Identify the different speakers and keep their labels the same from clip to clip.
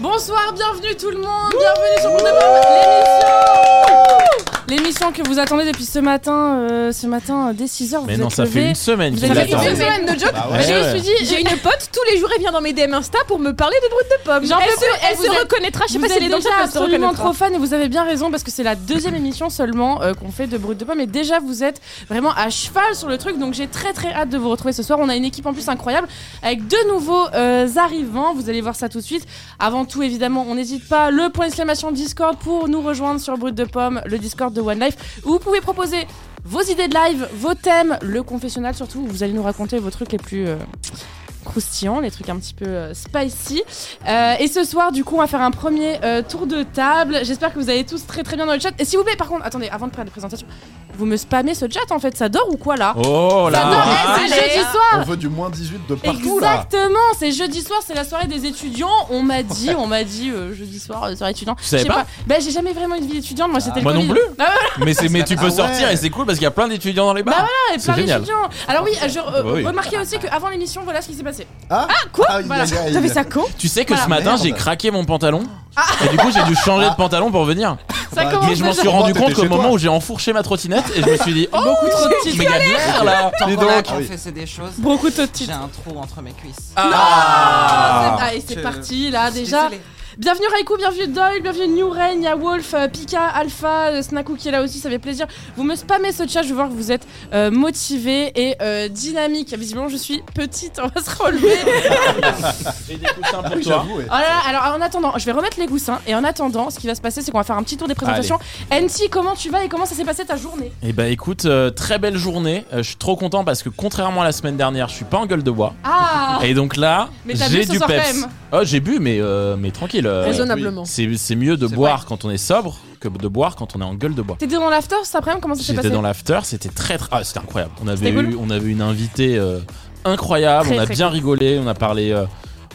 Speaker 1: Bonsoir, bienvenue tout le monde, bienvenue sur Monde de Bob, l'émission L'émission que vous attendez depuis ce matin, euh, ce matin euh, dès 6h,
Speaker 2: Mais
Speaker 1: vous
Speaker 2: non,
Speaker 1: êtes
Speaker 2: ça fait
Speaker 1: levés.
Speaker 2: une semaine
Speaker 1: Vous
Speaker 2: qu'il
Speaker 1: êtes
Speaker 3: avez
Speaker 2: attend.
Speaker 3: une
Speaker 1: levés.
Speaker 3: semaine de joke.
Speaker 2: ouais.
Speaker 1: Mais je
Speaker 2: Ouais,
Speaker 1: me suis
Speaker 2: ouais.
Speaker 1: dit,
Speaker 3: J'ai une pote, tous les jours elle vient dans mes DM Insta pour me parler de brutes de pomme.
Speaker 1: J'en peux
Speaker 3: Elle se,
Speaker 1: plus,
Speaker 3: elle
Speaker 1: vous
Speaker 3: se
Speaker 1: êtes-
Speaker 3: reconnaîtra, je sais
Speaker 1: vous
Speaker 3: pas si
Speaker 1: êtes
Speaker 3: elle est dans
Speaker 1: déjà
Speaker 3: ça, mais elle se hein.
Speaker 1: absolument
Speaker 3: reconnaîtra.
Speaker 1: trop fan et vous avez bien raison parce que c'est la deuxième émission seulement euh, qu'on fait de Brut de Pomme et déjà vous êtes vraiment à cheval sur le truc donc j'ai très très hâte de vous retrouver ce soir. On a une équipe en plus incroyable avec deux nouveaux euh, arrivants, vous allez voir ça tout de suite. Avant tout évidemment on n'hésite pas le point d'exclamation Discord pour nous rejoindre sur Brut de Pomme, le Discord de One Life où vous pouvez proposer vos idées de live, vos thèmes, le confessionnal surtout où vous allez nous raconter vos trucs les plus... euh, croustillants, les trucs un petit peu euh, spicy. Euh, et ce soir, du coup, on va faire un premier euh, tour de table. J'espère que vous allez tous très très bien dans le chat. Et s'il vous plaît, par contre, attendez, avant de faire des présentations, vous me spammez ce chat en fait, ça dort ou quoi là
Speaker 2: Oh
Speaker 1: Ça dort,
Speaker 2: là
Speaker 1: eh, c'est
Speaker 3: Allez.
Speaker 1: jeudi soir
Speaker 4: On veut du moins 18 de partout là
Speaker 1: Exactement, c'est jeudi soir, c'est la soirée des étudiants. On m'a dit, on m'a dit euh, jeudi soir, euh, soirée étudiante.
Speaker 2: Tu savais
Speaker 1: Je sais
Speaker 2: pas
Speaker 1: Bah, j'ai jamais vraiment une vie d'étudiante, moi c'était le
Speaker 2: Moi non
Speaker 1: Covid.
Speaker 2: plus.
Speaker 1: Ah, ouais,
Speaker 2: Mais, c'est- mais tu
Speaker 4: Ah
Speaker 2: peux
Speaker 4: ouais.
Speaker 2: sortir et c'est cool parce qu'il y a plein d'étudiants dans les bars.
Speaker 1: Bah ouais,
Speaker 2: C'est
Speaker 1: plein
Speaker 2: génial.
Speaker 1: d'étudiants. Alors oui, je, euh,
Speaker 2: Oui.
Speaker 1: remarquez aussi qu'avant l'émission, voilà ce qui s'est passé.
Speaker 4: Ah,
Speaker 1: Quoi
Speaker 4: Aïe,
Speaker 1: Voilà.
Speaker 4: aïe, aïe.
Speaker 1: T'as fait ça quand
Speaker 2: Tu sais que
Speaker 1: Voilà.
Speaker 2: ce matin
Speaker 4: Merde.
Speaker 2: j'ai craqué mon pantalon et du coup j'ai dû changer de pantalon pour venir.
Speaker 1: Ah. Ça
Speaker 4: Bah,
Speaker 1: commence
Speaker 2: Mais je m'en
Speaker 1: déjà.
Speaker 2: suis rendu
Speaker 4: T'étais
Speaker 2: compte qu'au
Speaker 4: chez toi.
Speaker 2: moment où j'ai enfourché ma trottinette et je me suis dit oh beaucoup trop
Speaker 1: de petites
Speaker 2: méga de l'air là.
Speaker 5: Tant
Speaker 2: Dis
Speaker 5: qu'on a
Speaker 2: donc.
Speaker 5: confessé des choses,
Speaker 1: Beaucoup de titres.
Speaker 5: j'ai un trou entre mes cuisses.
Speaker 1: Ah,
Speaker 2: Ah.
Speaker 1: c'est- allez, c'est
Speaker 5: Je-
Speaker 1: parti là
Speaker 5: Je suis
Speaker 1: déjà.
Speaker 5: désolée.
Speaker 1: Bienvenue Raikou, bienvenue Doyle, bienvenue New Rain, y'a Wolf, euh, Pika, Alpha, euh, Snaku qui est là aussi, ça fait plaisir. Vous me spammez ce chat, je veux voir que vous êtes euh, motivés et euh, dynamiques. Visiblement, je suis petite, on va se relever.
Speaker 2: Et des coussins
Speaker 4: Oui,
Speaker 2: pour toi.
Speaker 4: j'avoue, ouais.
Speaker 1: Oh là là, alors en attendant, je vais remettre les goussins et en attendant, ce qui va se passer, c'est qu'on va faire un petit tour des présentations. NT, comment tu vas et comment ça s'est passé ta journée
Speaker 2: Eh bah écoute, euh, très belle journée. Euh, je suis trop content parce que contrairement à la semaine dernière, je suis pas en gueule de bois.
Speaker 1: Ah
Speaker 2: Et donc là,
Speaker 1: Mais t'as bu
Speaker 2: j'ai
Speaker 1: ce
Speaker 2: du
Speaker 1: soir quand
Speaker 2: peps.
Speaker 1: même.
Speaker 2: Oh, j'ai bu, mais euh, mais tranquille. euh,
Speaker 3: Raisonnablement.
Speaker 2: C'est c'est mieux de
Speaker 5: C'est
Speaker 2: boire quand on est sobre que de boire quand on est en gueule de bois.
Speaker 1: T'étais dans l'after cet après-midi, comment ça s'est
Speaker 2: J'étais
Speaker 1: passé
Speaker 2: dans l'after, c'était très, très ah, c'était incroyable. On avait
Speaker 1: C'était
Speaker 2: eu, on avait une invitée euh, incroyable,
Speaker 1: Très,
Speaker 2: on a
Speaker 1: très
Speaker 2: bien rigolé, on a parlé. euh,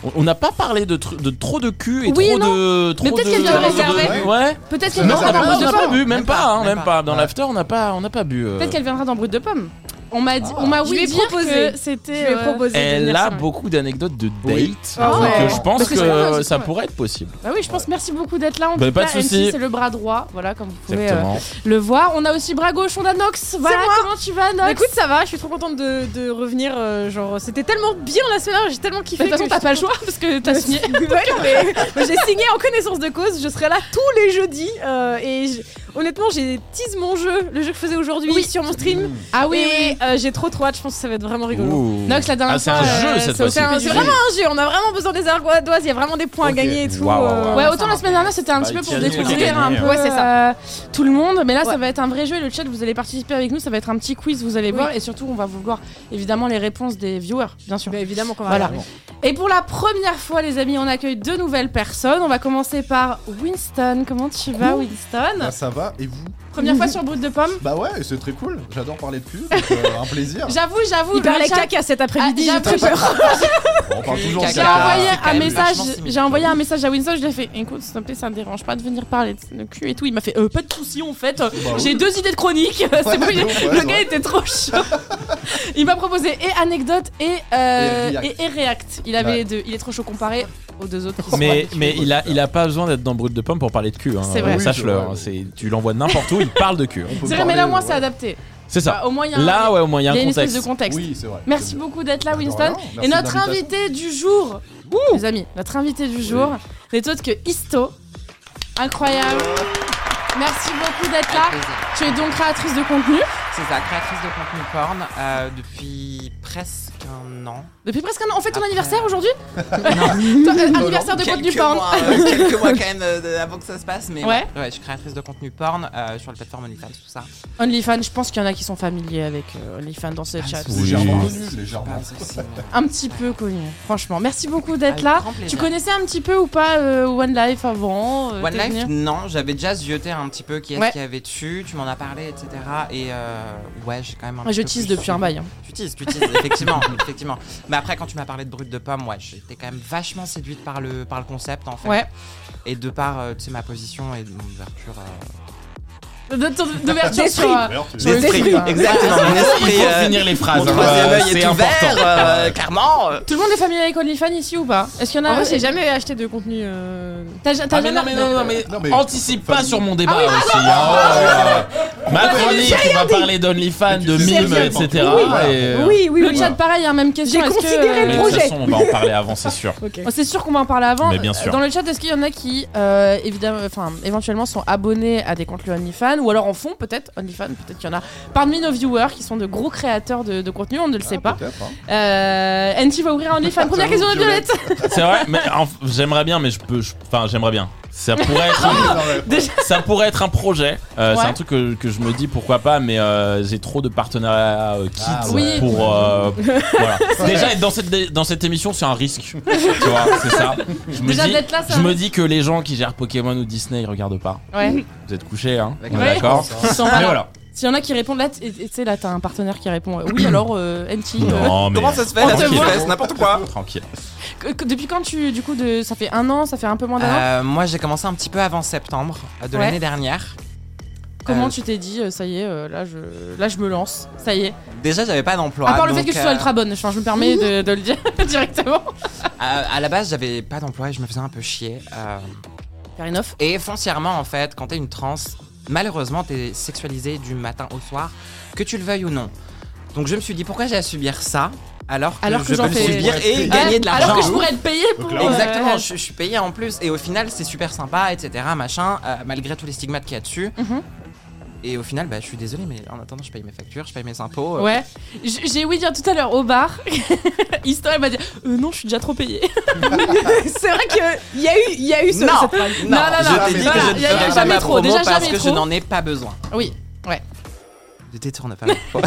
Speaker 2: on- on n'a pas parlé de, tru- de trop de cul et
Speaker 1: Oui et
Speaker 2: trop de. Trop
Speaker 1: Mais peut-être
Speaker 2: de-
Speaker 1: qu'elle te
Speaker 2: de-
Speaker 1: réservait.
Speaker 2: Ouais.
Speaker 1: Peut-être
Speaker 4: Mais
Speaker 1: qu'elle
Speaker 2: Non, on
Speaker 4: ça
Speaker 1: viendra dans
Speaker 2: n'a
Speaker 4: va,
Speaker 2: pas,
Speaker 1: Brut
Speaker 2: on
Speaker 1: de
Speaker 2: n'a pas
Speaker 1: Pomme.
Speaker 2: bu, même
Speaker 5: Même
Speaker 2: pas,
Speaker 5: pas,
Speaker 2: hein,
Speaker 5: même
Speaker 2: même
Speaker 5: pas.
Speaker 2: pas. Dans l'after, on n'a pas, on n'a pas bu. euh.
Speaker 1: Peut-être qu'elle viendra dans Brut de Pomme. On m'a dit,
Speaker 4: Ah.
Speaker 1: on m'a
Speaker 3: Je
Speaker 1: oui
Speaker 3: lui ai
Speaker 1: dit
Speaker 3: proposé.
Speaker 1: que c'était.
Speaker 3: Je lui ai
Speaker 1: euh,
Speaker 3: proposé.
Speaker 2: Elle a
Speaker 1: Daniel,
Speaker 2: beaucoup d'anecdotes de
Speaker 4: Oui.
Speaker 2: date.
Speaker 1: Ah
Speaker 2: donc
Speaker 1: ouais.
Speaker 2: euh, je pense
Speaker 1: Parce que c'est
Speaker 2: que
Speaker 1: vrai,
Speaker 2: ça
Speaker 1: c'est-
Speaker 2: pourrait être possible.
Speaker 1: Bah oui, je pense. Merci beaucoup d'être là. En
Speaker 2: Bah,
Speaker 1: tout
Speaker 2: pas
Speaker 1: cas,
Speaker 2: de souci.
Speaker 1: MC, c'est le bras droit. Voilà, comme vous pouvez euh,
Speaker 2: Exactement.
Speaker 1: le voir. On a aussi bras gauche, on a Nox. Voilà,
Speaker 3: moi.
Speaker 1: comment tu vas,
Speaker 3: Bah,
Speaker 1: Nox
Speaker 3: écoute, ça va, je suis trop contente de, de revenir. euh, genre, c'était tellement bien la semaine dernière, j'ai tellement
Speaker 1: Bah,
Speaker 3: kiffé.
Speaker 1: De toute façon,
Speaker 3: que
Speaker 1: t'as
Speaker 3: je
Speaker 1: pas le
Speaker 3: suis
Speaker 1: choix parce que t'as signé.
Speaker 3: contente. Ouais, non, mais- mais Euh, j'ai signé en connaissance de cause, je serai là tous les jeudis. euh, et je- honnêtement, j'ai tease mon jeu, le jeu que je faisais aujourd'hui
Speaker 1: Oui.
Speaker 3: sur mon stream.
Speaker 4: Mmh.
Speaker 1: Ah oui,
Speaker 3: Et
Speaker 1: oui.
Speaker 3: euh, j'ai trop trop hâte, je pense que ça va être vraiment rigolo.
Speaker 2: Ouh.
Speaker 1: Nox, la dernière
Speaker 2: Ah, c'est
Speaker 1: fois,
Speaker 2: un
Speaker 1: euh,
Speaker 2: jeu cette
Speaker 1: c'est aussi
Speaker 2: fois-ci.
Speaker 3: C'est un- c'est vraiment un jeu, on a vraiment besoin des ardoises, il y a vraiment des points
Speaker 4: Ok.
Speaker 3: à gagner et tout.
Speaker 2: Waouh, waouh, waouh.
Speaker 1: Ouais,
Speaker 3: ça
Speaker 1: autant la semaine dernière c'était un
Speaker 2: Bah,
Speaker 1: petit peu
Speaker 2: il
Speaker 1: pour
Speaker 2: y a des trucs à
Speaker 1: découvrir un
Speaker 2: gagner,
Speaker 1: peu
Speaker 3: ouais. Ouais, c'est
Speaker 1: euh, tout le monde, mais là ça
Speaker 3: Ouais.
Speaker 1: va être un vrai jeu et le chat vous allez participer avec nous, ça va être un petit quiz, vous allez
Speaker 3: Oui.
Speaker 1: voir et surtout on va vouloir évidemment les réponses des viewers, bien sûr.
Speaker 3: Bah, évidemment qu'on va
Speaker 1: Voilà.
Speaker 3: regarder.
Speaker 1: Et pour la première fois, les amis, on accueille deux nouvelles personnes. On va commencer par Winston. Comment tu vas, Winston
Speaker 4: Bah, ça va, et vous
Speaker 1: Première fois sur Brut de Pomme.
Speaker 4: Bah ouais, c'est très cool, j'adore parler de cul, donc euh, un plaisir.
Speaker 1: J'avoue, j'avoue,
Speaker 3: Il parlait
Speaker 1: le chat-
Speaker 3: caca cet
Speaker 1: Ah,
Speaker 3: après-midi, j'ai
Speaker 1: j'avoue,
Speaker 3: très peur.
Speaker 4: Bon, on parle
Speaker 5: Cul,
Speaker 4: toujours de
Speaker 1: J'ai
Speaker 5: caca. C'est
Speaker 1: envoyé
Speaker 5: quand
Speaker 1: un
Speaker 5: même
Speaker 1: message,
Speaker 5: vachement similaire.
Speaker 1: j'ai envoyé un message à Winston, je lui ai fait écoute, s'il te plaît, ça ne dérange pas de venir parler de le cul et tout. Il m'a fait euh, pas de soucis en fait, euh,
Speaker 4: Bah oui.
Speaker 1: j'ai deux idées de chronique. C'est bon,
Speaker 4: de
Speaker 1: il-
Speaker 4: ouf, ouais,
Speaker 1: le
Speaker 4: c'est
Speaker 1: gars
Speaker 4: vrai.
Speaker 1: était trop chaud. il m'a proposé et anecdote et, euh,
Speaker 4: Et
Speaker 1: et, et
Speaker 4: React.
Speaker 1: react. Il avait
Speaker 4: Ouais.
Speaker 1: les deux, il est trop chaud comparé aux deux autres qui sont
Speaker 2: Mais, mais il, a, il a pas besoin d'être dans Brut de Pomme pour parler de cul. Hein.
Speaker 1: C'est vrai.
Speaker 2: Euh,
Speaker 4: Oui,
Speaker 2: Sache-le.
Speaker 4: c'est vrai.
Speaker 2: hein. C'est- Tu l'envoies n'importe où, il parle de cul. hein.
Speaker 4: On peut
Speaker 1: C'est vrai, mais là au
Speaker 4: parler,
Speaker 1: moins
Speaker 4: ouais.
Speaker 1: c'est adapté.
Speaker 2: C'est ça.
Speaker 1: Bah, au moins il y a un-
Speaker 2: Ah. Là, ouais, au moins, il y a
Speaker 1: il y a
Speaker 2: un
Speaker 1: une espèce
Speaker 2: contexte.
Speaker 1: de contexte.
Speaker 4: Oui, c'est vrai.
Speaker 1: Merci
Speaker 4: C'est bien.
Speaker 1: beaucoup d'être là,
Speaker 4: Bah, de
Speaker 1: Winston.
Speaker 4: rien, merci
Speaker 1: Et
Speaker 4: de
Speaker 1: notre
Speaker 4: l'invitation.
Speaker 1: invité du jour, les amis, notre invité du jour n'est autre que Isto. Incroyable. Merci beaucoup d'être là.
Speaker 5: Avec plaisir.
Speaker 1: Tu es donc créatrice de contenu
Speaker 5: C'est ça, créatrice de contenu porn euh, depuis presque un an.
Speaker 1: depuis presque un an. On fait ton
Speaker 5: Après.
Speaker 1: anniversaire aujourd'hui Toi, euh, Anniversaire de contenu
Speaker 5: Quelques
Speaker 1: porn.
Speaker 5: mois, euh, quelques mois quand même euh, de- avant que ça se passe, mais
Speaker 1: Ouais.
Speaker 5: ouais. je suis créatrice de contenu porn euh, sur la plateforme OnlyFans, tout ça.
Speaker 1: OnlyFans, je pense qu'il y en a qui sont familiers avec euh, OnlyFans dans ce
Speaker 5: Ah,
Speaker 1: chat.
Speaker 2: Oui.
Speaker 4: Légèrement
Speaker 2: Oui.
Speaker 4: connu, légèrement.
Speaker 5: Pas aussi, euh,
Speaker 1: Un petit peu connu, franchement. Merci beaucoup d'être
Speaker 5: Avec
Speaker 1: là.
Speaker 5: grand plaisir.
Speaker 1: Tu connaissais un petit peu ou pas euh, One Life avant euh,
Speaker 5: One
Speaker 1: t'es
Speaker 5: Life,
Speaker 1: venue
Speaker 5: non, j'avais déjà zioté un petit peu qui est-ce
Speaker 1: Ouais.
Speaker 5: qu'il y avait dessus, tu m'en as parlé, etc. Et euh, ouais, j'ai quand même
Speaker 1: Moi,
Speaker 5: un petit
Speaker 1: Ah, je
Speaker 5: peu
Speaker 1: tease
Speaker 5: plus
Speaker 1: depuis un bail. hein.
Speaker 5: Tu teases, tu teases, effectivement, effectivement. Mais après, quand tu m'as parlé de brut de pomme, ouais, j'étais quand même vachement séduite par le, par le concept en fait.
Speaker 1: Ouais.
Speaker 5: Et de par, euh, tu sais, ma position et mon ouverture. euh,
Speaker 1: de- de- d'ouverture sur,
Speaker 3: D'esprit.
Speaker 1: euh,
Speaker 4: Ouverture.
Speaker 1: Sur le
Speaker 5: L'esprit,
Speaker 1: film, hein.
Speaker 5: exactement. Mon
Speaker 2: Il
Speaker 5: esprit,
Speaker 2: faut
Speaker 5: euh,
Speaker 2: finir les phrases.
Speaker 5: mon
Speaker 2: hein,
Speaker 5: troisième
Speaker 2: euh,
Speaker 5: œil
Speaker 2: c'est
Speaker 5: est ouvert,
Speaker 2: important.
Speaker 5: euh, clairement. euh.
Speaker 1: Tout le monde est familier avec OnlyFans ici ou pas Est-ce qu'il y en a
Speaker 3: En vrai, j'ai jamais acheté de contenu. euh,
Speaker 1: T'as t'as
Speaker 2: Ah, mais
Speaker 1: jamais.
Speaker 2: non, mais non, non, mais
Speaker 4: Non, mais-
Speaker 2: anticipe pas
Speaker 4: Famille.
Speaker 2: sur mon débat aussi. hein. Ma chronique, on va parler d'OnlyFans,
Speaker 4: Mais
Speaker 2: de
Speaker 4: tu sais
Speaker 2: mimes,
Speaker 4: rien.
Speaker 2: etc.
Speaker 4: Oui.
Speaker 2: et, euh,
Speaker 3: Oui, oui,
Speaker 1: Le
Speaker 3: oui.
Speaker 1: chat, pareil, hein, même question.
Speaker 3: J'ai
Speaker 1: est-ce que,
Speaker 3: considéré
Speaker 1: euh,
Speaker 2: Mais de
Speaker 3: projet.
Speaker 2: toute façon, on va en parler avant, c'est sûr.
Speaker 3: Ok.
Speaker 1: Oh, C'est sûr qu'on va en parler avant.
Speaker 2: Mais bien sûr.
Speaker 1: Dans le chat, est-ce qu'il y en a qui, euh, évidemment, enfin, éventuellement, sont abonnés à des contenus OnlyFans ou alors en font peut-être OnlyFans Peut-être qu'il y en a parmi nos viewers qui sont de gros créateurs de, de contenu, on ne
Speaker 2: Ah,
Speaker 1: le sait pas.
Speaker 4: Peut-être, hein.
Speaker 1: Euh, NT va ouvrir OnlyFans. Première question de Violette.
Speaker 2: C'est vrai, mais en- j'aimerais bien, mais je peux. je- Enfin, j'aimerais bien. Ça pourrait être un, ça pourrait être un projet. Euh,
Speaker 1: Ouais.
Speaker 2: C'est un truc que, que je me dis pourquoi pas, mais euh, j'ai trop de partenariats euh, kids
Speaker 4: Ah,
Speaker 1: ouais.
Speaker 2: pour. euh, voilà. Déjà, être dans cette, dans cette émission, c'est un risque. tu vois, c'est ça. Je me,
Speaker 1: Déjà
Speaker 2: dis,
Speaker 1: d'être là, ça.
Speaker 2: je me dis que les gens qui gèrent Pokémon ou Disney, ils regardent pas.
Speaker 1: Ouais.
Speaker 2: Vous êtes couchés, hein
Speaker 5: Avec
Speaker 2: On est
Speaker 1: Ouais.
Speaker 2: D'accord
Speaker 1: Ils sont pas
Speaker 2: Mais
Speaker 1: là.
Speaker 2: voilà.
Speaker 1: S'il y en a qui répondent là, t- et- et tu sais, là, t'as un partenaire qui répond euh, Oui, alors, euh, NT. euh,
Speaker 2: Non, mais.
Speaker 5: Comment ça se fait
Speaker 2: On
Speaker 5: la
Speaker 2: te
Speaker 5: petite
Speaker 2: voit.
Speaker 5: fesse, N'importe quoi.
Speaker 2: Tranquille.
Speaker 1: que- que- depuis quand tu. Du coup, de, ça fait un an, ça fait un peu moins d'un an
Speaker 5: Euh, Moi, j'ai commencé un petit peu avant septembre euh, de
Speaker 1: Ouais.
Speaker 5: l'année dernière.
Speaker 1: Comment
Speaker 5: euh,
Speaker 1: tu t'es dit, euh, ça y est, euh, là, je, là, je me lance, ça y est
Speaker 5: Déjà, j'avais pas d'emploi.
Speaker 1: À part le
Speaker 5: donc,
Speaker 1: fait que tu
Speaker 5: euh,
Speaker 1: sois ultra bonne, enfin, je me permets de, de le dire directement.
Speaker 5: À, à la base, j'avais pas d'emploi et je me faisais un peu chier. euh,
Speaker 1: Faire une offre.
Speaker 5: et foncièrement, en fait, quand t'es une trans, malheureusement, t'es sexualisée du matin au soir, que tu le veuilles ou non. Donc, je me suis dit, pourquoi j'ai à subir ça alors que,
Speaker 1: Alors que
Speaker 5: je
Speaker 1: j'en
Speaker 5: peux le
Speaker 1: fais-
Speaker 5: subir et
Speaker 4: Ouais,
Speaker 5: gagner
Speaker 1: Ouais,
Speaker 5: de
Speaker 1: Euh, Alors
Speaker 5: l'argent
Speaker 1: que je pourrais être payée pour.
Speaker 4: Donc là,
Speaker 5: Exactement,
Speaker 1: euh,
Speaker 5: je, je suis payé en plus et au final c'est super sympa, etc. Machin, euh, malgré tous les stigmates qu'il y a dessus.
Speaker 1: Mhm.
Speaker 5: Et au final, bah, je suis désolé, mais en attendant, je paye mes factures, je paye mes impôts. euh,
Speaker 1: Ouais, J- j'ai oui dire tout à l'heure au bar. Histoire, elle m'a dit euh, non, je suis déjà trop payée.
Speaker 3: C'est vrai qu'il y a eu, il y a eu ce-
Speaker 5: Non,
Speaker 3: cette-
Speaker 1: Non, non,
Speaker 5: non,
Speaker 1: non,
Speaker 5: je t'ai dit
Speaker 4: non,
Speaker 5: que
Speaker 4: non,
Speaker 5: je
Speaker 4: y a- y a
Speaker 5: ne ferai pas
Speaker 1: jamais
Speaker 5: ma
Speaker 1: trop,
Speaker 5: promo
Speaker 1: déjà
Speaker 5: parce
Speaker 1: jamais
Speaker 5: que je
Speaker 1: trop.
Speaker 5: n'en ai pas besoin.
Speaker 1: Oui,
Speaker 5: Je détourne pas ma promo.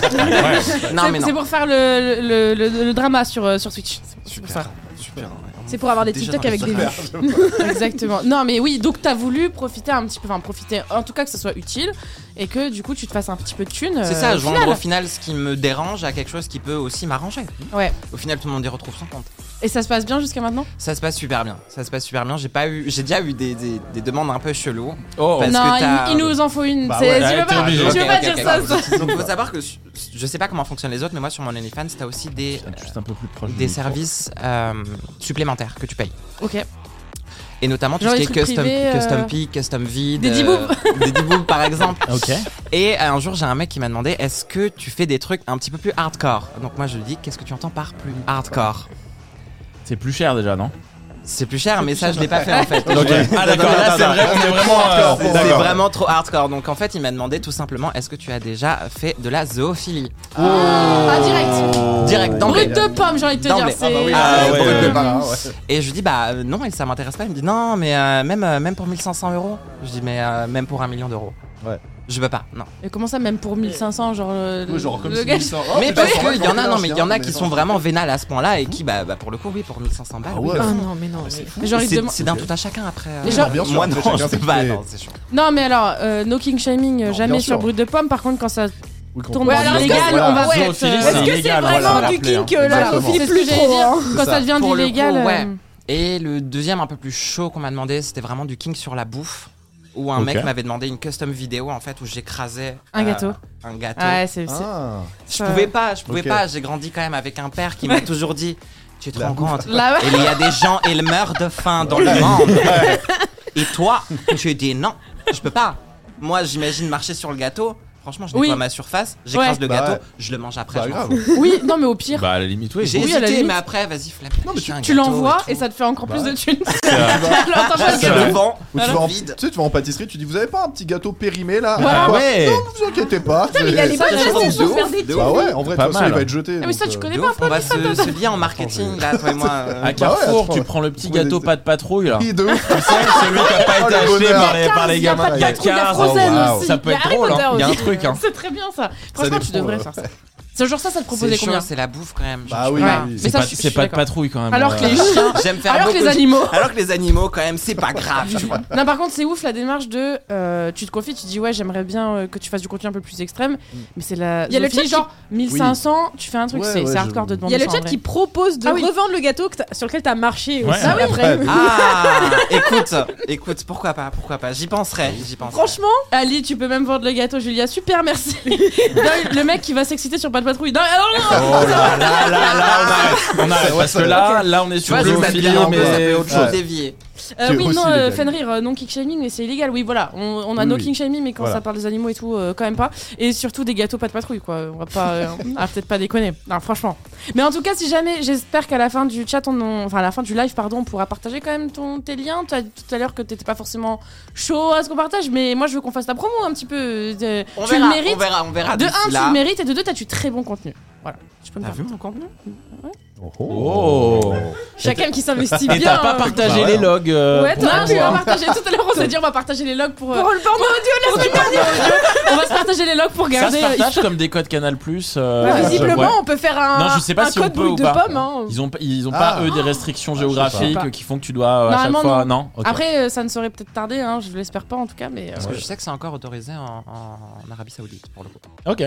Speaker 5: non,
Speaker 1: c'est
Speaker 5: mais non.
Speaker 1: c'est pour faire le, le, le- le- le drama sur, euh, sur Twitch. C'est pour ça.
Speaker 5: Super, ouais, on
Speaker 3: C'est pour avoir des
Speaker 5: Déjà
Speaker 3: TikTok
Speaker 5: dans
Speaker 3: avec
Speaker 5: les
Speaker 3: des vues.
Speaker 1: Exactement. Non, mais oui, donc t'as voulu profiter un petit peu, enfin profiter, en tout cas que ce soit utile et que du coup tu te fasses un petit peu de thunes.
Speaker 5: C'est
Speaker 1: euh,
Speaker 5: ça,
Speaker 1: au
Speaker 5: joindre
Speaker 1: final.
Speaker 5: au final ce qui me dérange à quelque chose qui peut aussi m'arranger.
Speaker 1: Ouais.
Speaker 5: Au final, tout le monde y retrouve son compte.
Speaker 1: Et ça se passe bien jusqu'à maintenant
Speaker 5: Ça se passe super bien. Ça se passe super bien. J'ai pas eu, j'ai déjà eu des, des- des demandes un peu cheloues.
Speaker 2: Oh,
Speaker 5: Parce
Speaker 1: Non,
Speaker 5: que t'as-
Speaker 1: il, il nous en faut une.
Speaker 4: Bah
Speaker 1: C'est-
Speaker 4: ouais,
Speaker 1: tu
Speaker 2: ouais,
Speaker 1: veux
Speaker 2: t'es
Speaker 1: pas,
Speaker 2: obligé.
Speaker 1: tu veux
Speaker 5: Ok,
Speaker 1: pas
Speaker 5: ok,
Speaker 1: dire
Speaker 5: ok,
Speaker 1: Ah, ça,
Speaker 5: ok.
Speaker 1: ça.
Speaker 5: Donc faut savoir que je, je sais pas comment fonctionnent les autres, mais moi sur mon OnlyFans, t'as aussi des,
Speaker 2: juste un peu plus proche. du
Speaker 5: des
Speaker 2: micro.
Speaker 5: services euh, supplémentaires que tu payes.
Speaker 1: Ok.
Speaker 5: Et notamment tout
Speaker 1: Genre
Speaker 5: ce
Speaker 1: les
Speaker 5: qui est
Speaker 1: trucs
Speaker 5: custom,
Speaker 1: privés, euh,
Speaker 5: custom pic, custom vide. euh,
Speaker 1: des diboubs.
Speaker 5: des diboubs par exemple.
Speaker 2: Ok.
Speaker 5: Et euh, un jour, j'ai un mec qui m'a demandé est-ce que tu fais des trucs un petit peu plus hardcore Donc moi, je lui dis qu'est-ce que tu entends par plus hardcore
Speaker 2: C'est plus cher déjà, non
Speaker 5: C'est plus cher, mais ça, je l'ai pas fait en fait. Ah, d'accord,
Speaker 2: là, c'est vrai, on est vraiment. euh,
Speaker 4: D'accord. Ah,
Speaker 5: C'est vraiment trop hardcore. Donc en fait, il m'a demandé tout simplement est-ce que tu as déjà fait de la zoophilie
Speaker 1: Ah, direct.
Speaker 5: Direct d'emblée.
Speaker 1: Brut de pomme, j'ai envie de te dire.
Speaker 5: D'emblée.
Speaker 4: bah
Speaker 1: c'est-
Speaker 5: Ah, ouais, ouais.
Speaker 4: D'accord.
Speaker 5: Et je lui dis bah euh, non et ça m'intéresse pas. Il me dit non mais euh, même euh, même pour 1500 euros. Je dis mais euh, même pour un million d'euros.
Speaker 4: Ouais.
Speaker 5: Je peux pas non.
Speaker 1: Et Ah, comment ça, même pour 1500, genre. euh,
Speaker 4: Genre comme
Speaker 1: le
Speaker 4: si
Speaker 1: gars-
Speaker 4: ça- Oh,
Speaker 5: mais
Speaker 4: putain,
Speaker 5: parce
Speaker 4: c'est vrai
Speaker 5: que y en a non mais il y en a
Speaker 4: mais
Speaker 5: qui
Speaker 4: non,
Speaker 5: sont
Speaker 4: c'est-
Speaker 5: vraiment vénales à ce point là et qui bah, bah, pour le coup oui pour 1500 balles.
Speaker 4: Ah
Speaker 5: oui,
Speaker 4: ouais.
Speaker 5: bah,
Speaker 1: Ah
Speaker 5: font.
Speaker 1: non, mais non. mais-
Speaker 4: c'est fou.
Speaker 1: Mais genre, il
Speaker 5: C'est-
Speaker 1: se demande-
Speaker 5: C'est d'un tout à chacun après. euh,
Speaker 1: Mais genre-
Speaker 4: Bien sûr,
Speaker 5: moi
Speaker 4: après,
Speaker 5: non
Speaker 4: chacun
Speaker 5: je
Speaker 4: ses
Speaker 5: peux pas.
Speaker 4: idées.
Speaker 5: non, c'est chaud.
Speaker 1: Non, mais alors, euh, no king shaming, euh,
Speaker 4: Non,
Speaker 1: jamais
Speaker 4: bien
Speaker 1: sur
Speaker 4: sûr.
Speaker 1: Brut de Pomme. Par contre, quand ça
Speaker 4: Oui, qu'on-
Speaker 1: tombe
Speaker 3: Ouais,
Speaker 1: en
Speaker 3: alors, est-ce que-
Speaker 1: illégal,
Speaker 4: voilà.
Speaker 1: on va.
Speaker 2: Zoophilie,
Speaker 1: ouais,
Speaker 2: c'est
Speaker 1: c'est-
Speaker 3: Est-ce que c'est
Speaker 2: illégal,
Speaker 3: vraiment
Speaker 2: voilà,
Speaker 3: du
Speaker 2: rappelez, hein.
Speaker 3: kink euh, la
Speaker 4: Exactement.
Speaker 3: zoophilie
Speaker 1: C'est ce que
Speaker 3: plus
Speaker 1: j'allais
Speaker 3: trop,
Speaker 1: dire.
Speaker 3: hein.
Speaker 1: Quand
Speaker 4: ça.
Speaker 1: ça devient
Speaker 5: Pour le
Speaker 1: d'illégal.
Speaker 5: coup,
Speaker 1: euh,
Speaker 5: ouais. Et le deuxième un peu plus chaud qu'on m'a demandé c'était vraiment du king sur la bouffe où un
Speaker 2: Ok.
Speaker 5: mec m'avait demandé une custom vidéo en fait où j'écrasais
Speaker 1: Un
Speaker 5: euh,
Speaker 1: gâteau.
Speaker 5: un gâteau.
Speaker 1: Ouais, c'est.
Speaker 5: Hein
Speaker 1: c'est-
Speaker 4: Ah,
Speaker 5: Je pouvais pas, je pouvais
Speaker 4: Ok.
Speaker 5: pas. J'ai grandi quand même avec un père qui m'a toujours dit Tu te
Speaker 4: La
Speaker 5: rends
Speaker 4: bouffe.
Speaker 5: compte
Speaker 1: Là,
Speaker 5: Il y a des gens, ils meurent de faim dans le monde. Et toi, tu dis Non, je peux pas. Moi, j'imagine marcher sur le gâteau. Franchement, je
Speaker 1: Oui.
Speaker 5: nettoie ma surface, j'écrase
Speaker 1: Ouais.
Speaker 5: le
Speaker 4: Bah
Speaker 5: gâteau,
Speaker 4: ouais.
Speaker 5: je le mange après.
Speaker 4: pas
Speaker 5: je m'en
Speaker 4: grave.
Speaker 5: fous.
Speaker 1: oui, non, mais au pire.
Speaker 2: Bah, à la limite, oui.
Speaker 5: J'ai
Speaker 1: Oui, à la
Speaker 5: hésité,
Speaker 1: limite.
Speaker 5: mais après, vas-y, flemme.
Speaker 4: Non, mais tu-
Speaker 1: Tu l'envoies et ça te fait encore plus
Speaker 4: Bah
Speaker 1: de thunes.
Speaker 2: euh,
Speaker 1: Alors, t'en
Speaker 5: passe
Speaker 1: fais un
Speaker 2: vrai.
Speaker 1: gâteau.
Speaker 5: devant.
Speaker 4: Ou tu
Speaker 5: Voilà.
Speaker 4: vas, en, tu
Speaker 5: Vide.
Speaker 4: sais, tu vas en pâtisserie, tu dis vous avez pas un petit gâteau périmé là
Speaker 1: Voilà.
Speaker 4: Quoi
Speaker 2: Ah ouais.
Speaker 4: Non, vous inquiétez pas.
Speaker 3: mais il y a des
Speaker 4: c'est-
Speaker 3: bonnes
Speaker 5: Ça, ça
Speaker 3: raisons
Speaker 5: change de
Speaker 3: pour faire
Speaker 5: ouf,
Speaker 3: des
Speaker 5: de
Speaker 3: trucs.
Speaker 4: Bah ouais, en vrai, de
Speaker 2: Pas
Speaker 4: toute façon,
Speaker 2: mal.
Speaker 4: il va être jeté.
Speaker 1: Ah, mais ça,
Speaker 4: donc,
Speaker 1: tu
Speaker 4: euh,
Speaker 1: connais
Speaker 5: De
Speaker 1: pas.
Speaker 5: ouf, on va se, se lier en marketing, là, toi et moi. euh,
Speaker 2: Ah, À
Speaker 4: Bah ouais,
Speaker 2: Carrefour,
Speaker 4: attends,
Speaker 2: tu
Speaker 4: ouais.
Speaker 2: prends le petit
Speaker 4: Trouver
Speaker 2: gâteau
Speaker 4: des-
Speaker 2: pas de patrouille là.
Speaker 4: Oui, de ouf.
Speaker 2: Tu sais, celui qui a pas
Speaker 4: Oh,
Speaker 2: été
Speaker 4: le
Speaker 2: acheté
Speaker 4: bonheur.
Speaker 2: par les, par les
Speaker 1: Il y a
Speaker 2: gamins.
Speaker 1: pas de
Speaker 2: Il y a
Speaker 1: patrouille, il y a
Speaker 2: Cars.
Speaker 1: Frozen
Speaker 2: Oh, wow.
Speaker 1: aussi.
Speaker 2: Ça peut
Speaker 1: Il y a
Speaker 2: être
Speaker 1: Harry
Speaker 2: drôle, hein.
Speaker 1: Potter
Speaker 2: il y a un
Speaker 1: aussi.
Speaker 2: truc. Hein.
Speaker 1: C'est très bien ça. Franchement, tu
Speaker 4: dépend,
Speaker 1: devrais
Speaker 4: euh.
Speaker 1: faire ça. C'est genre ça, ça te proposait
Speaker 5: C'est chaud,
Speaker 1: combien
Speaker 5: c'est la bouffe quand même.
Speaker 4: Bah
Speaker 5: Je-
Speaker 4: oui,
Speaker 5: Ouais.
Speaker 4: oui.
Speaker 1: Mais
Speaker 2: C'est
Speaker 1: ça,
Speaker 2: pas,
Speaker 1: je suis-
Speaker 2: c'est
Speaker 1: je suis
Speaker 2: pas de
Speaker 1: d'accord.
Speaker 2: patrouille quand même.
Speaker 1: Alors
Speaker 2: euh,
Speaker 1: que les chiens,
Speaker 5: J'aime faire
Speaker 1: alors que
Speaker 5: beaucoup
Speaker 1: les
Speaker 5: de-
Speaker 1: animaux.
Speaker 5: Alors que les animaux, quand même, c'est pas grave, tu vois.
Speaker 1: Non, par contre, c'est ouf la démarche de. euh, tu te confies, tu dis ouais, j'aimerais bien euh, que tu fasses du contenu un peu plus extrême, mais c'est la.
Speaker 3: Il y a le
Speaker 1: zoophilie,
Speaker 3: chat qui-
Speaker 1: genre 1500, tu fais un truc,
Speaker 4: Ouais,
Speaker 1: c'est
Speaker 4: ouais,
Speaker 1: c'est
Speaker 4: je-
Speaker 1: hardcore de
Speaker 3: Il
Speaker 1: demander
Speaker 3: y a le
Speaker 1: ça, en
Speaker 3: chat
Speaker 1: vrai.
Speaker 3: qui propose de
Speaker 1: Ah oui.
Speaker 3: revendre le gâteau que t'as- sur lequel t'as marché
Speaker 2: Ouais.
Speaker 3: aussi.
Speaker 2: Ah
Speaker 4: oui.
Speaker 3: après.
Speaker 4: Ouais.
Speaker 5: Ah, écoute, écoute, pourquoi pas, pourquoi pas. J'y penserai, j'y penserai.
Speaker 1: Franchement, Ali, tu peux même vendre le gâteau, Julia. Super, merci. Non, le mec qui va s'exciter sur Pas de Patrouille. Non, alors, non,
Speaker 2: Oh là là là là, on arrête, on arrête, parce que là, là on est
Speaker 5: Tu
Speaker 2: sur
Speaker 5: vois,
Speaker 2: le
Speaker 5: je
Speaker 4: ça
Speaker 2: zoophilie,
Speaker 4: devient un
Speaker 5: mais
Speaker 2: mais
Speaker 4: peu-
Speaker 5: autre chose.
Speaker 4: Ouais.
Speaker 5: Dévié.
Speaker 1: Euh,
Speaker 4: C'est
Speaker 1: oui,
Speaker 4: aussi
Speaker 1: non, euh,
Speaker 4: légal.
Speaker 1: Fenrir, euh, non king shaming, mais c'est illégal. Oui, voilà, on, on a
Speaker 4: Oui,
Speaker 1: no
Speaker 4: oui.
Speaker 1: king shaming, mais quand
Speaker 4: Voilà.
Speaker 1: ça parle des animaux et tout, euh, quand même pas. Et surtout des gâteaux pas de patrouille, quoi. On va pas, euh, ah, peut-être pas déconner. Non, franchement. Mais en tout cas, si jamais, j'espère qu'à la fin du chat, on, en- enfin à la fin du live, pardon, on pourra partager quand même ton tes liens. Tu as dit tout à l'heure que t'étais pas forcément chaud à ce qu'on partage, mais moi je veux qu'on fasse ta promo un petit peu. euh,
Speaker 5: On
Speaker 1: tu
Speaker 5: verra,
Speaker 1: le mérites.
Speaker 5: on verra, on verra.
Speaker 1: De
Speaker 5: d'ici
Speaker 1: un,
Speaker 5: là.
Speaker 1: tu le mérites, et de deux, t'as du très bon contenu. Voilà, je peux me
Speaker 5: T'as vu
Speaker 1: permettre.
Speaker 5: mon contenu
Speaker 2: Oh.
Speaker 1: Chacun qui s'investit bien.
Speaker 2: Et t'as pas
Speaker 1: euh,
Speaker 2: partagé
Speaker 4: Bah
Speaker 2: les
Speaker 4: ouais.
Speaker 2: logs. euh,
Speaker 1: Ouais,
Speaker 2: pour
Speaker 1: t'aurais pu
Speaker 2: voir.
Speaker 1: en partager. Tout à l'heure, on s'est dit, on va partager les logs pour. euh,
Speaker 3: Pour le porno audio la semaine dernière.
Speaker 1: on va se partager les logs pour
Speaker 2: Ça
Speaker 1: garder. euh,
Speaker 2: se partage comme des codes Canal Plus. euh,
Speaker 3: Bah, Visiblement, on peut faire un,
Speaker 2: Non, je sais pas
Speaker 3: un
Speaker 2: si on
Speaker 3: code
Speaker 2: peut
Speaker 3: brut
Speaker 2: ou
Speaker 3: de
Speaker 2: pas.
Speaker 3: pomme. hein.
Speaker 2: Ils ont, pas- ils ont pas
Speaker 4: Ah.
Speaker 2: eux des restrictions
Speaker 4: je sais pas.
Speaker 2: géographiques euh, qui font que tu dois euh, à chaque
Speaker 1: Normalement,
Speaker 2: fois. Non. ok.
Speaker 1: Après, euh, ça ne saurait peut-être tarder, hein, je l'espère pas en tout cas, mais. euh,
Speaker 5: Parce que je sais que c'est encore autorisé en, en- en Arabie Saoudite pour le coup.
Speaker 2: Ok.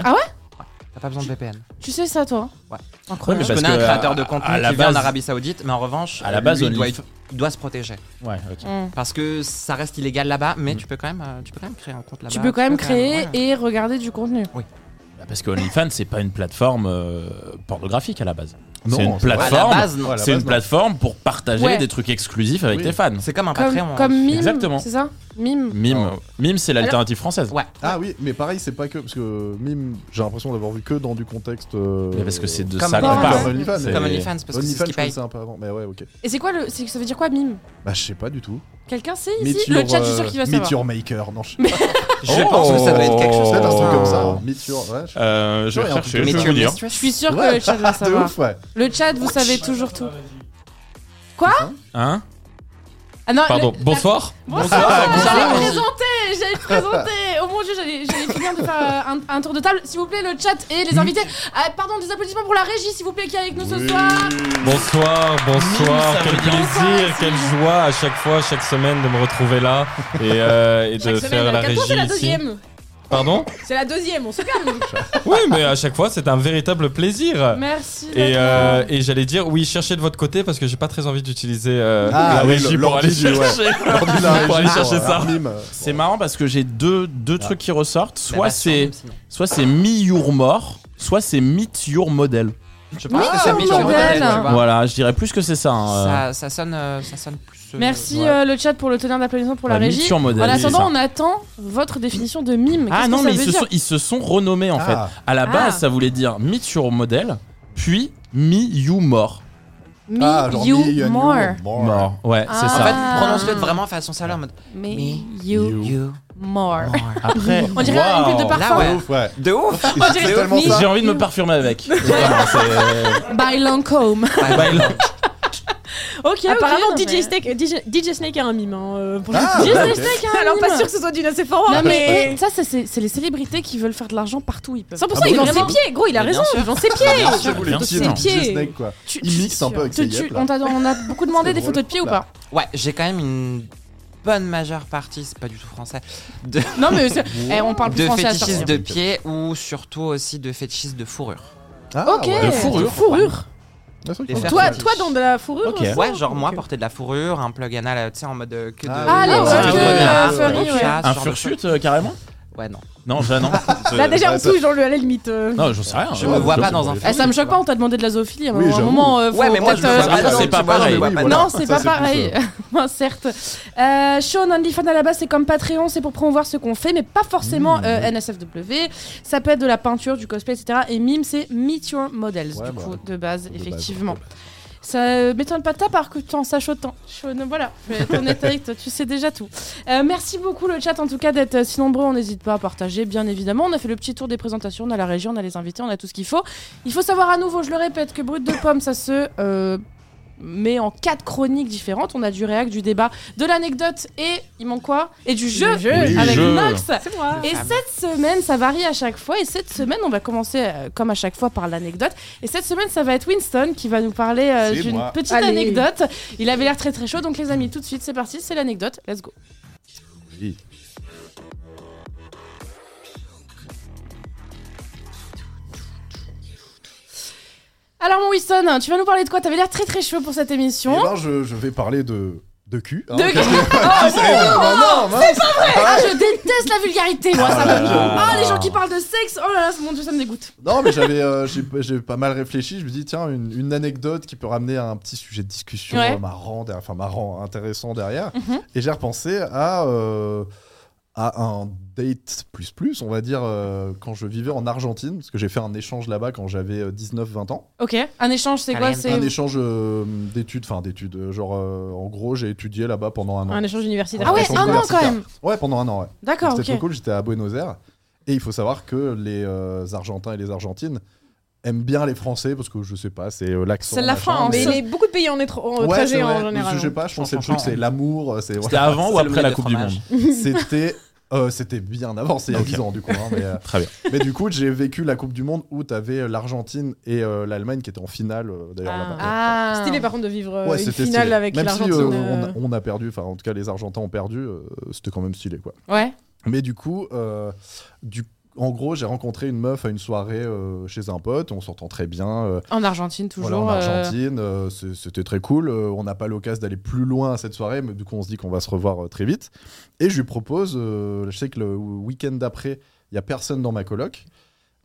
Speaker 5: T'as pas besoin de VPN.
Speaker 1: Tu sais ça, toi hein.
Speaker 5: Ouais.
Speaker 2: Ouais, mais
Speaker 1: Incroyable.
Speaker 5: Je
Speaker 2: parce
Speaker 5: connais un
Speaker 2: que,
Speaker 5: créateur
Speaker 2: à-
Speaker 5: de
Speaker 2: à
Speaker 5: contenu
Speaker 2: la
Speaker 5: qui vient en
Speaker 2: base-
Speaker 5: Arabie Saoudite, mais en revanche,
Speaker 2: À la base,
Speaker 5: lui, il, doit,
Speaker 2: OnlyFans-
Speaker 5: il doit se protéger.
Speaker 2: Ouais. Ok.
Speaker 1: Mm.
Speaker 5: Parce que ça reste illégal là-bas, mais tu, peux quand même, euh, tu peux quand même créer un
Speaker 2: Ah
Speaker 5: compte là-bas.
Speaker 1: Tu peux quand même créer
Speaker 5: voilà.
Speaker 1: et regarder du contenu.
Speaker 2: Bah, Parce que OnlyFans c'est pas une plateforme euh, pornographique à la base.
Speaker 4: Non,
Speaker 2: C'est une
Speaker 4: c'est vrai.
Speaker 5: À la
Speaker 2: plateforme.
Speaker 5: base, non.
Speaker 4: Ouais, à la
Speaker 2: C'est une
Speaker 4: base, non.
Speaker 2: plateforme pour partager
Speaker 1: Ouais.
Speaker 2: des trucs exclusifs avec
Speaker 4: Oui.
Speaker 2: tes fans.
Speaker 5: C'est comme un Patreon. hein,
Speaker 1: Comme, comme Mime,
Speaker 2: Exactement.
Speaker 1: c'est ça Mime.
Speaker 2: Mime,
Speaker 4: Ah.
Speaker 2: Mime c'est l'alternative française.
Speaker 5: Ouais.
Speaker 4: Ah oui, mais pareil, c'est pas que. Parce que Mime, j'ai l'impression d'avoir vu que dans du contexte.
Speaker 2: Mais Parce que c'est de
Speaker 5: Comme
Speaker 2: ça
Speaker 5: Pornhub.
Speaker 2: qu'on parle.
Speaker 4: Comme OnlyFans.
Speaker 2: C'est-
Speaker 5: Comme OnlyFans, parce que c'est ce
Speaker 4: OnlyFans,
Speaker 5: qui
Speaker 4: je
Speaker 5: paye.
Speaker 4: connaissais un peu avant, mais ouais, ok.
Speaker 1: Et c'est quoi le. c'est- Ça veut dire quoi Mime
Speaker 4: Bah, je sais pas du tout.
Speaker 1: Quelqu'un sait ici
Speaker 4: Meet
Speaker 1: Le
Speaker 4: your,
Speaker 1: chat, je suis sûr
Speaker 4: euh,
Speaker 1: qu'il va
Speaker 4: Meet
Speaker 1: savoir.
Speaker 4: your maker, non, je sais pas.
Speaker 5: Je
Speaker 2: Oh.
Speaker 5: pense que ça doit être quelque chose
Speaker 4: Peut-être un truc
Speaker 2: Oh.
Speaker 4: comme ça. hein. Meet your. Ouais, je sais
Speaker 2: Euh, je vais
Speaker 4: Ouais, en tout
Speaker 2: chercher, je
Speaker 4: cas,
Speaker 2: vais
Speaker 5: Mais
Speaker 2: vous
Speaker 5: tu
Speaker 2: dire.
Speaker 1: Je suis sûr que
Speaker 4: Ouais,
Speaker 1: le chat va
Speaker 4: pas. De
Speaker 1: savoir.
Speaker 4: ouf, Oh, ouais.
Speaker 1: Le chat, vous savez toujours tout.
Speaker 2: Hein
Speaker 1: Ah non,
Speaker 2: Pardon.
Speaker 1: le-
Speaker 2: Bonsoir.
Speaker 1: Bonsoir, j'allais présenter, j'allais présenter. Oh mon dieu, j'allais j'allais finir de faire euh, un, un tour de table. S'il vous plaît, le chat et les invités. Ah, pardon, des applaudissements pour la régie, s'il vous plaît, qui est avec nous ce
Speaker 4: Oui.
Speaker 1: soir.
Speaker 6: Bonsoir, bonsoir,
Speaker 2: Mille, ça
Speaker 6: quel
Speaker 2: veut dire
Speaker 6: plaisir, quelle joie à chaque fois, chaque semaine de me retrouver là et, euh, et de
Speaker 3: Chaque semaine,
Speaker 6: faire la
Speaker 3: Attends, c'est
Speaker 6: régie
Speaker 3: la
Speaker 6: ici.
Speaker 3: deuxième.
Speaker 6: Pardon
Speaker 3: C'est la deuxième, on se calme.
Speaker 6: Oui, mais à chaque fois c'est un véritable plaisir.
Speaker 1: Merci.
Speaker 6: Et,
Speaker 1: d'être
Speaker 6: euh,
Speaker 1: là.
Speaker 6: et j'allais dire, oui, cherchez de votre côté parce que j'ai pas très envie d'utiliser euh,
Speaker 4: Ah,
Speaker 6: la
Speaker 4: oui,
Speaker 6: régie
Speaker 4: le-
Speaker 6: pour aller
Speaker 4: l'ordi, ouais.
Speaker 6: chercher.
Speaker 4: L'ordi de la
Speaker 6: Pour aller
Speaker 4: régie,
Speaker 6: chercher
Speaker 4: pour,
Speaker 6: ça.
Speaker 4: euh, Mime.
Speaker 2: C'est marrant parce que j'ai deux, deux trucs qui ressortent.
Speaker 5: La
Speaker 2: Soit
Speaker 5: baston,
Speaker 2: c'est
Speaker 5: même sinon.
Speaker 2: soit c'est Me Your More, soit c'est Meet Your Model.
Speaker 5: Je pense
Speaker 1: Ah,
Speaker 5: que c'est
Speaker 1: on
Speaker 5: mis sur
Speaker 1: modèle.
Speaker 5: modèle, tu vois.
Speaker 2: Voilà, je dirais plus que c'est ça. hein, euh.
Speaker 5: Ça, ça sonne, euh, ça sonne plus. euh,
Speaker 1: Merci
Speaker 5: ouais.
Speaker 1: euh, le chat pour le tonnerre d'applaudissements pour la,
Speaker 2: La
Speaker 1: régie.
Speaker 2: mission modèle,
Speaker 1: en
Speaker 2: c'est
Speaker 1: attendant,
Speaker 2: ça.
Speaker 1: on attend votre définition de mime.
Speaker 2: Ah
Speaker 1: Qu'est-ce que
Speaker 2: non,
Speaker 1: ça
Speaker 2: mais ils
Speaker 1: veut
Speaker 2: se,
Speaker 1: dire
Speaker 2: sont, ils se sont renommés en fait.
Speaker 4: Ah.
Speaker 2: À la base,
Speaker 1: Ah.
Speaker 2: ça voulait dire Meet Your Model, puis Me You More.
Speaker 1: Me,
Speaker 4: Ah, genre
Speaker 1: you,
Speaker 4: me, you, and
Speaker 1: more.
Speaker 4: you, more.
Speaker 2: More. Ouais,
Speaker 1: Ah.
Speaker 2: c'est
Speaker 5: En
Speaker 2: ça.
Speaker 5: fait, prononce-le vraiment façon salaire en mode.
Speaker 1: Me,
Speaker 5: Me,
Speaker 1: you,
Speaker 4: you,
Speaker 5: You
Speaker 1: more.
Speaker 5: are.
Speaker 2: Après,
Speaker 1: On dirait une pub de
Speaker 2: Wow.
Speaker 1: parfum.
Speaker 5: Là, ouais.
Speaker 4: De ouf, ouais.
Speaker 5: De ouf!
Speaker 1: On dirait
Speaker 4: C'est tellement
Speaker 1: me,
Speaker 4: ça.
Speaker 2: J'ai envie de me parfumer avec. Vraiment, c'est-
Speaker 1: By Lancôme.
Speaker 2: By Lan-
Speaker 1: ok,
Speaker 3: Apparemment,
Speaker 1: ok, non,
Speaker 3: DJ,
Speaker 1: mais-
Speaker 3: Snake, DJ, DJ Snake a un mime. hein, euh, pour
Speaker 4: Ah,
Speaker 3: le coup.
Speaker 4: ouais,
Speaker 1: DJ
Speaker 4: ok.
Speaker 1: Snake, hein,
Speaker 3: Alors,
Speaker 1: mime.
Speaker 3: pas sûr que ce soit du Sephora.
Speaker 1: Non mais euh, ça c'est- c'est c'est les célébrités qui veulent faire de l'argent partout où ils peuvent.
Speaker 3: 100%
Speaker 4: Ah,
Speaker 3: il vend
Speaker 4: bah,
Speaker 3: ses
Speaker 4: vraiment.
Speaker 3: pieds, gros, il a
Speaker 5: Mais
Speaker 3: raison,
Speaker 5: bien sûr.
Speaker 3: il vend ses pieds.
Speaker 4: Je voulais
Speaker 2: Bien
Speaker 4: tous
Speaker 2: sûr.
Speaker 4: les
Speaker 3: Ses
Speaker 4: petits
Speaker 3: pieds.
Speaker 4: snakes, quoi.
Speaker 1: Tu-
Speaker 4: Il
Speaker 1: tu-
Speaker 4: mixe un peu avec
Speaker 1: tu-
Speaker 4: ses
Speaker 1: tu-
Speaker 4: yeux.
Speaker 1: on, t'a- on a beaucoup demandé
Speaker 4: C'est
Speaker 1: des
Speaker 4: drôle.
Speaker 1: photos de pieds ou pas
Speaker 5: Ouais, j'ai quand même une bonne majeure partie, c'est pas du tout français, de,
Speaker 1: Non mais c'est-
Speaker 4: Bah,
Speaker 1: eh, on parle plus
Speaker 5: de
Speaker 1: français à
Speaker 5: fétichistes
Speaker 1: sortir.
Speaker 5: de pied ou surtout aussi de fétichistes de fourrure.
Speaker 4: Ah,
Speaker 1: Ok.
Speaker 2: hein.
Speaker 1: De fourrure.
Speaker 3: Fourrure. Toi,
Speaker 5: Ouais.
Speaker 3: toi dans de la fourrure.
Speaker 2: Ok.
Speaker 3: on se
Speaker 5: Ouais,
Speaker 3: sent,
Speaker 5: genre moi
Speaker 3: ok.
Speaker 5: porter de la fourrure, un plug anal, euh, tu sais, en mode euh, que de.
Speaker 4: Ah,
Speaker 1: les
Speaker 5: Ouais,
Speaker 1: trucs,
Speaker 5: un
Speaker 1: euh,
Speaker 5: bonheur,
Speaker 1: furry,
Speaker 5: un
Speaker 1: ouais.
Speaker 5: chat, Ah, ce
Speaker 2: Un
Speaker 5: genre de truc.
Speaker 2: fursuit euh, carrément
Speaker 5: Ouais, non.
Speaker 2: Non, je, non.
Speaker 3: Là, Bah, déjà, on
Speaker 4: Ouais, ça-
Speaker 3: touche dans le, à la limite. euh.
Speaker 2: Non, j'en sais rien.
Speaker 5: Je me vois pas dans un
Speaker 1: Eh, ça me choque pas, on t'a demandé de la zoophilie. À un
Speaker 4: Oui,
Speaker 1: moment- à un
Speaker 4: j'avoue.
Speaker 1: moment, euh, faut
Speaker 5: Ouais, mais moi je
Speaker 1: peut-être,
Speaker 5: me
Speaker 1: euh,
Speaker 5: vois pas
Speaker 2: ah,
Speaker 5: dedans,
Speaker 2: c'est
Speaker 5: tu
Speaker 2: pas
Speaker 5: vois, je me
Speaker 2: pareil.
Speaker 5: vois
Speaker 4: Oui,
Speaker 5: pas
Speaker 4: voilà.
Speaker 5: dedans.
Speaker 1: Non, c'est
Speaker 4: Ça,
Speaker 1: pas
Speaker 4: c'est plus,
Speaker 1: pareil. Moi, certes. Euh, Sean OnlyFans à la base, c'est comme Patreon, c'est pour promouvoir ce qu'on fait, mais pas forcément
Speaker 4: Mmh.
Speaker 1: euh, NSFW. Ça peut être de la peinture, du cosplay, etc. Et mime, c'est Meet Your Models,
Speaker 4: Ouais,
Speaker 1: du
Speaker 4: bah,
Speaker 1: coup, de base,
Speaker 4: de base,
Speaker 1: effectivement. Ça euh, m'étonne pas de ta part que tu en saches autant. Sean, voilà, je vais être honnête avec toi, tu sais déjà tout. Euh, merci beaucoup le chat en tout cas d'être euh, si nombreux. On n'hésite pas à partager, bien évidemment. On a fait le petit tour des présentations, on a la région, on a les invités, on a tout ce qu'il faut. Il faut savoir à nouveau, je le répète, que Brut de Pomme, ça se euh, mais en quatre chroniques différentes. On a du réac, du débat, de l'anecdote et il manque quoi Et du jeu,
Speaker 2: Oui,
Speaker 1: avec
Speaker 2: jeu.
Speaker 1: Nox.
Speaker 3: C'est
Speaker 4: Ah,
Speaker 3: moi.
Speaker 1: Et cette semaine, ça varie à chaque fois. Et cette semaine, on va commencer euh, comme à chaque fois par l'anecdote. Et cette semaine, ça va être Winston qui va nous parler euh,
Speaker 4: C'est
Speaker 1: d'une
Speaker 4: moi.
Speaker 1: petite
Speaker 3: Allez.
Speaker 1: anecdote. Il avait l'air très très chaud. Donc les amis, tout de suite, c'est parti. C'est l'anecdote. Let's go.
Speaker 4: Oui.
Speaker 1: Alors mon Winston, tu vas nous parler de quoi T'avais l'air très très chaud pour cette
Speaker 4: Eh
Speaker 1: émission.
Speaker 4: ben, je, je vais parler de, de cul. hein,
Speaker 1: De-
Speaker 4: parce que- Qui serait- bah non, mince.
Speaker 1: Ah, je déteste la vulgarité, moi, ça me
Speaker 4: Ah là
Speaker 1: plaît.
Speaker 4: là.
Speaker 1: Ah, les gens qui parlent de sexe, oh là là, mon dieu, ça me dégoûte.
Speaker 4: Non, mais j'avais, euh, j'ai, j'ai pas mal réfléchi. Je me dis, tiens, une, une anecdote qui peut ramener à un petit sujet de discussion
Speaker 1: Ouais.
Speaker 4: euh, marrant, derrière- enfin marrant, intéressant derrière.
Speaker 1: Mhm.
Speaker 4: Et j'ai repensé à, euh, à un date plus plus, on va dire, euh, quand je vivais en Argentine, parce que j'ai fait un échange là-bas quand j'avais 19-20 ans.
Speaker 1: Ok, un échange, c'est quoi
Speaker 5: Allez,
Speaker 1: C'est
Speaker 4: Un échange euh, d'études, enfin d'études, euh, genre, euh, en gros, j'ai étudié là-bas pendant un an.
Speaker 3: Un échange universitaire.
Speaker 1: Ah ouais,
Speaker 4: échange
Speaker 1: un an
Speaker 4: universitaire.
Speaker 1: quand même.
Speaker 4: Ouais, pendant un an, ouais.
Speaker 1: D'accord,
Speaker 4: C'était
Speaker 1: ok.
Speaker 4: trop cool, j'étais à Buenos Aires. Et il faut savoir que les euh, Argentins et les Argentines aiment bien les Français parce que je sais pas, c'est euh, l'accent.
Speaker 1: C'est de la
Speaker 4: machin,
Speaker 1: France.
Speaker 3: Mais
Speaker 4: mais-
Speaker 1: ça-
Speaker 3: les- beaucoup de pays en, étro- en
Speaker 4: Ouais,
Speaker 3: trajet
Speaker 4: c'est
Speaker 3: en
Speaker 4: vrai.
Speaker 3: général. hein.
Speaker 4: Je sais pas, je pense que c'est le
Speaker 5: Franchement,
Speaker 4: truc, c'est l'amour. euh, C'est,
Speaker 2: C'était
Speaker 4: voilà.
Speaker 2: avant ou
Speaker 5: C'est le
Speaker 2: après la
Speaker 5: blé de
Speaker 2: Coupe du
Speaker 5: fromage.
Speaker 2: Monde
Speaker 4: C'était, euh, c'était bien avant, c'est il y a
Speaker 2: Ok.
Speaker 4: 10 ans du coup. hein, mais, euh,
Speaker 2: Très bien.
Speaker 4: mais du coup, j'ai vécu la Coupe du Monde où t'avais l'Argentine et euh, l'Allemagne qui étaient en finale euh, d'ailleurs
Speaker 3: Ah.
Speaker 4: là-bas.
Speaker 1: Ah,
Speaker 3: Stylé par contre de vivre euh,
Speaker 4: Ouais,
Speaker 3: une
Speaker 4: c'était
Speaker 3: finale
Speaker 4: stylé.
Speaker 3: avec
Speaker 4: Même si
Speaker 3: l'Argentine.
Speaker 4: euh,
Speaker 3: euh,
Speaker 4: on, a, on a perdu, enfin en tout cas les Argentins ont perdu, euh, c'était quand même stylé quoi.
Speaker 1: Ouais,
Speaker 4: Mais du coup, euh, du, en gros, j'ai rencontré une meuf à une soirée euh, chez un pote. On s'entend très bien. euh,
Speaker 1: en Argentine toujours.
Speaker 4: voilà, en
Speaker 1: euh,
Speaker 4: Argentine, euh, c'est- c'était très cool. euh, on n'a pas l'occasion d'aller plus loin à cette soirée, mais du coup, on se dit qu'on va se revoir euh, très vite. Et je lui propose, euh, je sais que le week-end d'après, il y a personne dans ma coloc.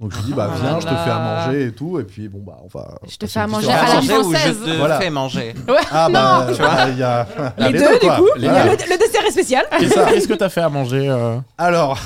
Speaker 4: Donc je lui dis, bah
Speaker 5: Ah
Speaker 4: viens, je te
Speaker 5: là
Speaker 4: fais à
Speaker 5: là.
Speaker 4: manger et tout. Et puis bon, bah on va.
Speaker 1: Je te
Speaker 4: passer
Speaker 1: fais à
Speaker 4: une
Speaker 1: manger
Speaker 4: petite
Speaker 1: à
Speaker 4: soirée.
Speaker 1: la
Speaker 5: manger ou je
Speaker 1: française.
Speaker 5: te
Speaker 4: Voilà.
Speaker 5: fais manger.
Speaker 4: Ah bah,
Speaker 5: Non.
Speaker 4: tu vois, il y a. il y a
Speaker 3: Les deux, du
Speaker 4: quoi.
Speaker 3: coup.
Speaker 4: Voilà.
Speaker 3: Le, le dessert est spécial.
Speaker 4: C'est ça.
Speaker 2: Qu'est-ce que t'as fait à manger euh
Speaker 4: Alors,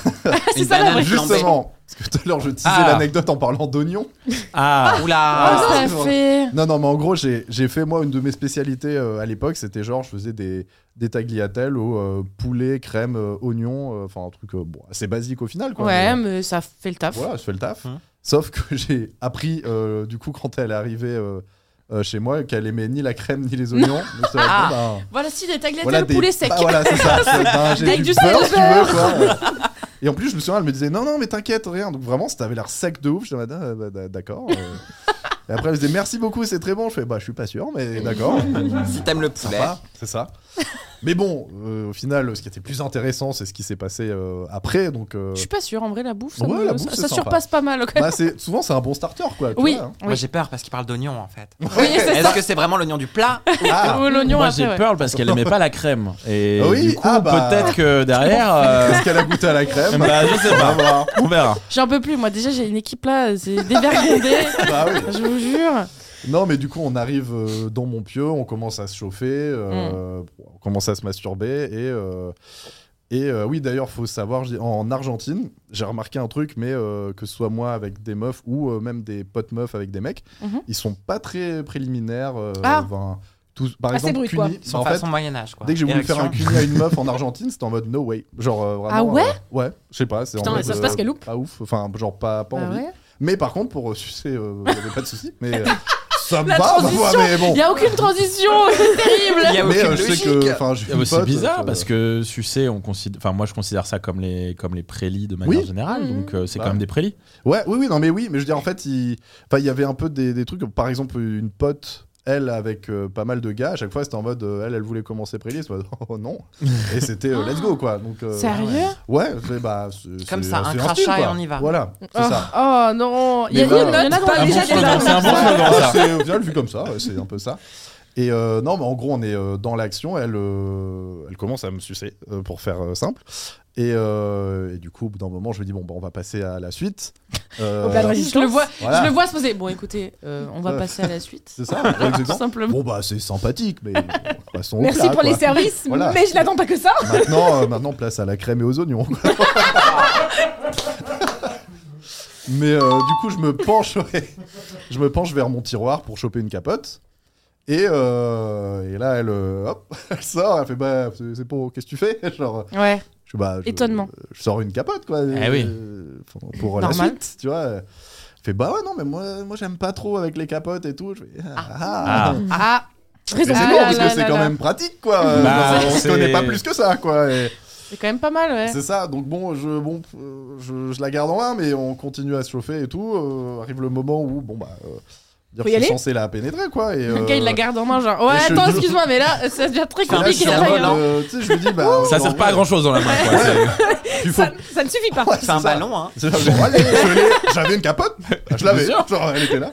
Speaker 5: Une
Speaker 1: ça, la
Speaker 5: banane
Speaker 1: vraie
Speaker 5: flambée.
Speaker 4: justement, parce que tout à l'heure, je teasais
Speaker 5: Ah.
Speaker 4: l'anecdote en parlant d'oignons.
Speaker 2: Ah
Speaker 1: Ah,
Speaker 5: Oula.
Speaker 4: Ah,
Speaker 1: ça
Speaker 4: c'est bon.
Speaker 1: fait.
Speaker 4: Non, non, mais en gros, j'ai j'ai fait moi une de mes spécialités euh, à l'époque. C'était genre, je faisais des, des tagliatelles au euh, poulet, crème, euh, oignon. euh, Enfin, un truc euh, bon, assez basique au final. Quoi,
Speaker 1: Ouais,
Speaker 4: Mais, euh,
Speaker 1: mais ça fait le taf.
Speaker 4: Voilà, je fais le taf.
Speaker 5: Hein.
Speaker 4: Sauf que j'ai appris, euh, du coup, quand elle est arrivée euh, euh, chez moi, qu'elle aimait ni la crème ni les oignons. Donc, ça,
Speaker 1: Ah.
Speaker 4: bon, ben,
Speaker 1: Voilà, si des tagliatelles
Speaker 4: voilà,
Speaker 1: au
Speaker 4: des-
Speaker 1: poulet sec.
Speaker 4: bah, voilà, c'est ça. C'est- ben, j'ai
Speaker 1: Avec
Speaker 4: du,
Speaker 1: du
Speaker 4: beurre, si tu
Speaker 1: sel.
Speaker 4: veux, quoi. Et en plus, je me souviens, elle me disait non, non, mais t'inquiète, rien. Donc vraiment, ça avait l'air sec de ouf. Je disais, Ah, bah, d- d'accord. euh. Et après, elle me disait merci beaucoup, c'est très bon. Je fais, bah, je suis pas sûr, mais d'accord.
Speaker 1: Ah.
Speaker 5: Si t'aimes le poulet.
Speaker 4: Sympa, Bah, c'est ça. Mais bon, euh, au final, ce qui était plus intéressant, c'est ce qui s'est passé euh, après. Donc, euh,
Speaker 1: Je suis pas sûre, en vrai, la bouffe, ça,
Speaker 4: Ouais,
Speaker 1: me-
Speaker 4: la bouffe,
Speaker 1: ça-
Speaker 4: c'est
Speaker 1: ça
Speaker 4: sympa.
Speaker 1: surpasse pas mal. ok.
Speaker 4: bah, c'est- souvent, c'est un bon starter, quoi. tu
Speaker 1: oui,
Speaker 4: vois, hein.
Speaker 1: oui.
Speaker 5: Moi j'ai peur parce qu'il parle d'oignon en fait.
Speaker 1: Oui, c'est
Speaker 5: Est-ce que c'est vraiment l'oignon du plat
Speaker 4: Ah,
Speaker 1: Ou l'oignon
Speaker 2: Moi
Speaker 1: après,
Speaker 2: j'ai
Speaker 1: ouais.
Speaker 2: peur parce qu'elle aimait pas la crème. Et
Speaker 4: Ah oui,
Speaker 2: du coup,
Speaker 4: ah bah.
Speaker 2: peut-être que derrière. euh,
Speaker 4: est-ce qu'elle a goûté à la crème
Speaker 2: bah, je sais pas. Ah,
Speaker 4: On va voir.
Speaker 2: On verra.
Speaker 1: J'en peux plus, moi déjà j'ai une équipe là, c'est dévergondé,
Speaker 4: Bah oui.
Speaker 1: je vous jure.
Speaker 4: Non, mais du coup, on arrive euh, dans mon pieu, on commence à se chauffer, euh, on commence à se masturber. Et, euh, et euh, oui, d'ailleurs, faut savoir, je dis- en, en Argentine, j'ai remarqué un truc, mais euh, que ce soit moi avec des meufs ou euh, même des potes meufs avec des mecs,
Speaker 1: Mhm.
Speaker 4: ils sont pas très préliminaires. euh,
Speaker 1: Ah.
Speaker 4: ben, tous, par
Speaker 3: Assez
Speaker 4: exemple,
Speaker 3: brut, quoi.
Speaker 4: Cuny,
Speaker 5: Ils
Speaker 4: bah,
Speaker 5: sont
Speaker 4: en fait,
Speaker 5: façon Moyen-Âge quoi.
Speaker 4: dès que j'ai voulu faire un
Speaker 5: Érection.
Speaker 4: cuni à une meuf en Argentine, c'était en mode no way. Genre, euh, vraiment,
Speaker 1: Ah ouais
Speaker 4: euh, Ouais, je sais pas. c'est en
Speaker 3: Putain,
Speaker 4: mode, euh,
Speaker 3: ça se passe Ah qu'elle loupe.
Speaker 4: Pas ouf, enfin, genre, pas, pas
Speaker 1: Bah
Speaker 4: envie.
Speaker 1: ouais.
Speaker 4: Mais par contre, pour euh, sucer, euh, y avait pas de souci. Mais euh, ça me
Speaker 1: La
Speaker 4: va, ma
Speaker 1: transition.
Speaker 4: foi, mais bon.
Speaker 1: Il y a aucune transition, c'est terrible.
Speaker 5: Il y a
Speaker 4: mais
Speaker 5: aucune
Speaker 4: euh, je sais
Speaker 5: logique.
Speaker 4: que, enfin, j'ai
Speaker 2: Ah bah,
Speaker 4: une
Speaker 2: C'est
Speaker 4: pote,
Speaker 2: bizarre
Speaker 4: euh,
Speaker 2: parce que sucer, on considère, enfin moi je considère ça comme les comme les prélis de manière
Speaker 4: Oui.
Speaker 2: générale,
Speaker 1: Mhm.
Speaker 2: donc euh, c'est
Speaker 4: Bah.
Speaker 2: quand même des prélis.
Speaker 4: Ouais, oui, oui, non, mais oui, mais je veux dire, en fait, il, enfin, il y avait un peu des, des trucs. comme, Par exemple, une pote, elle, avec euh, pas mal de gars, à chaque fois, c'était en mode, euh, elle, elle voulait commencer prélis, c'était en mode, oh non, et c'était euh, let's go quoi. Donc, euh,
Speaker 1: Sérieux
Speaker 4: ouais, c'est bah, c'est-
Speaker 5: Comme
Speaker 4: c'est-
Speaker 5: ça, un
Speaker 4: c'est
Speaker 5: crachat
Speaker 4: style, quoi.
Speaker 5: et on y va. Ah.
Speaker 4: Voilà, c'est
Speaker 1: oh,
Speaker 4: ça.
Speaker 1: oh, non, il y, a-
Speaker 4: Mais
Speaker 1: il y en a-
Speaker 4: voilà.
Speaker 1: il y en a
Speaker 3: Pas
Speaker 1: qui ont
Speaker 3: déjà
Speaker 1: déjà
Speaker 3: des
Speaker 1: des
Speaker 3: armes.
Speaker 1: armes.
Speaker 2: Ah, C'est un bon slogan ça.
Speaker 4: C'est au final vu comme ça, ouais, c'est un peu ça. Et euh, non, mais en gros, on est euh, dans l'action. Elle, euh, elle commence à me sucer, euh, pour faire euh, simple. Et, euh, et du coup, au bout d'un moment, je me dis bon, bah, on va passer à la suite. Euh,
Speaker 3: Au cadre-
Speaker 1: Je le vois,
Speaker 4: Voilà.
Speaker 1: je le vois se poser. Bon, écoutez, euh, on va
Speaker 4: Euh.
Speaker 1: passer à la suite.
Speaker 4: c'est ça,
Speaker 1: Tout
Speaker 4: exactement.
Speaker 1: simplement.
Speaker 4: Bon bah, c'est sympathique, mais passons au
Speaker 3: Merci
Speaker 4: plat,
Speaker 3: pour les
Speaker 4: quoi.
Speaker 3: services,
Speaker 4: Voilà.
Speaker 3: mais je l'attends pas que ça.
Speaker 4: Maintenant, euh, maintenant, place à la crème et aux oignons. quoi. Mais euh, du coup, je me penche, ouais. je me penche vers mon tiroir pour choper une capote. Et, euh, et là, elle, euh, hop, elle sort, elle fait bah, c'est c'est pour qu'est-ce que tu fais Genre,
Speaker 1: Ouais,
Speaker 4: je, fais, bah, je-
Speaker 1: Étonnement.
Speaker 4: Je sors une capote, quoi.
Speaker 2: Eh oui.
Speaker 4: euh, pour- pour la
Speaker 1: Normal.
Speaker 4: suite, tu vois. Elle fait bah ouais, non, mais moi, moi, j'aime pas trop avec les capotes et tout. Je fais, ah, ah.
Speaker 2: Ah.
Speaker 1: ah,
Speaker 4: Mais c'est
Speaker 1: Ah
Speaker 4: bon,
Speaker 1: là
Speaker 4: parce
Speaker 1: là
Speaker 4: que c'est
Speaker 1: là
Speaker 4: quand
Speaker 1: là.
Speaker 4: même pratique, quoi. Euh,
Speaker 6: Bah,
Speaker 4: on se
Speaker 6: c'est-
Speaker 4: connaît pas plus que ça, quoi. Et
Speaker 1: C'est quand même pas mal, ouais.
Speaker 4: C'est ça, donc bon, je, bon euh, je, je la garde en main, mais on continue à se chauffer et tout. euh, arrive le moment où, bon, bah. euh,
Speaker 3: Faut
Speaker 4: dire
Speaker 3: y
Speaker 4: que je
Speaker 3: aller
Speaker 4: suis censé la pénétrer, quoi. Et,
Speaker 1: Le gars, il la
Speaker 4: euh,
Speaker 1: garde en main, genre. Ouais,
Speaker 4: et je-
Speaker 1: attends, excuse-moi, mais là, euh, ça devient très
Speaker 4: et là, je
Speaker 1: compliqué.
Speaker 4: suis en
Speaker 1: ça y est,
Speaker 4: mode,
Speaker 1: hein.
Speaker 4: euh, tu sais, je me dis, bah.
Speaker 2: Ça sert pas à grand chose dans la main. quoi. C'est-
Speaker 4: chose.
Speaker 3: Ça, ça ne suffit pas.
Speaker 4: Ah,
Speaker 5: C'est un ballon, hein.
Speaker 4: C'est genre, genre, allez, je l'ai, j'avais une capote, je l'avais,
Speaker 2: Bien
Speaker 4: genre, elle était là.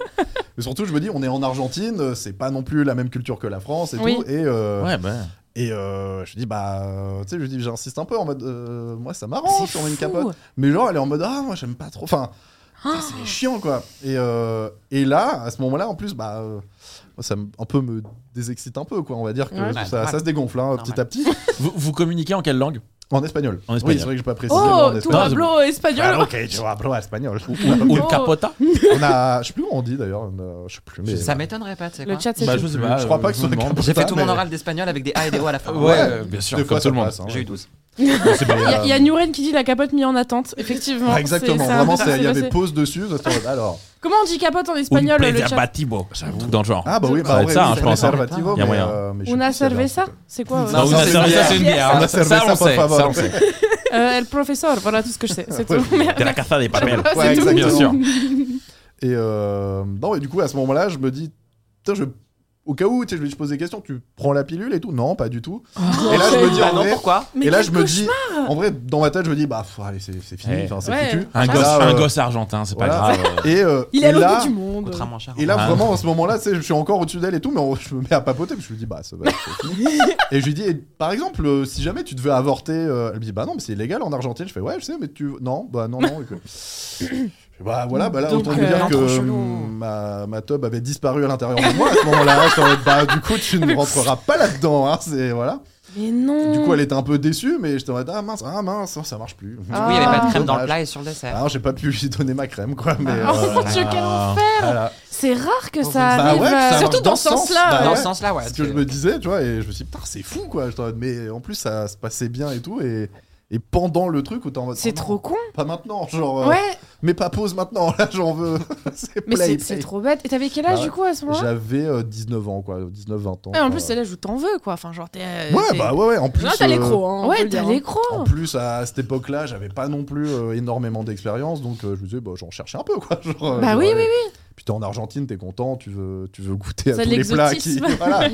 Speaker 4: Mais surtout, je me dis, on est en Argentine, euh, c'est pas non plus la même culture que la France et
Speaker 1: Oui.
Speaker 4: tout. Et, euh,
Speaker 2: Ouais, bah.
Speaker 4: et euh, je dis, bah, euh, tu sais, je dis, j'insiste un peu en mode, euh, moi, ça
Speaker 1: C'est
Speaker 4: m'arrange si on met une
Speaker 1: fou.
Speaker 4: capote. Mais genre, elle est en mode, ah, moi, j'aime pas trop. Enfin,
Speaker 1: Ah.
Speaker 4: putain, c'est chiant, quoi. Et, euh, et là, à ce moment-là, en plus, bah, euh, moi, ça me- un peu me désexcite un peu, quoi. On va dire que
Speaker 1: Ouais.
Speaker 4: ça,
Speaker 5: Normal.
Speaker 4: ça se dégonfle hein, petit
Speaker 5: Normal.
Speaker 4: à petit.
Speaker 2: Vous, vous communiquez en quelle langue
Speaker 4: En espagnol.
Speaker 2: En espagnol.
Speaker 4: Oui, c'est vrai que j'ai pas précisé. mais
Speaker 1: Oh,
Speaker 4: en
Speaker 1: tout
Speaker 4: espagnol.
Speaker 2: espagnol.
Speaker 1: tableau
Speaker 4: Ah,
Speaker 1: espagnol.
Speaker 4: ok, tu vois, bro, espagnol.
Speaker 2: Ou
Speaker 1: Oh.
Speaker 2: capota
Speaker 4: On a, je sais plus où on dit d'ailleurs, on a- je sais plus. Mais...
Speaker 5: Ça m'étonnerait pas, tu sais
Speaker 1: Le
Speaker 5: quoi.
Speaker 1: chat, c'est
Speaker 2: Bah,
Speaker 1: tout.
Speaker 2: je sais pas.
Speaker 4: Je crois pas que ce soit
Speaker 2: me demande.
Speaker 4: capota.
Speaker 5: J'ai fait tout mon
Speaker 4: mais-
Speaker 5: oral d'espagnol avec des A et des O à la fin.
Speaker 2: Ouais,
Speaker 4: Ouais,
Speaker 2: euh, bien sûr,
Speaker 4: Des
Speaker 2: comme
Speaker 4: fois,
Speaker 2: tout
Speaker 4: ça
Speaker 2: le monde.
Speaker 4: passe, hein.
Speaker 5: J'ai eu 12.
Speaker 1: Il y a- il y a Nuren qui dit la capote mise en attente, effectivement.
Speaker 4: Ah,
Speaker 1: c'est-
Speaker 4: exactement,
Speaker 1: c'est un-
Speaker 4: vraiment,
Speaker 1: ça
Speaker 4: c'est- il y
Speaker 1: s'est
Speaker 4: avait
Speaker 1: passé.
Speaker 4: pause dessus. ça se- Alors,
Speaker 1: Comment on dit capote en espagnol
Speaker 2: Un
Speaker 1: le chat
Speaker 2: preservativo, un truc dans le genre.
Speaker 4: ah bah oui,
Speaker 2: Ça va
Speaker 4: bah,
Speaker 2: être ça, hein, je pense, hein.
Speaker 4: Conservativo,
Speaker 2: Y a
Speaker 4: mais,
Speaker 2: moyen.
Speaker 4: euh, mais je sais
Speaker 1: On a
Speaker 4: plus si elle
Speaker 1: servé
Speaker 4: avait
Speaker 1: ça
Speaker 4: un truc.
Speaker 1: C'est quoi
Speaker 4: Non,
Speaker 1: euh,
Speaker 2: Non,
Speaker 4: ça,
Speaker 2: ça,
Speaker 4: c'est
Speaker 2: ça,
Speaker 4: une
Speaker 2: ça, c'est une bière.
Speaker 4: On a
Speaker 2: Ça,
Speaker 4: servi ça,
Speaker 2: on
Speaker 4: por
Speaker 2: sait.
Speaker 4: favor.
Speaker 2: Ça, on sait.
Speaker 1: Euh, El professeur, voilà tout ce que je sais. C'est
Speaker 4: Ouais.
Speaker 1: tout. Merde.
Speaker 2: De la casa des papel.
Speaker 1: Ouais,
Speaker 4: Ouais,
Speaker 1: c'est tout.
Speaker 2: Bien sûr.
Speaker 4: Et euh, non, et du coup, à ce moment-là, je me dis, putain, je... au cas où, tu sais, je lui pose des questions, tu prends la pilule et tout Non, pas du tout.
Speaker 1: Oh.
Speaker 4: et là, je me dis,
Speaker 5: Bah
Speaker 4: en
Speaker 5: non,
Speaker 4: vrai,
Speaker 5: pourquoi
Speaker 1: Mais
Speaker 4: et là,
Speaker 1: quel
Speaker 4: je me dis, en vrai, dans ma tête, je me dis, bah, pff, allez, c'est c'est fini,
Speaker 2: Ouais.
Speaker 4: enfin, c'est
Speaker 1: Ouais.
Speaker 4: foutu.
Speaker 2: Un
Speaker 4: Là,
Speaker 2: gosse, un
Speaker 4: euh,
Speaker 2: gosse argentin, c'est pas
Speaker 4: voilà.
Speaker 2: grave.
Speaker 4: Et, euh,
Speaker 1: Il est à
Speaker 4: et
Speaker 1: l'autre
Speaker 4: là-
Speaker 1: bout du monde.
Speaker 5: Contrairement à Charles.
Speaker 4: Et là,
Speaker 2: Ah.
Speaker 4: vraiment, en ce moment-là, tu sais, je suis encore au-dessus d'elle et tout, mais on- je me mets à papoter, puis je lui dis, bah, ça va être fini. et je lui dis, eh, par exemple, euh, si jamais tu devais avorter, euh, elle me dit, bah non, mais c'est illégal en Argentine. Je fais, ouais, je sais, mais tu. Non, bah non, non. et que- Je fais, bah voilà, bah là,
Speaker 1: Donc,
Speaker 4: autant vous
Speaker 1: euh,
Speaker 4: dire que
Speaker 5: trop chelou.
Speaker 4: mm, ma, ma tub avait disparu à l'intérieur de moi à ce moment-là. J'étais en mode, bah, du coup,
Speaker 1: Ah,
Speaker 4: tu ne rentreras pas là-dedans, hein, c'est. Voilà.
Speaker 1: Mais non.
Speaker 4: Du coup, elle était un peu déçue, mais j'étais en mode, ah mince, ah mince, ça marche plus.
Speaker 1: Ah.
Speaker 5: Oui, il y avait pas de
Speaker 1: Ah.
Speaker 5: crème dans le
Speaker 4: Dommage.
Speaker 5: plat Ah. et sur le dessert.
Speaker 4: Ah, non, j'ai pas pu lui donner ma crème, quoi, mais.
Speaker 1: Oh
Speaker 4: euh,
Speaker 1: mon dieu, quel enfer
Speaker 4: voilà.
Speaker 1: C'est rare que ça
Speaker 5: Bah
Speaker 1: arrive.
Speaker 4: ouais, que ça
Speaker 1: euh,
Speaker 4: marche
Speaker 1: surtout
Speaker 4: dans
Speaker 1: dans ce
Speaker 4: ce sens,
Speaker 1: sens-là.
Speaker 4: bah
Speaker 5: Dans
Speaker 1: Ah ouais.
Speaker 4: ouais.
Speaker 5: ce sens-là, ouais.
Speaker 4: C'est ce que je me disais, tu vois, et je me suis dit, putain, c'est fou, quoi. J'étais en mode, Mais en plus, ça se passait bien et tout, et, et pendant le truc, où t'es en mode.
Speaker 1: C'est
Speaker 4: oh non,
Speaker 1: trop con.
Speaker 4: Pas maintenant, genre. euh,
Speaker 1: Ouais,
Speaker 4: Mais pas pause maintenant, là, j'en veux. c'est
Speaker 1: mais
Speaker 4: play,
Speaker 1: c'est- c'est
Speaker 4: play.
Speaker 1: trop bête. Et t'avais quel âge
Speaker 4: Bah
Speaker 1: du coup à ce moment-là
Speaker 4: J'avais euh, 19 ans, quoi, 19-20 ans.
Speaker 1: Ah, En
Speaker 4: quoi.
Speaker 1: plus, c'est l'âge où t'en veux quoi. Enfin, genre t'es. euh,
Speaker 4: Ouais,
Speaker 1: t'es-
Speaker 4: bah ouais, ouais, en plus.
Speaker 3: Là, t'as
Speaker 4: euh,
Speaker 3: l'écro, hein. on peut
Speaker 1: Ouais,
Speaker 3: le
Speaker 1: t'as
Speaker 3: dire, hein.
Speaker 1: l'écro.
Speaker 4: En plus, à cette époque-là, j'avais pas non plus euh, énormément d'expérience, donc euh, je me disais, bah, j'en cherchais un peu, quoi. Genre, euh,
Speaker 1: Bah
Speaker 4: genre,
Speaker 1: oui,
Speaker 4: allez.
Speaker 1: oui,
Speaker 4: Puis t'es en Argentine, t'es content, tu veux, tu veux goûter à
Speaker 1: C'est
Speaker 4: tous les plats qui.
Speaker 1: l'exotisme.
Speaker 4: Voilà.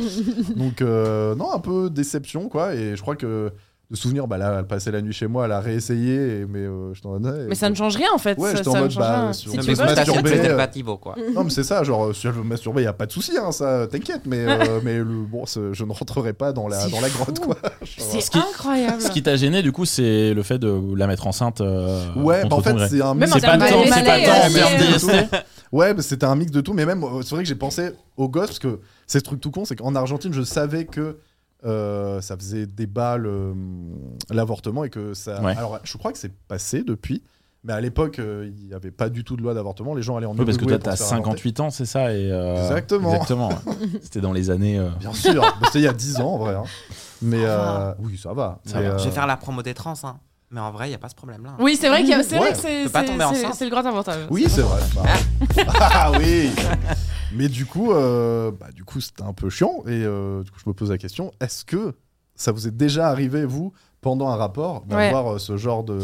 Speaker 4: Donc, euh, non, un peu déception, quoi. Et je crois que de souvenir, bah là, elle passait la nuit chez moi, elle a réessayé, et- mais euh, je t'en donnais.
Speaker 1: Mais ça ne change rien en fait.
Speaker 4: Ouais,
Speaker 1: ça,
Speaker 4: j'étais en
Speaker 1: ça ne
Speaker 4: mode,
Speaker 1: change
Speaker 4: bah,
Speaker 1: rien.
Speaker 4: si
Speaker 1: Si
Speaker 4: on
Speaker 1: tu
Speaker 4: peut
Speaker 1: veux,
Speaker 4: se masturber,
Speaker 5: c'est le
Speaker 4: euh,
Speaker 5: préservativo, quoi.
Speaker 1: Mm.
Speaker 4: Non, mais c'est ça, genre, euh, si elle veut me masturber, y a pas de souci, hein, ça, t'inquiète, mais, euh, mais le, bon, c'est- je ne rentrerai pas dans la,
Speaker 1: C'est
Speaker 4: dans la
Speaker 1: fou.
Speaker 4: grotte, quoi.
Speaker 1: c'est
Speaker 2: qui-
Speaker 1: incroyable.
Speaker 2: Ce qui t'a gêné, du coup, c'est le fait de la mettre enceinte. euh,
Speaker 4: Ouais, bah
Speaker 2: contre
Speaker 4: en
Speaker 2: ton gré.
Speaker 4: fait, c'est un
Speaker 1: Même
Speaker 4: mix.
Speaker 1: en
Speaker 2: c'est pas
Speaker 1: termes
Speaker 2: tant,
Speaker 1: de
Speaker 2: c'est pas
Speaker 1: malaise,
Speaker 2: tant en
Speaker 1: euh,
Speaker 2: termes
Speaker 1: c'est-
Speaker 5: hein.
Speaker 2: DST.
Speaker 4: Ouais, bah, c'était un mix de tout, mais même, euh, c'est vrai que j'ai pensé aux gosses, parce que c'est ce truc tout con, c'est qu'en Argentine, je savais que euh, ça faisait débat le- l'avortement et que ça.
Speaker 2: Ouais.
Speaker 4: Alors, je crois que c'est passé depuis, mais à l'époque, euh, il n'y avait pas du tout de loi d'avortement, les gens allaient en
Speaker 2: Oui, parce que
Speaker 4: Uruguay
Speaker 2: toi,
Speaker 4: pour
Speaker 2: t'as
Speaker 4: se faire avorter.
Speaker 2: 58 ans, c'est ça et, euh,
Speaker 4: Exactement.
Speaker 2: Exactement. ouais. C'était dans les années. euh,
Speaker 4: Bien sûr, bah, c'était il y a 10 ans en vrai. hein. Mais euh, oui, ça va.
Speaker 2: Ça
Speaker 4: mais,
Speaker 2: va.
Speaker 4: euh,
Speaker 5: Ah. Je vais faire la promo des trans, hein. Mais en vrai, il n'y a pas ce problème-là. hein.
Speaker 1: Oui, c'est vrai qu'il y a- c'est vrai
Speaker 4: Ouais,
Speaker 1: que c'est
Speaker 5: peut pas
Speaker 1: c'est-
Speaker 5: tomber
Speaker 1: c'est-
Speaker 5: enceinte.
Speaker 1: c'est le grand avantage.
Speaker 4: Oui, c'est vrai. Bah, ah oui. Mais du coup, euh, bah, du coup, c'était un peu chiant et euh, du coup, je me pose la question est-ce que ça vous est déjà arrivé vous pendant un rapport d'avoir euh, ce genre de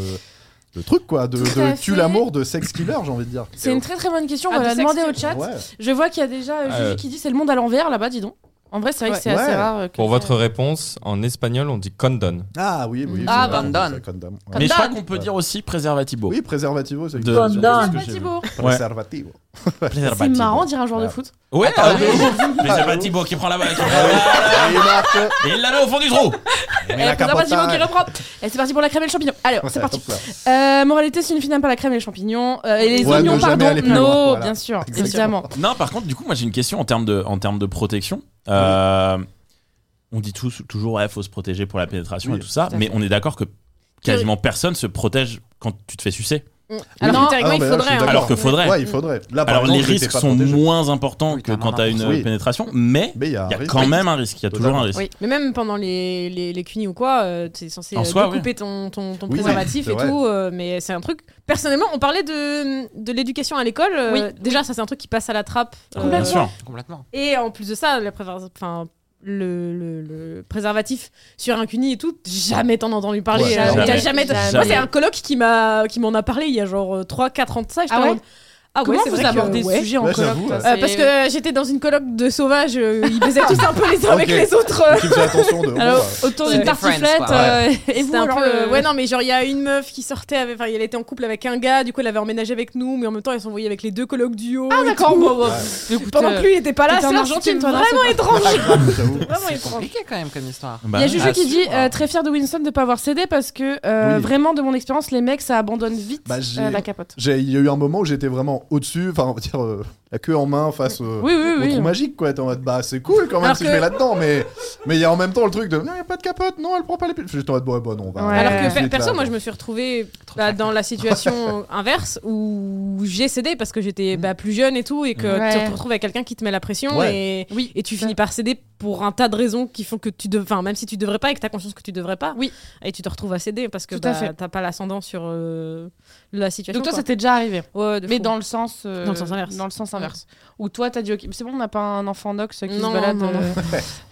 Speaker 4: de truc quoi, de,
Speaker 1: Tout à
Speaker 4: de tue
Speaker 1: fait.
Speaker 4: l'amour de sex killer, j'ai envie de dire.
Speaker 1: C'est une très très bonne question.
Speaker 3: Ah,
Speaker 1: On va
Speaker 3: de
Speaker 1: la
Speaker 3: sexe
Speaker 1: demander au
Speaker 3: qui-
Speaker 1: chat.
Speaker 4: Ouais.
Speaker 1: Je vois qu'il y a déjà euh, Juju
Speaker 6: Euh.
Speaker 1: qui dit c'est le monde à l'envers là-bas, dis donc. En vrai, c'est vrai que
Speaker 3: Ouais.
Speaker 1: c'est assez
Speaker 4: Ouais.
Speaker 1: rare. euh, que
Speaker 6: Pour
Speaker 1: ça-
Speaker 6: votre réponse, en espagnol, on dit condon.
Speaker 4: Ah oui, oui.
Speaker 1: Ah,
Speaker 4: c'est vrai,
Speaker 5: condom.
Speaker 4: on dit ça, condom. Ouais.
Speaker 2: Mais je crois
Speaker 1: Dan.
Speaker 2: qu'on peut
Speaker 4: Ouais.
Speaker 2: dire aussi préservativo.
Speaker 4: Oui, préservativo, c'est
Speaker 2: De-
Speaker 4: condom.
Speaker 1: C'est
Speaker 2: que
Speaker 1: pas
Speaker 2: j'ai
Speaker 1: Thibaut.
Speaker 2: Ouais.
Speaker 4: Préservativo.
Speaker 1: C'est
Speaker 2: Préservativo.
Speaker 1: marrant de dire un joueur de
Speaker 4: Ouais.
Speaker 1: foot.
Speaker 2: Ouais,
Speaker 5: Attends,
Speaker 2: ah oui. Préservativo qui prend la balle. qui prend la balle.
Speaker 4: Ah, il marque.
Speaker 2: Et il la met au fond du trou.
Speaker 1: Eh,
Speaker 4: la
Speaker 1: Préservatif
Speaker 4: capota,
Speaker 1: Thibaut qui
Speaker 4: ouais.
Speaker 1: reprend. Et Eh, c'est parti pour la crème et le champignon. Allez, c'est parti.
Speaker 4: Hop là.
Speaker 1: Euh, moralité, si une fille n'aime pas la crème et les champignons, euh, et les
Speaker 4: Ouais,
Speaker 1: oignons,
Speaker 4: ne jamais
Speaker 1: pardon,
Speaker 4: aller plus loin,
Speaker 1: non,
Speaker 4: voilà.
Speaker 1: bien sûr,
Speaker 4: Exactement.
Speaker 1: évidemment.
Speaker 2: Non, par contre, du coup, moi j'ai une question en termes de, en termes de protection. Euh, On dit tous toujours, ouais, faut se protéger pour la pénétration
Speaker 4: Oui,
Speaker 2: et tout ça,
Speaker 1: tout à
Speaker 2: mais
Speaker 1: fait.
Speaker 2: on est d'accord que quasiment personne se protège quand tu te fais sucer.
Speaker 1: Alors,
Speaker 3: Non,
Speaker 1: que théoriquement,
Speaker 4: Ah,
Speaker 1: il
Speaker 4: bah là, je suis
Speaker 1: faudrait. hein.
Speaker 4: d'accord.
Speaker 2: Alors que faudrait.
Speaker 4: Ouais, il faudrait. Là, par
Speaker 2: Alors les
Speaker 4: exemple, j'étais
Speaker 2: risques
Speaker 4: pas
Speaker 2: sont
Speaker 4: protégé.
Speaker 2: moins importants
Speaker 5: Oui,
Speaker 2: que
Speaker 5: t'as
Speaker 2: quand
Speaker 5: un
Speaker 2: t'as une
Speaker 4: risque. Oui.
Speaker 2: pénétration, mais
Speaker 4: Mais il y a, un
Speaker 2: il y a
Speaker 4: risque.
Speaker 2: quand même un risque. Il y a toujours un risque.
Speaker 1: Oui.
Speaker 3: Mais même pendant les, les, les cunis ou quoi, euh, t'es censé
Speaker 2: En
Speaker 3: euh,
Speaker 2: soi,
Speaker 3: découper ton, ton, ton
Speaker 4: Oui,
Speaker 3: préservatif
Speaker 4: c'est
Speaker 3: et
Speaker 4: vrai.
Speaker 3: tout. euh, mais c'est un truc. Personnellement, on parlait de, de l'éducation à l'école. euh,
Speaker 1: Oui.
Speaker 3: Déjà, ça, c'est un truc qui passe à la trappe. euh,
Speaker 2: Bien sûr.
Speaker 5: Complètement.
Speaker 3: et en plus de ça, la préservation. Enfin, le, le- le préservatif sur un cuni et tout, jamais t'en as entendu parler.
Speaker 4: Ouais,
Speaker 3: euh,
Speaker 2: jamais.
Speaker 3: t'as jamais-
Speaker 1: Jamais.
Speaker 3: Moi, c'est un coloc qui m'a qui m'en a parlé il y a genre 3-4 ans de ça. j'étais
Speaker 1: Ah
Speaker 3: en
Speaker 1: ouais
Speaker 3: mode, ah ouais,
Speaker 1: Comment
Speaker 3: c'est
Speaker 1: vous
Speaker 3: vrai que-
Speaker 1: abordez ce
Speaker 3: ouais.
Speaker 1: sujet en
Speaker 4: Ouais,
Speaker 1: coloc
Speaker 4: j'avoue,
Speaker 1: toi,
Speaker 4: ouais.
Speaker 1: c'est-
Speaker 3: Euh, parce que j'étais dans une coloc de sauvages, euh, ils baisaient tous un peu les uns avec
Speaker 4: Ok.
Speaker 3: les autres. euh,
Speaker 4: Qui faisait attention de. bon,
Speaker 1: Alors,
Speaker 4: bah,
Speaker 1: autour
Speaker 3: Ouais.
Speaker 1: d'une tartiflette,
Speaker 5: Friends, quoi.
Speaker 1: euh, et vous,
Speaker 3: C'était un
Speaker 1: alors,
Speaker 3: peu,
Speaker 1: le-
Speaker 3: Ouais, non, mais genre, il y a une meuf qui sortait, avec... enfin, elle était en couple avec un gars, du coup, elle avait emménagé avec nous, mais en même temps, elle s'envoyait avec les deux colocs duo.
Speaker 1: Ah,
Speaker 3: et
Speaker 1: d'accord,
Speaker 3: tout.
Speaker 1: bon, bon, écoute,
Speaker 3: Pendant
Speaker 1: euh,
Speaker 3: que lui, il était pas là,
Speaker 1: t'étais en
Speaker 3: c'est là,
Speaker 1: Argentine,
Speaker 3: c'était
Speaker 1: toi, non,
Speaker 3: vraiment
Speaker 1: c'est
Speaker 3: étrange.
Speaker 4: j'avoue.
Speaker 1: Ah
Speaker 3: Vraiment
Speaker 5: C'est
Speaker 3: étrange.
Speaker 5: compliqué quand même comme histoire.
Speaker 2: Bah,
Speaker 1: Il y a Juju
Speaker 5: Ah,
Speaker 1: qui dit
Speaker 5: sûr.
Speaker 1: euh, très fier de Winston de ne pas avoir cédé parce que euh,
Speaker 4: Oui.
Speaker 1: vraiment de mon expérience les mecs ça abandonne vite
Speaker 4: Bah, j'ai-
Speaker 1: euh, la capote.
Speaker 4: J'ai- Il y a eu un moment où j'étais vraiment au-dessus, enfin, on va dire, euh, la queue en main face euh,
Speaker 1: Oui oui
Speaker 4: au
Speaker 1: oui.
Speaker 4: trou magique, quoi. T'es en mode, bah, c'est cool quand même
Speaker 3: Alors
Speaker 4: si
Speaker 3: que-
Speaker 4: je vais là-dedans, mais mais il y a en même temps le truc de, non, y a pas de capote, non, elle prend pas les piles. J'étais en mode, ouais, bah, non, on va.
Speaker 1: Ouais.
Speaker 3: Alors que
Speaker 1: Ouais.
Speaker 3: per- perso, moi, je me suis retrouvée bah, dans la situation inverse où j'ai cédé parce que j'étais bah, plus jeune et tout, et que tu
Speaker 1: Mm. Ouais.
Speaker 3: te retrouves avec quelqu'un qui te met la pression
Speaker 4: Ouais.
Speaker 3: et.
Speaker 1: Oui.
Speaker 3: Et tu finis par céder pour un tas de raisons qui font que tu devrais, enfin, même si tu devrais pas et que t'as conscience que tu devrais pas,
Speaker 1: Oui.
Speaker 3: et tu te retrouves à céder parce que
Speaker 1: Tout à
Speaker 3: bah,
Speaker 1: fait.
Speaker 3: t'as pas l'ascendant sur euh, la situation.
Speaker 1: Donc toi
Speaker 3: quoi.
Speaker 1: ça t'est déjà arrivé.
Speaker 3: Ouais, de
Speaker 1: Mais
Speaker 3: fou.
Speaker 1: dans le sens euh,
Speaker 3: Dans le sens inverse.
Speaker 1: Dans le sens inverse. Où toi t'as dit ok c'est bon on n'a pas un enfant d'ox qui
Speaker 3: Non,
Speaker 1: se balade
Speaker 3: non, non.
Speaker 1: euh,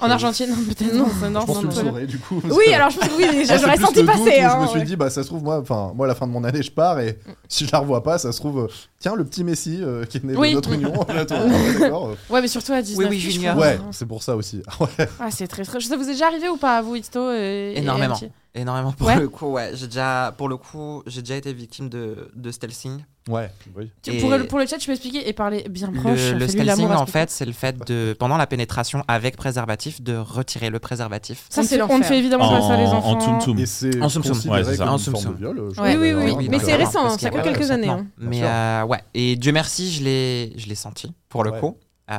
Speaker 1: en Argentine non, peut-être non non
Speaker 4: Je pense
Speaker 1: non,
Speaker 4: que tu le
Speaker 1: non.
Speaker 4: saurais, du coup.
Speaker 3: Oui, alors je pense que oui,
Speaker 1: Ah,
Speaker 3: mais
Speaker 4: Moi, c'est
Speaker 3: j'aurais
Speaker 4: plus
Speaker 3: senti
Speaker 4: le doute où
Speaker 3: passer.
Speaker 4: Je
Speaker 3: hein,
Speaker 4: me suis
Speaker 3: ouais. Mm.
Speaker 4: dit, bah, ça se trouve, moi, enfin, moi, à la fin de mon année, je pars et si je la revois pas, ça se trouve, euh, tiens, le petit Messi euh, qui est né
Speaker 1: Oui.
Speaker 4: de notre union. Là, tout le monde, ouais, d'accord, euh.
Speaker 1: Ouais mais surtout à 19
Speaker 5: oui,
Speaker 1: je
Speaker 5: Junior.
Speaker 3: Ah,
Speaker 1: crois.
Speaker 4: Ouais, c'est pour ça aussi. Ouais.
Speaker 1: Ah c'est très très. Ça vous est déjà arrivé ou pas à vous Ixto et- et
Speaker 5: Énormément.
Speaker 1: Amity
Speaker 5: Énormément pour
Speaker 1: Ouais.
Speaker 5: le coup, ouais. J'ai déjà, pour le coup, j'ai déjà été victime de, de stealthing.
Speaker 4: Ouais, oui.
Speaker 1: Tu-
Speaker 5: Et
Speaker 1: pour, le, pour le chat, tu peux expliquer et parler bien proche.
Speaker 5: Le, le
Speaker 1: fais-lui
Speaker 5: stealthing,
Speaker 1: l'amour à
Speaker 5: en
Speaker 1: ce
Speaker 5: fait, c'est le fait de, pendant la pénétration avec préservatif, de retirer le préservatif.
Speaker 1: Ça,
Speaker 3: On
Speaker 1: c'est
Speaker 3: ne fait-
Speaker 1: On ne fait évidemment pas ça, les
Speaker 2: En,
Speaker 1: enfants. euh.
Speaker 2: en Tum Tum.
Speaker 4: Et c'est
Speaker 5: En soum soum,
Speaker 4: considéré
Speaker 2: ouais, c'est ça.
Speaker 4: comme
Speaker 5: En
Speaker 4: une
Speaker 5: soum
Speaker 4: forme
Speaker 5: soum.
Speaker 4: de viol. euh, je
Speaker 1: Oui,
Speaker 4: crois,
Speaker 3: oui,
Speaker 4: d'ailleurs,
Speaker 3: oui,
Speaker 4: hein,
Speaker 3: oui,
Speaker 4: donc,
Speaker 3: mais c'est
Speaker 4: euh,
Speaker 3: récent,
Speaker 5: parce
Speaker 3: hein, ça
Speaker 5: qu'il y
Speaker 3: fait
Speaker 5: a pas de
Speaker 3: quelques années,
Speaker 5: consentement.
Speaker 4: bien
Speaker 5: Mais
Speaker 4: sûr.
Speaker 5: euh, ouais, et Dieu merci, je l'ai, je l'ai senti pour le
Speaker 4: Ouais.
Speaker 5: coup. Euh,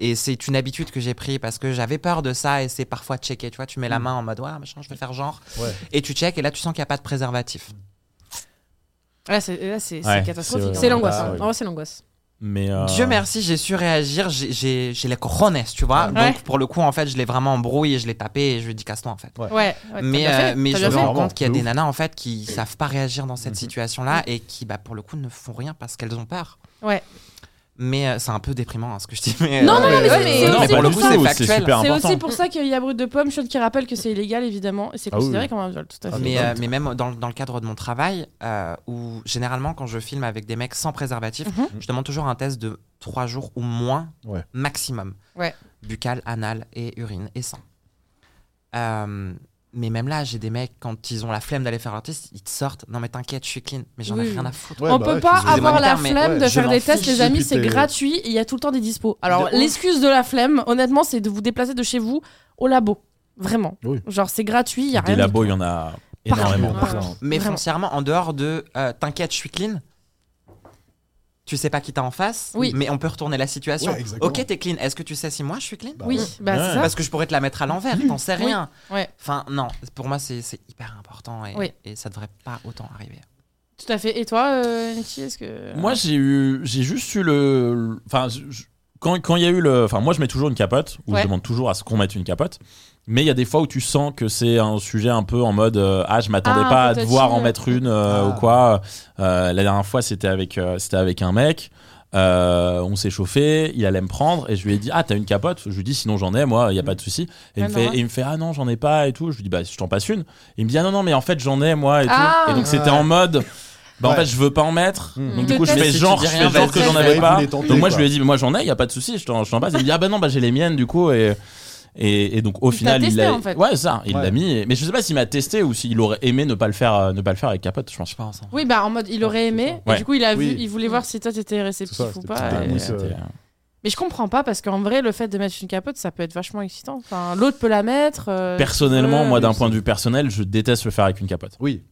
Speaker 5: et c'est une habitude que j'ai pris parce que j'avais peur de ça et c'est parfois checker. Tu vois, tu mets
Speaker 3: Mm.
Speaker 5: la main en mode ouais, machin, je vais faire genre.
Speaker 4: Ouais.
Speaker 5: Et tu check et là tu sens qu'il n'y a pas de préservatif.
Speaker 1: Là, c'est là, c'est- c'est
Speaker 2: Ouais,
Speaker 1: catastrophique.
Speaker 2: c'est-
Speaker 1: hein.
Speaker 3: C'est l'angoisse.
Speaker 4: Ah,
Speaker 3: hein.
Speaker 4: oui.
Speaker 3: En vrai, c'est l'angoisse.
Speaker 2: Mais euh,
Speaker 5: Dieu merci, j'ai su réagir. J'ai- J'ai j'ai les cojones, tu vois.
Speaker 1: Ouais.
Speaker 5: Donc pour le coup, en fait, je l'ai vraiment embrouillé et je l'ai tapé et je lui ai dit casse-toi en fait.
Speaker 1: Ouais, ouais,
Speaker 5: Mais,
Speaker 1: t'as bien
Speaker 5: euh,
Speaker 1: fait,
Speaker 5: mais
Speaker 1: t'as
Speaker 5: je
Speaker 1: bien
Speaker 5: me
Speaker 1: fait.
Speaker 5: rends
Speaker 4: Vraiment,
Speaker 5: compte qu'il y a
Speaker 4: de
Speaker 5: des
Speaker 4: ouf.
Speaker 5: nanas en fait qui savent pas réagir dans cette situation-là et qui, bah, pour le coup, ne font rien parce qu'elles ont peur.
Speaker 1: Ouais.
Speaker 5: Mais euh, c'est un peu déprimant hein, ce que je dis. Mais,
Speaker 1: Non, non,
Speaker 4: non, mais
Speaker 5: euh,
Speaker 4: c'est-
Speaker 5: mais
Speaker 4: c'est
Speaker 5: non,
Speaker 1: aussi
Speaker 5: pour le
Speaker 1: pour
Speaker 5: coup,
Speaker 1: ça.
Speaker 5: c'est
Speaker 2: Oui, c'est
Speaker 5: factuel.
Speaker 2: super
Speaker 1: C'est aussi
Speaker 2: important.
Speaker 1: pour ça qu'il y a Brut de Pomme, Sean qui rappelle que c'est illégal évidemment, et c'est
Speaker 4: Ah oui,
Speaker 1: considéré
Speaker 4: oui.
Speaker 1: comme un viol, tout à fait.
Speaker 5: Mais, euh, mais même dans, dans le cadre de mon travail, euh, où généralement quand je filme avec des mecs sans préservatif,
Speaker 1: Mhm.
Speaker 5: je demande toujours un test de 3 jours ou moins
Speaker 4: Ouais.
Speaker 5: maximum.
Speaker 1: Ouais.
Speaker 5: Buccal, anal et urine et sang. Euh, mais même là, j'ai des mecs, quand ils ont la flemme d'aller faire leur test, ils te sortent. Non mais t'inquiète, je suis clean, mais j'en ai
Speaker 1: Oui.
Speaker 5: rien à foutre.
Speaker 4: ouais,
Speaker 1: on
Speaker 4: bah
Speaker 1: peut
Speaker 4: ouais,
Speaker 1: pas
Speaker 4: je suis
Speaker 1: avoir
Speaker 5: désolé.
Speaker 1: la
Speaker 5: Je m'en
Speaker 1: flemme de
Speaker 5: fiche,
Speaker 1: faire des tests, les amis,
Speaker 4: puis
Speaker 1: c'est
Speaker 4: t'es-
Speaker 1: gratuit, et il y a tout le temps des dispos. Alors,
Speaker 4: De ouf.
Speaker 1: l'excuse de la flemme, honnêtement, c'est de vous déplacer de chez vous au labo. Vraiment.
Speaker 4: Oui.
Speaker 1: Genre, c'est gratuit, il y a
Speaker 2: des
Speaker 1: rien.
Speaker 2: labos, il y en a énormément.
Speaker 1: Partout.
Speaker 4: Putain.
Speaker 5: Mais
Speaker 1: Vraiment.
Speaker 5: foncièrement, en dehors de euh, t'inquiète, je suis clean, tu sais pas qui t'as en face,
Speaker 1: Oui.
Speaker 5: mais on peut retourner la situation.
Speaker 4: Ouais, exactement.
Speaker 5: ok, t'es clean, est-ce que tu sais si moi je suis clean
Speaker 4: Bah
Speaker 1: Oui,
Speaker 4: ouais.
Speaker 1: bah c'est
Speaker 2: Ouais.
Speaker 1: ça.
Speaker 5: Parce que je pourrais te la mettre à l'envers, t'en sais
Speaker 1: Oui.
Speaker 5: rien.
Speaker 1: Ouais.
Speaker 5: Enfin, non, pour moi c'est c'est hyper important et,
Speaker 1: Oui.
Speaker 5: et ça devrait pas autant arriver.
Speaker 1: Tout à fait. Et toi, euh, Nicky, est-ce que.
Speaker 2: Moi, j'ai eu, j'ai juste eu le, le- enfin, je- je- quand quand il y a eu le, enfin, moi, je mets toujours une capote, ou
Speaker 1: Ouais.
Speaker 2: je demande toujours à ce qu'on mette une capote. Mais il y a des fois où tu sens que c'est un sujet un peu en mode euh, ah je m'attendais
Speaker 1: Ah,
Speaker 2: pas à
Speaker 1: peut-être
Speaker 2: devoir en
Speaker 1: chill.
Speaker 2: mettre une euh, ou
Speaker 4: Ah.
Speaker 2: quoi. Euh, la dernière fois c'était avec euh, c'était avec un mec. Euh, on s'est chauffé, il allait me prendre et je lui ai dit ah t'as une capote. Je lui dis sinon j'en ai moi, il y a pas de souci. Et, il
Speaker 1: Ah,
Speaker 2: me
Speaker 1: non,
Speaker 2: fait,
Speaker 1: ouais.
Speaker 2: et il me fait ah non j'en ai pas et tout. Je lui dis bah je t'en passe une. il me dit ah non non mais en fait j'en ai moi et
Speaker 1: Ah.
Speaker 2: tout. Et donc c'était
Speaker 4: Ouais.
Speaker 2: en mode bah en
Speaker 4: Ouais.
Speaker 2: fait je veux pas en mettre.
Speaker 4: Mm.
Speaker 2: Donc du coup je
Speaker 1: Peut-être.
Speaker 2: fais
Speaker 5: Si tu
Speaker 2: genre
Speaker 5: dis
Speaker 2: je
Speaker 5: rien,
Speaker 2: fais genre
Speaker 5: bah,
Speaker 2: que
Speaker 5: c'est
Speaker 2: j'en
Speaker 5: vrai.
Speaker 2: avais
Speaker 4: Ouais,
Speaker 2: pas.
Speaker 4: vous les tentez,
Speaker 2: Donc moi je
Speaker 4: quoi.
Speaker 2: lui ai dit mais moi j'en ai, il y a pas de souci, je t'en je t'en passe. Il me dit ah bah non bah j'ai les miennes du coup et et, et donc au
Speaker 1: Il t'a
Speaker 2: final il
Speaker 1: testé,
Speaker 2: l'a
Speaker 1: en fait.
Speaker 2: ouais c'est ça il
Speaker 4: Ouais.
Speaker 2: l'a mis et- mais je sais pas s'il m'a testé ou s'il aurait aimé ne pas le faire euh, ne pas le faire avec capote je pense
Speaker 5: Je pense. hein.
Speaker 1: Oui, bah en mode, il aurait aimé. et
Speaker 2: Ouais.
Speaker 1: du coup, il a
Speaker 4: Ah, Oui.
Speaker 1: vu, il voulait voir si toi t'étais réceptif
Speaker 4: C'est ça,
Speaker 1: ou
Speaker 4: c'était
Speaker 1: pas.
Speaker 4: petit
Speaker 2: Ah,
Speaker 1: et-
Speaker 4: oui,
Speaker 2: mais
Speaker 4: c'est-
Speaker 2: c'était-
Speaker 1: Mais je comprends pas parce qu'en vrai, le fait de mettre une capote, ça peut être vachement excitant. Enfin, l'autre peut la mettre. euh,
Speaker 2: personnellement
Speaker 1: ouais.
Speaker 2: moi d'un point de vue personnel je déteste le faire avec une capote
Speaker 4: Oui.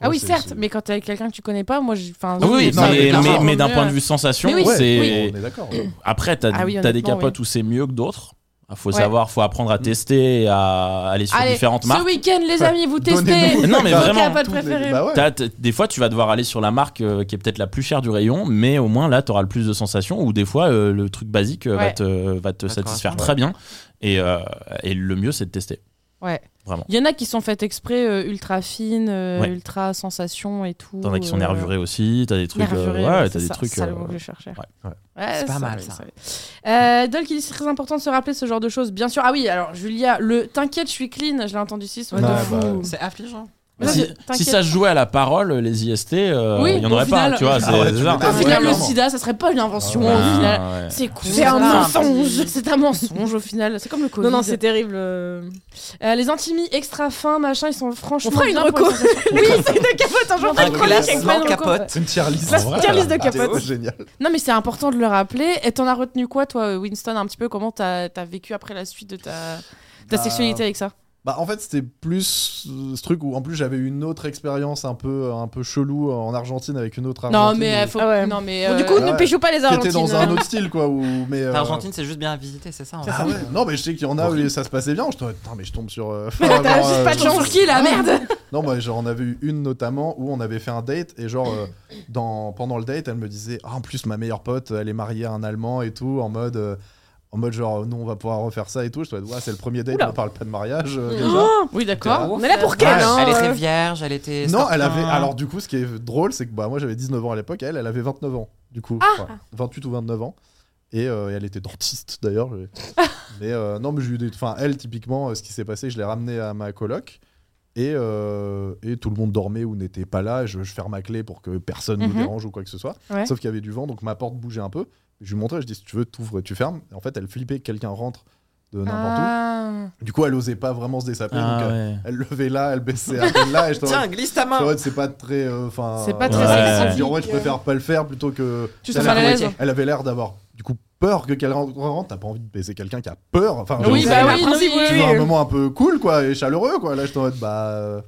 Speaker 1: Ah
Speaker 4: Ouais,
Speaker 1: oui,
Speaker 4: c'est-
Speaker 1: certes,
Speaker 4: c'est-
Speaker 1: mais quand t'es avec quelqu'un que tu connais pas, moi, je- enfin.
Speaker 2: Ah oui,
Speaker 1: ça me
Speaker 2: mais,
Speaker 1: fait
Speaker 2: mais,
Speaker 1: vraiment
Speaker 2: mais d'un
Speaker 1: mieux.
Speaker 2: point de vue sensation,
Speaker 1: Mais oui,
Speaker 2: c'est
Speaker 1: oui.
Speaker 4: On est d'accord.
Speaker 2: après t'as
Speaker 1: Ah oui,
Speaker 2: t'as des
Speaker 1: honnêtement,
Speaker 2: capotes où c'est mieux que d'autres. Ah, Faut
Speaker 1: Ouais. Mm.
Speaker 2: savoir, faut apprendre à tester, et à aller sur
Speaker 1: Allez,
Speaker 2: différentes
Speaker 1: Ce
Speaker 2: marques.
Speaker 1: week-end, les amis, vous testez.
Speaker 4: Donnez-nous-
Speaker 2: Non, mais
Speaker 4: Bah,
Speaker 2: vraiment.
Speaker 1: Capote
Speaker 4: tous les-
Speaker 1: préférée.
Speaker 4: Bah ouais.
Speaker 2: T'as- t- des fois, tu vas devoir aller sur la marque euh, qui est peut-être la plus chère du rayon, mais au moins là, tu auras le plus de sensations. Ou des fois, euh, le truc basique euh, va
Speaker 1: Ouais.
Speaker 2: te, va te
Speaker 5: te
Speaker 2: satisfaire
Speaker 5: correspondre.
Speaker 2: très bien. Et, euh, et le mieux, c'est de tester.
Speaker 1: Ouais.
Speaker 2: Vraiment.
Speaker 1: Il y en a qui sont faites exprès, euh, ultra fines, euh,
Speaker 2: Ouais.
Speaker 1: ultra sensations et tout.
Speaker 2: T'en as qui sont
Speaker 1: euh,
Speaker 2: nervurés aussi. T'as des trucs. euh,
Speaker 1: nervurés,
Speaker 2: ouais,
Speaker 1: c'est
Speaker 2: t'as des
Speaker 1: ça,
Speaker 2: trucs.
Speaker 1: C'est ça
Speaker 2: euh,
Speaker 1: le mot que je cherchais.
Speaker 2: ouais.
Speaker 1: Ouais,
Speaker 5: C'est pas
Speaker 1: ça,
Speaker 5: mal,
Speaker 1: oui,
Speaker 5: ça.
Speaker 1: oui. Euh, Dol qui dit c'est très important de se rappeler ce genre de choses, bien sûr. Ah oui, alors Julia, le t'inquiète, je suis clean, je l'ai entendu ici, c'est
Speaker 4: Ouais,
Speaker 1: de
Speaker 4: bah,
Speaker 1: fou.
Speaker 4: ouais.
Speaker 5: C'est affligeant.
Speaker 1: Mais
Speaker 2: si,
Speaker 1: t'inquiète.
Speaker 2: si ça se jouait à la parole, les IST, euh, il
Speaker 1: Oui,
Speaker 2: y n'y
Speaker 1: au
Speaker 2: en aurait
Speaker 1: final-
Speaker 2: pas, tu vois. C'est
Speaker 4: Ah ouais, tu
Speaker 2: bizarre.
Speaker 4: m'étonnes.
Speaker 1: Au final, le
Speaker 4: clairement.
Speaker 1: sida, ça serait pas une invention.
Speaker 4: Ah ouais.
Speaker 1: Au final,
Speaker 2: Ah, ouais.
Speaker 1: c'est cool.
Speaker 3: C'est un
Speaker 1: Ah,
Speaker 3: mensonge.
Speaker 1: vas-y. C'est un mensonge au final. C'est comme le Covid.
Speaker 3: Non, non, c'est terrible. euh.
Speaker 1: Euh, les intimis extra fins, machin, ils sont franchement.
Speaker 3: On fera une
Speaker 1: bien pour
Speaker 3: reco.
Speaker 1: les sensations.
Speaker 3: Oui, c'est de capote, un jour, on fera
Speaker 5: Un
Speaker 3: une chronique avec plein
Speaker 5: classement
Speaker 3: de recours.
Speaker 5: Ah, capote.
Speaker 4: C'est une tier list.
Speaker 3: Ça, c'est une tier list de
Speaker 4: Ah, c'est-
Speaker 3: capote.
Speaker 4: C'est génial.
Speaker 1: Non, mais c'est important de le rappeler. Et t'en as retenu quoi, toi, Winston, un petit peu Comment t'as as vécu après la suite de ta, ta
Speaker 4: Bah,
Speaker 1: sexualité avec ça
Speaker 4: Bah en fait c'était plus euh, ce truc où en plus j'avais une autre expérience un peu un peu chelou en Argentine avec une autre Argentine
Speaker 1: Non, mais euh, faut. hein.
Speaker 3: Ah ouais.
Speaker 1: Non, mais.
Speaker 3: Bon, du
Speaker 1: euh,
Speaker 3: coup,
Speaker 4: Ah
Speaker 3: ne
Speaker 4: ouais.
Speaker 3: péchons pas les
Speaker 4: qui était
Speaker 3: Argentines.
Speaker 4: dans un autre style quoi où mais euh,
Speaker 5: L'Argentine, c'est juste bien à visiter, c'est ça. en fait.
Speaker 4: ah ouais. non mais je sais qu'il y en a où ça se passait bien je te putain mais je tombe sur euh,
Speaker 3: T'as
Speaker 4: vraiment,
Speaker 3: juste
Speaker 4: euh,
Speaker 3: pas de
Speaker 1: Sur
Speaker 3: chance.
Speaker 1: qui, la merde
Speaker 4: Non, moi, genre, on avait eu une notamment où on avait fait un date et genre, euh, dans, pendant le date, elle me disait, ah, en plus, ma meilleure pote, elle est mariée à un Allemand et tout, en mode, euh, en mode genre, nous, on va pouvoir refaire ça et tout. Je te dis, ouais, c'est le premier date,
Speaker 1: Oula.
Speaker 4: on parle pas de mariage euh, déjà.
Speaker 1: Oh, Oui, d'accord.
Speaker 3: On est là pour
Speaker 4: qu'elle,
Speaker 3: qu'elle,
Speaker 4: Ouais,
Speaker 3: hein,
Speaker 5: Ah, Elle était
Speaker 3: euh.
Speaker 5: vierge, elle était.
Speaker 4: Non, elle
Speaker 5: sortant.
Speaker 4: avait.
Speaker 1: Ah.
Speaker 4: Alors, du coup, ce qui est drôle, c'est que bah, moi, j'avais 19 ans à l'époque, elle, elle avait 29 ans, du coup,
Speaker 1: Ah.
Speaker 4: Ouais, 28 ou 29 ans. Et, euh, et elle était dentiste d'ailleurs. Je- mais euh, non, mais j'ai eu des. Enfin, elle, typiquement, euh, ce qui s'est passé, je l'ai ramenée à ma coloc. Et, euh, et tout le monde dormait ou n'était pas là. Je, je ferme ma clé pour que personne ne
Speaker 1: Mhm.
Speaker 4: dérange ou quoi que ce soit.
Speaker 1: Ouais.
Speaker 4: Sauf qu'il y avait du vent, donc ma porte bougeait un peu. Je lui montrais, je dis si tu veux, t'ouvres et tu fermes. Et en fait, elle flippait que quelqu'un rentre de n'importe
Speaker 1: Ah.
Speaker 4: où. Du coup, elle osait pas vraiment se dessaper.
Speaker 2: Ah,
Speaker 4: donc, euh,
Speaker 2: ouais.
Speaker 4: elle levait là, elle baissait à peine là. Et je
Speaker 5: Tiens, glisse ta
Speaker 4: en
Speaker 5: main
Speaker 4: mode, c'est pas très. euh, 'fin,
Speaker 1: C'est pas très
Speaker 4: euh,
Speaker 2: sexy.
Speaker 4: je dis, ouais, je préfère pas le faire plutôt que.
Speaker 1: Tu te
Speaker 4: Elle
Speaker 1: sens
Speaker 4: a-
Speaker 1: mal à l'aise
Speaker 4: elle avait l'air d'avoir du coup peur que quelqu'un rentre. T'as pas envie de baiser quelqu'un qui a peur. Enfin, je
Speaker 1: Oui,
Speaker 4: sais
Speaker 1: bah
Speaker 4: pas.
Speaker 1: oui,
Speaker 3: Tu
Speaker 1: non, oui,
Speaker 3: vois,
Speaker 4: Tu
Speaker 1: oui.
Speaker 4: vois un moment un peu cool quoi et chaleureux quoi. Là, je en mode bah. euh,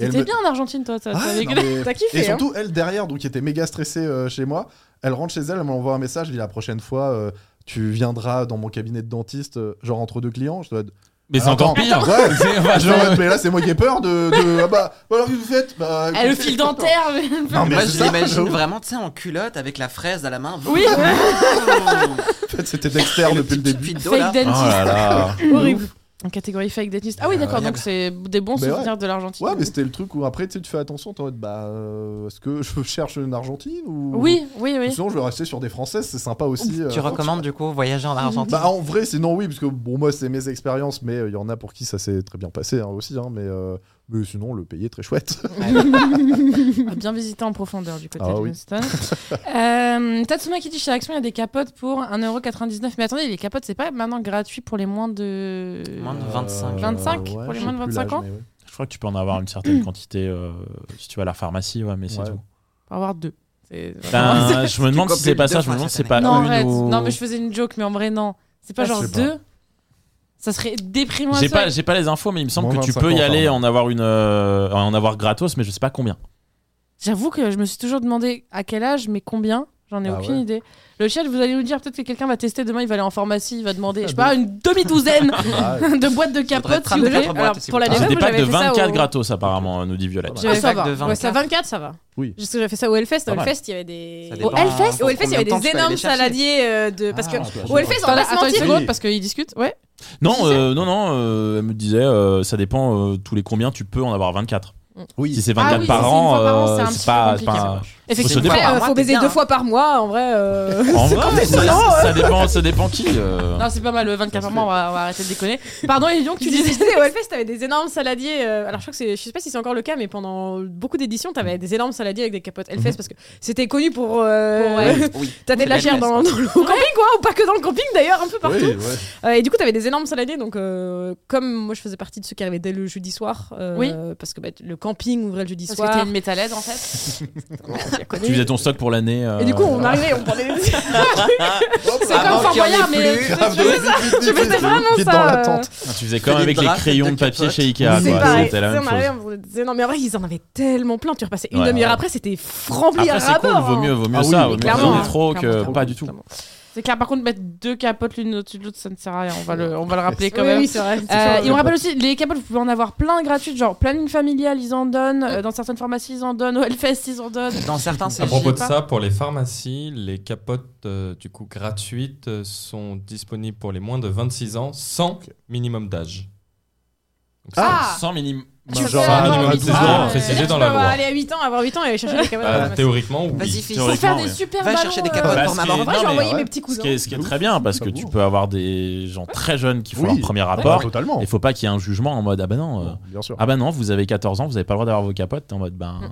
Speaker 4: et elle
Speaker 1: T'étais
Speaker 4: me-
Speaker 1: bien en Argentine, toi. t'as-
Speaker 4: Ah,
Speaker 1: t'as
Speaker 4: non,
Speaker 1: vécu-
Speaker 4: mais-
Speaker 3: T'as kiffé,
Speaker 4: Et
Speaker 3: hein.
Speaker 4: surtout, elle derrière, donc qui était méga stressée euh, chez moi, elle rentre chez elle, elle m'envoie un message, elle dit la prochaine fois. euh, tu viendras dans mon cabinet de dentiste, euh, genre entre deux clients. Je dois être-
Speaker 2: Mais c'est
Speaker 4: Alors,
Speaker 2: encore
Speaker 4: attends.
Speaker 2: pire.
Speaker 4: Ouais,
Speaker 2: C'est- enfin,
Speaker 4: Genre,
Speaker 2: je-
Speaker 4: mais là, c'est moi qui ai peur de. de- ah bah, alors que vous faites bah,
Speaker 1: Ah, le
Speaker 4: écoutez,
Speaker 1: fil dentaire. mais-
Speaker 4: Non, mais
Speaker 5: Moi,
Speaker 4: c'est
Speaker 5: je
Speaker 4: ça.
Speaker 5: l'imagine vraiment, tu sais, en culotte avec la fraise à la main.
Speaker 1: Oui.
Speaker 4: En fait, c'était Dexter depuis le début.
Speaker 1: Fake
Speaker 2: Oh
Speaker 4: Ah,
Speaker 1: dentist.
Speaker 2: là là.
Speaker 1: Horrible. En catégorie fake dentist.
Speaker 4: Euh,
Speaker 1: Ah oui, d'accord, donc
Speaker 5: Incroyable.
Speaker 1: c'est des bons
Speaker 4: Mais ouais.
Speaker 1: souvenirs de l'Argentine.
Speaker 4: Ouais, mais c'était le truc où après, tu sais, tu fais attention, t'es en mode, bah, euh, est-ce que je cherche une Argentine ou...
Speaker 1: Oui, oui,
Speaker 4: Ou
Speaker 1: oui.
Speaker 4: Sinon, je vais rester sur des Françaises, c'est sympa aussi. euh,
Speaker 5: Tu recommandes du coup voyager en Argentine
Speaker 4: Bah, en vrai, sinon, oui, parce que bon, moi, c'est mes expériences, mais il y en a pour qui ça s'est très bien passé hein, aussi, hein, mais, euh, mais sinon, le pays est très chouette.
Speaker 1: Ah, Bien visité en profondeur du côté
Speaker 4: Ah
Speaker 1: de
Speaker 4: oui.
Speaker 1: Winston. Euh, Tatsuma qui dit chez Action, il y a des capotes pour 1,99€. Mais attendez, les capotes, c'est pas maintenant gratuit pour les moins de.
Speaker 5: Moins de 25.
Speaker 1: 25, pour les
Speaker 4: je sais
Speaker 1: moins de
Speaker 4: plus
Speaker 1: 25 ans
Speaker 4: l'âge, mais ouais.
Speaker 2: Je crois que tu peux en avoir une certaine quantité euh, si tu vas à la pharmacie, ouais, mais c'est
Speaker 4: Ouais.
Speaker 2: tout.
Speaker 1: Pour avoir deux. C'est-
Speaker 2: Ben, je me demande si
Speaker 5: copies
Speaker 2: c'est
Speaker 5: les
Speaker 2: pas
Speaker 5: deux
Speaker 2: ça, je me
Speaker 5: fois
Speaker 2: demande si
Speaker 5: cette
Speaker 2: c'est pas
Speaker 1: non,
Speaker 2: une
Speaker 1: arrête.
Speaker 2: ou-
Speaker 1: Non, mais je faisais une joke, mais en vrai, non. C'est pas
Speaker 4: Ah, je
Speaker 1: genre
Speaker 4: sais pas.
Speaker 1: deux Ça serait déprimant. à
Speaker 2: J'ai
Speaker 1: souhait.
Speaker 2: pas, j'ai pas les infos, mais il me semble
Speaker 4: Moins
Speaker 2: que tu
Speaker 4: 25
Speaker 2: peux y
Speaker 4: ans,
Speaker 2: aller,
Speaker 4: pardon.
Speaker 2: en avoir une, euh, en avoir gratos, mais je sais pas combien.
Speaker 1: J'avoue que je me suis toujours demandé à quel âge, mais combien. J'en ai
Speaker 2: Bah
Speaker 4: Ah
Speaker 1: aucune
Speaker 4: ouais.
Speaker 1: idée. Le chat, vous allez nous dire peut-être que quelqu'un va tester demain. Il va aller en pharmacie, il va demander, je sais pas, une demi-douzaine
Speaker 4: Ah, ouais.
Speaker 1: de boîtes de
Speaker 5: Faudrait
Speaker 1: capotes.
Speaker 3: Ah,
Speaker 5: prendre
Speaker 1: s'il vous plaît.
Speaker 5: quatre boîtes,
Speaker 1: Alors,
Speaker 5: s'il
Speaker 1: pour
Speaker 5: vous
Speaker 1: la
Speaker 5: plaît.
Speaker 2: C'est
Speaker 1: dernière
Speaker 2: des
Speaker 1: fois,
Speaker 2: packs
Speaker 1: j'avais
Speaker 2: de
Speaker 1: fait ça
Speaker 2: 24
Speaker 1: au-
Speaker 2: gratos, apparemment, euh, nous dit
Speaker 3: Ah,
Speaker 2: Violette.
Speaker 1: J'avais
Speaker 5: Un
Speaker 1: ça
Speaker 5: sac
Speaker 1: va.
Speaker 5: de
Speaker 1: Ouais, ça
Speaker 5: 24.
Speaker 1: va.
Speaker 3: 24, ça va.
Speaker 4: Oui.
Speaker 3: Parce que j'avais fait ça au Hellfest. Au
Speaker 2: Pas mal.
Speaker 3: Hellfest, il y avait des.
Speaker 5: Ça
Speaker 1: Au
Speaker 5: dépend,
Speaker 1: Hellfest
Speaker 5: euh,
Speaker 3: Au Hellfest, il y
Speaker 5: combien
Speaker 3: avait
Speaker 5: de temps
Speaker 3: des
Speaker 5: tu peux aller
Speaker 3: énormes
Speaker 5: chercher.
Speaker 3: saladiers euh, de. Parce que.
Speaker 4: Ah, ok.
Speaker 3: Au Hellfest, on
Speaker 1: Attends,
Speaker 3: va se
Speaker 1: attends une
Speaker 3: mentir.
Speaker 1: seconde parce qu'ils discutent. Ouais.
Speaker 2: Non, euh, non, non, euh, elle me disait, euh, ça dépend euh, tous les combien tu peux en avoir 24. Si
Speaker 4: Oui,
Speaker 2: c'est 24
Speaker 1: Ah oui, si c'est une
Speaker 2: par an,
Speaker 1: fois par an,
Speaker 2: euh,
Speaker 1: c'est un petit
Speaker 2: c'est
Speaker 1: peu
Speaker 2: pas. c'est
Speaker 1: compliqué.
Speaker 2: pas
Speaker 1: Effectivement.
Speaker 2: Faut se
Speaker 3: Après,
Speaker 5: Par
Speaker 3: euh,
Speaker 5: mois,
Speaker 3: faut
Speaker 5: t'es
Speaker 3: baiser
Speaker 5: bien,
Speaker 3: deux
Speaker 5: hein.
Speaker 3: fois par mois, en vrai. euh,
Speaker 2: un- En vrai, ça,
Speaker 3: étonnant,
Speaker 2: ça dépend, ça dépend qui. euh.
Speaker 1: Non, c'est pas mal, le 24 par mois, on va, on va arrêter de déconner. Pardon, Elion,
Speaker 3: Tu
Speaker 1: tu
Speaker 3: disais,
Speaker 1: disais.
Speaker 3: tu sais, au Hellfest, t'avais des énormes saladiers. euh, alors, je crois que c'est, je sais pas si c'est encore le cas, mais pendant beaucoup d'éditions, t'avais des énormes saladiers avec des capotes
Speaker 5: Mhm.
Speaker 3: Hellfest parce que c'était connu pour. euh,
Speaker 5: Oui.
Speaker 3: T'avais de la
Speaker 5: La
Speaker 3: chair dans, dans le camping, quoi, ou pas que dans le camping d'ailleurs, un peu partout.
Speaker 4: oui, ouais.
Speaker 3: Euh, et du coup, t'avais des énormes saladiers. Donc, euh, comme moi, je faisais partie de ceux qui arrivaient dès le jeudi soir, euh,
Speaker 1: Oui.
Speaker 3: parce que bah, le camping ouvrait le jeudi
Speaker 1: Parce que
Speaker 3: soir.
Speaker 1: t'es une métalède en fait.
Speaker 2: Tu faisais ton stock pour l'année. euh,
Speaker 3: Et du coup, on arrivait, on prenait des.
Speaker 1: C'est
Speaker 5: Avant
Speaker 1: comme Fort
Speaker 5: qu'il y en ait
Speaker 1: Boyard, mais.
Speaker 5: plus.
Speaker 1: tu- tu-
Speaker 3: Tu faisais vraiment
Speaker 4: Vite
Speaker 3: ça.
Speaker 4: dans
Speaker 3: euh,
Speaker 4: l'attente.
Speaker 2: Tu faisais comme
Speaker 5: Fais des
Speaker 2: avec les
Speaker 5: draps,
Speaker 2: crayons
Speaker 5: fais
Speaker 2: de
Speaker 5: des
Speaker 2: papier
Speaker 5: capotes.
Speaker 2: chez Ikea.
Speaker 3: C'est
Speaker 2: quoi.
Speaker 3: pareil.
Speaker 2: C'était la
Speaker 3: Tu sais,
Speaker 2: même
Speaker 3: on
Speaker 2: chose.
Speaker 3: arrivait, on prenait des énormes- Mais en vrai, ils en avaient tellement plein. Tu repassais une
Speaker 2: Ouais,
Speaker 3: demi-heure
Speaker 2: ouais.
Speaker 3: après, c'était rempli
Speaker 2: Après,
Speaker 3: à
Speaker 2: c'est
Speaker 3: ras
Speaker 2: cool,
Speaker 3: bord,
Speaker 2: vaut
Speaker 3: hein.
Speaker 2: mieux, vaut mieux
Speaker 4: Ah
Speaker 2: ça,
Speaker 4: oui,
Speaker 2: vaut mieux
Speaker 3: clairement,
Speaker 2: donner trop
Speaker 1: clairement,
Speaker 2: que
Speaker 1: clairement.
Speaker 2: pas du tout.
Speaker 1: C'est clair, par contre, mettre deux capotes l'une au-dessus de l'autre, ça ne sert à rien. On va le, on va le rappeler quand
Speaker 3: Oui,
Speaker 1: même.
Speaker 3: oui, c'est vrai. c'est
Speaker 1: Euh,
Speaker 3: sûr.
Speaker 1: et on rappelle aussi, les capotes, vous pouvez en avoir plein gratuites, genre planning familial, ils en donnent, euh, dans certaines pharmacies, ils en donnent, au Hellfest, ils en donnent.
Speaker 5: Dans certains
Speaker 6: À
Speaker 5: CJ.
Speaker 6: propos de
Speaker 1: pas.
Speaker 6: ça, pour les pharmacies, les capotes euh, du coup gratuites euh, sont disponibles pour les moins de 26 ans sans minimum d'âge. Donc,
Speaker 4: Ah.
Speaker 6: ça,
Speaker 2: Sans minimum.
Speaker 1: Tu
Speaker 4: genre,
Speaker 1: peux
Speaker 4: à
Speaker 1: avoir
Speaker 4: minimum
Speaker 1: huit
Speaker 4: seize
Speaker 1: ans,
Speaker 4: ans,
Speaker 1: euh,
Speaker 6: précisé
Speaker 1: tu
Speaker 6: dans
Speaker 1: peux
Speaker 6: la
Speaker 1: avoir-
Speaker 6: loi.
Speaker 1: aller à 8 ans, avoir 8 ans et chercher des cabanes.
Speaker 6: Euh,
Speaker 1: Ouais.
Speaker 6: théoriquement, oui.
Speaker 5: Vas-y, fils.
Speaker 1: Pour faire des hein.
Speaker 2: oui.
Speaker 1: super
Speaker 5: Va
Speaker 1: ballons.
Speaker 5: chercher des
Speaker 1: euh,
Speaker 5: cabanes
Speaker 2: Bah,
Speaker 5: pour
Speaker 2: ce
Speaker 5: ma
Speaker 2: qui est-
Speaker 5: maman.
Speaker 2: non,
Speaker 3: j'ai
Speaker 2: mais
Speaker 3: envoyé
Speaker 4: ouais.
Speaker 3: mes petits
Speaker 2: Ce
Speaker 3: cousins.
Speaker 2: qui est, ce qui est
Speaker 4: De
Speaker 2: très
Speaker 4: ouf.
Speaker 2: bien, parce que
Speaker 4: Pas
Speaker 2: tu
Speaker 4: bon.
Speaker 2: peux avoir des gens très jeunes qui font
Speaker 4: Oui.
Speaker 2: leur premier rapport. Il
Speaker 4: Totalement. Euh,
Speaker 2: faut pas qu'il y ait un jugement en mode Ah bah non, euh,
Speaker 4: Bien sûr.
Speaker 2: ah bah non vous avez 14 ans, vous avez pas le droit d'avoir vos capotes. T'es en mode Ben.
Speaker 3: Euh,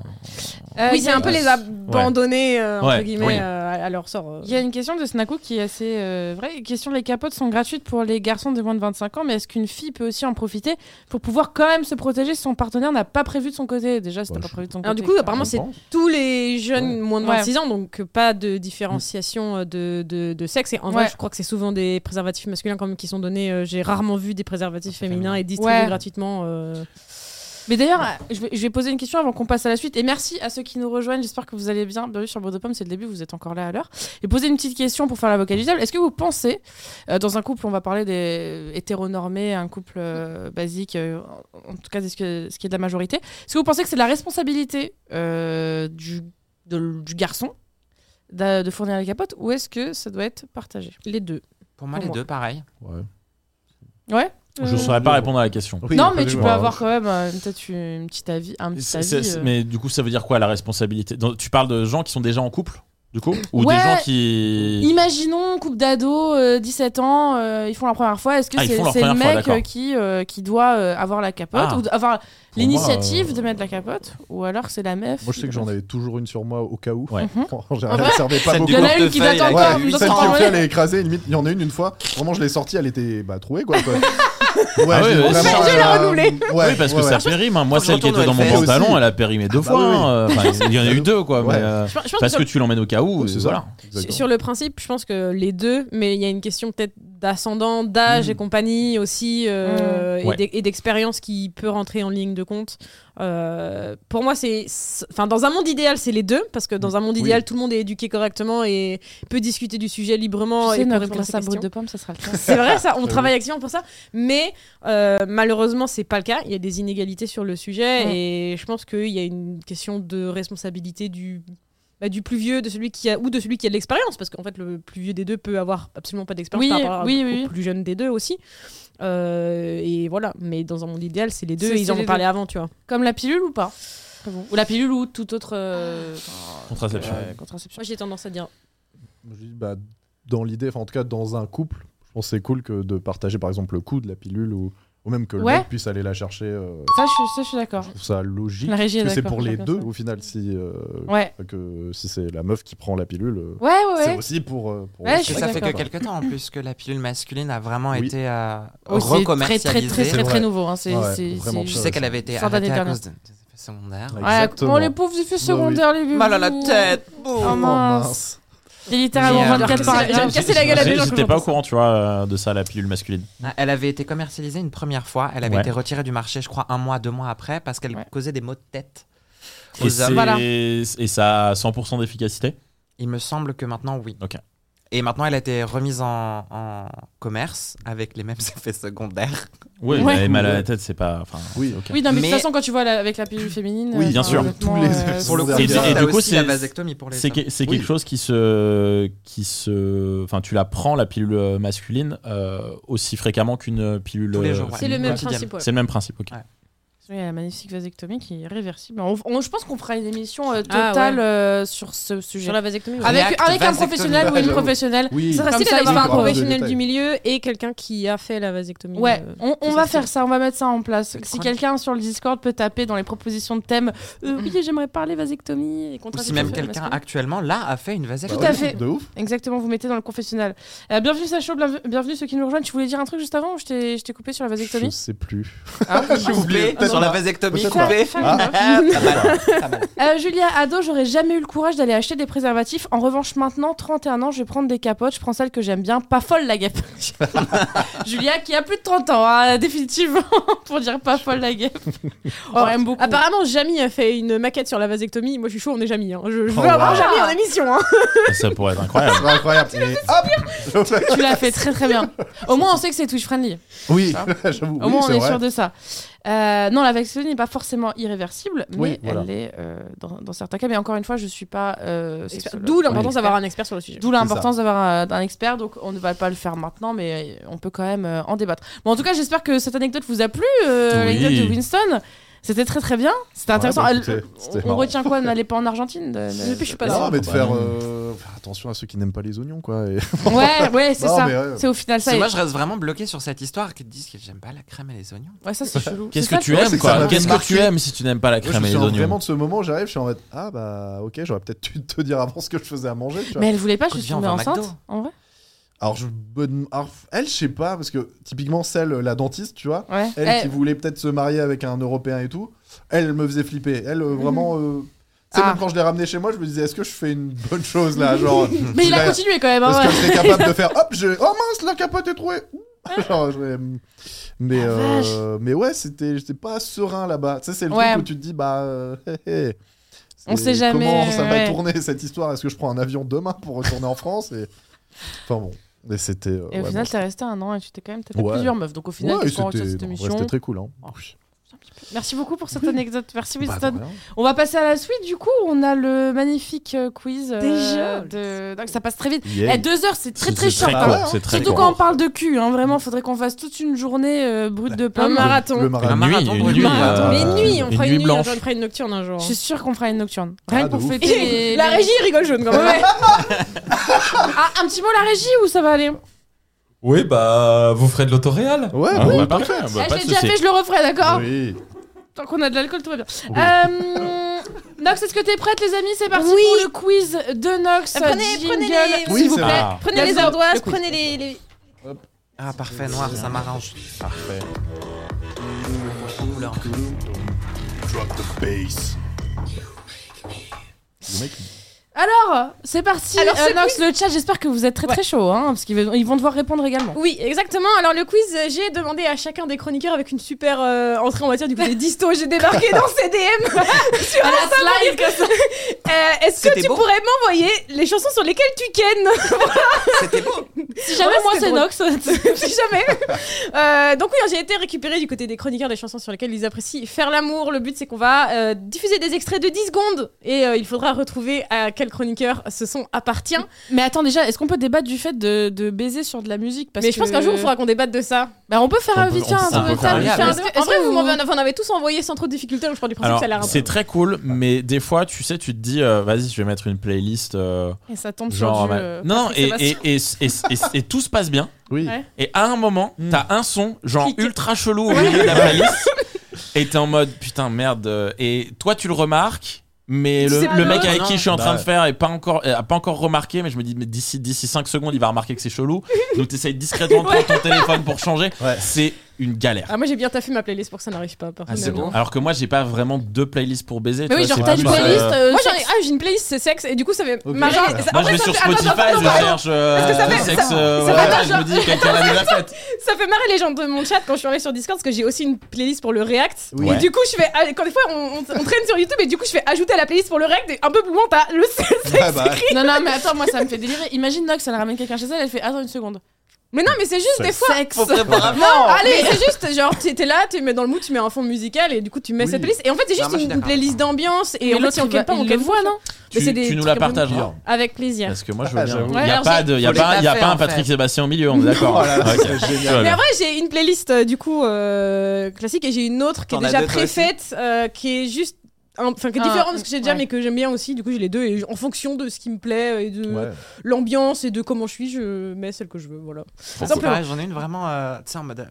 Speaker 1: Oui,
Speaker 3: oui, c'est un peu les abandonner euh, entre
Speaker 2: Ouais,
Speaker 3: guillemets
Speaker 2: oui.
Speaker 3: euh, à- à leur sort. euh.
Speaker 1: Il y a une question de Snaku qui est assez euh, vraie. Question les capotes sont gratuites pour les garçons de moins de 25 ans, mais est-ce qu'une fille peut aussi en profiter pour pouvoir quand même se protéger si son partenaire n'a pas prévu de son côté Déjà, c'était
Speaker 4: Bah,
Speaker 1: pas
Speaker 4: je-
Speaker 1: prévu de son
Speaker 3: Alors
Speaker 1: côté.
Speaker 3: du coup,
Speaker 1: quoi.
Speaker 3: apparemment,
Speaker 4: Je
Speaker 3: c'est
Speaker 4: pense.
Speaker 3: tous les jeunes
Speaker 1: Ouais.
Speaker 3: moins de
Speaker 1: Ouais.
Speaker 3: 26 ans, donc euh, pas de différenciation euh, de, de, de sexe. Et en
Speaker 1: Ouais.
Speaker 3: vrai, je crois que c'est souvent des préservatifs masculins quand même qui sont donnés. euh, J'ai rarement vu des préservatifs féminins et distribués
Speaker 1: Ouais.
Speaker 3: gratuitement. euh.
Speaker 1: Mais d'ailleurs, euh, je vais, je vais poser une question avant qu'on passe à la suite. Et merci à ceux qui nous rejoignent. J'espère que vous allez bien. Bienvenue sur Bordeaux Pomme, c'est le début, vous êtes encore là à l'heure. Et poser une petite question pour faire l'avocat du diable. Est-ce que vous pensez, euh, dans un couple, on va parler des hétéronormés, un couple euh, basique, euh, en en tout cas c'est ce, que- ce qui est de la majorité, est-ce que vous pensez que c'est de la responsabilité euh, du, de- du garçon d'a- de fournir les capotes ou est-ce que ça doit être partagé Les deux.
Speaker 5: Pour moi,
Speaker 1: Pour
Speaker 5: les
Speaker 1: moi.
Speaker 5: deux, pareil.
Speaker 4: Ouais.
Speaker 1: Ouais
Speaker 2: Je ne
Speaker 1: Euh,
Speaker 2: saurais pas répondre à la question.
Speaker 4: Oui, bah,
Speaker 1: non,
Speaker 4: il
Speaker 1: mais
Speaker 4: faut
Speaker 1: tu
Speaker 4: les
Speaker 1: peux
Speaker 4: voir.
Speaker 1: avoir quand même euh, peut-être une petite avis. Un petit
Speaker 2: C'est-
Speaker 1: avis
Speaker 2: c'est- c'est-
Speaker 1: euh.
Speaker 2: Mais du coup, ça veut dire quoi la responsabilité Donc, Tu parles de gens qui sont déjà en couple, du coup Ou
Speaker 1: Ouais.
Speaker 2: des gens qui.
Speaker 1: Imaginons couple d'ado, euh, 17 ans, euh, ils font la première fois. Est-ce que
Speaker 2: Ah, ils
Speaker 1: c'est
Speaker 2: font leur
Speaker 1: c'est le
Speaker 2: première fois,
Speaker 1: mec
Speaker 2: d'accord.
Speaker 1: euh, qui, euh, qui doit euh, avoir la capote
Speaker 2: Ah.
Speaker 1: ou d- avoir
Speaker 2: Pour
Speaker 1: l'initiative
Speaker 2: moi, euh,
Speaker 1: de mettre la capote Ou alors c'est la meuf
Speaker 4: Moi, je sais que j'en avais toujours une sur moi au cas où.
Speaker 2: Ouais.
Speaker 1: Mhm.
Speaker 4: En général,
Speaker 1: En vrai,
Speaker 4: elle servait pas
Speaker 5: Celle
Speaker 4: beaucoup.
Speaker 1: Il y en a une qui date
Speaker 5: portefeuille, là,
Speaker 1: encore,
Speaker 5: qui a
Speaker 1: une
Speaker 5: huit
Speaker 1: autre
Speaker 4: Celle
Speaker 1: en
Speaker 4: qui
Speaker 1: vrai.
Speaker 4: au fait, elle est écrasée, limite, il y en a une une fois. Vraiment, je l'ai sortie, elle était bah, trouée quoi. quoi. Ouais,
Speaker 2: Ah oui,
Speaker 4: je l'ai
Speaker 2: oui,
Speaker 4: vraiment,
Speaker 2: Dieu
Speaker 4: euh,
Speaker 3: l'a renouvelée.
Speaker 4: Ouais,
Speaker 2: oui, parce que
Speaker 4: ouais,
Speaker 2: ça
Speaker 4: ouais.
Speaker 2: périme. hein. Moi,
Speaker 5: Faut que
Speaker 2: celle
Speaker 5: je
Speaker 2: qui était
Speaker 5: retourne
Speaker 2: dans
Speaker 5: au
Speaker 2: mon
Speaker 5: LFL
Speaker 2: pantalon,
Speaker 4: aussi.
Speaker 2: elle a périmé deux
Speaker 4: Ah bah
Speaker 2: fois.
Speaker 4: oui, oui.
Speaker 2: hein. Enfin, il y en a eu deux, quoi.
Speaker 4: Ouais.
Speaker 2: mais, euh,
Speaker 3: Je, pense- je pense
Speaker 2: parce
Speaker 3: que
Speaker 2: que tu l'emmènes au cas où.
Speaker 4: Oui, c'est
Speaker 2: et
Speaker 4: ça.
Speaker 2: voilà.
Speaker 3: sur,
Speaker 4: Exactement.
Speaker 3: sur le principe, je pense que les deux, mais il y a une question peut-être d'ascendant, d'âge
Speaker 2: Mm.
Speaker 3: et compagnie aussi, euh, et
Speaker 2: Ouais.
Speaker 3: d'e- et d'expérience qui peut rentrer en ligne de compte. Euh, pour moi, c'est, c'est- enfin, dans un monde idéal, c'est les deux, parce que dans un monde
Speaker 4: Oui.
Speaker 3: idéal, tout le monde est éduqué correctement et peut discuter du sujet librement. Oh,
Speaker 1: Tu sais,
Speaker 3: et peut
Speaker 1: notre
Speaker 3: répondre à
Speaker 1: classe
Speaker 3: ses
Speaker 1: à
Speaker 3: questions.
Speaker 1: brut de pomme, ça sera le cas.
Speaker 3: C'est vrai, ça. On
Speaker 4: J'avoue.
Speaker 3: travaille activement pour ça. Mais euh, malheureusement, c'est pas le cas. Il y a des inégalités sur le sujet.
Speaker 1: Ouais.
Speaker 3: Et je pense qu'il y a une question de responsabilité du, bah, du plus vieux, de celui qui a, ou de celui qui a de l'expérience. Parce qu'en fait, le plus vieux des deux peut avoir absolument pas d'expérience
Speaker 1: Oui,
Speaker 3: par rapport à-
Speaker 1: oui,
Speaker 3: au
Speaker 1: oui, oui.
Speaker 3: plus jeune des deux aussi. Euh, et voilà. Mais dans un monde idéal, c'est les deux.
Speaker 1: C'est-
Speaker 3: et ils
Speaker 1: c'est
Speaker 3: en
Speaker 1: les
Speaker 3: ont parlé avant, tu vois.
Speaker 1: Comme la pilule ou pas Très bon. Ou la pilule ou toute autre euh,
Speaker 2: Contraception.
Speaker 1: euh, contraception.
Speaker 3: Moi, j'ai tendance à dire.
Speaker 4: Je dis, bah, dans l'idée, enfin en tout cas dans un couple, je pense que c'est cool que de partager par exemple le coût de la pilule ou, ou même que le
Speaker 1: Ouais.
Speaker 4: mec puisse aller la chercher. euh,
Speaker 1: Ça, je, ça, je suis d'accord.
Speaker 4: je trouve ça logique.
Speaker 1: La régie est
Speaker 4: Parce que c'est
Speaker 1: d'accord,
Speaker 4: pour
Speaker 1: j'ai
Speaker 4: les
Speaker 1: bien
Speaker 4: deux
Speaker 1: ça.
Speaker 4: au final. Si, euh,
Speaker 1: Ouais.
Speaker 4: que, si c'est la meuf qui prend la pilule, euh,
Speaker 1: Ouais, ouais,
Speaker 4: c'est
Speaker 1: ouais.
Speaker 4: aussi pour. euh, pour-
Speaker 1: Ouais, je
Speaker 5: Parce que
Speaker 1: suis
Speaker 5: ça fait que
Speaker 1: d'accord.
Speaker 5: quelques temps en plus que la pilule masculine a vraiment
Speaker 4: Oui.
Speaker 5: été euh,
Speaker 1: Oh, c'est très,
Speaker 5: recommercialisée.
Speaker 1: très, très, très, très
Speaker 4: Ouais.
Speaker 1: nouveau. hein. C'est-
Speaker 4: Ouais,
Speaker 1: c'est-
Speaker 4: vraiment
Speaker 1: c'est-
Speaker 5: Je sais qu'elle avait été
Speaker 1: Fin d'année
Speaker 5: arrêtée à
Speaker 1: dernière.
Speaker 5: cause de- des effets secondaires.
Speaker 1: Ouais,
Speaker 4: Exactement. Bah
Speaker 1: oh, les pauvres effets secondaires, les vieux.
Speaker 5: Mal à la tête.
Speaker 1: Mmh. Oh
Speaker 5: boum.
Speaker 1: mince. C'est littéralement
Speaker 5: Mais, euh,
Speaker 1: 24
Speaker 5: alors que c'est-
Speaker 1: paragraphes.
Speaker 5: j'aime casser la gueule à
Speaker 2: J'ai- J'étais pas au courant, tu vois, euh, de ça, la pilule masculine.
Speaker 5: Ah, Elle avait été commercialisée une première fois. Elle avait
Speaker 2: Ouais.
Speaker 5: été retirée du marché, je crois, un mois, deux mois après, parce qu'elle
Speaker 1: Ouais.
Speaker 5: causait des maux de tête
Speaker 2: Et,
Speaker 5: aux
Speaker 2: c'est-
Speaker 5: hommes.
Speaker 2: et ça a 100% d'efficacité.
Speaker 5: Il me semble que maintenant, oui.
Speaker 2: Ok.
Speaker 5: Et maintenant, elle a été remise en, en commerce avec les mêmes effets secondaires.
Speaker 2: Oui,
Speaker 1: Ouais.
Speaker 2: mais mal à la tête, c'est pas. enfin,
Speaker 4: Oui.
Speaker 2: c'est ok.
Speaker 1: Oui, non, mais de toute
Speaker 5: Mais-
Speaker 1: façon, quand tu vois la- avec la pilule féminine.
Speaker 4: Oui,
Speaker 1: euh,
Speaker 2: bien
Speaker 1: enfin,
Speaker 2: sûr.
Speaker 1: honnêtement,
Speaker 4: Tous les-
Speaker 1: euh,
Speaker 4: Pour le coup,
Speaker 5: Et,
Speaker 4: Et-
Speaker 2: et
Speaker 5: du coup, c'est la
Speaker 2: c'est-
Speaker 5: vasectomie pour les
Speaker 2: C'est
Speaker 5: hommes.
Speaker 2: que- c'est
Speaker 4: Oui.
Speaker 2: quelque chose qui se, qui se, enfin, tu la prends la pilule masculine euh, aussi fréquemment qu'une pilule. euh,
Speaker 5: Tous les jours, ouais.
Speaker 3: C'est le
Speaker 5: Ouais.
Speaker 3: même
Speaker 5: Quotidienne.
Speaker 3: principe. ouais.
Speaker 2: C'est le même principe. ok.
Speaker 5: Ouais.
Speaker 1: Il y a la magnifique vasectomie qui est réversible. On- on- je pense qu'on fera une émission euh,
Speaker 3: Ah,
Speaker 1: totale euh, sur ce sujet.
Speaker 3: Sur la vasectomie. ouais.
Speaker 1: Avec,
Speaker 5: Réacte
Speaker 1: avec un
Speaker 5: vasectomie.
Speaker 1: professionnel ou une
Speaker 4: J'avoue.
Speaker 1: professionnelle.
Speaker 4: Oui.
Speaker 3: C'est
Speaker 1: Comme
Speaker 3: Ah, facile
Speaker 1: ça, ils
Speaker 3: d'avoir
Speaker 1: vont
Speaker 3: un
Speaker 1: avoir
Speaker 4: de
Speaker 3: professionnel
Speaker 4: détails.
Speaker 3: du milieu et quelqu'un qui a fait la vasectomie.
Speaker 1: Ouais,
Speaker 3: euh,
Speaker 1: on, on
Speaker 3: ça,
Speaker 1: va
Speaker 3: c'est-
Speaker 1: faire ça, on va mettre ça en place. Si
Speaker 5: chronique.
Speaker 1: quelqu'un sur le Discord peut taper dans les propositions de thèmes, euh, oui, j'aimerais parler vasectomie et
Speaker 5: Ou si
Speaker 1: contraception.
Speaker 5: même quelqu'un
Speaker 1: masculine.
Speaker 5: actuellement, là, a fait une
Speaker 4: Bah
Speaker 5: vasectomie.
Speaker 1: Tout
Speaker 4: ouais,
Speaker 1: à fait.
Speaker 4: De ouf.
Speaker 1: Exactement, vous mettez dans le confessionnal. Euh, bienvenue Sacho, bienve- bienvenue ceux qui nous rejoignent. Tu voulais dire un truc juste avant ou je t'ai je t'ai coupé sur la
Speaker 4: Je
Speaker 1: vasectomie
Speaker 4: sais plus.
Speaker 5: J'ai oublié
Speaker 1: Ah, non,
Speaker 5: sur la
Speaker 1: bah,
Speaker 5: vasectomie
Speaker 4: peut-être
Speaker 5: coupée.
Speaker 1: pas. Ah.
Speaker 5: Pas mal, pas mal.
Speaker 1: Euh, Julia, ado, j'aurais jamais eu le courage d'aller acheter des préservatifs. En revanche, maintenant, 31 ans, je vais prendre des capotes. Je prends celle que j'aime bien. Pas folle la guêpe. Julia, qui a plus de 30 ans, hein, définitivement, pour dire pas folle la guêpe. On aime beaucoup.
Speaker 3: Oh, Apparemment, Jamie a fait une maquette sur la vasectomie. Moi, je suis chaud, on est Jamie. hein. Je, je
Speaker 4: Oh,
Speaker 3: veux avoir
Speaker 1: wow.
Speaker 3: Jamie en émission. hein.
Speaker 2: Ça pourrait être incroyable.
Speaker 4: C'est incroyable. Et hop
Speaker 1: tu l'as fait très très bien. Au moins, on sait que c'est Twitch friendly.
Speaker 4: Oui,
Speaker 1: Ça.
Speaker 4: j'avoue.
Speaker 1: Au
Speaker 4: oui,
Speaker 1: moins, on
Speaker 4: c'est
Speaker 1: est
Speaker 4: vrai.
Speaker 1: sûr de ça. Euh, non, la vaccination n'est pas forcément irréversible, mais
Speaker 4: Oui, voilà.
Speaker 1: elle est euh, dans, dans certains cas. Mais encore une fois, je ne suis pas. euh, sexologue.
Speaker 3: D'où l'importance
Speaker 1: Oui.
Speaker 3: d'avoir un expert sur le sujet.
Speaker 1: D'où l'importance d'avoir euh, un expert. Donc, on ne va pas le faire maintenant, mais euh, on peut quand même euh, en débattre. Bon, en tout cas, j'espère que cette anecdote vous a plu, euh,
Speaker 2: Oui.
Speaker 1: l'anecdote de Winston. C'était très très bien. C'était intéressant.
Speaker 4: bah,
Speaker 1: Elle-
Speaker 4: écoutez, c'était
Speaker 1: on
Speaker 4: marrant.
Speaker 1: retient quoi N'allez pas en Argentine de- de-
Speaker 3: Je suis pas
Speaker 1: de-
Speaker 4: Non, mais de
Speaker 2: bah
Speaker 4: faire
Speaker 2: non.
Speaker 4: euh, faire attention à ceux qui n'aiment pas les oignons, quoi. et-
Speaker 1: Ouais, ouais, c'est
Speaker 4: Non,
Speaker 1: ça.
Speaker 4: mais euh, ouais.
Speaker 1: C'est au final ça.
Speaker 5: Parce que
Speaker 1: et-
Speaker 5: moi, je reste vraiment bloqué sur cette histoire qui te disent que j'aime pas la crème et les oignons.
Speaker 1: Ouais, ça c'est chelou.
Speaker 2: Qu'est-ce
Speaker 1: C'est
Speaker 2: que
Speaker 1: ça,
Speaker 2: tu
Speaker 4: Ouais,
Speaker 2: aimes
Speaker 4: c'est que ça
Speaker 2: quoi
Speaker 4: m'avait
Speaker 2: Qu'est-ce que tu
Speaker 4: marqué.
Speaker 2: aimes si tu n'aimes pas la
Speaker 4: Moi,
Speaker 2: crème
Speaker 4: je
Speaker 2: et
Speaker 4: me
Speaker 2: les
Speaker 4: souviens
Speaker 2: oignons
Speaker 4: vraiment de ce moment, j'arrive, je suis en mode Ah bah ok, j'aurais peut-être dû te dire avant ce que je faisais à manger. Tu vois.
Speaker 1: Mais elle voulait pas, je
Speaker 5: Écoute,
Speaker 1: suis
Speaker 5: viens, on
Speaker 1: tombée
Speaker 5: va au
Speaker 1: enceinte.
Speaker 5: McDo.
Speaker 1: En vrai
Speaker 4: Alors, je... bonne- alors, elle, je sais pas, parce que typiquement, celle, la dentiste, tu vois,
Speaker 1: Ouais.
Speaker 4: elle
Speaker 1: Eh,
Speaker 4: qui voulait peut-être se marier avec un Européen et tout, elle me faisait flipper. Elle, euh, vraiment. euh, Tu sais,
Speaker 1: Ah.
Speaker 4: même quand je l'ai ramenée chez moi, je me disais Est-ce que je fais une bonne chose là genre,
Speaker 1: Mais il a
Speaker 4: là,
Speaker 1: continué quand même. hein,
Speaker 4: Parce
Speaker 1: ouais. Ah.
Speaker 4: que j'étais capable de faire Hop, je... oh mince, la capote est trouée Genre, je- euh, mais,
Speaker 1: La
Speaker 4: euh, mais ouais, c'était, j'étais pas serein là-bas. Tu sais, c'est le
Speaker 1: Ouais.
Speaker 4: truc où tu te dis, bah. euh, hé, hé.
Speaker 1: On
Speaker 4: C'est-
Speaker 1: sait jamais,
Speaker 4: Comment ça
Speaker 1: ouais.
Speaker 4: va tourner cette histoire Est-ce que je prends un avion demain pour retourner en France et... Enfin bon. Mais c'était. euh,
Speaker 1: Et au
Speaker 4: ouais,
Speaker 1: final,
Speaker 4: bon.
Speaker 1: t'es resté un an et tu t'es quand même t'as fait
Speaker 4: Ouais.
Speaker 1: plusieurs meufs. Donc au final,
Speaker 4: Ouais,
Speaker 1: qu'est-ce
Speaker 4: c'était,
Speaker 1: qu'on retient de cette
Speaker 4: non, en vrai,
Speaker 1: émission Oh,
Speaker 4: c'était très cool. Hein.
Speaker 1: Merci beaucoup pour cette anecdote. Merci
Speaker 4: Bah,
Speaker 1: Winston.
Speaker 4: de rien.
Speaker 1: On va passer à la suite. Du coup, on a le magnifique euh, quiz. euh,
Speaker 3: Déjà
Speaker 1: de... donc, ça passe très vite.
Speaker 4: Yeah.
Speaker 1: Eh, deux heures, c'est très
Speaker 2: C'est-
Speaker 1: très
Speaker 2: c'est
Speaker 1: short. hein.
Speaker 2: court,
Speaker 4: Ah ouais,
Speaker 2: C'est très
Speaker 1: Surtout
Speaker 2: court.
Speaker 1: quand on parle de cul, hein, vraiment, faudrait qu'on fasse toute une journée euh, brute
Speaker 3: Un
Speaker 1: de
Speaker 4: Ah,
Speaker 1: pommes.
Speaker 3: marathon.
Speaker 4: Le
Speaker 2: Une
Speaker 4: marathon.
Speaker 5: Un
Speaker 2: nuit,
Speaker 5: marathon
Speaker 2: une
Speaker 5: pour
Speaker 2: nuit.
Speaker 5: une
Speaker 2: euh,
Speaker 3: Bah, Mais une nuit, on
Speaker 2: une
Speaker 3: fera
Speaker 2: nuit
Speaker 3: une nuit, on
Speaker 2: blanche.
Speaker 3: fera une nocturne un jour.
Speaker 1: Je suis sûre qu'on fera une nocturne. Rien
Speaker 4: Ah,
Speaker 1: que
Speaker 4: de
Speaker 1: pour
Speaker 4: ouf.
Speaker 1: fêter les-
Speaker 3: La
Speaker 1: les-
Speaker 3: régie rigole jaune quand même.
Speaker 1: Ouais. ah, un petit mot la régie ou ça va aller Ah,
Speaker 6: Oui, bah, vous ferez de l'autoréal.
Speaker 4: Ouais,
Speaker 2: Ah,
Speaker 4: bah oui, Ah.
Speaker 2: bah,
Speaker 4: parfait.
Speaker 2: parfait.
Speaker 1: Ah,
Speaker 2: Bah,
Speaker 1: Je
Speaker 2: pas
Speaker 1: l'ai
Speaker 2: de
Speaker 1: déjà
Speaker 2: souci.
Speaker 1: fait, je le referai, d'accord
Speaker 4: Oui.
Speaker 1: Tant qu'on a de l'alcool, tout va bien.
Speaker 4: Oui.
Speaker 1: Euh, Nox, est-ce que t'es prête, les amis C'est parti
Speaker 3: Oui.
Speaker 1: pour le quiz de Nox.
Speaker 3: Prenez-
Speaker 1: Jingle,
Speaker 3: prenez les-
Speaker 1: s'il
Speaker 4: Oui,
Speaker 1: vous
Speaker 4: c'est
Speaker 1: plaît.
Speaker 4: vrai.
Speaker 2: Ah.
Speaker 3: Bah, Prenez les
Speaker 1: Let's go.
Speaker 3: ardoises,
Speaker 1: Le quiz.
Speaker 3: prenez les. les-
Speaker 5: Ah, parfait, noir, ça m'arrange.
Speaker 4: Parfait.
Speaker 5: Couleur.
Speaker 4: Drop the bass. Le mec,
Speaker 1: Alors, c'est parti.
Speaker 3: Alors, ce
Speaker 1: Euh, Nox, le chat, j'espère que vous êtes très très chaud, hein, parce qu'ils vont- ils vont devoir répondre également.
Speaker 3: Oui, exactement. Alors, le quiz, euh, j'ai demandé à chacun des chroniqueurs avec une super euh, entrée en matière du coup des distos. J'ai débarqué dans CDM. sur
Speaker 1: À la slide, comme ça.
Speaker 3: Euh, Est-ce que
Speaker 5: C'était
Speaker 3: tu
Speaker 5: beau.
Speaker 3: pourrais m'envoyer les chansons sur lesquelles tu kennes
Speaker 5: C'était beau.
Speaker 1: Si jamais
Speaker 3: Ouais,
Speaker 1: moi
Speaker 3: c'était
Speaker 1: c'est
Speaker 3: drôle.
Speaker 1: Nox,
Speaker 3: Si jamais. Euh, donc oui, j'ai été récupérée du côté des chroniqueurs des chansons sur lesquelles ils apprécient faire l'amour. Le but, c'est qu'on va euh, diffuser des extraits de 10 secondes et euh, il faudra retrouver à quel chroniqueur ce son appartient.
Speaker 1: Mais attends déjà, est-ce qu'on peut débattre du fait de, de baiser sur de la musique parce
Speaker 3: Mais je pense qu'un jour, il
Speaker 1: on
Speaker 3: faudra qu'on débatte de ça.
Speaker 1: Bah on peut faire
Speaker 2: On
Speaker 1: un
Speaker 2: peut-
Speaker 1: vite un
Speaker 2: on peut-
Speaker 1: tour de
Speaker 2: on peut
Speaker 1: table.
Speaker 2: faire un
Speaker 1: faire un-
Speaker 3: Est-ce que- Est-ce que vous m'en
Speaker 1: avez-
Speaker 3: avez, enfin, on avait tous envoyé sans trop de difficulté, donc je crois du principe
Speaker 2: Alors,
Speaker 3: que ça a l'air un peu-
Speaker 2: c'est très cool, mais des fois, tu sais, tu te dis, euh, vas-y, je vais mettre une playlist. euh,
Speaker 1: Et ça tombe
Speaker 2: genre.
Speaker 1: sur du...
Speaker 2: ma-
Speaker 1: euh,
Speaker 2: Non,
Speaker 1: Patrick
Speaker 2: et,
Speaker 1: Sébastien.
Speaker 2: et, et, et, et- et tout se passe bien.
Speaker 4: Oui.
Speaker 1: Ouais.
Speaker 2: Et à un moment,
Speaker 4: Mm.
Speaker 2: t'as un son, genre
Speaker 1: Qui-
Speaker 2: ultra chelou au milieu de la playlist. et t'es en mode, putain, merde. euh, Et toi, tu le remarques. Mais
Speaker 1: Tu
Speaker 2: le,
Speaker 1: sais pas
Speaker 2: le
Speaker 1: le
Speaker 2: mec
Speaker 1: nom.
Speaker 2: avec qui je suis en
Speaker 4: Bah
Speaker 2: train de
Speaker 4: ouais.
Speaker 2: faire est pas encore, euh, a pas encore remarqué, mais je me dis, mais d'ici, d'ici 5 secondes, il va remarquer que c'est chelou. Donc t'essayes discrètement de prendre ton téléphone pour changer.
Speaker 4: Ouais.
Speaker 2: C'est une galère.
Speaker 3: Ah, moi, j'ai bien taffé ma playlist pour que ça n'arrive pas.
Speaker 2: Ah, c'est
Speaker 3: personnellement.
Speaker 2: bon. Alors que moi, j'ai pas vraiment deux playlists pour baiser. tu
Speaker 1: Mais oui,
Speaker 2: vois,
Speaker 1: genre
Speaker 2: c'est
Speaker 1: t'as une
Speaker 2: plus, euh,
Speaker 1: playlist. euh,
Speaker 3: Moi, j'en ai. Ah, j'ai une playlist, c'est sexe, et du coup, ça fait.
Speaker 4: Ok.
Speaker 3: ma-
Speaker 4: Genre,
Speaker 3: ça- en
Speaker 2: Moi, je
Speaker 3: fait,
Speaker 2: vais
Speaker 3: ça
Speaker 2: sur
Speaker 3: fait- attends,
Speaker 2: Spotify,
Speaker 3: attends,
Speaker 2: je
Speaker 3: attends,
Speaker 2: cherche euh,
Speaker 3: Parce que ça fait-
Speaker 2: sexe,
Speaker 3: ça-
Speaker 2: euh,
Speaker 3: ça
Speaker 2: voilà,
Speaker 3: fait
Speaker 2: je me dis quelqu'un l'a déjà fait.
Speaker 3: Ça fait marrer les gens de mon chat quand je suis allée sur Discord parce que j'ai aussi une playlist pour le React.
Speaker 4: Oui.
Speaker 3: Et
Speaker 2: Ouais.
Speaker 3: du coup, je fais. ah, Quand des fois, on, on- on traîne sur YouTube et du coup, je fais ajouter à la playlist pour le React. Et un peu plus loin, t'as le sexe.
Speaker 4: Ah bah,
Speaker 1: Non non mais attends moi ça me fait délirer. Imagine Nox elle ramène quelqu'un chez elle elle fait attends une seconde.
Speaker 3: Mais non, mais c'est juste des fois.
Speaker 1: Sexe.
Speaker 5: Faut préparer.
Speaker 3: Non, allez, c'est juste genre, t'es t'es là, tu mets dans le mood, tu mets un fond musical et du coup, tu mets
Speaker 4: Oui.
Speaker 3: cette playlist. Et en fait, c'est
Speaker 5: Non,
Speaker 3: juste
Speaker 5: moi, je suis
Speaker 3: une, une
Speaker 5: d'accord.
Speaker 3: playlist d'ambiance. Et
Speaker 1: Et
Speaker 3: en fait,
Speaker 1: l'autre
Speaker 3: si on
Speaker 1: il va-
Speaker 3: quelle pas, on
Speaker 1: il le
Speaker 3: quelle voix,
Speaker 1: voit
Speaker 3: non
Speaker 1: non
Speaker 3: Mais c'est
Speaker 2: Tu,
Speaker 3: des
Speaker 2: tu nous
Speaker 3: trucs
Speaker 2: la
Speaker 3: un peu
Speaker 2: partageras.
Speaker 4: bizarres.
Speaker 3: Avec plaisir.
Speaker 2: Parce que moi, je
Speaker 4: Ah,
Speaker 2: veux bien.
Speaker 4: j'avoue.
Speaker 2: Il y a
Speaker 1: Ouais,
Speaker 2: pas de, il y a
Speaker 5: Faut les
Speaker 2: pas, il y a
Speaker 5: taffer,
Speaker 2: pas un
Speaker 5: en fait.
Speaker 2: Patrick Sébastien au milieu, on est d'accord.
Speaker 4: Oh là là,
Speaker 2: Ok.
Speaker 4: c'est génial.
Speaker 2: Tu vas
Speaker 3: Mais
Speaker 2: bien.
Speaker 3: en vrai, j'ai une playlist euh, du coup euh, classique et j'ai une autre qui est
Speaker 5: T'en as
Speaker 3: déjà
Speaker 5: deux, toi aussi
Speaker 3: préfaite, euh, qui est juste. un- Enfin, qui est
Speaker 1: Ah,
Speaker 3: différente de ce que j'ai déjà,
Speaker 1: ouais.
Speaker 3: mais que j'aime bien aussi. Du coup, j'ai les deux et en fonction de ce qui me plaît et de
Speaker 4: Ouais.
Speaker 3: l'ambiance et de comment je suis, je mets celle que je veux. Voilà.
Speaker 5: Bon, c'est
Speaker 3: Simplement.
Speaker 5: pareil, J'en ai une vraiment, euh, tu sais, en mode.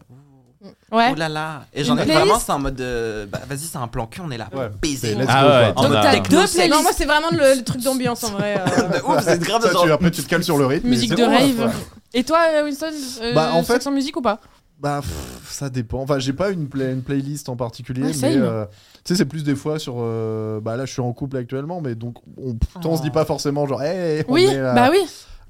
Speaker 1: Ouais.
Speaker 5: Oh là là. Et j'en
Speaker 1: Une
Speaker 5: ai
Speaker 1: playlist
Speaker 5: vraiment, c'est en mode. euh, bah, Vas-y, c'est un plan cul, on est là.
Speaker 4: Ouais.
Speaker 5: Baiser.
Speaker 4: C'est- let's
Speaker 2: Ah
Speaker 4: go,
Speaker 2: ouais,
Speaker 4: quoi.
Speaker 2: t'en
Speaker 1: Donc,
Speaker 2: as-
Speaker 1: t'as que deux
Speaker 5: Techno-sexe.
Speaker 3: Non, moi,
Speaker 1: playlists.
Speaker 3: c'est vraiment le, le truc d'ambiance en vrai. euh.
Speaker 5: De ouf, c'est grave
Speaker 4: Ça,
Speaker 5: genre-
Speaker 4: tu, après, tu te cales sur le rythme.
Speaker 1: Musique
Speaker 4: et
Speaker 1: de
Speaker 4: c'est bon,
Speaker 1: rave.
Speaker 4: ouais.
Speaker 1: Et toi euh, Winston euh,
Speaker 4: Bah, en fait-
Speaker 1: sexe en musique ou pas
Speaker 4: Bah, pff, ça dépend. Enfin, j'ai pas une, pla- une playlist en particulier,
Speaker 1: Ouais,
Speaker 4: mais
Speaker 1: Ah, same.
Speaker 4: euh, tu sais, c'est plus des fois sur. euh, bah là, je suis en couple actuellement, mais donc on, putain, on se dit pas forcément genre, hey, on
Speaker 1: Ah. Oui
Speaker 4: met, euh,
Speaker 1: bah oui.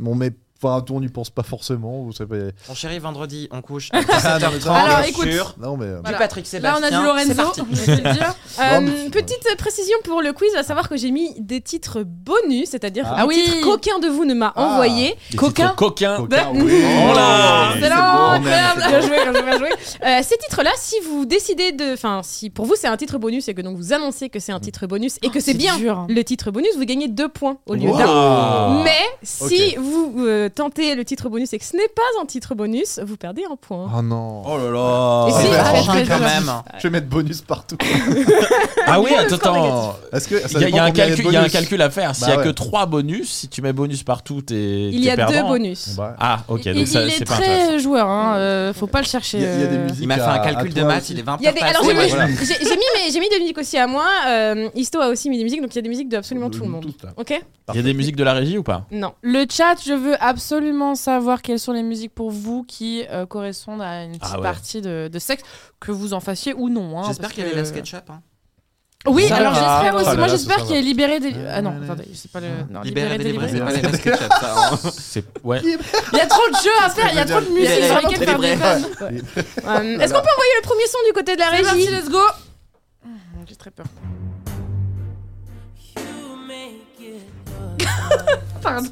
Speaker 4: On met, enfin, on n'y pense pas forcément. Ou ça peut...
Speaker 5: Mon chéri, vendredi, on couche.
Speaker 4: non, mais ça,
Speaker 5: 17h30.
Speaker 1: Alors, écoute.
Speaker 4: Non, mais. euh,
Speaker 5: Du Patrick
Speaker 1: Là
Speaker 5: Sébastien.
Speaker 1: on a du
Speaker 5: c'est
Speaker 1: Lorenzo.
Speaker 5: parti.
Speaker 1: on va te le dire.
Speaker 3: Euh,
Speaker 4: mais c'est-
Speaker 3: petite précision pour le quiz, à savoir que j'ai mis des titres bonus, c'est-à-dire
Speaker 4: Ah.
Speaker 3: des
Speaker 1: Ah oui.
Speaker 3: titres qu'aucun de vous ne m'a
Speaker 4: Ah.
Speaker 3: envoyé.
Speaker 2: Des
Speaker 1: Coquin.
Speaker 2: titres Coquin.
Speaker 1: bah,
Speaker 4: coca,
Speaker 3: de-
Speaker 4: oui.
Speaker 2: Oh là
Speaker 4: Oui,
Speaker 3: C'est
Speaker 4: c'est bon, on aime,
Speaker 3: incroyable.
Speaker 4: c'est
Speaker 3: Bien
Speaker 4: bon.
Speaker 3: joué, bien joué, bien joué. Euh, ces titres-là, si vous décidez de, enfin, si pour vous c'est un titre bonus et que donc vous annoncez que c'est un titre bonus
Speaker 5: Oh,
Speaker 3: et que c'est bien
Speaker 5: hein.
Speaker 1: dur. hein.
Speaker 3: le titre bonus, vous gagnez deux points au lieu
Speaker 4: Wow.
Speaker 3: d'un.
Speaker 2: Ah.
Speaker 3: Mais si vous euh, tentez le titre bonus et que ce n'est pas un titre bonus, vous perdez un point.
Speaker 4: Oh non.
Speaker 2: Oh là là
Speaker 3: Et si,
Speaker 4: ouais,
Speaker 3: ah,
Speaker 4: franchement,
Speaker 3: très
Speaker 4: quand
Speaker 3: bien.
Speaker 5: même.
Speaker 4: Je vais mettre bonus partout.
Speaker 2: Ah oui,
Speaker 3: Dis-moi le score
Speaker 2: attends.
Speaker 4: Est-ce que
Speaker 2: Il y, a- il y a un calcul- il y a un calcul à faire. S'il y
Speaker 4: Bah
Speaker 2: a que
Speaker 4: ouais.
Speaker 2: 3 bonus, si tu mets bonus partout, t'es.
Speaker 3: Il y
Speaker 2: t'es
Speaker 3: a deux
Speaker 4: hein.
Speaker 2: perdant.
Speaker 4: bah,
Speaker 3: bonus.
Speaker 2: Ah, ok, donc
Speaker 1: il, il
Speaker 2: ça,
Speaker 1: est
Speaker 2: c'est pas intéressant.
Speaker 1: très joueur, hein, euh, faut pas le chercher.
Speaker 4: Il y, a il y a des
Speaker 1: euh.
Speaker 4: musiques.
Speaker 5: Il m'a fait un
Speaker 4: à-
Speaker 5: calcul
Speaker 4: à
Speaker 5: de
Speaker 4: toi
Speaker 5: maths,
Speaker 4: aussi.
Speaker 5: il est 20
Speaker 3: Il y a des- alors j'ai mis,
Speaker 4: ouais, voilà.
Speaker 3: j'ai- j'ai mis mes- j'ai mis des musiques aussi à moi. euh, Isto a aussi mis des musiques, donc il y a des musiques de absolument tout le monde.
Speaker 4: Tout, là.
Speaker 3: Ok
Speaker 2: Il y a des musiques de la régie ou pas
Speaker 3: Non.
Speaker 1: Euh, Le chat, je veux absolument savoir quelles sont les musiques pour vous qui euh, correspondent à une petite
Speaker 2: Ah ouais.
Speaker 1: partie de, de sexe, que vous en fassiez ou non. hein,
Speaker 5: J'espère
Speaker 1: parce
Speaker 5: qu'il y
Speaker 1: que-
Speaker 5: avait la SketchUp. hein.
Speaker 1: Oui,
Speaker 2: Ça
Speaker 1: alors
Speaker 2: va.
Speaker 1: j'espère
Speaker 2: Ah
Speaker 1: aussi.
Speaker 2: là
Speaker 1: Moi
Speaker 2: là,
Speaker 1: j'espère
Speaker 4: ça
Speaker 1: qu'il est libéré des.
Speaker 4: va.
Speaker 1: Ah non, attendez, c'est pas le. non,
Speaker 5: Libéré,
Speaker 1: libéré,
Speaker 5: délivré, c'est
Speaker 1: délivré.
Speaker 5: pas la SketchUp, ça. hein.
Speaker 2: C'est ouais.
Speaker 1: Il y a trop de jeux à faire, il y a trop de musique
Speaker 5: Libéré,
Speaker 1: sur lesquelles faire des
Speaker 5: délivré.
Speaker 1: vannes.
Speaker 3: Euh, Est-ce qu'on peut envoyer le premier son du côté de la
Speaker 1: C'est
Speaker 3: régie
Speaker 1: parti, let's go Ah, J'ai très peur. Pardon.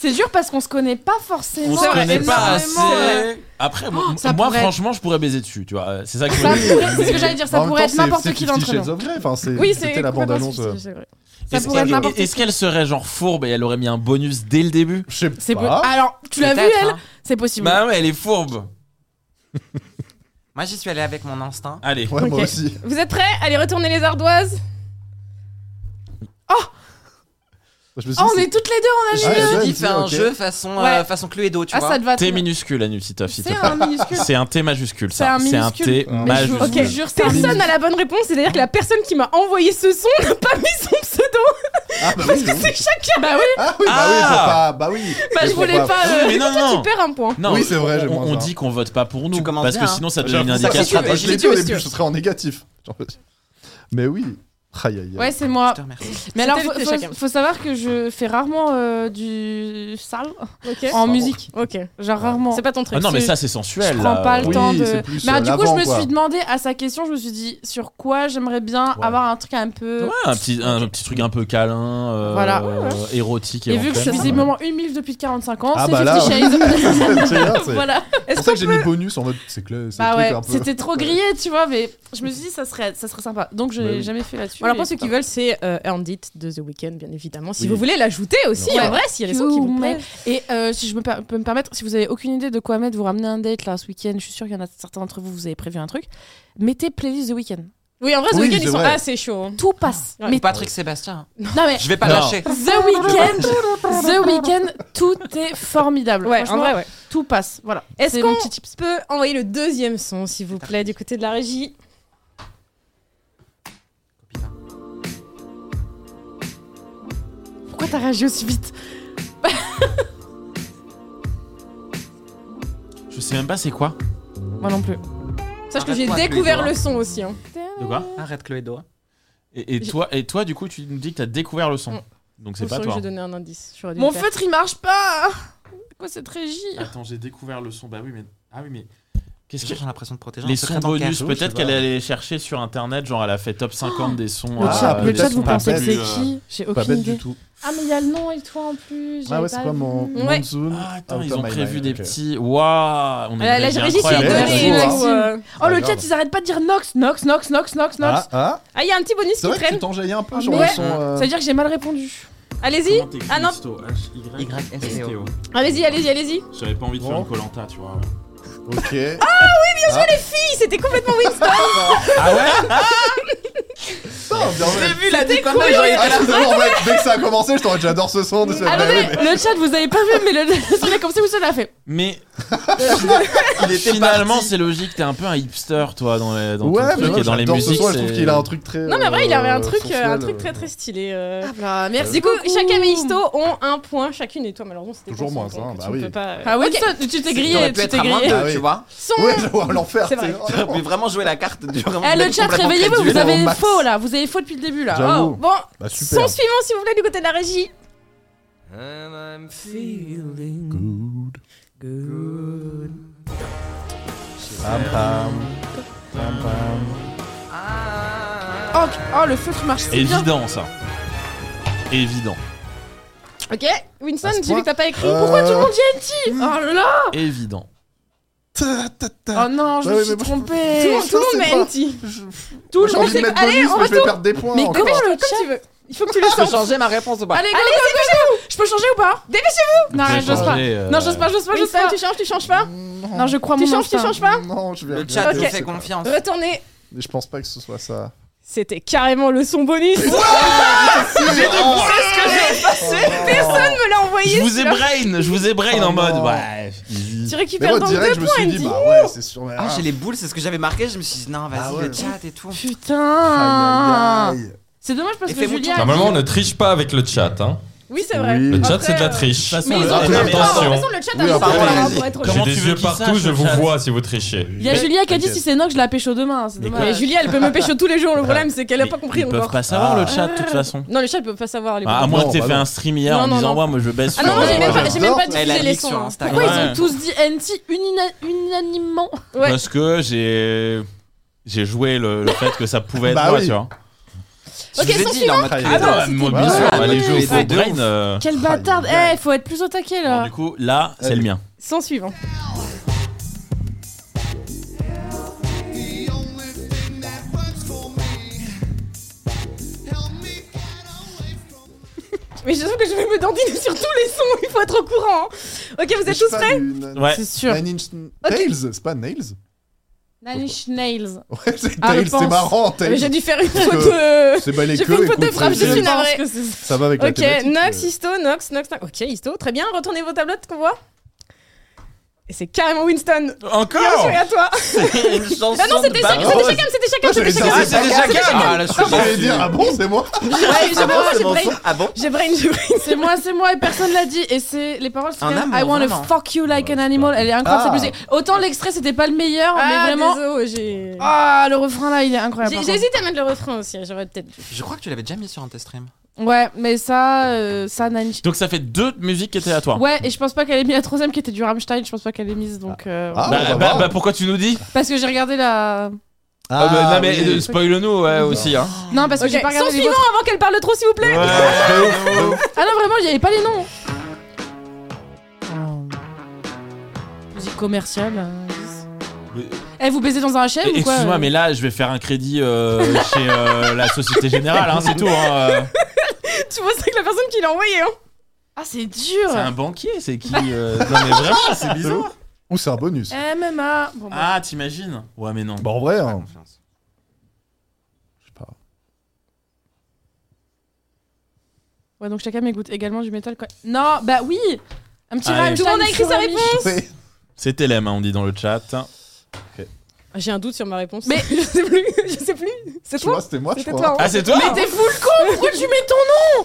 Speaker 1: C'est dur parce qu'on se connaît pas forcément.
Speaker 2: On
Speaker 1: C'est
Speaker 2: se
Speaker 1: vrai,
Speaker 2: connaît pas
Speaker 1: énormément, ouais.
Speaker 2: assez. Après, moi,
Speaker 1: ça
Speaker 2: moi,
Speaker 1: pourrait être-
Speaker 2: franchement, je pourrais baiser dessus, tu vois. euh, C'est ça que je
Speaker 1: Ça
Speaker 2: me dis.
Speaker 1: pourrait- C'est ce que j'allais dire, ça
Speaker 4: En même
Speaker 1: pourrait
Speaker 4: temps,
Speaker 1: être
Speaker 4: c'est-
Speaker 1: n'importe
Speaker 4: c'est
Speaker 1: qui
Speaker 4: Fifty
Speaker 1: d'entre nous.
Speaker 4: Shades of Grey, enfin, c'est-
Speaker 3: Oui, c'est
Speaker 4: c'était la
Speaker 3: complètement
Speaker 4: bande-annonce.
Speaker 3: subtil,
Speaker 4: euh,
Speaker 3: c'est vrai.
Speaker 1: Ça
Speaker 2: Est-ce
Speaker 1: pourrait être
Speaker 2: qu'elle-
Speaker 1: n'importe
Speaker 2: Est-ce qu'elle serait genre fourbe et elle aurait mis un bonus dès le début
Speaker 4: Je sais pas.
Speaker 1: C'est po- Alors, tu l'as vu
Speaker 5: Peut-être,
Speaker 1: elle
Speaker 5: hein.
Speaker 1: C'est possible.
Speaker 2: Bah ouais, elle est fourbe.
Speaker 5: Moi, j'y suis allé avec mon instinct.
Speaker 2: Allez.
Speaker 4: Ouais, moi
Speaker 3: Ok.
Speaker 4: aussi.
Speaker 3: Vous êtes prêts Allez, retournez les ardoises.
Speaker 4: Je me suis
Speaker 1: Oh,
Speaker 4: dit,
Speaker 1: on
Speaker 4: c'est-
Speaker 1: est toutes les deux,
Speaker 5: Je
Speaker 4: Ah,
Speaker 5: me
Speaker 4: ouais,
Speaker 5: suis dit,
Speaker 4: ok,
Speaker 5: fais un
Speaker 4: ok.
Speaker 5: jeu façon, euh,
Speaker 1: Ouais.
Speaker 5: façon Cluedo, tu
Speaker 1: on a. Ah,
Speaker 5: vois.
Speaker 1: ça te va.
Speaker 2: T
Speaker 1: très bien.
Speaker 2: minuscule, Anusitov, s'il te
Speaker 1: C'est
Speaker 2: plaît.
Speaker 1: un minuscule.
Speaker 2: C'est un T majuscule,
Speaker 1: C'est un
Speaker 2: ça. C'est un T
Speaker 1: minuscule. Mais je-
Speaker 2: majuscule.
Speaker 1: Ok.
Speaker 3: Ok,
Speaker 1: jure, c'est un
Speaker 3: personne n'a la bonne réponse, c'est-à-dire que la personne qui m'a envoyé ce son n'a pas mis son pseudo.
Speaker 4: Ah, bah oui,
Speaker 1: Bah oui,
Speaker 4: oui. Ah oui, bah oui, faut
Speaker 2: Ah
Speaker 4: pas. Bah oui.
Speaker 3: Bah, je
Speaker 4: Faut
Speaker 3: voulais pas.
Speaker 2: Oui,
Speaker 3: euh,
Speaker 2: mais non,
Speaker 3: toi,
Speaker 2: non.
Speaker 3: tu perds un point.
Speaker 2: Non,
Speaker 4: Oui, c'est vrai, j'ai
Speaker 2: on,
Speaker 4: moins
Speaker 2: on
Speaker 4: ça.
Speaker 2: dit qu'on vote pas pour nous.
Speaker 5: Tu commences
Speaker 2: Parce que
Speaker 5: bien, hein.
Speaker 2: sinon, ça
Speaker 4: J'avoue,
Speaker 2: donne une
Speaker 4: ça, c'est
Speaker 2: indication.
Speaker 4: sûr, Je l'ai
Speaker 3: Monsieur,
Speaker 4: dit au
Speaker 3: monsieur.
Speaker 4: début, je serais en négatif. Genre, Mais oui. Aïe, aïe,
Speaker 1: ouais,
Speaker 4: aïe.
Speaker 1: c'est moi.
Speaker 5: Je te remercie.
Speaker 1: Mais alors,
Speaker 3: C'était
Speaker 1: faut,
Speaker 3: l'été,
Speaker 1: faut-
Speaker 3: chacun.
Speaker 1: faut savoir que je fais rarement euh, du sale
Speaker 3: Ok.
Speaker 1: en musique.
Speaker 3: Ok.
Speaker 1: Genre rarement.
Speaker 3: C'est pas ton truc.
Speaker 2: Ah non, mais
Speaker 1: C'est-
Speaker 2: ça, c'est sensuel.
Speaker 1: je prends
Speaker 2: là.
Speaker 1: pas le
Speaker 4: Oui,
Speaker 1: temps de.
Speaker 4: c'est plus,
Speaker 1: mais
Speaker 4: euh,
Speaker 1: du coup, je
Speaker 4: l'avant,
Speaker 1: me
Speaker 4: quoi.
Speaker 1: suis demandé à sa question, je me suis dit sur quoi j'aimerais bien
Speaker 4: Ouais.
Speaker 1: avoir un truc un peu.
Speaker 2: Ouais, un petit, un, petit truc un peu câlin, euh,
Speaker 1: Voilà.
Speaker 2: érotique.
Speaker 1: Et vu que je suis
Speaker 2: éventuellement.
Speaker 1: visiblement une mille depuis 45 ans,
Speaker 4: hein. Ah
Speaker 1: c'est
Speaker 4: bah là,
Speaker 1: Fifty Shades.
Speaker 4: C'est
Speaker 1: voilà.
Speaker 4: c'est pour ça que j'ai mis bonus en mode c'est clair, c'est
Speaker 1: Bah
Speaker 4: le
Speaker 1: ouais,
Speaker 4: truc un peu.
Speaker 1: c'était trop grillé, tu vois, mais je me suis dit ça serait, ça serait sympa. Donc je
Speaker 4: Bah
Speaker 1: l'ai
Speaker 4: oui.
Speaker 1: jamais fait là-dessus.
Speaker 3: Alors
Speaker 1: et
Speaker 3: pour ceux qui
Speaker 1: putain.
Speaker 3: veulent, c'est euh, Earned It de The Weeknd, bien évidemment. Si
Speaker 4: Oui.
Speaker 3: vous voulez l'ajouter aussi,
Speaker 1: Non.
Speaker 3: en vrai, s'il y a des sons qui vous plaisent.
Speaker 1: Et euh, si je me per- peux me permettre, si vous avez aucune idée de quoi mettre, vous ramenez un date là ce week-end. Je suis sûr qu'il y en a certains d'entre vous, vous avez prévu un truc. Mettez playlist The Weeknd.
Speaker 3: Oui, en vrai, The
Speaker 4: Oui,
Speaker 3: Weeknd,
Speaker 4: c'est
Speaker 3: ils sont
Speaker 4: vrai.
Speaker 3: assez chauds. hein.
Speaker 1: Tout passe.
Speaker 3: Ouais.
Speaker 1: Mais
Speaker 5: Ou Patrick Sébastien.
Speaker 1: non mais
Speaker 5: Je vais pas
Speaker 2: Non.
Speaker 5: lâcher.
Speaker 1: The Weeknd, The Weeknd, tout est formidable.
Speaker 3: Ouais, en
Speaker 1: Franchement,
Speaker 3: vrai, ouais.
Speaker 1: tout passe. Voilà.
Speaker 3: Est-ce
Speaker 1: C'est mon
Speaker 3: qu'on
Speaker 1: petit tips.
Speaker 3: peut envoyer le deuxième son, s'il vous plaît, du côté de la régie
Speaker 1: Pourquoi t'as réagi aussi vite
Speaker 2: Je sais même pas c'est quoi.
Speaker 1: Moi non plus.
Speaker 3: Sache que
Speaker 5: Arrête
Speaker 3: j'ai
Speaker 5: pas,
Speaker 3: découvert
Speaker 5: Cluedo, hein.
Speaker 3: le son aussi. hein.
Speaker 2: De quoi
Speaker 5: Arrête Cluedo.
Speaker 2: et, et toi, et toi, du coup, tu nous dis que t'as découvert le son.
Speaker 3: Mm.
Speaker 2: Donc
Speaker 3: Je
Speaker 2: c'est pas
Speaker 3: que
Speaker 2: toi. hein.
Speaker 3: j'ai donné un indice. J'aurais dû
Speaker 1: Mon
Speaker 3: le faire.
Speaker 1: feutre il marche pas. C'est Quoi cette régie
Speaker 4: Ah,
Speaker 2: Attends, j'ai découvert le son. Bah oui, mais. Ah oui, mais. Qu'est-ce que.
Speaker 5: J'ai l'impression de protéger un
Speaker 2: Les sons
Speaker 5: secret
Speaker 2: bonus,
Speaker 5: bancaire.
Speaker 4: je sais
Speaker 2: peut-être
Speaker 4: pas.
Speaker 2: qu'elle est allée chercher sur internet, genre elle a fait top 50 des sons.
Speaker 1: Le
Speaker 4: Ah,
Speaker 1: chat, le
Speaker 4: les
Speaker 1: chat,
Speaker 4: sons
Speaker 1: vous
Speaker 4: pas
Speaker 1: pensez que c'est
Speaker 4: bêtes,
Speaker 1: qui J'ai
Speaker 4: Pas
Speaker 1: aucune
Speaker 4: bête du
Speaker 1: idée.
Speaker 4: tout.
Speaker 1: Ah mais il y a le nom et toi en plus.
Speaker 4: Ah
Speaker 1: j'avais
Speaker 4: ouais, c'est
Speaker 1: pas
Speaker 4: quoi mon
Speaker 1: vu. Oh,
Speaker 3: Ouais.
Speaker 4: Monsoon
Speaker 2: Ah, attends,
Speaker 4: Out
Speaker 2: ils
Speaker 4: of
Speaker 2: ont
Speaker 4: my
Speaker 2: prévu
Speaker 4: mind,
Speaker 2: des
Speaker 4: ok.
Speaker 2: petits. Waouh On est
Speaker 3: La,
Speaker 2: dans
Speaker 3: la
Speaker 2: des
Speaker 3: régie,
Speaker 2: incroyables.
Speaker 3: s'il te
Speaker 4: incroyable.
Speaker 3: plaît,
Speaker 4: Ouais,
Speaker 3: Maxime.
Speaker 1: Oh le
Speaker 4: Regarde.
Speaker 1: chat ils arrêtent pas de dire Nox, Nox, Nox, Nox, Nox, Nox.
Speaker 4: Ah, ah,
Speaker 3: Ah, il y a un petit bonus
Speaker 4: c'est
Speaker 3: qui
Speaker 4: vrai que tu
Speaker 3: traîne.
Speaker 4: t'enjaillais un peu
Speaker 1: Ah,
Speaker 4: sur
Speaker 1: mais
Speaker 4: le
Speaker 1: ouais.
Speaker 4: son. euh,
Speaker 1: Ça veut dire que j'ai mal répondu.
Speaker 3: Allez-y.
Speaker 2: Comment t'écris
Speaker 3: Ah non.
Speaker 2: Sto H-Y-
Speaker 5: YSTO.
Speaker 3: Allez-y, allez-y, allez-y.
Speaker 2: J'avais pas envie de faire
Speaker 4: Bon.
Speaker 2: une Colanta, tu vois.
Speaker 4: Ok. Ah oui, bien sûr, les filles
Speaker 3: Hi, C'était complètement Winston.
Speaker 2: Ah ouais
Speaker 5: J'ai vu la déco.
Speaker 4: Ah, c'est bon, en fait, dès que ça a commencé, je t'aurais dit, j'adore ce son. de
Speaker 3: Ah,
Speaker 4: ce- Bah oui,
Speaker 1: Attendez, le chat vous avez pas vu mais le celui-là comme ça vous ça l'a fait.
Speaker 2: Mais
Speaker 4: mais il était
Speaker 2: finalement,
Speaker 4: parti.
Speaker 2: c'est logique, t'es un peu un hipster, toi, dans les, dans ton
Speaker 4: Ouais,
Speaker 2: truc
Speaker 4: mais moi,
Speaker 2: et dans les
Speaker 4: j'adore ce
Speaker 2: musiques.
Speaker 4: son, je trouve
Speaker 2: c'est-
Speaker 4: qu'il a un truc très.
Speaker 3: Non, mais en vrai, il avait un
Speaker 4: euh,
Speaker 3: truc, euh, un
Speaker 4: sensuel,
Speaker 3: truc très
Speaker 4: euh,
Speaker 3: très stylé. euh.
Speaker 1: là,
Speaker 3: Du coup, chacun et Histo ont un point chacune et toi, malheureusement, c'était
Speaker 4: Toujours
Speaker 3: moi
Speaker 4: moins un, bah oui.
Speaker 3: euh.
Speaker 1: Ah Winston, tu t'es grillé,
Speaker 5: T'aurais pu
Speaker 1: tu
Speaker 5: être
Speaker 1: t'es
Speaker 5: à moins
Speaker 1: grillé.
Speaker 4: Ah
Speaker 5: deux,
Speaker 4: oui.
Speaker 5: tu vois.
Speaker 1: Son
Speaker 4: Ouais, je vois l'enfer.
Speaker 3: C'est vrai.
Speaker 4: c'est-
Speaker 5: J'aurais pu vraiment jouer la carte du vraiment.
Speaker 1: Eh le
Speaker 5: mec
Speaker 1: chat,
Speaker 5: complètement
Speaker 1: réveillez-vous, vous
Speaker 5: crédule.
Speaker 1: avez
Speaker 4: max.
Speaker 1: faux là, vous avez faux depuis le début là.
Speaker 4: J'avoue.
Speaker 1: Oh.
Speaker 3: Bon,
Speaker 4: Bah,
Speaker 3: son
Speaker 4: super.
Speaker 3: suivant, s'il vous plaît, du côté de la régie.
Speaker 4: Pam, pam. Pam, pam.
Speaker 1: Oh, oh, le feutre marche si bien.
Speaker 2: Évident, ça. Évident.
Speaker 3: Ok, Winston,
Speaker 4: À ce
Speaker 3: j'ai vu
Speaker 4: point.
Speaker 3: que t'as pas écrit.
Speaker 4: Euh,
Speaker 1: Pourquoi tout le monde y est anti Oh là là
Speaker 2: Évident.
Speaker 4: Ta, ta, ta.
Speaker 1: Oh non, je
Speaker 4: Ouais,
Speaker 1: me
Speaker 4: ouais,
Speaker 1: suis
Speaker 4: mais moi, je-
Speaker 3: Tout le monde,
Speaker 1: trompée.
Speaker 3: tout le monde
Speaker 4: je sais
Speaker 3: met
Speaker 4: euh, pas.
Speaker 3: anti. Tout
Speaker 4: Je-
Speaker 3: le
Speaker 4: J'ai
Speaker 3: monde
Speaker 4: envie de
Speaker 3: c'est.
Speaker 4: mettre
Speaker 3: Allez, on
Speaker 4: bonus, mais je vais
Speaker 3: retourne.
Speaker 4: perdre des points.
Speaker 1: Mais
Speaker 4: encore.
Speaker 1: comment le
Speaker 3: Comme tu
Speaker 1: chat
Speaker 3: veux. Il faut que tu le
Speaker 5: Je peux
Speaker 3: sentes.
Speaker 5: changer ma réponse ou pas
Speaker 1: Allez, go, go, go, go Je peux changer ou pas Dépêchez-vous Non,
Speaker 2: J'ai
Speaker 1: j'ose pas.
Speaker 2: changé, euh,
Speaker 1: Non, j'ose pas, j'ose pas,
Speaker 3: Oui,
Speaker 1: j'ose
Speaker 3: ça,
Speaker 1: pas.
Speaker 3: tu changes, tu changes pas
Speaker 1: Non, je crois
Speaker 3: Tu
Speaker 1: mon
Speaker 3: changes, tu
Speaker 1: instinct.
Speaker 3: changes pas
Speaker 4: Non, je vais
Speaker 5: Le chat
Speaker 4: regarder,
Speaker 5: nous
Speaker 4: je sais
Speaker 5: fait
Speaker 4: pas.
Speaker 5: confiance.
Speaker 3: Retournez.
Speaker 4: Mais Je pense pas que ce soit ça.
Speaker 3: C'était carrément le son bonus. Personne me l'a envoyé.
Speaker 2: Je vous ai
Speaker 3: celui-là.
Speaker 2: brain, je vous ai brain en
Speaker 4: Oh
Speaker 2: mode.
Speaker 4: non.
Speaker 2: Ouais.
Speaker 3: Tu
Speaker 4: Mais
Speaker 3: récupères
Speaker 4: moi,
Speaker 3: donc
Speaker 4: direct, je
Speaker 3: deux
Speaker 4: me
Speaker 3: points,
Speaker 4: suis dit,
Speaker 3: Andy.
Speaker 4: bah ouais, c'est sûr. mais
Speaker 5: Ah,
Speaker 4: ah.
Speaker 5: j'ai les boules, c'est ce que j'avais marqué. Je me suis dit, non, vas-y,
Speaker 4: Ah ouais.
Speaker 5: le chat et tout.
Speaker 1: Putain
Speaker 3: Ah,
Speaker 4: Aïe, aïe, aïe.
Speaker 1: C'est dommage parce
Speaker 5: Et
Speaker 1: que
Speaker 5: fais-moi
Speaker 1: Julia.
Speaker 5: tout.
Speaker 6: Normalement, on ne triche pas avec le chat. Hein.
Speaker 3: Oui, c'est vrai.
Speaker 4: Oui.
Speaker 6: Le chat,
Speaker 3: Après,
Speaker 6: c'est de la
Speaker 3: euh,
Speaker 6: triche.
Speaker 2: façon,
Speaker 3: Mais ils
Speaker 2: euh,
Speaker 3: ont
Speaker 2: ah,
Speaker 3: tous
Speaker 2: non,
Speaker 3: les
Speaker 2: mais
Speaker 3: droits.
Speaker 6: attention.
Speaker 3: De toute façon, le chat
Speaker 4: Oui,
Speaker 3: a beaucoup
Speaker 4: après,
Speaker 3: de droits
Speaker 5: vas-y.
Speaker 3: pour être
Speaker 2: Comment
Speaker 6: J'ai
Speaker 2: tu
Speaker 6: des
Speaker 2: veux
Speaker 6: yeux
Speaker 2: qu'il sache,
Speaker 6: partout, je
Speaker 2: le
Speaker 6: vous
Speaker 2: chat
Speaker 6: vois si vous trichez.
Speaker 1: Il y a
Speaker 4: Mais-
Speaker 1: Julia qui a dit
Speaker 4: T'inquiète.
Speaker 1: si c'est Nox, je la pêche au demain. C'est
Speaker 2: Mais
Speaker 3: Mais
Speaker 1: dommage.
Speaker 3: Julia, elle peut me pêcher tous les jours. Le problème, c'est qu'elle a
Speaker 2: Ils-
Speaker 3: pas compris
Speaker 2: Ils peuvent
Speaker 3: encore.
Speaker 2: pas savoir
Speaker 4: Ah.
Speaker 2: le chat de toute façon.
Speaker 3: Non, le chat, ils peuvent pas savoir. Les
Speaker 2: Ah, à
Speaker 3: bonus.
Speaker 2: moins
Speaker 4: Non,
Speaker 2: que t'aies
Speaker 4: bah
Speaker 2: fait
Speaker 4: non.
Speaker 2: un stream hier
Speaker 3: Non,
Speaker 2: en
Speaker 3: non,
Speaker 2: disant
Speaker 3: non.
Speaker 2: ouais, moi je baisse.
Speaker 3: Ah
Speaker 2: sur,
Speaker 3: non, moi, j'ai
Speaker 2: euh,
Speaker 3: même pas,
Speaker 2: euh,
Speaker 3: j'ai même pas
Speaker 5: Eh, Elle a
Speaker 3: diffusé les
Speaker 5: dit
Speaker 3: sons.
Speaker 5: sur
Speaker 3: hein.
Speaker 5: Instagram.
Speaker 1: Pourquoi ils
Speaker 2: Ouais.
Speaker 1: ont tous dit NT unina- unanimement
Speaker 3: Ouais.
Speaker 2: Parce que j'ai. J'ai joué le, le fait que ça pouvait être
Speaker 4: Bah
Speaker 2: moi,
Speaker 4: oui.
Speaker 2: tu vois.
Speaker 5: Je vous ai
Speaker 3: son
Speaker 5: dit, il est en mode
Speaker 4: suivant.
Speaker 2: Ah non,
Speaker 4: Ah,
Speaker 2: mais moi,
Speaker 4: c'était-
Speaker 2: bien sûr,
Speaker 4: Ouais,
Speaker 2: bah, les
Speaker 4: ouais,
Speaker 2: jeux
Speaker 5: ouais.
Speaker 2: au brain. euh,
Speaker 1: Quelle bâtarde
Speaker 4: aïe,
Speaker 1: Eh,
Speaker 4: aïe.
Speaker 1: faut être plus au taquet
Speaker 3: Ah.
Speaker 2: bon,
Speaker 1: là
Speaker 2: du coup, là, c'est le mien.
Speaker 3: Son suivant. Mais je trouve que je vais me dandiner sur tous les sons, il faut être au courant. hein. Ok, vous êtes
Speaker 4: Mais je sais
Speaker 3: tous
Speaker 4: pas,
Speaker 3: prêts
Speaker 4: du Nine-
Speaker 2: Ouais.
Speaker 1: C'est sûr.
Speaker 4: Nine Inch Nails C'est pas Nails
Speaker 1: Nine Inch Nails.
Speaker 4: Ouais, c'est
Speaker 1: Ah, je
Speaker 4: Tails, c'est
Speaker 1: pense.
Speaker 4: marrant,
Speaker 3: Ah, mais J'ai
Speaker 4: Tails.
Speaker 3: dû faire une
Speaker 4: Parce
Speaker 3: faute
Speaker 4: que-
Speaker 3: de...
Speaker 4: C'est pas les
Speaker 3: J'ai
Speaker 4: queues,
Speaker 3: fait une faute de
Speaker 4: écoute, euh,
Speaker 3: frappe,
Speaker 4: c'est-
Speaker 3: je suis navrée.
Speaker 1: que c'est-
Speaker 4: Ça va avec la
Speaker 3: Ok,
Speaker 4: thématique.
Speaker 3: Nox,
Speaker 4: euh.
Speaker 3: Histo, Nox, Nox, Nox. Ok, Histo, très bien, retournez vos tablettes qu'on voit. Et c'est carrément Winston. Bien
Speaker 4: Oh
Speaker 2: Encore
Speaker 3: joué à toi.
Speaker 5: une chanson.
Speaker 3: Ah non, c'était
Speaker 5: de
Speaker 3: chacun,
Speaker 5: Barros.
Speaker 3: c'était chacun, c'était chacun, c'était
Speaker 4: Ah, j'allais dire,
Speaker 3: chacun.
Speaker 5: Ah, c'était chacun Ah, là, je suis
Speaker 2: Bah,
Speaker 4: J'allais
Speaker 5: déçu.
Speaker 4: dire, ah bon, c'est moi
Speaker 3: Ouais, j'ai
Speaker 5: Ah bon,
Speaker 3: brain,
Speaker 5: c'est
Speaker 3: j'ai
Speaker 5: mon
Speaker 3: brain.
Speaker 5: son Ah bon
Speaker 3: J'ai brain, j'ai brain.
Speaker 1: C'est moi, c'est moi, et personne l'a dit. Et c'est les paroles, c'est
Speaker 5: Un amour,
Speaker 1: I wanna
Speaker 5: vraiment.
Speaker 1: fuck you like an animal. Elle est incroyable
Speaker 4: Ah.
Speaker 1: cette musique. Autant l'extrait c'était pas le meilleur, Ah, mais vraiment.
Speaker 3: désolé, j'ai...
Speaker 1: Ah, le refrain là, il est incroyable.
Speaker 3: Ah, Oh, J'ai
Speaker 1: par
Speaker 3: j'ai hésité à mettre le refrain aussi, hein, j'aurais peut-être dû.
Speaker 5: Je crois que tu l'avais déjà mis sur un test stream.
Speaker 1: contre. Ouais, mais ça, euh, ça, Nine Inch-
Speaker 2: Donc ça fait deux musiques qui étaient à toi.
Speaker 1: Ouais, et je pense pas qu'elle ait mis la troisième qui était du Rammstein, je pense pas qu'elle ait mise donc. euh,
Speaker 2: Bah,
Speaker 4: Ah, on va
Speaker 2: bah-
Speaker 4: voir.
Speaker 2: bah, pourquoi tu nous dis
Speaker 1: Parce que j'ai regardé la.
Speaker 2: Ah, bah, Non mais
Speaker 4: oui.
Speaker 2: euh, spoil-nous ouais, aussi. Hein.
Speaker 1: Non, parce que
Speaker 3: Ok,
Speaker 1: j'ai pas
Speaker 3: Son
Speaker 1: regardé les
Speaker 3: suivant
Speaker 1: autres.
Speaker 3: avant qu'elle parle trop, s'il vous plaît.
Speaker 1: Ah non, vraiment, il y avait pas les noms.
Speaker 3: Ah.
Speaker 1: Musique commerciale. hein,
Speaker 2: Mais-
Speaker 1: Eh, vous baisez dans un HM ou quoi
Speaker 2: Excuse-moi, mais là, je vais faire un crédit euh, chez euh, la Société Générale, hein, c'est tout. hein, euh.
Speaker 3: Tu vois, c'est que la personne qui l'a envoyé, hein.
Speaker 1: Ah, c'est dur
Speaker 2: C'est un banquier, c'est qui euh, Non, mais vraiment, c'est bizarre.
Speaker 4: Ou c'est un bonus
Speaker 1: MMA. Bon, bah.
Speaker 2: Ah, t'imagines Ouais, mais non.
Speaker 4: Bah, en vrai, hein,
Speaker 5: Confiance.
Speaker 4: je sais pas.
Speaker 1: Ouais, donc chacun m'écoute également du métal, quoi. Non, bah oui Un petit
Speaker 2: Allez.
Speaker 1: Rammstein
Speaker 3: Tout le monde a écrit
Speaker 1: sur
Speaker 3: sa
Speaker 1: Amish.
Speaker 3: réponse.
Speaker 4: Ouais.
Speaker 2: C'était l'aime, hein, on dit dans le chat.
Speaker 3: J'ai un doute sur ma réponse.
Speaker 1: Mais-
Speaker 3: je sais plus, je sais plus. C'est
Speaker 4: Tu vois,
Speaker 3: toi
Speaker 4: c'était moi, je
Speaker 3: C'était
Speaker 4: crois.
Speaker 3: toi, hein.
Speaker 2: Ah, c'est toi
Speaker 1: Mais t'es fou le con Pourquoi tu mets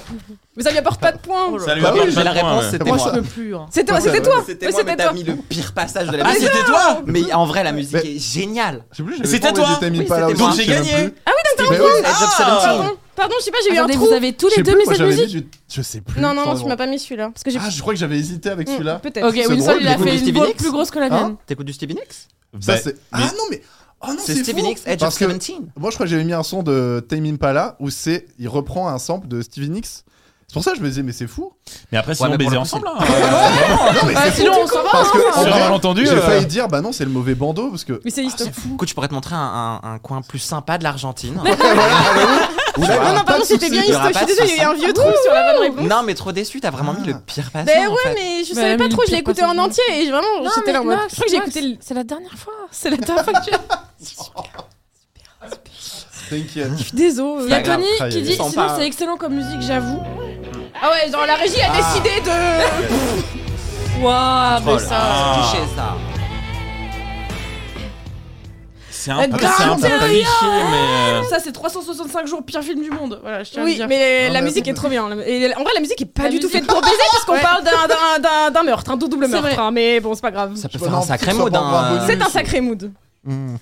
Speaker 1: ton
Speaker 3: Mais ça lui apporte pas de points.
Speaker 2: Ça lui
Speaker 4: Bah oui,
Speaker 2: apporte
Speaker 4: j'ai
Speaker 2: pas
Speaker 5: la
Speaker 2: de points,
Speaker 5: réponse,
Speaker 2: ouais.
Speaker 5: c'était
Speaker 4: Moi,
Speaker 5: moi.
Speaker 4: ça-
Speaker 1: nom plus hein.
Speaker 3: C'était toi,
Speaker 4: Pourquoi
Speaker 3: Ah, c'était
Speaker 4: ça-
Speaker 3: toi.
Speaker 5: C'était moi, mais t'as mis le pire passage de la
Speaker 2: Ah,
Speaker 5: musique.
Speaker 2: c'était toi
Speaker 5: Mais en vrai, la musique
Speaker 4: Mais-
Speaker 5: est géniale.
Speaker 4: Je sais plus, j'avais
Speaker 2: C'était
Speaker 4: pas envoyé
Speaker 2: toi.
Speaker 4: de Tammy
Speaker 5: Oui,
Speaker 4: Pala
Speaker 5: c'était
Speaker 4: aussi,
Speaker 5: moi.
Speaker 4: je sais
Speaker 2: J'ai
Speaker 4: même
Speaker 2: gagné.
Speaker 4: plus. Mais oui,
Speaker 5: Ah, Job
Speaker 3: Pardon, pardon, je sais pas, j'ai eu un
Speaker 1: Attendez,
Speaker 3: trou.
Speaker 1: vous avez tous
Speaker 4: je sais
Speaker 1: les deux
Speaker 4: plus,
Speaker 1: mis
Speaker 4: moi,
Speaker 1: cette
Speaker 4: j'avais
Speaker 1: musique
Speaker 4: mis du- Je sais plus.
Speaker 3: Non, non, non, tu
Speaker 4: vraiment.
Speaker 3: m'as pas mis celui-là. Parce que j'ai.
Speaker 4: Ah, je crois que j'avais hésité avec
Speaker 3: Hmm,
Speaker 4: celui-là.
Speaker 3: Peut-être.
Speaker 1: Ok,
Speaker 4: C'est
Speaker 1: Winston
Speaker 4: drôle,
Speaker 1: il a
Speaker 4: mais
Speaker 1: fait
Speaker 5: Stevie
Speaker 1: une voix
Speaker 5: Nicks
Speaker 1: plus grosse que la
Speaker 4: Hein
Speaker 1: mienne.
Speaker 5: T'écoutes du Stevie Nicks
Speaker 4: Ça,
Speaker 2: Bah,
Speaker 4: c'est-
Speaker 2: mais-
Speaker 4: Ah non, mais. Oh non,
Speaker 5: C'est
Speaker 4: c'est
Speaker 5: Stevie
Speaker 4: fou.
Speaker 5: Nicks, Edge of
Speaker 4: Parce que
Speaker 5: 17.
Speaker 4: Moi, je crois que j'avais mis un son de Tame Impala où c'est, il reprend un sample de Stevie Nicks. C'est pour ça que je me disais, mais c'est fou.
Speaker 2: Mais après, sinon,
Speaker 5: mais pour
Speaker 2: baiser
Speaker 5: le coup,
Speaker 2: ensemble. hein.
Speaker 3: Oh,
Speaker 4: Non, mais
Speaker 1: Bah,
Speaker 4: c'est fou.
Speaker 1: sinon, on s'en va
Speaker 4: Parce que, Ah.
Speaker 1: hein.
Speaker 4: en
Speaker 2: Sur
Speaker 4: vrai,
Speaker 2: malentendu,
Speaker 4: J'ai
Speaker 2: euh,
Speaker 4: failli dire, bah non, c'est le mauvais bandeau parce que.
Speaker 3: Mais c'est histo.
Speaker 5: Du coup, je pourrais te montrer un, un- un coin plus sympa de l'Argentine.
Speaker 4: Oula,
Speaker 5: vois.
Speaker 3: Non, non,
Speaker 4: pas
Speaker 3: pardon,
Speaker 4: de soucis.
Speaker 3: c'était bien
Speaker 5: il y aura
Speaker 3: histo. Je
Speaker 5: pas
Speaker 3: suis
Speaker 5: de
Speaker 3: désolée, il y a eu un vieux trou sur la bonne réponse.
Speaker 5: non, mais trop déçu, t'as vraiment
Speaker 4: Ah.
Speaker 5: mis le pire passage.
Speaker 3: Ben
Speaker 5: en
Speaker 3: ouais,
Speaker 5: fait.
Speaker 3: mais je
Speaker 1: Bah,
Speaker 3: savais pas
Speaker 1: mais
Speaker 3: trop,
Speaker 1: le
Speaker 3: je
Speaker 1: pire
Speaker 3: l'ai écouté
Speaker 1: passage.
Speaker 3: en entier et vraiment,
Speaker 1: Non,
Speaker 3: j'étais là en
Speaker 1: mais
Speaker 3: mode.
Speaker 1: Max,
Speaker 3: Je crois que j'ai
Speaker 1: Max,
Speaker 3: écouté le.
Speaker 1: C'est la dernière fois. C'est la dernière fois que tu.
Speaker 4: T'inquiète.
Speaker 3: Je suis désolée.
Speaker 1: Il y a
Speaker 5: Pas grave.
Speaker 1: Tony
Speaker 4: Ah, il y
Speaker 1: qui
Speaker 4: a-
Speaker 1: dit
Speaker 5: ils sont
Speaker 1: sinon
Speaker 5: pas-
Speaker 1: c'est excellent comme musique, j'avoue.
Speaker 3: Ah ouais, genre la régie a
Speaker 5: Ah.
Speaker 3: décidé de.
Speaker 1: Waouh, mais
Speaker 3: Oh
Speaker 5: Troll.
Speaker 1: ça.
Speaker 5: Ah,
Speaker 2: Ah.
Speaker 5: c'est cliché, ça.
Speaker 2: C'est un peu,
Speaker 3: Grave
Speaker 2: c'est un peu cliché, mais. euh,
Speaker 1: Ça, c'est 365 jours, pire film du monde. Voilà, je tiens à le
Speaker 3: Oui,
Speaker 1: dire.
Speaker 3: mais
Speaker 4: Non,
Speaker 3: la
Speaker 4: mais
Speaker 3: musique
Speaker 4: attends,
Speaker 3: est trop bien. La- et En vrai, la musique est pas
Speaker 1: La
Speaker 3: du tout
Speaker 1: musique-
Speaker 3: faite pour baiser parce qu'on
Speaker 1: Ouais.
Speaker 3: parle d'un- d'un- d'un d'un meurtre, un double
Speaker 1: C'est vrai.
Speaker 3: meurtre. hein, Mais bon, c'est pas grave.
Speaker 5: Ça peut
Speaker 4: Je
Speaker 5: faire
Speaker 4: vois
Speaker 5: un
Speaker 4: un
Speaker 5: sacré
Speaker 4: petit
Speaker 5: mot
Speaker 4: sort par
Speaker 5: d'un. euh,
Speaker 4: bonus.
Speaker 3: C'est un sacré mood.
Speaker 4: Hmm.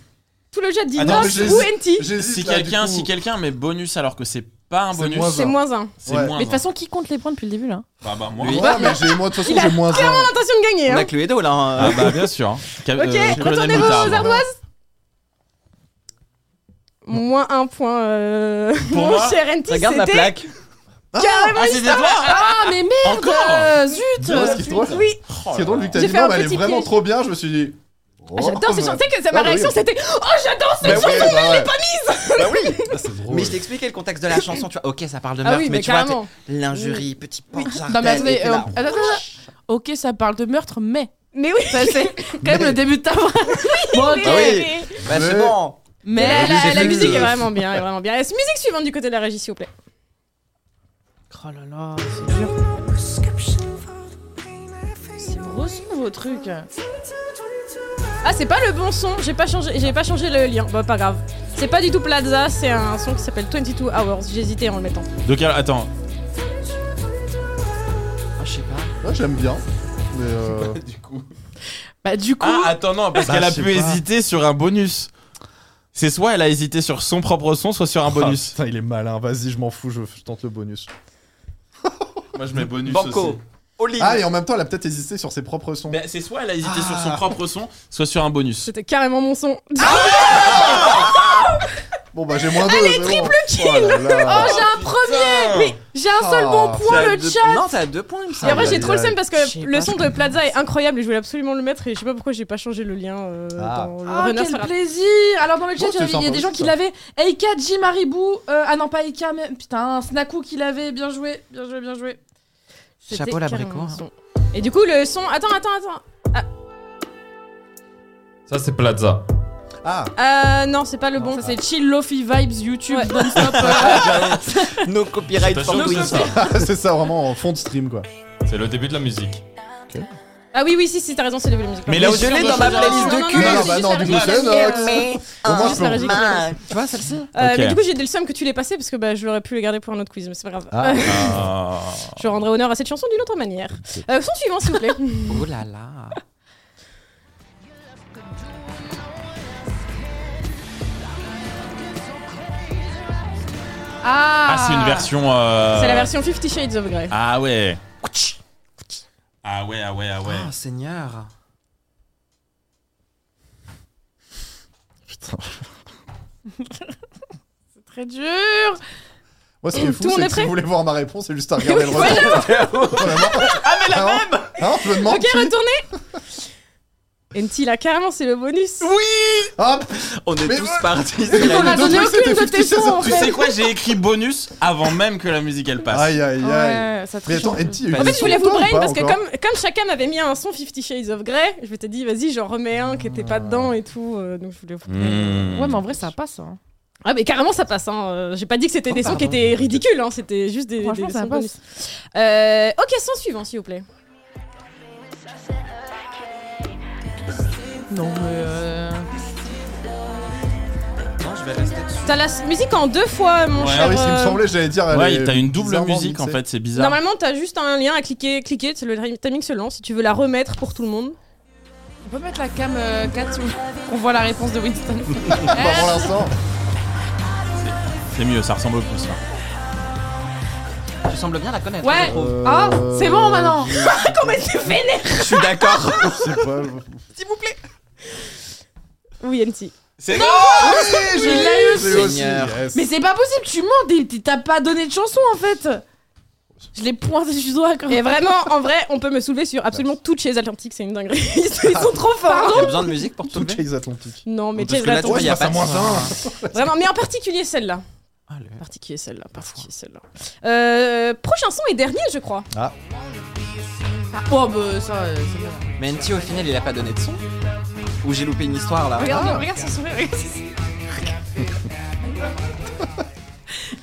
Speaker 3: Tout le chat dit
Speaker 2: Ah non,
Speaker 3: Nox
Speaker 2: mais
Speaker 4: j'ai-
Speaker 3: ou NT.
Speaker 4: J'hésite,
Speaker 2: Si
Speaker 4: là, du
Speaker 2: quelqu'un,
Speaker 4: coup.
Speaker 2: si quelqu'un, mais bonus alors que c'est pas un
Speaker 4: C'est
Speaker 2: bonus,
Speaker 4: moins
Speaker 3: C'est moins un.
Speaker 2: c'est
Speaker 4: Ouais.
Speaker 2: moins.
Speaker 1: Mais de toute façon, qui compte les points depuis le début là
Speaker 2: hein. bah, bah, moi.
Speaker 5: Lui.
Speaker 4: Ouais, mais j'ai moi de toute façon j'ai moins un.
Speaker 3: Attention de gagner.
Speaker 5: On euh, a
Speaker 3: Hein.
Speaker 5: Cluedo là. hein.
Speaker 2: Ah bah bien sûr. Ca-
Speaker 3: Ok,
Speaker 2: Colonel
Speaker 3: retournez-vous
Speaker 2: Moutard.
Speaker 3: aux ardoises. Moins un point. euh,
Speaker 2: Pour
Speaker 3: Mon
Speaker 2: moi,
Speaker 3: cher NT,
Speaker 5: Regarde ma
Speaker 3: c'était
Speaker 5: plaque.
Speaker 2: Ah c'était toi
Speaker 1: Ah, mais merde
Speaker 2: Encore
Speaker 1: euh, Zut
Speaker 4: Non, Ah. ce qui est drôle,
Speaker 3: Oui,
Speaker 2: Oh
Speaker 4: ce qui est drôle, vu que t'as
Speaker 3: J'ai
Speaker 4: dit
Speaker 3: fait
Speaker 4: non,
Speaker 3: un
Speaker 4: mais bah, elle est
Speaker 3: petit
Speaker 4: vraiment
Speaker 3: piège.
Speaker 4: trop bien, je me suis dit.
Speaker 3: J'adore ce
Speaker 4: bah-
Speaker 3: chant. Tu sais que ça- ma
Speaker 4: Ah, bah oui.
Speaker 3: réaction, c'était Oh, j'adore ce
Speaker 4: Bah
Speaker 3: chant.
Speaker 4: oui, bah ouais. Bah oui, Ah, c'est drôle.
Speaker 5: Mais je t'expliquais le contexte de la chanson, tu vois. Ok, ça parle de meurtre,
Speaker 3: Ah oui,
Speaker 5: mais,
Speaker 3: mais
Speaker 5: tu vois, t'es-
Speaker 3: carrément.
Speaker 5: l'injurie, petit porc,
Speaker 1: Non, mais
Speaker 5: Jardel, et
Speaker 1: attendez,
Speaker 5: t'es
Speaker 1: euh,
Speaker 5: là.
Speaker 1: attends, attends, attends. Ok, ça parle de meurtre, mais.
Speaker 3: Mais oui.
Speaker 1: Ça, c'est quand même le début de ta phrase. Bon, ok.
Speaker 5: Ah oui.
Speaker 3: mais-
Speaker 5: Bah, c'est
Speaker 4: Mais-
Speaker 5: bon.
Speaker 1: Mais
Speaker 3: La,
Speaker 5: musique
Speaker 3: la-
Speaker 5: est
Speaker 3: la
Speaker 5: cool.
Speaker 3: musique est vraiment bien, est vraiment bien. Est-ce musique suivante du côté de la régie, s'il vous plaît Oh là là, c'est dur. C'est gros son, vos trucs. Ah, c'est pas le bon son. J'ai pas changé, j'ai pas changé le lien. Bah, pas grave. C'est pas du tout Plaza. C'est un son qui s'appelle 22 Hours. J'hésitais en le mettant.
Speaker 2: Donc alors, attends,
Speaker 5: Ah, je sais pas.
Speaker 4: Ouais, j'aime bien. Mais euh,
Speaker 1: Bah, du coup.
Speaker 2: Ah, attends, non, parce
Speaker 4: Bah,
Speaker 2: qu'elle a
Speaker 4: je sais
Speaker 2: pu
Speaker 4: pas.
Speaker 2: hésiter sur un bonus. C'est soit elle a hésité sur son propre son, soit sur un
Speaker 4: Ah,
Speaker 2: bonus.
Speaker 4: putain, il est malin. Vas-y, je m'en fous, je, je tente le bonus.
Speaker 2: Moi, je mets bonus
Speaker 5: Banco. Olive.
Speaker 4: Ah, et en même temps, elle a peut-être hésité sur ses propres sons.
Speaker 2: c'est soit elle a hésité sur son
Speaker 4: Ah.
Speaker 2: propre son, soit sur un bonus.
Speaker 3: C'était carrément mon son.
Speaker 4: Bon, bah, j'ai moins deux. Allez, triple kill
Speaker 2: Ah,
Speaker 1: Oh, j'ai un premier Mais j'ai un seul
Speaker 4: Ah,
Speaker 1: bon point, le chat
Speaker 5: Non, t'as deux points, il me
Speaker 3: Et
Speaker 5: semble.
Speaker 3: après, j'ai
Speaker 4: aïe,
Speaker 3: trop le
Speaker 4: aïe.
Speaker 3: seum parce
Speaker 5: Je
Speaker 3: que
Speaker 5: sais
Speaker 3: le
Speaker 5: pas,
Speaker 3: son
Speaker 5: je
Speaker 3: de Plaza est incroyable et je voulais absolument le mettre. Et je sais pas pourquoi j'ai pas changé le lien euh,
Speaker 4: Ah.
Speaker 3: dans le
Speaker 1: Ah,
Speaker 3: runner. ça
Speaker 1: quel
Speaker 3: va.
Speaker 1: plaisir Alors dans le chat,
Speaker 4: Bon,
Speaker 1: il y
Speaker 4: c'est
Speaker 1: avait- il y a
Speaker 4: sympa
Speaker 1: des gens
Speaker 4: aussi,
Speaker 1: qui
Speaker 4: ça.
Speaker 1: l'avaient. Eika, Jim Haribou, euh, ah non pas Eika, mais putain, Snaku qui l'avait, bien joué, bien joué, bien joué.
Speaker 5: Chapeau
Speaker 3: C'était
Speaker 5: l'abricot,
Speaker 3: carrément
Speaker 5: hein.
Speaker 3: le son. Et du coup, le son. Attends, attends, attends.
Speaker 6: Ça, c'est Plaza.
Speaker 4: Ah,
Speaker 3: Euh, non, c'est pas le
Speaker 4: Non,
Speaker 3: bon.
Speaker 4: ça
Speaker 1: C'est Chill Lofi Vibes YouTube
Speaker 3: Ouais.
Speaker 1: non-stop.
Speaker 3: euh.
Speaker 5: No copyright
Speaker 6: C'est pas
Speaker 5: for
Speaker 6: sûr que
Speaker 5: Queen.
Speaker 6: c'est ça.
Speaker 4: Ah, c'est ça, vraiment en fond de stream, quoi.
Speaker 6: C'est le début de la musique.
Speaker 3: Ah oui, oui, si, si, t'as raison, c'est le musique.
Speaker 2: Mais
Speaker 5: Mais
Speaker 2: là
Speaker 5: je
Speaker 2: aussi, on
Speaker 5: l'ai
Speaker 2: peut
Speaker 5: dans ma
Speaker 2: changer.
Speaker 5: playlist de
Speaker 4: non,
Speaker 5: cul.
Speaker 4: non, bah non, du coup, c'est Nox. Au moins, je peux-
Speaker 3: la régie qui passe.
Speaker 5: Tu vois celle-ci
Speaker 3: Euh,
Speaker 2: Ok.
Speaker 3: Mais du coup, j'ai dès le seum que tu l'aies passé parce que bah, je l'aurais pu le garder pour un autre quiz, mais c'est pas grave.
Speaker 4: Ah.
Speaker 3: Euh,
Speaker 2: Ah.
Speaker 3: je rendrai honneur à cette chanson d'une autre manière. Euh, son suivant, s'il vous plaît.
Speaker 5: Oh là là.
Speaker 3: Ah,
Speaker 2: Ah, c'est une version. euh,
Speaker 3: C'est la version Fifty Shades of Grey.
Speaker 2: Ah ouais. Ah ouais, ah ouais, ah ouais.
Speaker 5: Oh Seigneur.
Speaker 4: Putain.
Speaker 1: Très dur
Speaker 4: Moi, ce qui est
Speaker 3: Tout
Speaker 4: fou,
Speaker 3: le monde
Speaker 4: c'est
Speaker 3: est
Speaker 4: que si
Speaker 3: prêt
Speaker 4: vous voulez voir ma réponse, c'est juste à regarder le retour. Ah, mais la même Non, je me demande.
Speaker 3: Ok, retournez Enti, là, carrément, c'est le bonus.
Speaker 4: Hop
Speaker 5: On est
Speaker 4: Ah, Mais
Speaker 5: tous
Speaker 4: ouais.
Speaker 5: partis.
Speaker 4: Et
Speaker 5: la
Speaker 4: on a donné
Speaker 5: nuit.
Speaker 1: donné
Speaker 4: aucune
Speaker 1: aucune de tes sons, en
Speaker 2: Tu sais quoi, j'ai écrit bonus avant même que la musique elle passe.
Speaker 4: Aïe, aïe, aille.
Speaker 1: ça
Speaker 4: Mais
Speaker 1: triche
Speaker 4: attends,
Speaker 1: un peu.
Speaker 4: NT, il y a eu
Speaker 5: En
Speaker 3: En fait,
Speaker 4: des
Speaker 3: je voulais
Speaker 4: sons
Speaker 3: vous
Speaker 4: ou
Speaker 3: brain
Speaker 4: pas
Speaker 3: parce que
Speaker 4: encore
Speaker 3: comme, comme chacun m'avait mis un son Fifty Shades of Grey, je m'étais dit, vas-y, j'en remets un qui était pas dedans et tout. euh, donc, je voulais vous
Speaker 4: Hmm.
Speaker 3: brain.
Speaker 2: Mmh.
Speaker 1: Ouais mais en vrai ça passe hein.
Speaker 3: Ah, mais carrément, ça passe. Hein. euh, J'ai pas dit que c'était
Speaker 5: Oh,
Speaker 3: des sons qui
Speaker 5: pardon.
Speaker 3: étaient ridicules. Hein. C'était juste des,
Speaker 1: Franchement
Speaker 3: des
Speaker 1: ça
Speaker 3: sons
Speaker 1: passe.
Speaker 3: bonus. Euh, ok, son suivant, s'il vous plaît.
Speaker 1: Non mais euh...
Speaker 5: Non, je vais rester dessus.
Speaker 3: T'as la s- musique en deux fois, mon
Speaker 2: Ouais.
Speaker 3: cher.
Speaker 4: Ah oui, ce qui me
Speaker 3: euh,
Speaker 4: semblait, j'allais dire. elle
Speaker 2: Ouais,
Speaker 4: est
Speaker 2: t'as une double
Speaker 4: bizarrement
Speaker 2: musique en
Speaker 4: mixée.
Speaker 2: fait, c'est bizarre.
Speaker 3: Normalement, t'as juste un lien à cliquer. cliquer c'est le ri- timing se lance si tu veux la remettre pour tout le monde.
Speaker 1: On peut mettre la cam euh, 4 où qu'on voit la réponse de Winston.
Speaker 4: Pas pour l'instant.
Speaker 2: C'est mieux, ça ressemble plus. là.
Speaker 5: Tu sembles bien la connaître.
Speaker 1: Ouais.
Speaker 5: je trouve.
Speaker 4: Euh,
Speaker 1: Ah, c'est bon maintenant
Speaker 3: Comment tu vénère
Speaker 5: Je suis d'accord.
Speaker 4: Je Euh, sais pas.
Speaker 3: S'il vous plaît Oui, NT.
Speaker 2: C'est
Speaker 4: Oui,
Speaker 1: je l'ai eu.
Speaker 4: j'ai aussi,
Speaker 5: Seigneur.
Speaker 4: yes.
Speaker 1: Mais c'est pas possible, tu mens, t'es- t'es- t'as pas donné de chanson en fait Je l'ai pointé du doigt quand
Speaker 3: Et
Speaker 1: même.
Speaker 3: vraiment, en vrai, on peut me soulever sur absolument toutes chez Atlantique, c'est une dinguerie. Ils sont trop forts.
Speaker 5: Il y a besoin de musique pour te
Speaker 4: Tout
Speaker 5: lever.
Speaker 4: Chase Atlantique.
Speaker 3: Non, mais
Speaker 5: Parce
Speaker 3: Chase
Speaker 5: que là, tu vois,
Speaker 3: Atlantique,
Speaker 5: il y a
Speaker 4: Atlantique,
Speaker 5: pas
Speaker 4: ça
Speaker 5: de
Speaker 4: moins
Speaker 3: vraiment. Mais en particulier celle-là. En
Speaker 5: Ah, le-
Speaker 3: particulier celle-là. en particulier celle-là. Euh, prochain son et dernier, je crois. Ah,
Speaker 1: Oh bah ça, euh, c'est bien.
Speaker 5: Mais NT au final, il a pas donné de son. Ou j'ai loupé une histoire là. Ah,
Speaker 1: Regarde, regarde son sourire. regarde son sourire.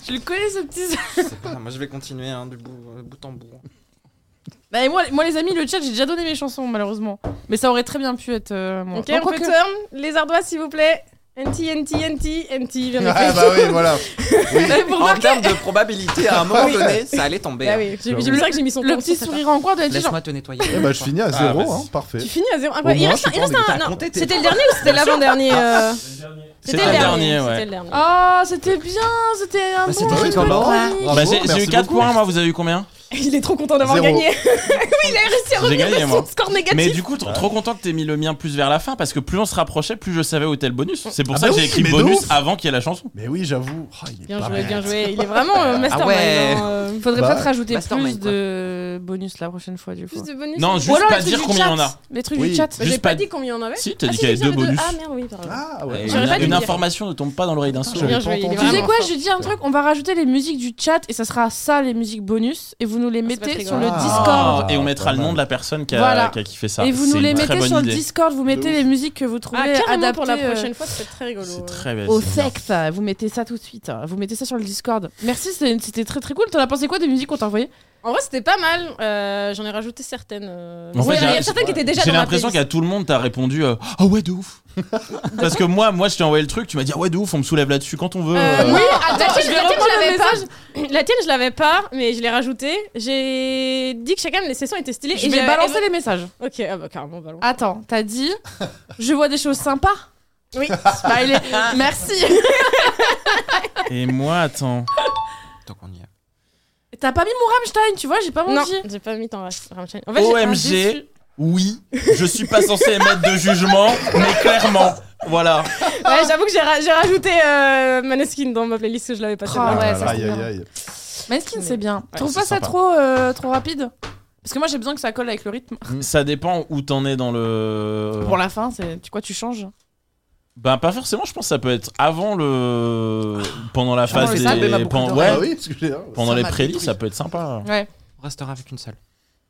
Speaker 1: Je le connais ce petit.
Speaker 5: Je sais pas, moi je vais continuer hein, du bout, euh, bout en bout.
Speaker 1: Bah, et moi, moi, les amis, le chat, j'ai déjà donné mes chansons malheureusement. Mais ça aurait très bien pu être euh, moi.
Speaker 3: Ok,
Speaker 1: Non,
Speaker 3: on
Speaker 1: quoique-
Speaker 3: retourne. Les ardoises, s'il vous plaît. NT, NT, NT, NT, viens nous
Speaker 4: Ah
Speaker 3: faire.
Speaker 4: bah oui, voilà.
Speaker 1: Vous
Speaker 5: En
Speaker 1: remarquez
Speaker 5: termes de probabilité, à un moment donné, ça allait tomber. hein.
Speaker 3: Bah oui, j'ai- j'ai- c'est vrai que j'ai mis son
Speaker 1: le
Speaker 3: ton
Speaker 1: petit
Speaker 3: sur cette
Speaker 1: sourire en coin de la petite genre.
Speaker 5: Laisse-moi te nettoyer.
Speaker 4: Eh bah, je finis à zéro,
Speaker 2: vas-y.
Speaker 4: hein, parfait.
Speaker 3: part. Tu finis à zéro. Incroyable.
Speaker 4: Au moins,
Speaker 3: il reste
Speaker 4: je
Speaker 3: un.
Speaker 4: suis
Speaker 3: il reste
Speaker 4: pas
Speaker 3: un-
Speaker 5: embêté à
Speaker 3: non,
Speaker 5: compter, t'es
Speaker 3: C'était le dernier ou c'était l'avant-dernier euh, le
Speaker 2: C'était le
Speaker 3: dernier,
Speaker 2: dernier, ouais.
Speaker 3: C'était le dernier.
Speaker 1: Oh, c'était bien, c'était un
Speaker 5: Bah,
Speaker 1: bon
Speaker 5: c'était
Speaker 1: rythme de
Speaker 5: rigolo.
Speaker 1: chronique.
Speaker 4: Bravo,
Speaker 2: Bah, j'ai j'ai eu
Speaker 4: merci
Speaker 2: 4
Speaker 4: beaucoup.
Speaker 2: points, moi, vous avez eu combien
Speaker 3: Il est trop content d'avoir
Speaker 4: Zéro.
Speaker 3: gagné. oui, il a réussi à
Speaker 2: J'ai
Speaker 3: revenir
Speaker 2: gagné,
Speaker 3: de son
Speaker 2: moi.
Speaker 3: score négatif.
Speaker 2: Mais du coup, t- trop content que t'aies mis le mien plus vers la fin parce que plus on se rapprochait, plus je savais où était le bonus. C'est pour
Speaker 4: Ah
Speaker 2: ça
Speaker 4: bah
Speaker 2: que j'ai
Speaker 4: oui,
Speaker 2: écrit
Speaker 4: mais de
Speaker 2: bonus
Speaker 4: ouf.
Speaker 2: avant qu'il y ait la chanson.
Speaker 4: Mais oui, j'avoue. Ah, il est
Speaker 3: Bien
Speaker 4: pas
Speaker 3: joué,
Speaker 4: mal.
Speaker 3: bien joué. Il est vraiment euh, mastermind.
Speaker 5: ouais.
Speaker 3: hein, euh.
Speaker 1: Faudrait
Speaker 4: Bah,
Speaker 1: peut-être rajouter
Speaker 5: Mastermind,
Speaker 1: plus de de bonus la prochaine fois, du coup.
Speaker 3: Plus de bonus.
Speaker 2: Non,
Speaker 3: Ou
Speaker 2: juste
Speaker 3: alors
Speaker 2: pas
Speaker 3: les trucs
Speaker 2: dire
Speaker 3: du
Speaker 2: combien
Speaker 3: chat.
Speaker 2: il y en a.
Speaker 1: Les trucs
Speaker 4: Oui.
Speaker 1: du chat.
Speaker 3: Bah, J'ai
Speaker 2: Juste
Speaker 3: pas
Speaker 2: pas-
Speaker 3: dit combien il y en avait.
Speaker 2: Si, t'as
Speaker 3: Ah,
Speaker 2: dit
Speaker 3: si,
Speaker 2: qu'il y avait
Speaker 3: j'avais
Speaker 2: deux bonus.
Speaker 3: Ah merde, oui, pardon.
Speaker 4: Ah
Speaker 2: Et
Speaker 4: ouais.
Speaker 2: Une,
Speaker 3: J'aurais pas dû
Speaker 2: une
Speaker 3: dire.
Speaker 2: information ne tombe pas dans l'oreille d'un
Speaker 4: Ah,
Speaker 2: seul.
Speaker 4: j'avais
Speaker 3: Bien
Speaker 4: pas
Speaker 3: joué, il est
Speaker 4: entendu.
Speaker 1: Tu sais
Speaker 3: Vraiment
Speaker 1: quoi,
Speaker 3: fort.
Speaker 1: je dis un truc, on va rajouter les musiques du chat et ça sera ça les musiques bonus et vous nous les
Speaker 3: c'est pas
Speaker 1: mettez
Speaker 3: très
Speaker 1: sur
Speaker 3: grave.
Speaker 1: le
Speaker 4: Ah.
Speaker 1: Discord.
Speaker 2: Et on mettra
Speaker 4: pas
Speaker 2: le
Speaker 4: mal.
Speaker 2: nom de la personne qui a,
Speaker 1: Voilà.
Speaker 2: qui a kiffé ça.
Speaker 1: Et vous
Speaker 2: C'est
Speaker 1: nous les
Speaker 2: une très
Speaker 1: mettez
Speaker 2: bonne
Speaker 1: sur le
Speaker 2: idée.
Speaker 1: Discord, vous mettez
Speaker 4: ouf.
Speaker 1: les musiques que vous
Speaker 3: Ah,
Speaker 1: trouvez
Speaker 3: carrément
Speaker 1: adaptées
Speaker 3: pour la
Speaker 1: euh,
Speaker 3: prochaine fois, c'est très rigolo.
Speaker 2: C'est
Speaker 3: ouais.
Speaker 2: très bien.
Speaker 1: au
Speaker 2: c'est bien.
Speaker 1: sexe. Vous mettez ça tout de suite, hein. vous mettez ça sur le Discord. Merci, c'est- c'était très très cool. T'en as pensé quoi des musiques qu'on t'a envoyées
Speaker 3: En vrai, c'était pas mal. Euh, J'en ai rajouté certaines. euh,
Speaker 2: En
Speaker 3: mais
Speaker 2: fait,
Speaker 3: il y a
Speaker 2: j'ai-
Speaker 3: certaines qui étaient déjà
Speaker 2: J'ai
Speaker 3: dans ma
Speaker 2: l'impression qu'à
Speaker 3: playlist.
Speaker 2: tout le monde, t'as répondu euh, Ah ouais, de ouf. Parce que moi, moi, je t'ai envoyé le truc, tu m'as dit Ah ouais, de ouf, on me soulève là-dessus quand on veut.
Speaker 3: Euh,
Speaker 2: euh.
Speaker 3: oui, attends, la tienne,
Speaker 1: vais
Speaker 3: la tienne,
Speaker 1: reprendre
Speaker 3: je
Speaker 1: le
Speaker 3: l'avais pas. La tienne, je l'avais pas, mais je l'ai rajoutée. J'ai dit que chacun de mes sessions était stylée.
Speaker 1: Je
Speaker 3: et
Speaker 1: vais
Speaker 3: j'avais-
Speaker 1: balancer les messages.
Speaker 3: Ok, ah bah carrément, ballon.
Speaker 1: Attends, t'as dit Je vois des choses sympas
Speaker 3: Oui.
Speaker 1: Smiley. Merci.
Speaker 2: Et moi, attends.
Speaker 5: Tant qu'on y est.
Speaker 1: T'as pas mis Oh mon Rammstein, tu vois, j'ai pas
Speaker 3: Non,
Speaker 1: menti.
Speaker 3: j'ai pas mis ton Ram- Ramstein. En fait, j'ai-
Speaker 1: j'ai-
Speaker 2: OMG,
Speaker 1: déçu.
Speaker 2: oui, je suis pas censé émettre de jugement, mais clairement. Voilà.
Speaker 3: ouais, j'avoue que j'ai ra- j'ai rajouté euh, Maneskin dans ma playlist que je l'avais pas.
Speaker 1: Oh,
Speaker 3: celle-là.
Speaker 1: ouais, ça,
Speaker 4: aïe,
Speaker 1: c'est
Speaker 4: aïe,
Speaker 1: bien.
Speaker 4: aïe.
Speaker 1: Mais skin, c'est bien. Tu Trouve
Speaker 2: c'est
Speaker 1: pas ça
Speaker 2: sympa.
Speaker 1: trop, euh, trop rapide Parce que moi, j'ai besoin que ça colle avec le rythme.
Speaker 2: Ça dépend où t'en es dans le.
Speaker 1: Pour la fin, c'est tu quoi, tu changes hein.
Speaker 2: Ben pas forcément, je pense que ça peut être avant le. pendant la
Speaker 1: Pendant
Speaker 2: phase
Speaker 1: les
Speaker 2: des.
Speaker 1: albums,
Speaker 5: à beaucoup
Speaker 2: pen-
Speaker 5: de
Speaker 2: ouais,
Speaker 4: Ah oui, parce que j'ai-
Speaker 2: pendant
Speaker 5: Ça
Speaker 2: les
Speaker 5: m'a
Speaker 2: prélis,
Speaker 5: détruit.
Speaker 2: ça peut être sympa.
Speaker 1: Ouais.
Speaker 5: On restera avec une seule.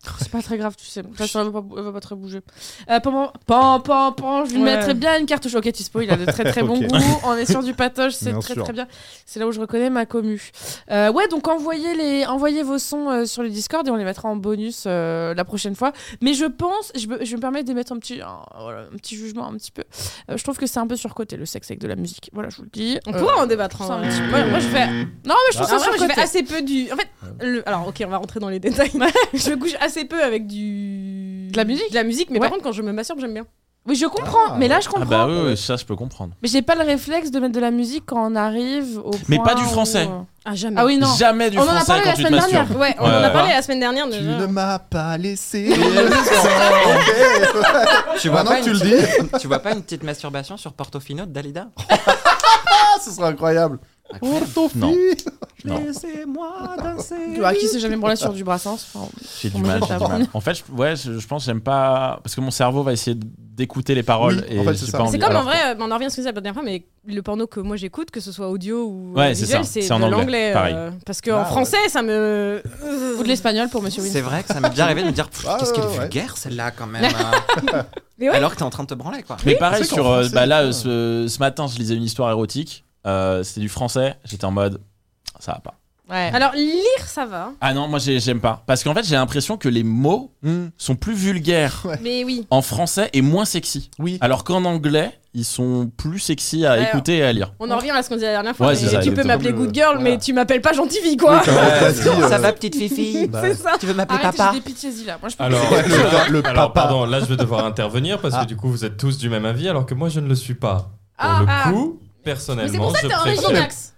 Speaker 1: Oh, C'est pas très grave, tu sais. De toute façon, elle va pas, elle va pas très bouger. Euh, pan, pan, pan, pan, je lui
Speaker 3: Ouais.
Speaker 1: mettrais bien une carte au choc. Ok, tu spoil, il a de très très bon
Speaker 4: Ok.
Speaker 1: goût. On est sur du patoche, c'est
Speaker 4: Bien
Speaker 1: très
Speaker 4: sûr.
Speaker 1: très bien. C'est là où je reconnais ma commu. Euh, ouais, donc envoyez, les, envoyez vos sons euh, sur le Discord et on les mettra en bonus euh, la prochaine fois. Mais je pense, je, me- je me permets d'émettre un petit, un, voilà, un petit jugement un petit peu. Euh, je trouve que c'est un peu surcoté le sexe avec de la musique. Voilà, je vous le dis.
Speaker 3: On
Speaker 1: Euh,
Speaker 3: pourra en débattre.
Speaker 1: ça,
Speaker 3: hein.
Speaker 1: un petit peu.
Speaker 3: Moi, moi, je fais
Speaker 1: Non, mais je
Speaker 3: Ah,
Speaker 1: trouve ça
Speaker 3: en vrai, moi, je fais
Speaker 1: surcoté.
Speaker 3: assez peu du. En fait, le- alors ok, on va rentrer dans les détails. je couche assez peu avec du.
Speaker 1: De la musique
Speaker 3: De la musique, mais par
Speaker 1: Ouais.
Speaker 3: contre, quand je me masturbe, j'aime bien.
Speaker 1: Oui, je comprends,
Speaker 4: Ah,
Speaker 1: mais là je comprends.
Speaker 2: Ah bah oui, oui, ça je peux comprendre.
Speaker 1: Mais j'ai pas le réflexe de mettre de la musique quand on arrive au point
Speaker 2: Mais pas du
Speaker 1: où,
Speaker 2: français.
Speaker 1: euh,
Speaker 3: Ah jamais.
Speaker 1: Ah oui, non.
Speaker 2: Jamais du
Speaker 1: On en a
Speaker 2: français
Speaker 1: parlé
Speaker 2: quand
Speaker 1: la
Speaker 2: tu te
Speaker 1: semaine
Speaker 2: masturbes.
Speaker 1: dernière.
Speaker 3: Ouais, on
Speaker 2: Ouais.
Speaker 3: en a parlé la semaine dernière
Speaker 4: Tu
Speaker 3: déjà.
Speaker 4: ne m'as pas laissé.
Speaker 5: Tu vois,
Speaker 4: Maintenant
Speaker 5: pas
Speaker 4: que tu
Speaker 5: une...
Speaker 4: le dis,
Speaker 5: tu vois pas une petite masturbation sur Portofino de Dalida
Speaker 4: ah, ce serait incroyable.
Speaker 5: Incroyable.
Speaker 2: Non. Non.
Speaker 5: Laissez-moi danser.
Speaker 1: Tu vois, qui s'est jamais branlé sur du brassens enfin,
Speaker 2: J'ai du
Speaker 1: Moi,
Speaker 2: mal,
Speaker 1: je
Speaker 2: j'ai du
Speaker 1: t'avoue.
Speaker 2: mal. En fait, je, ouais, je, je pense que j'aime pas parce que mon cerveau va essayer d'écouter les paroles
Speaker 4: Oui,
Speaker 2: et
Speaker 4: en fait, c'est
Speaker 2: j'ai
Speaker 4: ça.
Speaker 2: pas envie.
Speaker 3: C'est comme en
Speaker 2: Alors-
Speaker 3: vrai, euh, on en revient à ce que c'est la dernière fois, mais le porno que moi j'écoute, que ce soit audio ou
Speaker 2: Ouais,
Speaker 3: euh,
Speaker 2: c'est
Speaker 3: visuel,
Speaker 2: ça,
Speaker 3: c'est
Speaker 2: c'est en
Speaker 3: de
Speaker 2: anglais,
Speaker 3: l'anglais. euh,
Speaker 2: pareil.
Speaker 3: parce que
Speaker 4: Ah,
Speaker 3: en français, ça me.
Speaker 1: Ou de l'espagnol pour Monsieur
Speaker 5: C'est
Speaker 1: Win.
Speaker 5: vrai que ça m'est déjà arrivé de me dire Pff,
Speaker 4: Ah,
Speaker 5: qu'est-ce qu'elle
Speaker 4: ouais,
Speaker 5: est
Speaker 4: ouais.
Speaker 5: vulgaire celle-là quand même. hein.
Speaker 3: Mais ouais.
Speaker 5: Alors que t'es en train de te branler quoi.
Speaker 2: Mais pareil
Speaker 4: c'est qu'en
Speaker 2: sur euh,
Speaker 4: français,
Speaker 2: bah là
Speaker 4: ouais.
Speaker 2: euh, ce, ce matin, je lisais une histoire érotique, euh, c'était du français, j'étais en mode ça va pas.
Speaker 1: Ouais.
Speaker 3: Alors lire, ça va.
Speaker 2: Ah non, moi j'ai- j'aime pas parce qu'en fait, j'ai l'impression que les mots
Speaker 4: Hmm.
Speaker 2: sont plus vulgaires
Speaker 3: Mais oui.
Speaker 2: en français et moins sexy.
Speaker 4: Oui.
Speaker 2: Alors qu'en anglais, ils sont plus sexy à
Speaker 3: Alors-
Speaker 2: écouter et à lire.
Speaker 3: On en revient à ce qu'on disait la dernière fois.
Speaker 2: Ouais,
Speaker 3: mais
Speaker 2: c'est ça,
Speaker 3: tu peux
Speaker 4: exactement.
Speaker 3: m'appeler good girl,
Speaker 4: Voilà.
Speaker 3: mais tu m'appelles pas gentille fille, quoi.
Speaker 4: Euh,
Speaker 5: Euh, Ça va petite fifi
Speaker 4: Bah,
Speaker 3: c'est ça.
Speaker 5: Tu veux m'appeler
Speaker 1: Arrêtez,
Speaker 5: papa
Speaker 1: j'ai des pitiés là.
Speaker 2: Ah,
Speaker 1: Moi, je peux
Speaker 6: Alors,
Speaker 1: plus.
Speaker 4: le, le
Speaker 6: Alors,
Speaker 4: papa.
Speaker 6: pardon, là je vais devoir intervenir parce que
Speaker 4: Ah.
Speaker 6: du coup vous êtes tous du même avis alors que moi je ne le suis pas. Pour
Speaker 3: Ah, ah.
Speaker 6: le coup,
Speaker 3: Mais c'est
Speaker 6: personnellement,
Speaker 3: pour ça que
Speaker 6: je
Speaker 3: t'es en régie,
Speaker 6: préfère-
Speaker 3: Max.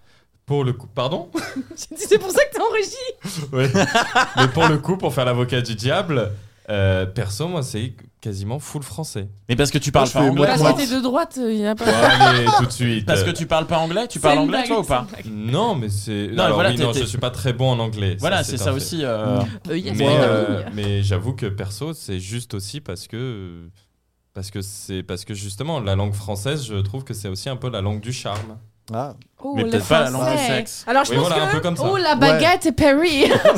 Speaker 6: Pour le coup, pardon
Speaker 3: J'ai dit, C'est pour ça que t'es en régie.
Speaker 6: Ouais. Mais pour le coup, pour faire l'avocat du diable, euh, perso, moi c'est quasiment full français.
Speaker 2: Mais parce que tu parles
Speaker 4: je
Speaker 2: pas
Speaker 4: fais
Speaker 2: anglais.
Speaker 1: Parce
Speaker 2: toi.
Speaker 1: que t'es de droite, euh, il y en a pas.
Speaker 6: Bon, allez, tout de suite.
Speaker 2: Parce que tu parles pas anglais, tu parles anglais toi ou pas
Speaker 6: Non, mais c'est.
Speaker 2: Non,
Speaker 6: Alors
Speaker 2: voilà,
Speaker 6: oui,
Speaker 2: t'es-
Speaker 6: non,
Speaker 2: t'es-
Speaker 6: je suis pas très bon en anglais.
Speaker 2: Voilà, c'est ça
Speaker 6: un fait.
Speaker 2: aussi euh,
Speaker 1: Euh, yes,
Speaker 6: mais,
Speaker 1: madame.
Speaker 6: euh, mais j'avoue que perso, c'est juste aussi parce que parce que c'est parce que justement la langue française, je trouve que c'est aussi un peu la langue du charme.
Speaker 4: Ah.
Speaker 1: Oh,
Speaker 2: mais
Speaker 1: le
Speaker 2: peut-être pas la langue du
Speaker 1: français.
Speaker 2: sexe.
Speaker 3: Alors je
Speaker 6: Oui,
Speaker 3: pense
Speaker 6: voilà, un
Speaker 3: que.
Speaker 6: peu comme ça.
Speaker 1: Oh, la baguette et Perry.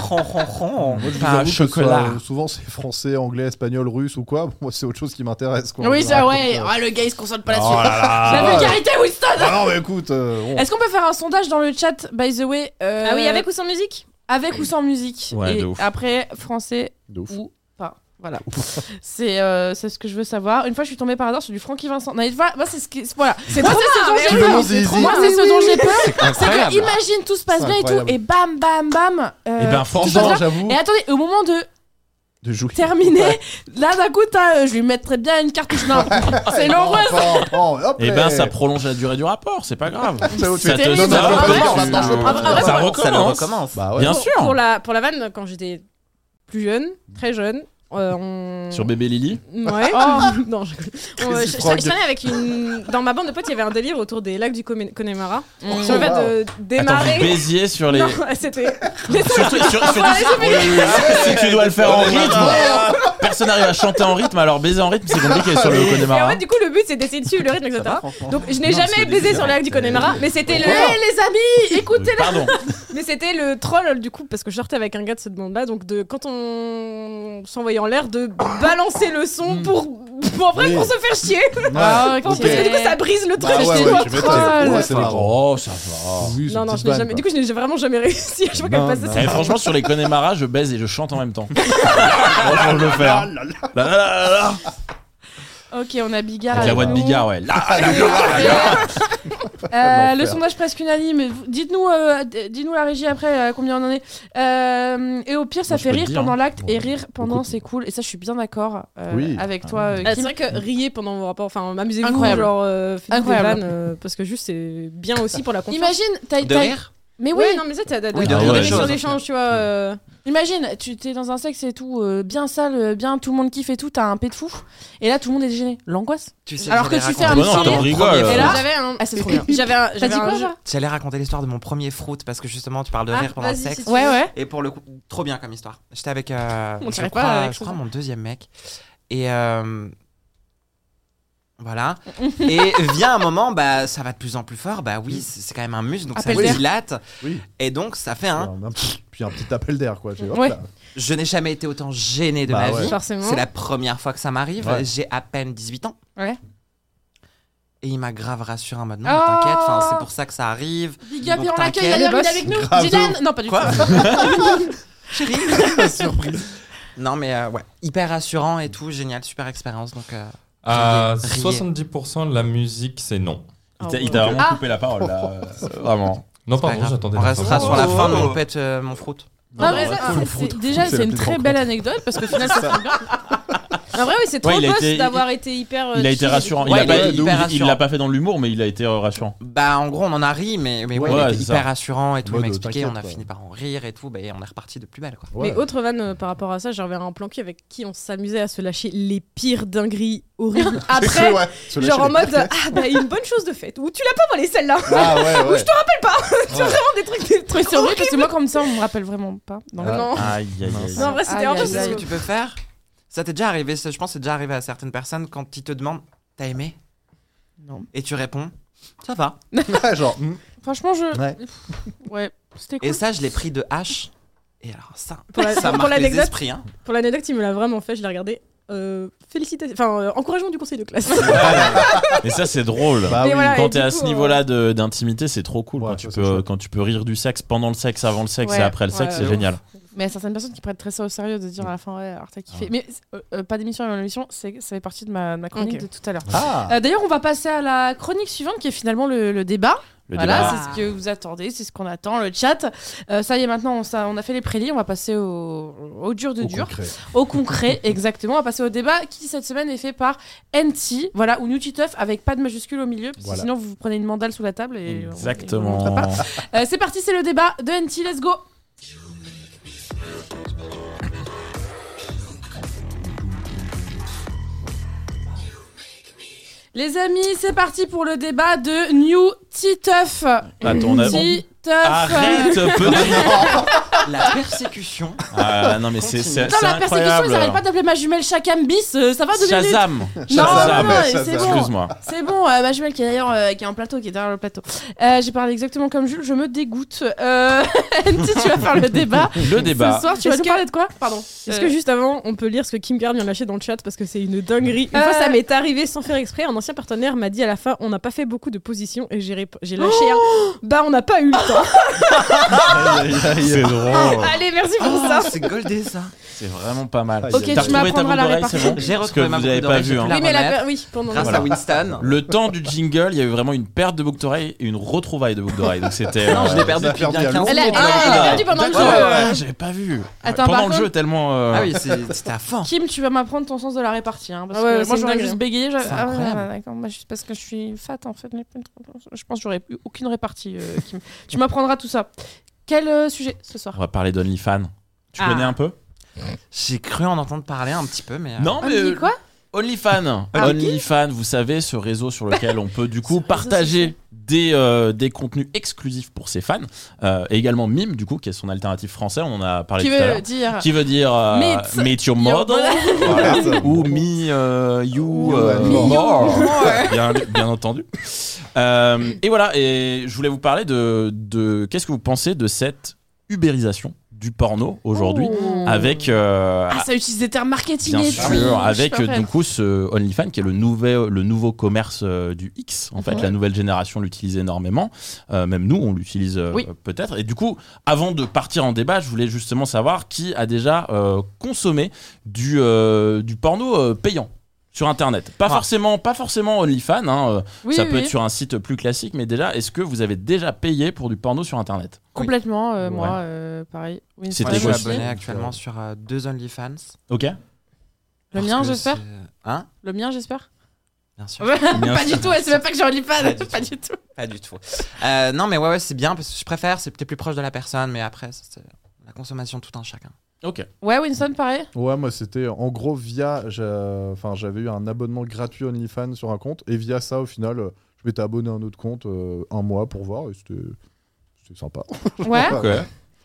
Speaker 5: Ron, ron, ron.
Speaker 4: Moi, je vous
Speaker 5: Pas un
Speaker 4: avoue que
Speaker 5: chocolat.
Speaker 4: ça, souvent c'est français, anglais, espagnol, russe ou quoi. Moi, c'est autre chose qui m'intéresse. quoi.
Speaker 1: oui, ça,
Speaker 4: Ah,
Speaker 1: ouais.
Speaker 4: donc, euh,
Speaker 1: Ah, le gars, il se concentre pas
Speaker 4: oh
Speaker 1: là-dessus.
Speaker 2: Ah,
Speaker 4: là
Speaker 1: La
Speaker 4: là.
Speaker 1: vulgarité, Winston.
Speaker 4: Ah non, mais écoute. euh, bon.
Speaker 1: Est-ce qu'on peut faire un sondage dans le chat, by the way euh,
Speaker 3: Ah oui, avec ou sans musique
Speaker 1: avec ou sans musique
Speaker 2: Ouais,
Speaker 1: Et
Speaker 2: de ouf.
Speaker 1: après, français
Speaker 4: De ouf.
Speaker 1: ou pas. Voilà. C'est euh, c'est ce que je veux savoir. Une fois, je suis tombée par hasard sur du Francky Vincent. Non, mais voilà, moi, c'est ce qui. Voilà.
Speaker 3: C'est
Speaker 1: Moi,
Speaker 3: trop
Speaker 1: c'est ce dont
Speaker 3: bien,
Speaker 1: j'ai
Speaker 4: Tu
Speaker 1: peur.
Speaker 4: veux mon
Speaker 1: C'est
Speaker 4: zizi
Speaker 1: trop bien. Moi, c'est ce dont j'ai peur. C'est que,
Speaker 5: Incroyable.
Speaker 1: imagine, tout se passe
Speaker 4: C'est
Speaker 1: bien et tout,
Speaker 4: incroyable.
Speaker 1: et bam, bam, bam. euh,
Speaker 2: Eh
Speaker 1: tout
Speaker 2: ben,
Speaker 1: se passe
Speaker 4: Franchement,
Speaker 1: bien.
Speaker 4: j'avoue.
Speaker 1: Et attendez, au moment de
Speaker 3: Eh,
Speaker 4: De jouer.
Speaker 1: terminer, là d'un coup, t'as, euh, je lui mettrais bien une cartouche. Non, c'est l'heureuse.
Speaker 2: Eh ben, ça prolonge la durée du rapport, c'est pas grave.
Speaker 1: C'est
Speaker 2: Ça te
Speaker 1: terrible. Ah,
Speaker 2: donne
Speaker 1: Non, non,
Speaker 2: un
Speaker 1: non,
Speaker 2: peu de-
Speaker 4: non, non, non,
Speaker 2: Ça
Speaker 5: Ça le
Speaker 2: recommence.
Speaker 5: recommence.
Speaker 4: Bah ouais.
Speaker 2: Bien
Speaker 3: pour,
Speaker 2: sûr.
Speaker 3: Pour la, pour la vanne, quand j'étais plus jeune, très jeune, euh, on...
Speaker 2: Sur Bébé Lily
Speaker 3: Ouais.
Speaker 1: Oh,
Speaker 3: non, je... on-
Speaker 4: Crazy
Speaker 3: je- je-
Speaker 4: Frog.
Speaker 3: je traînais avec une. Dans ma bande de potes, il y avait un délire autour des lacs du Conne- Connemara.
Speaker 1: Mm.
Speaker 3: Sur le fait de
Speaker 2: Attends, vous
Speaker 3: démarrer.
Speaker 2: baisiez sur les.
Speaker 3: Non, c'était.
Speaker 2: Surtout, sur- surtout-
Speaker 3: Enfin, laissez
Speaker 2: Oui, oui, oui. si tu dois le faire en rythme, personne n'arrive à chanter en rythme, alors baiser en rythme, c'est compliqué sur le
Speaker 3: Et en
Speaker 2: Connemara.
Speaker 3: fait, du coup, le but, c'est d'essayer de suivre le rythme, etc. Donc, je n'ai
Speaker 2: hein. Non, parce que
Speaker 3: jamais baisé sur le lac du
Speaker 2: différent.
Speaker 3: Connemara, mais c'était le.
Speaker 2: Pourquoi
Speaker 3: Hey, les amis, écoutez
Speaker 2: Euh, Pardon.
Speaker 3: Mais c'était le troll du coup parce que je sortais avec un gars de cette bande-là, donc de quand on s'envoyait en l'air, de balancer le son pour, pour en vrai
Speaker 4: Oui.
Speaker 3: pour se faire chier.
Speaker 1: Ah, ok.
Speaker 3: Parce que du coup ça brise le truc.
Speaker 4: Bah ouais,
Speaker 3: j'étais
Speaker 4: Bah ouais,
Speaker 3: genre,
Speaker 4: tu
Speaker 3: troll.
Speaker 4: m'étonnes. Ouais, c'est
Speaker 2: Ah,
Speaker 4: marrant.
Speaker 2: Oh, ça va.
Speaker 4: Oui, c'est
Speaker 3: non
Speaker 4: une
Speaker 3: non,
Speaker 4: petite
Speaker 3: je n'ai
Speaker 4: vanne,
Speaker 3: jamais. Du coup, je n'ai vraiment jamais réussi. à chaque fois qu'elle
Speaker 4: Non,
Speaker 3: passait.
Speaker 4: non.
Speaker 3: c'était-
Speaker 2: Eh, franchement, sur les Connemara, je baise et je chante en même temps. franchement, je le fais. hein. La, la, la, la, la.
Speaker 1: Ok, on a Bigard.
Speaker 2: Avec la
Speaker 1: avec
Speaker 2: voix de
Speaker 1: nous.
Speaker 2: Bigard, ouais. La-
Speaker 1: Euh, le
Speaker 4: L'enfer.
Speaker 1: sondage presque unanime. Dites-nous, euh, d- dites-nous la régie après euh, combien on en est. Euh, et au pire, ça
Speaker 2: Moi, je
Speaker 1: fait
Speaker 2: peux te
Speaker 1: rire
Speaker 2: dire,
Speaker 1: pendant
Speaker 2: hein.
Speaker 1: l'acte et rire pendant,
Speaker 2: Beaucoup.
Speaker 1: c'est cool. Et ça, je suis bien d'accord euh,
Speaker 4: Oui.
Speaker 1: avec toi, euh,
Speaker 3: Ah, c'est
Speaker 1: Kim.
Speaker 3: vrai que riez pendant vos rapports, enfin m'amusez-vous,
Speaker 1: Incroyable.
Speaker 3: genre euh, faites des
Speaker 1: Incroyable.
Speaker 3: vannes, euh, parce que juste c'est bien aussi pour la confiance.
Speaker 1: Imagine, t'as,
Speaker 5: De
Speaker 1: t'as-
Speaker 5: rire
Speaker 1: mais oui,
Speaker 3: oui, non mais ça t'as t'as-
Speaker 5: Oui,
Speaker 2: de
Speaker 3: t'as-
Speaker 2: rire
Speaker 3: t'as
Speaker 2: des
Speaker 3: des sur
Speaker 5: choses.
Speaker 3: l'échange, tu vois. euh,
Speaker 1: imagine, tu t'es dans un sexe et tout, euh, bien sale, euh, bien tout le monde kiffe et tout, t'as un pet de fou, et là tout le monde est gêné, l'angoisse.
Speaker 5: Tu sais,
Speaker 1: Alors
Speaker 5: j'allais
Speaker 1: que tu fais
Speaker 5: raconter
Speaker 1: un
Speaker 5: l'histoire
Speaker 1: petit
Speaker 5: de mon
Speaker 2: rire.
Speaker 5: premier
Speaker 2: Et
Speaker 3: Et
Speaker 5: fruit.
Speaker 3: là
Speaker 1: Ah.
Speaker 3: j'avais un,
Speaker 1: Ah, c'est trop bien.
Speaker 3: j'avais un,
Speaker 1: T'as
Speaker 3: j'avais
Speaker 1: dit
Speaker 3: un
Speaker 1: quoi
Speaker 3: jeu-
Speaker 1: genre
Speaker 5: J'allais raconter l'histoire de mon premier fruit parce que justement, tu parles de
Speaker 3: Ah,
Speaker 5: rire pendant le
Speaker 3: vas-y, si tu
Speaker 5: sexe.
Speaker 3: veux.
Speaker 1: Ouais ouais.
Speaker 5: Et pour le coup, trop bien comme histoire. J'étais avec, euh,
Speaker 3: On
Speaker 5: je
Speaker 3: dirait
Speaker 5: crois,
Speaker 3: pas avec
Speaker 5: je
Speaker 3: son
Speaker 5: crois
Speaker 3: nom.
Speaker 5: mon deuxième mec. Et euh, voilà. et vient un moment, bah, ça va de plus en plus fort. Bah
Speaker 3: Mm.
Speaker 5: oui, c'est c'est quand même un muscle, donc
Speaker 1: Appel
Speaker 5: ça
Speaker 1: d'air.
Speaker 5: dilate.
Speaker 4: Oui.
Speaker 5: Et donc, ça fait un.
Speaker 2: Hein
Speaker 4: Un petit- Puis un petit appel d'air, quoi. J'ai- hop
Speaker 1: Ouais.
Speaker 4: là.
Speaker 5: Je n'ai jamais été autant gêné de
Speaker 4: Bah
Speaker 5: ma
Speaker 4: ouais.
Speaker 5: vie.
Speaker 3: Forcément.
Speaker 5: C'est la première fois que ça m'arrive.
Speaker 4: Ouais.
Speaker 5: J'ai à peine 18 ans.
Speaker 1: Ouais.
Speaker 5: Et il m'a grave rassuré en mode
Speaker 3: Oh
Speaker 5: non,
Speaker 1: Ah.
Speaker 5: mais t'inquiète, enfin, c'est pour ça que ça arrive.
Speaker 1: Big up
Speaker 5: Donc,
Speaker 1: et on l'accueille
Speaker 5: t'inquiète.
Speaker 1: d'ailleurs, il
Speaker 3: Le
Speaker 1: est
Speaker 3: boss.
Speaker 1: avec nous.
Speaker 4: Grave.
Speaker 1: Dylan, non pas du tout.
Speaker 5: Quoi
Speaker 4: Chérie, surprise.
Speaker 5: Non, mais euh, ouais, hyper rassurant et tout, génial, super expérience. Donc, euh,
Speaker 6: À
Speaker 5: Riez.
Speaker 6: 70% la musique, c'est non.
Speaker 2: Il t'a- il t'a vraiment
Speaker 1: Ah.
Speaker 2: coupé la parole, là. euh, Vraiment.
Speaker 6: Non,
Speaker 5: pas
Speaker 6: pardon,
Speaker 5: grave.
Speaker 6: j'attendais
Speaker 5: On
Speaker 6: la
Speaker 5: restera
Speaker 6: fin.
Speaker 5: sur la
Speaker 2: Oh.
Speaker 5: fin de mon pet, euh, mon fruit.
Speaker 1: Non, mais ça, c'est- c'est- déjà
Speaker 4: c'est
Speaker 1: c'est
Speaker 4: la
Speaker 1: une
Speaker 4: plus
Speaker 1: très
Speaker 4: grande
Speaker 1: belle anecdote parce qu'au final ça se bien.
Speaker 3: En vrai oui c'est trop
Speaker 2: Ouais, il a
Speaker 3: boss
Speaker 2: été-
Speaker 3: d'avoir été hyper. euh,
Speaker 2: Il a été
Speaker 3: chill.
Speaker 2: rassurant.
Speaker 5: Ouais,
Speaker 2: il, a
Speaker 5: il
Speaker 2: pas-
Speaker 5: est hyper
Speaker 2: il- il l'a
Speaker 5: rassurant.
Speaker 2: pas fait dans l'humour, mais il a été euh, rassurant.
Speaker 5: Bah, en gros, on en a ri, mais, mais ouais,
Speaker 4: Ouais,
Speaker 5: il
Speaker 2: ouais,
Speaker 5: était
Speaker 2: c'est
Speaker 5: hyper
Speaker 2: ça.
Speaker 5: rassurant et tout.
Speaker 4: Mode,
Speaker 5: Il m'a expliqué,
Speaker 4: t'inquiète,
Speaker 5: on a
Speaker 4: quoi.
Speaker 5: fini par en rire et tout, bah, et on est reparti de plus belle, quoi.
Speaker 4: Ouais.
Speaker 3: Mais autre vanne euh, par rapport à ça, j'avais un plan cul avec qui on s'amusait à se lâcher les pires dingueries horribles. Après,
Speaker 4: Ouais, se lâcher
Speaker 3: genre en
Speaker 4: les
Speaker 3: mode
Speaker 4: claquettes.
Speaker 3: ah bah une bonne chose de faite. Ou tu l'as pas volé celle-là.
Speaker 4: Ah ouais, ouais.
Speaker 3: Vraiment des trucs des
Speaker 1: Mais
Speaker 3: trucs.
Speaker 1: c'est horrible parce que moi comme ça on me rappelle vraiment pas. Donc,
Speaker 3: Non.
Speaker 2: Aïe, aïe, aïe.
Speaker 3: Non, en vrai c'était
Speaker 1: Aïe,
Speaker 3: en
Speaker 1: aïe,
Speaker 5: Tu sais ce
Speaker 1: aïe.
Speaker 5: que tu peux faire Ça t'est déjà arrivé, ça, je pense que c'est déjà arrivé à certaines personnes quand ils te demandent T'as aimé
Speaker 3: Non.
Speaker 5: Et tu réponds Ça va.
Speaker 4: Ouais, genre. hmm.
Speaker 1: Franchement je.
Speaker 4: Ouais.
Speaker 1: Ouais. C'était cool.
Speaker 5: Et ça, je l'ai pris de H. Et alors, ça,
Speaker 3: Pour la-
Speaker 5: ça
Speaker 3: pour
Speaker 5: marque les
Speaker 3: l'anecdote.
Speaker 5: esprits. Hein.
Speaker 3: Pour l'anecdote, il me l'a vraiment fait, je l'ai regardé. Euh, félicitations, enfin euh, encouragement du conseil de classe.
Speaker 2: Et ça, c'est drôle.
Speaker 4: Bah
Speaker 3: Mais
Speaker 4: oui.
Speaker 3: voilà. et
Speaker 2: Quand
Speaker 3: du
Speaker 2: t'es à
Speaker 3: coup,
Speaker 2: ce
Speaker 3: euh,
Speaker 2: niveau-là de- d'intimité, c'est trop cool.
Speaker 4: Ouais,
Speaker 2: quand, tu
Speaker 4: ça, c'est
Speaker 2: peux,
Speaker 4: chouette.
Speaker 2: quand tu peux rire du sexe pendant le sexe, avant le sexe
Speaker 1: Ouais,
Speaker 2: et après le
Speaker 1: ouais,
Speaker 2: sexe,
Speaker 1: ouais,
Speaker 2: c'est
Speaker 1: ouais.
Speaker 2: génial.
Speaker 1: Mais il y a certaines personnes qui prennent très ça au sérieux de dire à la fin, ouais, alors t'as kiffé. Mais euh, euh, pas d'émission avant l'émission, c'est- ça fait partie de ma, ma chronique
Speaker 3: Ok.
Speaker 1: de tout à l'heure.
Speaker 4: Ah
Speaker 1: Euh, D'ailleurs, on va passer à la chronique suivante qui est finalement le, le débat.
Speaker 2: Le
Speaker 1: voilà,
Speaker 2: débat.
Speaker 5: débat.
Speaker 1: c'est ce que vous attendez, c'est ce qu'on attend, le chat. Euh, ça y est, maintenant, on, s'a- on a fait les prélis, on va passer au, au dur de
Speaker 4: Au
Speaker 1: dur,
Speaker 4: concret.
Speaker 1: au concret, exactement. On va passer au débat qui, cette semaine, est fait par NT, voilà, ou Nutiteuf avec pas de majuscule au milieu, parce que
Speaker 4: Voilà.
Speaker 1: sinon vous vous prenez une mandale sous la table et. on- et on
Speaker 2: Exactement.
Speaker 1: le montre pas. Euh, c'est parti, c'est le débat de NT, let's go! Les amis, c'est parti pour le débat de New Titeuf.
Speaker 2: Attends, Ah, on a-
Speaker 1: Titeuf.
Speaker 2: Arrête, petit.
Speaker 4: Ah,
Speaker 5: La persécution.
Speaker 2: Ah, non, mais c'est c'est-
Speaker 1: Putain,
Speaker 2: c'est
Speaker 1: la persécution, ils arrêtent pas
Speaker 2: incroyable.
Speaker 1: d'appeler ma jumelle Shakam bis. euh, ça va devenir.
Speaker 2: Shazam.
Speaker 1: Non, non,
Speaker 2: Shazam.
Speaker 1: non,
Speaker 4: Shazam.
Speaker 1: c'est bon.
Speaker 2: Excuse-moi.
Speaker 1: C'est bon, euh, ma jumelle qui est d'ailleurs euh, qui est en plateau, qui est derrière le plateau. Euh, J'ai parlé exactement comme Jules, je me dégoûte. Euh, NT, tu vas faire le débat.
Speaker 2: Le débat.
Speaker 1: Ce soir, tu vas
Speaker 3: Est-ce
Speaker 1: nous
Speaker 3: que-
Speaker 1: parler de quoi Pardon.
Speaker 3: Est-ce
Speaker 1: Euh,
Speaker 3: que juste avant, on peut lire ce que Kim Gard vient de lâcher dans le chat parce que c'est une dinguerie. Une
Speaker 1: Euh.
Speaker 3: fois, ça m'est arrivé sans faire exprès. Un ancien partenaire m'a dit à la fin, on n'a pas fait beaucoup de positions et j'ai rép- j'ai lâché un. Bah, on n'a pas eu le temps.
Speaker 4: Aïe, aïe, aïe.
Speaker 2: C'est
Speaker 4: ah,
Speaker 2: drôle.
Speaker 3: Allez, merci pour
Speaker 5: Oh,
Speaker 3: ça.
Speaker 5: c'est goldé ça.
Speaker 2: C'est vraiment pas mal.
Speaker 4: Ok,
Speaker 2: T'as
Speaker 1: tu
Speaker 2: retrouvé ta
Speaker 1: m'apprendras
Speaker 2: boucle
Speaker 1: la
Speaker 2: d'oreille, c'est
Speaker 1: répartie.
Speaker 2: bon
Speaker 5: J'ai
Speaker 2: Parce
Speaker 5: retrouvé
Speaker 2: que
Speaker 5: ma
Speaker 2: vous
Speaker 5: boucle
Speaker 2: avez pas
Speaker 5: d'oreille,
Speaker 2: vu.
Speaker 5: j'ai
Speaker 2: hein.
Speaker 1: Euh,
Speaker 5: plus la
Speaker 3: Oui, mais la
Speaker 5: remettre.
Speaker 3: per- oui, pendant
Speaker 5: Grâce
Speaker 2: Voilà.
Speaker 5: à Winston.
Speaker 2: Le temps du jingle, il y a eu vraiment une perte de boucle d'oreille et une retrouvaille de boucle d'oreille. Donc c'était. euh,
Speaker 5: Non, je l'ai perdu
Speaker 4: Ça
Speaker 5: depuis
Speaker 4: a
Speaker 5: bien
Speaker 4: perdu à
Speaker 5: 15
Speaker 1: Elle a-
Speaker 5: minutes.
Speaker 1: elle a-
Speaker 5: Ah,
Speaker 1: elle a perdu pendant le
Speaker 5: d'accord.
Speaker 1: jeu.
Speaker 2: Ouais, Ah, j'avais pas vu.
Speaker 1: Attends,
Speaker 2: pendant
Speaker 1: par
Speaker 2: le
Speaker 1: contre-
Speaker 2: jeu, tellement. euh,
Speaker 5: Ah oui, c'est- c'était à fond.
Speaker 1: Kim, tu vas m'apprendre ton sens de la répartie. Hein, parce
Speaker 3: Ah ouais,
Speaker 1: que
Speaker 3: ouais,
Speaker 1: moi,
Speaker 3: c'est
Speaker 1: j'aurais
Speaker 3: dingue.
Speaker 1: juste bégayé. j'aurais-
Speaker 5: C'est
Speaker 1: Ah ouais,
Speaker 5: incroyable.
Speaker 1: ouais, d'accord. Moi, je- parce que je suis fat, en fait. mais pas trop- Je pense que j'aurais eu aucune répartie, euh, Kim. tu m'apprendras tout ça. Quel euh, sujet ce soir
Speaker 2: On va parler d'OnlyFans. Tu
Speaker 1: Ah.
Speaker 2: connais un peu
Speaker 5: J'ai cru en entendre parler un petit peu, mais. euh,
Speaker 2: Non,
Speaker 1: On
Speaker 2: mais.
Speaker 1: dit Ah, quoi
Speaker 2: OnlyFan.
Speaker 5: Ah,
Speaker 2: OnlyFan, vous savez, ce réseau sur lequel on peut du coup partager des, euh, des contenus exclusifs pour ses fans. Euh, et également Mime, du coup, qui est son alternative français, on en a parlé
Speaker 1: Qui
Speaker 2: tout à
Speaker 1: veut
Speaker 2: l'heure.
Speaker 1: dire.
Speaker 2: Qui veut dire euh,
Speaker 1: Meet-
Speaker 2: Meet Your Model Voilà. ou Me euh, You
Speaker 4: You
Speaker 2: euh,
Speaker 4: and
Speaker 2: More.
Speaker 4: More.
Speaker 2: bien, bien entendu. Euh, et voilà, et je voulais vous parler de, de qu'est-ce que vous pensez de cette ubérisation du porno aujourd'hui
Speaker 3: Oh.
Speaker 2: avec euh,
Speaker 1: Ah, ça utilise des termes marketing
Speaker 2: Bien
Speaker 1: et
Speaker 2: sûr,
Speaker 1: tout.
Speaker 2: avec euh,
Speaker 1: Je suis pas
Speaker 2: du
Speaker 1: fan.
Speaker 2: coup ce OnlyFans qui est le, nouvel, le nouveau commerce euh, du X. En fait, la nouvelle génération l'utilise énormément. Euh, même nous, on l'utilise euh,
Speaker 5: Oui.
Speaker 2: peut-être. Et du coup, avant de partir en débat, je voulais justement savoir qui a déjà euh, consommé du, euh, du porno euh, payant sur Internet. Pas
Speaker 5: Ah.
Speaker 2: forcément, pas forcément OnlyFans. hein, euh,
Speaker 1: Oui,
Speaker 2: ça
Speaker 1: oui,
Speaker 2: peut
Speaker 1: oui.
Speaker 2: être sur un site plus classique, mais déjà, est-ce que vous avez déjà payé pour du porno sur Internet
Speaker 1: Complètement, euh,
Speaker 2: Ouais.
Speaker 1: moi, euh, pareil. Oui,
Speaker 2: C'était
Speaker 5: Moi,
Speaker 1: c'est
Speaker 5: je
Speaker 2: quoi
Speaker 5: suis
Speaker 1: négocié.
Speaker 5: abonné actuellement sur euh, deux OnlyFans.
Speaker 2: Ok.
Speaker 1: Le
Speaker 5: parce
Speaker 1: mien,
Speaker 5: que
Speaker 1: j'espère.
Speaker 5: c'est- Hein
Speaker 1: Le mien, j'espère.
Speaker 5: Bien sûr.
Speaker 1: pas du tout, elle sait même pas que j'ai OnlyFans.
Speaker 5: Pas du
Speaker 1: Pas du tout.
Speaker 5: Pas du tout. Euh, non, mais ouais, ouais, c'est bien parce que je préfère, c'est peut-être plus proche de la personne, mais après, ça, c'est la consommation tout un chacun.
Speaker 2: Ok.
Speaker 1: Ouais, Winston, pareil.
Speaker 4: Ouais, moi c'était en gros via. j'a- Enfin, j'avais eu un abonnement gratuit OnlyFans sur un compte, et via ça, au final, euh, je m'étais abonné à un autre compte euh, un mois pour voir, et c'était. C'était sympa.
Speaker 1: Ouais.
Speaker 2: Ah, Ok.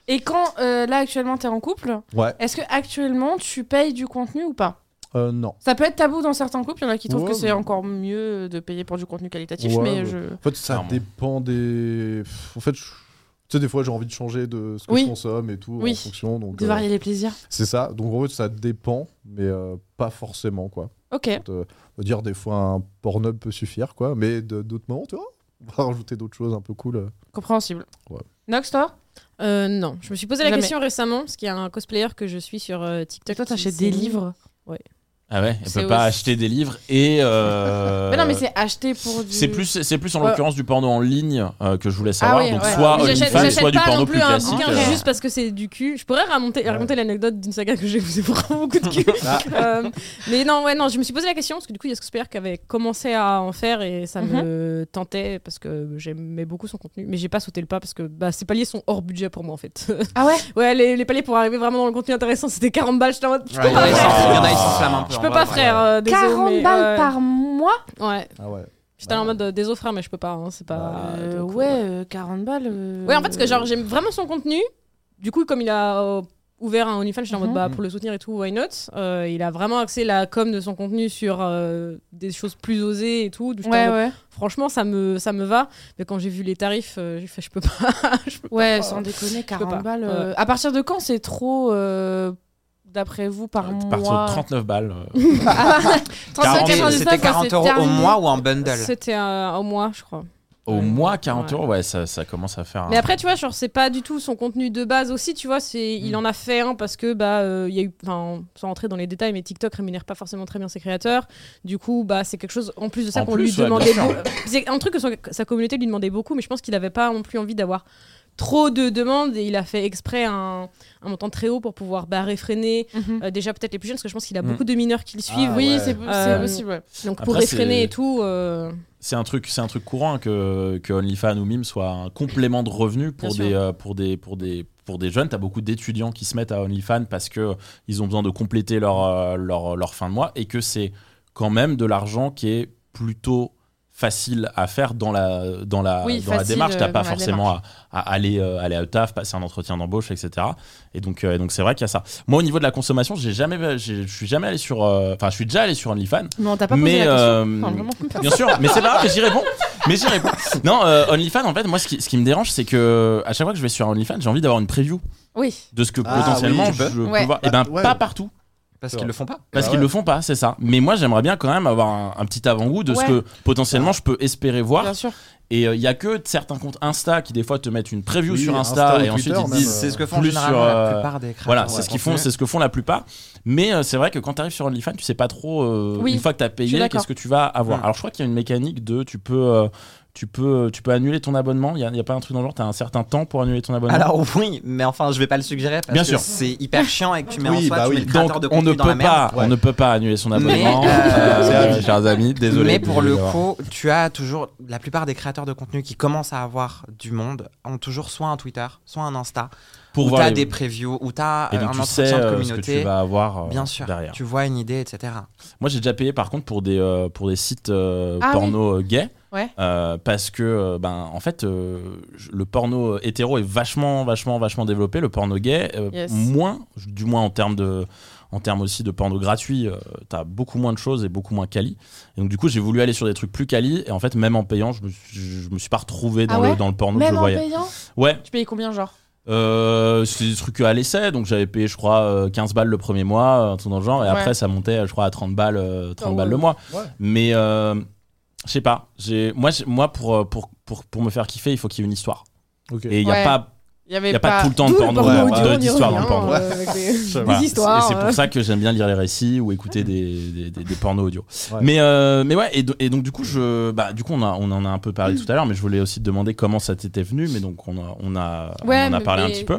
Speaker 1: Et quand euh, là, actuellement, t'es en couple,
Speaker 4: Ouais.
Speaker 1: est-ce que actuellement tu payes du contenu ou pas
Speaker 4: Euh, non.
Speaker 1: Ça peut être tabou dans certains couples. Il y en a qui trouvent
Speaker 4: Ouais,
Speaker 1: que c'est
Speaker 4: mais-
Speaker 1: encore mieux de payer pour du contenu qualitatif,
Speaker 4: Ouais,
Speaker 1: mais
Speaker 4: ouais.
Speaker 1: je.
Speaker 4: En fait, ça
Speaker 2: Clairement.
Speaker 4: dépend des. Pff, En fait, je- tu sais, des fois, j'ai envie de changer de ce que
Speaker 1: Oui.
Speaker 4: je consomme et tout
Speaker 1: Oui.
Speaker 4: en fonction. Donc,
Speaker 1: De
Speaker 4: euh,
Speaker 1: varier les plaisirs.
Speaker 4: c'est ça. Donc, en gros, ça dépend, mais euh, pas forcément, quoi.
Speaker 1: Ok.
Speaker 4: Euh, on va dire, des fois, un porno peut suffire, quoi. Mais de- d'autres moments, tu vois, on va rajouter d'autres choses un peu cool. euh.
Speaker 1: Compréhensible.
Speaker 4: Ouais.
Speaker 1: Nox, toi
Speaker 3: Euh, non, je me suis posé la
Speaker 1: Jamais.
Speaker 3: question récemment parce qu'il y a un cosplayer que je suis sur euh, TikTok.
Speaker 1: Toi,
Speaker 3: qui
Speaker 1: t'achètes
Speaker 3: s'est
Speaker 1: des
Speaker 3: mis-
Speaker 1: livres.
Speaker 2: Ah ouais, elle
Speaker 3: C'est
Speaker 2: peut pas
Speaker 3: aussi-
Speaker 2: acheter des livres et. euh,
Speaker 1: Mais non, mais c'est acheté pour du.
Speaker 2: C'est plus, c'est plus en
Speaker 1: Ouais.
Speaker 2: l'occurrence du porno en ligne euh, que je voulais savoir.
Speaker 1: Ah oui,
Speaker 2: Donc
Speaker 1: ouais.
Speaker 2: soit
Speaker 1: Mais j'achète-
Speaker 2: OnlyFans,
Speaker 1: j'achète
Speaker 2: soit du
Speaker 3: pas
Speaker 2: porno
Speaker 3: non
Speaker 2: plus
Speaker 3: plus un
Speaker 2: classique.
Speaker 3: bouquin
Speaker 2: euh.
Speaker 3: juste parce que c'est du cul. Je pourrais ramonter- raconter l'anecdote d'une saga que j'ai faisais vraiment beaucoup de cul.
Speaker 4: Ah.
Speaker 3: Euh, mais non, ouais, non, je me suis posé la question parce que du coup, il y a ce cosplayer qui avait commencé à en faire et ça
Speaker 1: Mhm.
Speaker 3: me tentait parce que j'aimais beaucoup son contenu. Mais j'ai pas sauté le pas parce que bah, ces paliers sont hors budget pour moi en fait.
Speaker 1: Ah ouais
Speaker 3: ouais, les, les paliers pour arriver vraiment dans le contenu intéressant, c'était 40 balles. J'étais en mode, je peux
Speaker 5: Ouais,
Speaker 3: pas
Speaker 5: ouais,
Speaker 3: faire.
Speaker 5: Il y en a, ils s'enflamment un peu.
Speaker 3: Je
Speaker 5: en
Speaker 3: peux
Speaker 5: vrai,
Speaker 3: pas
Speaker 5: ouais.
Speaker 3: faire. euh, désolé,
Speaker 1: 40
Speaker 3: mais,
Speaker 1: balles
Speaker 3: euh,
Speaker 1: par mois
Speaker 3: Ouais.
Speaker 4: Ah ouais.
Speaker 3: J'étais en mode euh, désolé frère mais je peux pas hein, c'est pas
Speaker 1: Euh,
Speaker 3: donc,
Speaker 1: Ouais, euh, 40 balles. euh,
Speaker 3: Ouais, en fait, parce que genre, j'aime vraiment son contenu. Du coup, comme il a euh, ouvert un OnlyFans, j'étais en mode,
Speaker 1: Mhm.
Speaker 3: bah, pour le soutenir et tout, why not Euh, Il a vraiment axé la com de son contenu sur euh, des choses plus osées et tout. Donc, j'étais
Speaker 1: Ouais,
Speaker 3: en mode,
Speaker 1: ouais.
Speaker 3: Franchement, ça me, ça me va. Mais quand j'ai vu les tarifs, euh, j'ai fait, je peux pas. je peux
Speaker 1: Ouais, sans déconner, 40
Speaker 3: pas.
Speaker 1: balles. euh, À partir de quand c'est trop, euh, d'après vous, par
Speaker 2: À
Speaker 1: mois
Speaker 2: partir de 39 balles. euh,
Speaker 1: Ah, 39,
Speaker 2: C'était-
Speaker 1: 99,
Speaker 5: C'était
Speaker 1: ouais,
Speaker 5: 40
Speaker 1: c'est
Speaker 5: euros au
Speaker 1: terminé.
Speaker 5: mois ou en
Speaker 3: pas.
Speaker 5: bundle
Speaker 3: C'était euh, au mois, je crois.
Speaker 2: Au
Speaker 3: Ouais.
Speaker 2: mois,
Speaker 3: Ouais.
Speaker 2: 40 euros, ouais, ça, ça commence à faire. un-
Speaker 3: Mais après, tu vois, genre, c'est pas du tout son contenu de base aussi, tu vois. C'est,
Speaker 2: Hmm.
Speaker 3: il en a fait un parce que, bah, euh, il y a eu, enfin, sans rentrer dans les détails, mais TikTok rémunère pas forcément très bien ses créateurs. Du coup, bah, c'est quelque chose, en plus de ça,
Speaker 2: En
Speaker 3: qu'on
Speaker 2: plus,
Speaker 3: lui
Speaker 2: ouais, bien
Speaker 3: demandait
Speaker 2: sûr.
Speaker 3: beaucoup. C'est un truc que son- sa communauté lui demandait beaucoup, mais je pense qu'il avait pas non plus envie d'avoir trop de demandes et il a fait exprès un, un montant très haut pour pouvoir, bah, réfréner.
Speaker 1: Mhm.
Speaker 3: euh, déjà peut-être les plus jeunes parce que je pense qu'il a
Speaker 2: Mm.
Speaker 3: beaucoup de mineurs qui le suivent
Speaker 4: Ah,
Speaker 3: oui
Speaker 1: Oui,
Speaker 4: ouais.
Speaker 1: c'est c'est
Speaker 3: Euh,
Speaker 1: possible. ouais.
Speaker 3: donc
Speaker 2: Après,
Speaker 3: pour réfréner
Speaker 2: c'est-
Speaker 3: et tout euh,
Speaker 2: C'est un truc, c'est un truc courant hein, que, que OnlyFans ou Mime soit un complément de revenu pour
Speaker 3: Bien
Speaker 2: des,
Speaker 3: sûr.
Speaker 2: euh, pour des, pour des, pour des jeunes. T'as beaucoup d'étudiants qui se mettent à OnlyFans parce que ils ont besoin de compléter leur, euh, leur, leur fin de mois et que c'est quand même de l'argent qui est plutôt facile à faire dans la dans la
Speaker 1: Oui,
Speaker 2: dans la
Speaker 1: facile,
Speaker 2: démarche
Speaker 1: euh,
Speaker 2: t'as pas
Speaker 1: dans la
Speaker 2: forcément à, à aller euh, aller au taf passer un entretien d'embauche etc et donc euh, et donc c'est vrai qu'il y a ça moi au niveau de la consommation j'ai jamais j'ai- je suis jamais allé sur euh, enfin je suis déjà allé sur OnlyFans
Speaker 1: Non, t'as pas posé
Speaker 2: Mais,
Speaker 1: la question.
Speaker 2: euh,
Speaker 1: Enfin, vraiment.
Speaker 2: Bien sûr, mais c'est pas grave, mais j'y réponds. Mais j'y réponds. Non, euh, OnlyFans, en fait, moi, ce qui, ce qui me dérange, c'est que euh, à chaque fois que je vais sur OnlyFans, j'ai envie d'avoir une preview
Speaker 1: Oui.
Speaker 2: de ce que
Speaker 4: Ah,
Speaker 2: potentiellement
Speaker 4: oui, tu
Speaker 2: je
Speaker 4: peux.
Speaker 2: peux
Speaker 1: Ouais.
Speaker 2: voir. Et ben,
Speaker 4: Bah, ouais.
Speaker 2: pas partout.
Speaker 5: parce qu'ils le font pas.
Speaker 2: Parce
Speaker 4: Ah
Speaker 2: qu'ils
Speaker 4: ouais.
Speaker 2: le font pas, c'est ça. Mais moi, j'aimerais bien quand même avoir un, un petit avant-goût de ce
Speaker 1: Ouais.
Speaker 2: que potentiellement je peux espérer voir.
Speaker 1: Bien sûr.
Speaker 2: Et il y a que certains comptes Insta qui des fois te mettent une preview
Speaker 4: Oui,
Speaker 2: sur Insta,
Speaker 4: Insta ou
Speaker 2: et ensuite
Speaker 4: Twitter,
Speaker 2: ils
Speaker 4: même,
Speaker 2: disent.
Speaker 4: euh,
Speaker 5: C'est ce que font
Speaker 2: plus
Speaker 5: généralement
Speaker 2: sur, euh,
Speaker 5: la plupart des créateurs.
Speaker 2: Voilà,
Speaker 5: ouais,
Speaker 2: c'est ce qu'ils
Speaker 5: contenu.
Speaker 2: font, c'est ce que font la plupart. Mais euh, c'est vrai que quand tu arrives sur OnlyFans, tu sais pas trop euh,
Speaker 1: Oui,
Speaker 2: une fois que tu as
Speaker 1: je suis
Speaker 2: payé,
Speaker 1: d'accord.
Speaker 2: qu'est-ce que tu vas avoir.
Speaker 5: Mm.
Speaker 2: Alors je crois qu'il y a une mécanique de tu peux euh, tu peux tu peux annuler ton abonnement, il y a, il y a pas un truc dans le genre, tu as un certain temps pour annuler ton abonnement.
Speaker 5: Alors oui, mais enfin, je vais pas le suggérer parce
Speaker 2: Bien
Speaker 5: que
Speaker 2: sûr.
Speaker 5: c'est hyper chiant et que tu mets en
Speaker 4: Oui,
Speaker 5: soi,
Speaker 4: bah
Speaker 5: tu
Speaker 4: oui.
Speaker 5: mets le créateur
Speaker 2: donc
Speaker 5: de
Speaker 2: on
Speaker 5: contenu
Speaker 2: ne
Speaker 5: dans la
Speaker 2: peut
Speaker 5: merde.
Speaker 2: pas,
Speaker 4: Ouais.
Speaker 2: on ne peut pas annuler son
Speaker 5: Mais,
Speaker 2: abonnement,
Speaker 5: euh,
Speaker 2: euh,
Speaker 5: c'est la vie.
Speaker 2: chers amis, désolé.
Speaker 5: Mais pour le
Speaker 2: désolé.
Speaker 5: coup, tu as toujours la plupart des créateurs de contenu qui commencent à avoir du monde ont toujours soit un Twitter, soit un Insta,
Speaker 2: Pour
Speaker 5: où
Speaker 2: voir
Speaker 5: t'as
Speaker 2: les-
Speaker 5: des previews, où t'as
Speaker 2: Et
Speaker 5: euh,
Speaker 2: donc
Speaker 5: un
Speaker 2: tu sais
Speaker 5: entretien de
Speaker 2: euh, ce que
Speaker 5: communauté.
Speaker 2: tu vas avoir euh,
Speaker 5: Bien sûr,
Speaker 2: derrière.
Speaker 5: tu vois une idée, etc.
Speaker 2: Moi, j'ai déjà payé par contre pour des, euh, pour des sites euh,
Speaker 1: Ah
Speaker 2: porno euh, gays.
Speaker 1: Ouais.
Speaker 2: Euh, parce que, euh, ben, en fait, euh, je- le porno hétéro est vachement, vachement, vachement développé. Le porno gay, euh,
Speaker 1: Yes.
Speaker 2: moins, du moins en termes de. En termes aussi de porno gratuit, euh, t'as beaucoup moins de choses et beaucoup moins quali. Et donc du coup, j'ai voulu aller sur des trucs plus quali. Et en fait, même en payant, je me suis, je me suis pas retrouvé dans,
Speaker 1: Ah ouais
Speaker 2: le, dans le porno que
Speaker 1: Même
Speaker 2: je
Speaker 1: en
Speaker 2: voyais.
Speaker 1: payant
Speaker 2: Ouais,
Speaker 1: Tu payais combien, genre
Speaker 2: euh, c'est des trucs à l'essai, donc j'avais payé, je crois, euh, 15 balles le premier mois, euh, un truc dans le genre, et
Speaker 1: Ouais.
Speaker 2: après ça montait, je crois, à 30 balles, euh, 30
Speaker 1: Ah ouais.
Speaker 2: balles le mois.
Speaker 4: Ouais.
Speaker 2: Mais euh, je sais pas, j'ai moi, j'ai- moi pour, euh, pour, pour, pour me faire kiffer, il faut qu'il y ait une histoire.
Speaker 4: Ok.
Speaker 2: Et il n'y a,
Speaker 1: Ouais.
Speaker 2: pas,
Speaker 1: Il n'y
Speaker 2: y a pas, tout le temps de
Speaker 3: D'où le
Speaker 2: porno,
Speaker 4: porno
Speaker 2: ouais,
Speaker 4: audio,
Speaker 2: de-
Speaker 3: on y
Speaker 2: d'histoire dans le
Speaker 3: revient,
Speaker 2: porno.
Speaker 3: euh, avec des-
Speaker 4: Ça
Speaker 2: Voilà,
Speaker 3: des
Speaker 2: c'est-
Speaker 3: histoires.
Speaker 2: Et c'est
Speaker 3: euh.
Speaker 2: pour ça que j'aime bien lire les récits ou écouter des, des, des- des pornos audio.
Speaker 4: Ouais.
Speaker 2: Mais, euh, mais ouais, et, do- et donc du coup, je, bah, du coup on, a, on en a un peu parlé tout à l'heure, mais je voulais aussi te demander comment ça t'était venu, mais donc on, a, on, a, on
Speaker 1: Ouais,
Speaker 2: en a
Speaker 1: mais-
Speaker 2: parlé un
Speaker 1: mais-
Speaker 2: petit peu.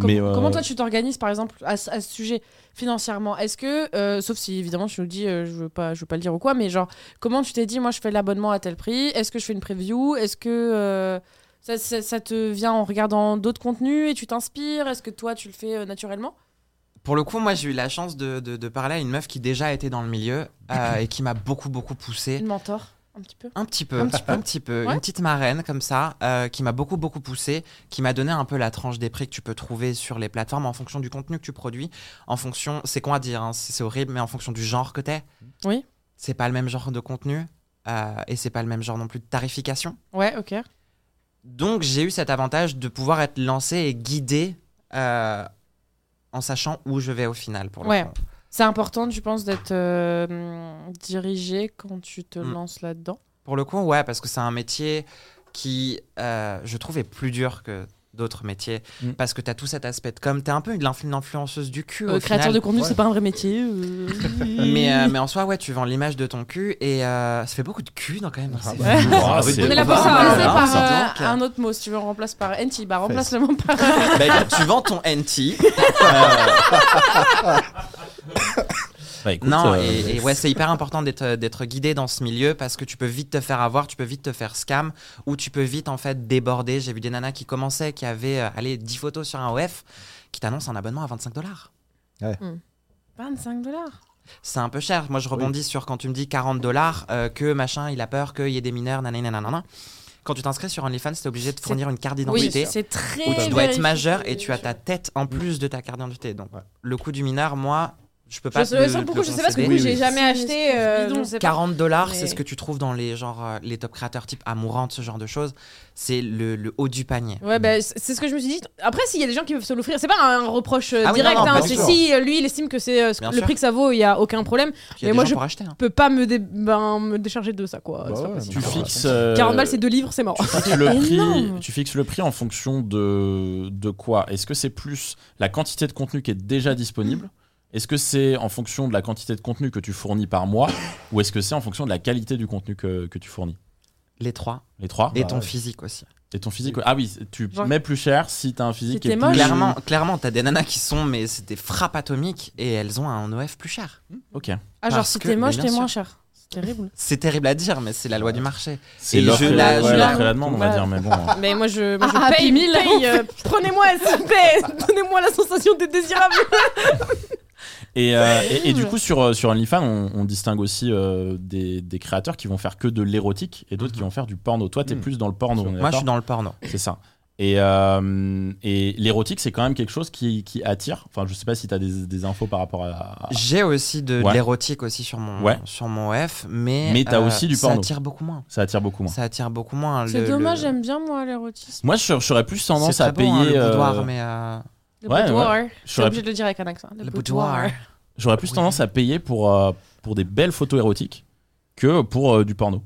Speaker 1: Com-
Speaker 2: mais, euh,
Speaker 1: Comment toi tu t'organises par exemple à, ce- à ce sujet financièrement Est-ce que, euh, sauf si évidemment tu nous dis euh, je veux pas, je veux pas le dire ou quoi, mais genre comment tu t'es dit moi je fais l'abonnement à tel prix Est-ce que je fais une preview Est-ce que euh, ça, ça- ça te vient en regardant d'autres contenus et tu t'inspires Est-ce que toi tu le fais euh, naturellement
Speaker 5: Pour le coup, moi, j'ai eu la chance de, de- de parler à une meuf qui déjà était dans le milieu euh, et qui m'a beaucoup, beaucoup poussé.
Speaker 1: Une mentor un petit peu.
Speaker 5: Un petit peu,
Speaker 1: Un petit peu.
Speaker 5: un petit peu.
Speaker 1: Ouais.
Speaker 5: Une petite marraine comme ça, euh, qui m'a beaucoup, beaucoup poussé, qui m'a donné un peu la tranche des prix que tu peux trouver sur les plateformes en fonction du contenu que tu produis, en fonction, c'est con à dire, hein, c'est c'est horrible, mais en fonction du genre que t'es.
Speaker 1: Mmh. Oui.
Speaker 5: C'est pas le même genre de contenu euh, et c'est pas le même genre non plus de tarification.
Speaker 1: Ouais, ok.
Speaker 5: Donc j'ai eu cet avantage de pouvoir être lancé et guidé euh, en sachant où je vais au final pour le
Speaker 1: Ouais.
Speaker 5: coup.
Speaker 1: C'est important, tu penses, d'être euh, dirigé quand tu te
Speaker 5: Mm.
Speaker 1: lances là-dedans
Speaker 5: Pour le coup, ouais, parce que c'est un métier qui, euh, je trouve, est plus dur que d'autres métiers.
Speaker 2: Mm.
Speaker 5: Parce que tu as tout cet aspect. de- Comme tu es un peu une influ- une influenceuse du cul. au
Speaker 1: Euh, Créateur
Speaker 5: final.
Speaker 1: de contenu,
Speaker 4: ouais.
Speaker 1: c'est pas un vrai métier. euh.
Speaker 5: Mais, euh, mais en soi, ouais, tu vends l'image de ton cul et euh, ça fait beaucoup de cul, non, quand même.
Speaker 4: Ah
Speaker 5: C'est-
Speaker 4: bah.
Speaker 2: Ah,
Speaker 1: On est là pour
Speaker 5: Bah,
Speaker 1: ça,
Speaker 5: voilà,
Speaker 1: remplacer par
Speaker 5: c'est
Speaker 1: euh,
Speaker 5: donc, euh,
Speaker 1: un autre mot, si tu veux, on remplace par NT, bah remplace-le mot par.
Speaker 5: Bah, écoute, tu vends ton NT.
Speaker 2: Bah, écoute,
Speaker 5: Non,
Speaker 2: euh,
Speaker 5: et, et ouais, c'est hyper important d'être euh, d'être guidé dans ce milieu parce que tu peux vite te faire avoir, tu peux vite te faire scam ou tu peux vite en fait déborder. J'ai vu des nanas qui commençaient, qui avaient euh, allez, 10 photos sur un OF, qui t'annoncent un abonnement à 25 dollars.
Speaker 1: 25 dollars.
Speaker 5: C'est un peu cher. Moi, je rebondis sur quand tu me dis 40 dollars, euh, que machin, il a peur qu'il y ait des mineurs, nanana, nanana. Quand tu t'inscris sur OnlyFans, t'es obligé de fournir une carte
Speaker 1: Oui,
Speaker 5: d'identité.
Speaker 1: c'est très.
Speaker 5: où tu dois être
Speaker 1: vérifié.
Speaker 5: majeur et tu as ta tête en plus de ta carte d'identité. Donc,
Speaker 4: Mm. Ouais.
Speaker 5: le coût du mineur, moi, je peux
Speaker 3: Je
Speaker 5: pas. te
Speaker 3: sais
Speaker 5: le-
Speaker 3: pas
Speaker 5: le
Speaker 3: pourquoi, je sais pas ce que
Speaker 5: concéder.
Speaker 4: Oui,
Speaker 3: j'ai
Speaker 4: oui.
Speaker 3: jamais acheté. euh,
Speaker 1: Bidon,
Speaker 3: donc-
Speaker 1: je sais pas.
Speaker 5: 40 dollars,
Speaker 1: Mais-
Speaker 5: c'est ce que tu trouves dans les genres, euh, les top créateurs type Amourante, ce genre de choses. C'est le, le haut du panier.
Speaker 3: Ouais, bah, c'est c'est ce que je me suis dit. Après, s'il y a des gens qui peuvent se l'offrir, c'est pas un reproche euh,
Speaker 5: Ah oui,
Speaker 3: direct.
Speaker 5: non, non,
Speaker 3: hein.
Speaker 5: bien
Speaker 3: C'est
Speaker 4: sûr.
Speaker 3: si euh, lui, il estime que c'est euh, ce-
Speaker 5: Bien
Speaker 3: le
Speaker 5: sûr.
Speaker 3: prix que ça vaut, il y a aucun problème.
Speaker 5: Il y a
Speaker 3: Mais
Speaker 5: des
Speaker 3: moi,
Speaker 5: gens
Speaker 3: je-
Speaker 5: pour acheter. hein.
Speaker 3: Je peux pas me, dé- ben, me décharger de ça, quoi.
Speaker 4: Bah
Speaker 3: C'est pas
Speaker 4: ouais,
Speaker 3: possible.
Speaker 2: tu
Speaker 4: Ah,
Speaker 2: fixes.
Speaker 3: 40
Speaker 2: euh,
Speaker 3: balles, c'est deux livres, c'est mort.
Speaker 2: tu fixes le
Speaker 1: Énorme.
Speaker 2: prix. Tu fixes le prix en fonction de, de quoi Est-ce que c'est plus la quantité de contenu qui est déjà disponible Est-ce que c'est en fonction de la quantité de contenu que tu fournis par mois Ou est-ce que c'est en fonction de la qualité du contenu que, que tu fournis
Speaker 5: Les trois.
Speaker 2: Les trois
Speaker 5: Et
Speaker 4: Bah
Speaker 5: ton
Speaker 4: ouais.
Speaker 5: physique aussi.
Speaker 2: Et ton physique Ah oui, tu
Speaker 1: Genre-
Speaker 2: mets plus cher si t'as un physique qui
Speaker 1: t'es
Speaker 2: est
Speaker 1: moche.
Speaker 2: plus...
Speaker 5: Clairement, clairement t'as des nanas qui sont, mais c'est des frappes atomiques et elles ont un OF plus cher.
Speaker 2: Ok.
Speaker 1: Ah, genre
Speaker 5: Parce
Speaker 1: si
Speaker 5: que-
Speaker 1: t'es
Speaker 5: mais
Speaker 1: moche,
Speaker 5: bien
Speaker 1: t'es
Speaker 5: sûr.
Speaker 1: moins cher. C'est terrible.
Speaker 5: C'est terrible à dire, mais c'est la loi du marché.
Speaker 2: C'est
Speaker 5: je
Speaker 2: l'offre et
Speaker 5: la-
Speaker 2: la-
Speaker 5: je
Speaker 2: ouais,
Speaker 5: la-
Speaker 2: l'offre et la demande, on va
Speaker 1: Ouais.
Speaker 2: dire, mais bon. hein.
Speaker 3: Mais moi, je, moi, je
Speaker 1: Ah,
Speaker 3: paye,
Speaker 1: Happy Meal,
Speaker 3: paye, euh, Prenez-moi, s'il vous plaît. Donnez-moi la sensation d'être désirable.
Speaker 2: Et, euh, et, et du coup, sur, euh, sur OnlyFans, on, on distingue aussi euh, des, des créateurs qui vont faire que de l'érotique et d'autres qui vont faire du porno. Toi, t'es
Speaker 4: Mhm.
Speaker 2: plus dans le porno. on est
Speaker 5: Mm. Moi, je
Speaker 2: d'accord
Speaker 5: suis dans le porno.
Speaker 2: C'est ça. Et, euh, et l'érotique, c'est quand même quelque chose qui, qui attire. Enfin, je sais pas si t'as des, des infos par rapport à. à-
Speaker 5: J'ai aussi de, de
Speaker 2: Ouais.
Speaker 5: l'érotique aussi sur mon,
Speaker 2: Ouais.
Speaker 5: sur mon OF, mais, euh,
Speaker 2: Mais t'as aussi du
Speaker 5: Ça
Speaker 2: porno.
Speaker 5: attire beaucoup moins.
Speaker 2: Ça attire beaucoup moins.
Speaker 5: Ça attire beaucoup moins.
Speaker 1: C'est
Speaker 5: Le-
Speaker 1: dommage,
Speaker 5: le-
Speaker 1: j'aime bien moi l'érotisme.
Speaker 2: Moi, je- j'aurais plus
Speaker 5: C'est
Speaker 2: tendance
Speaker 5: très
Speaker 2: à
Speaker 5: beau,
Speaker 2: payer.
Speaker 5: hein, le
Speaker 2: euh,
Speaker 5: boudoir, mais euh,
Speaker 1: Le
Speaker 2: Ouais,
Speaker 1: boudoir. Je suis
Speaker 2: j'aurais,
Speaker 1: obligé de le dire avec un accent. hein, Le,
Speaker 5: le boudoir.
Speaker 2: j'aurais plus
Speaker 5: Oui.
Speaker 2: tendance à payer pour, euh, pour des belles photos érotiques que pour euh, du porno.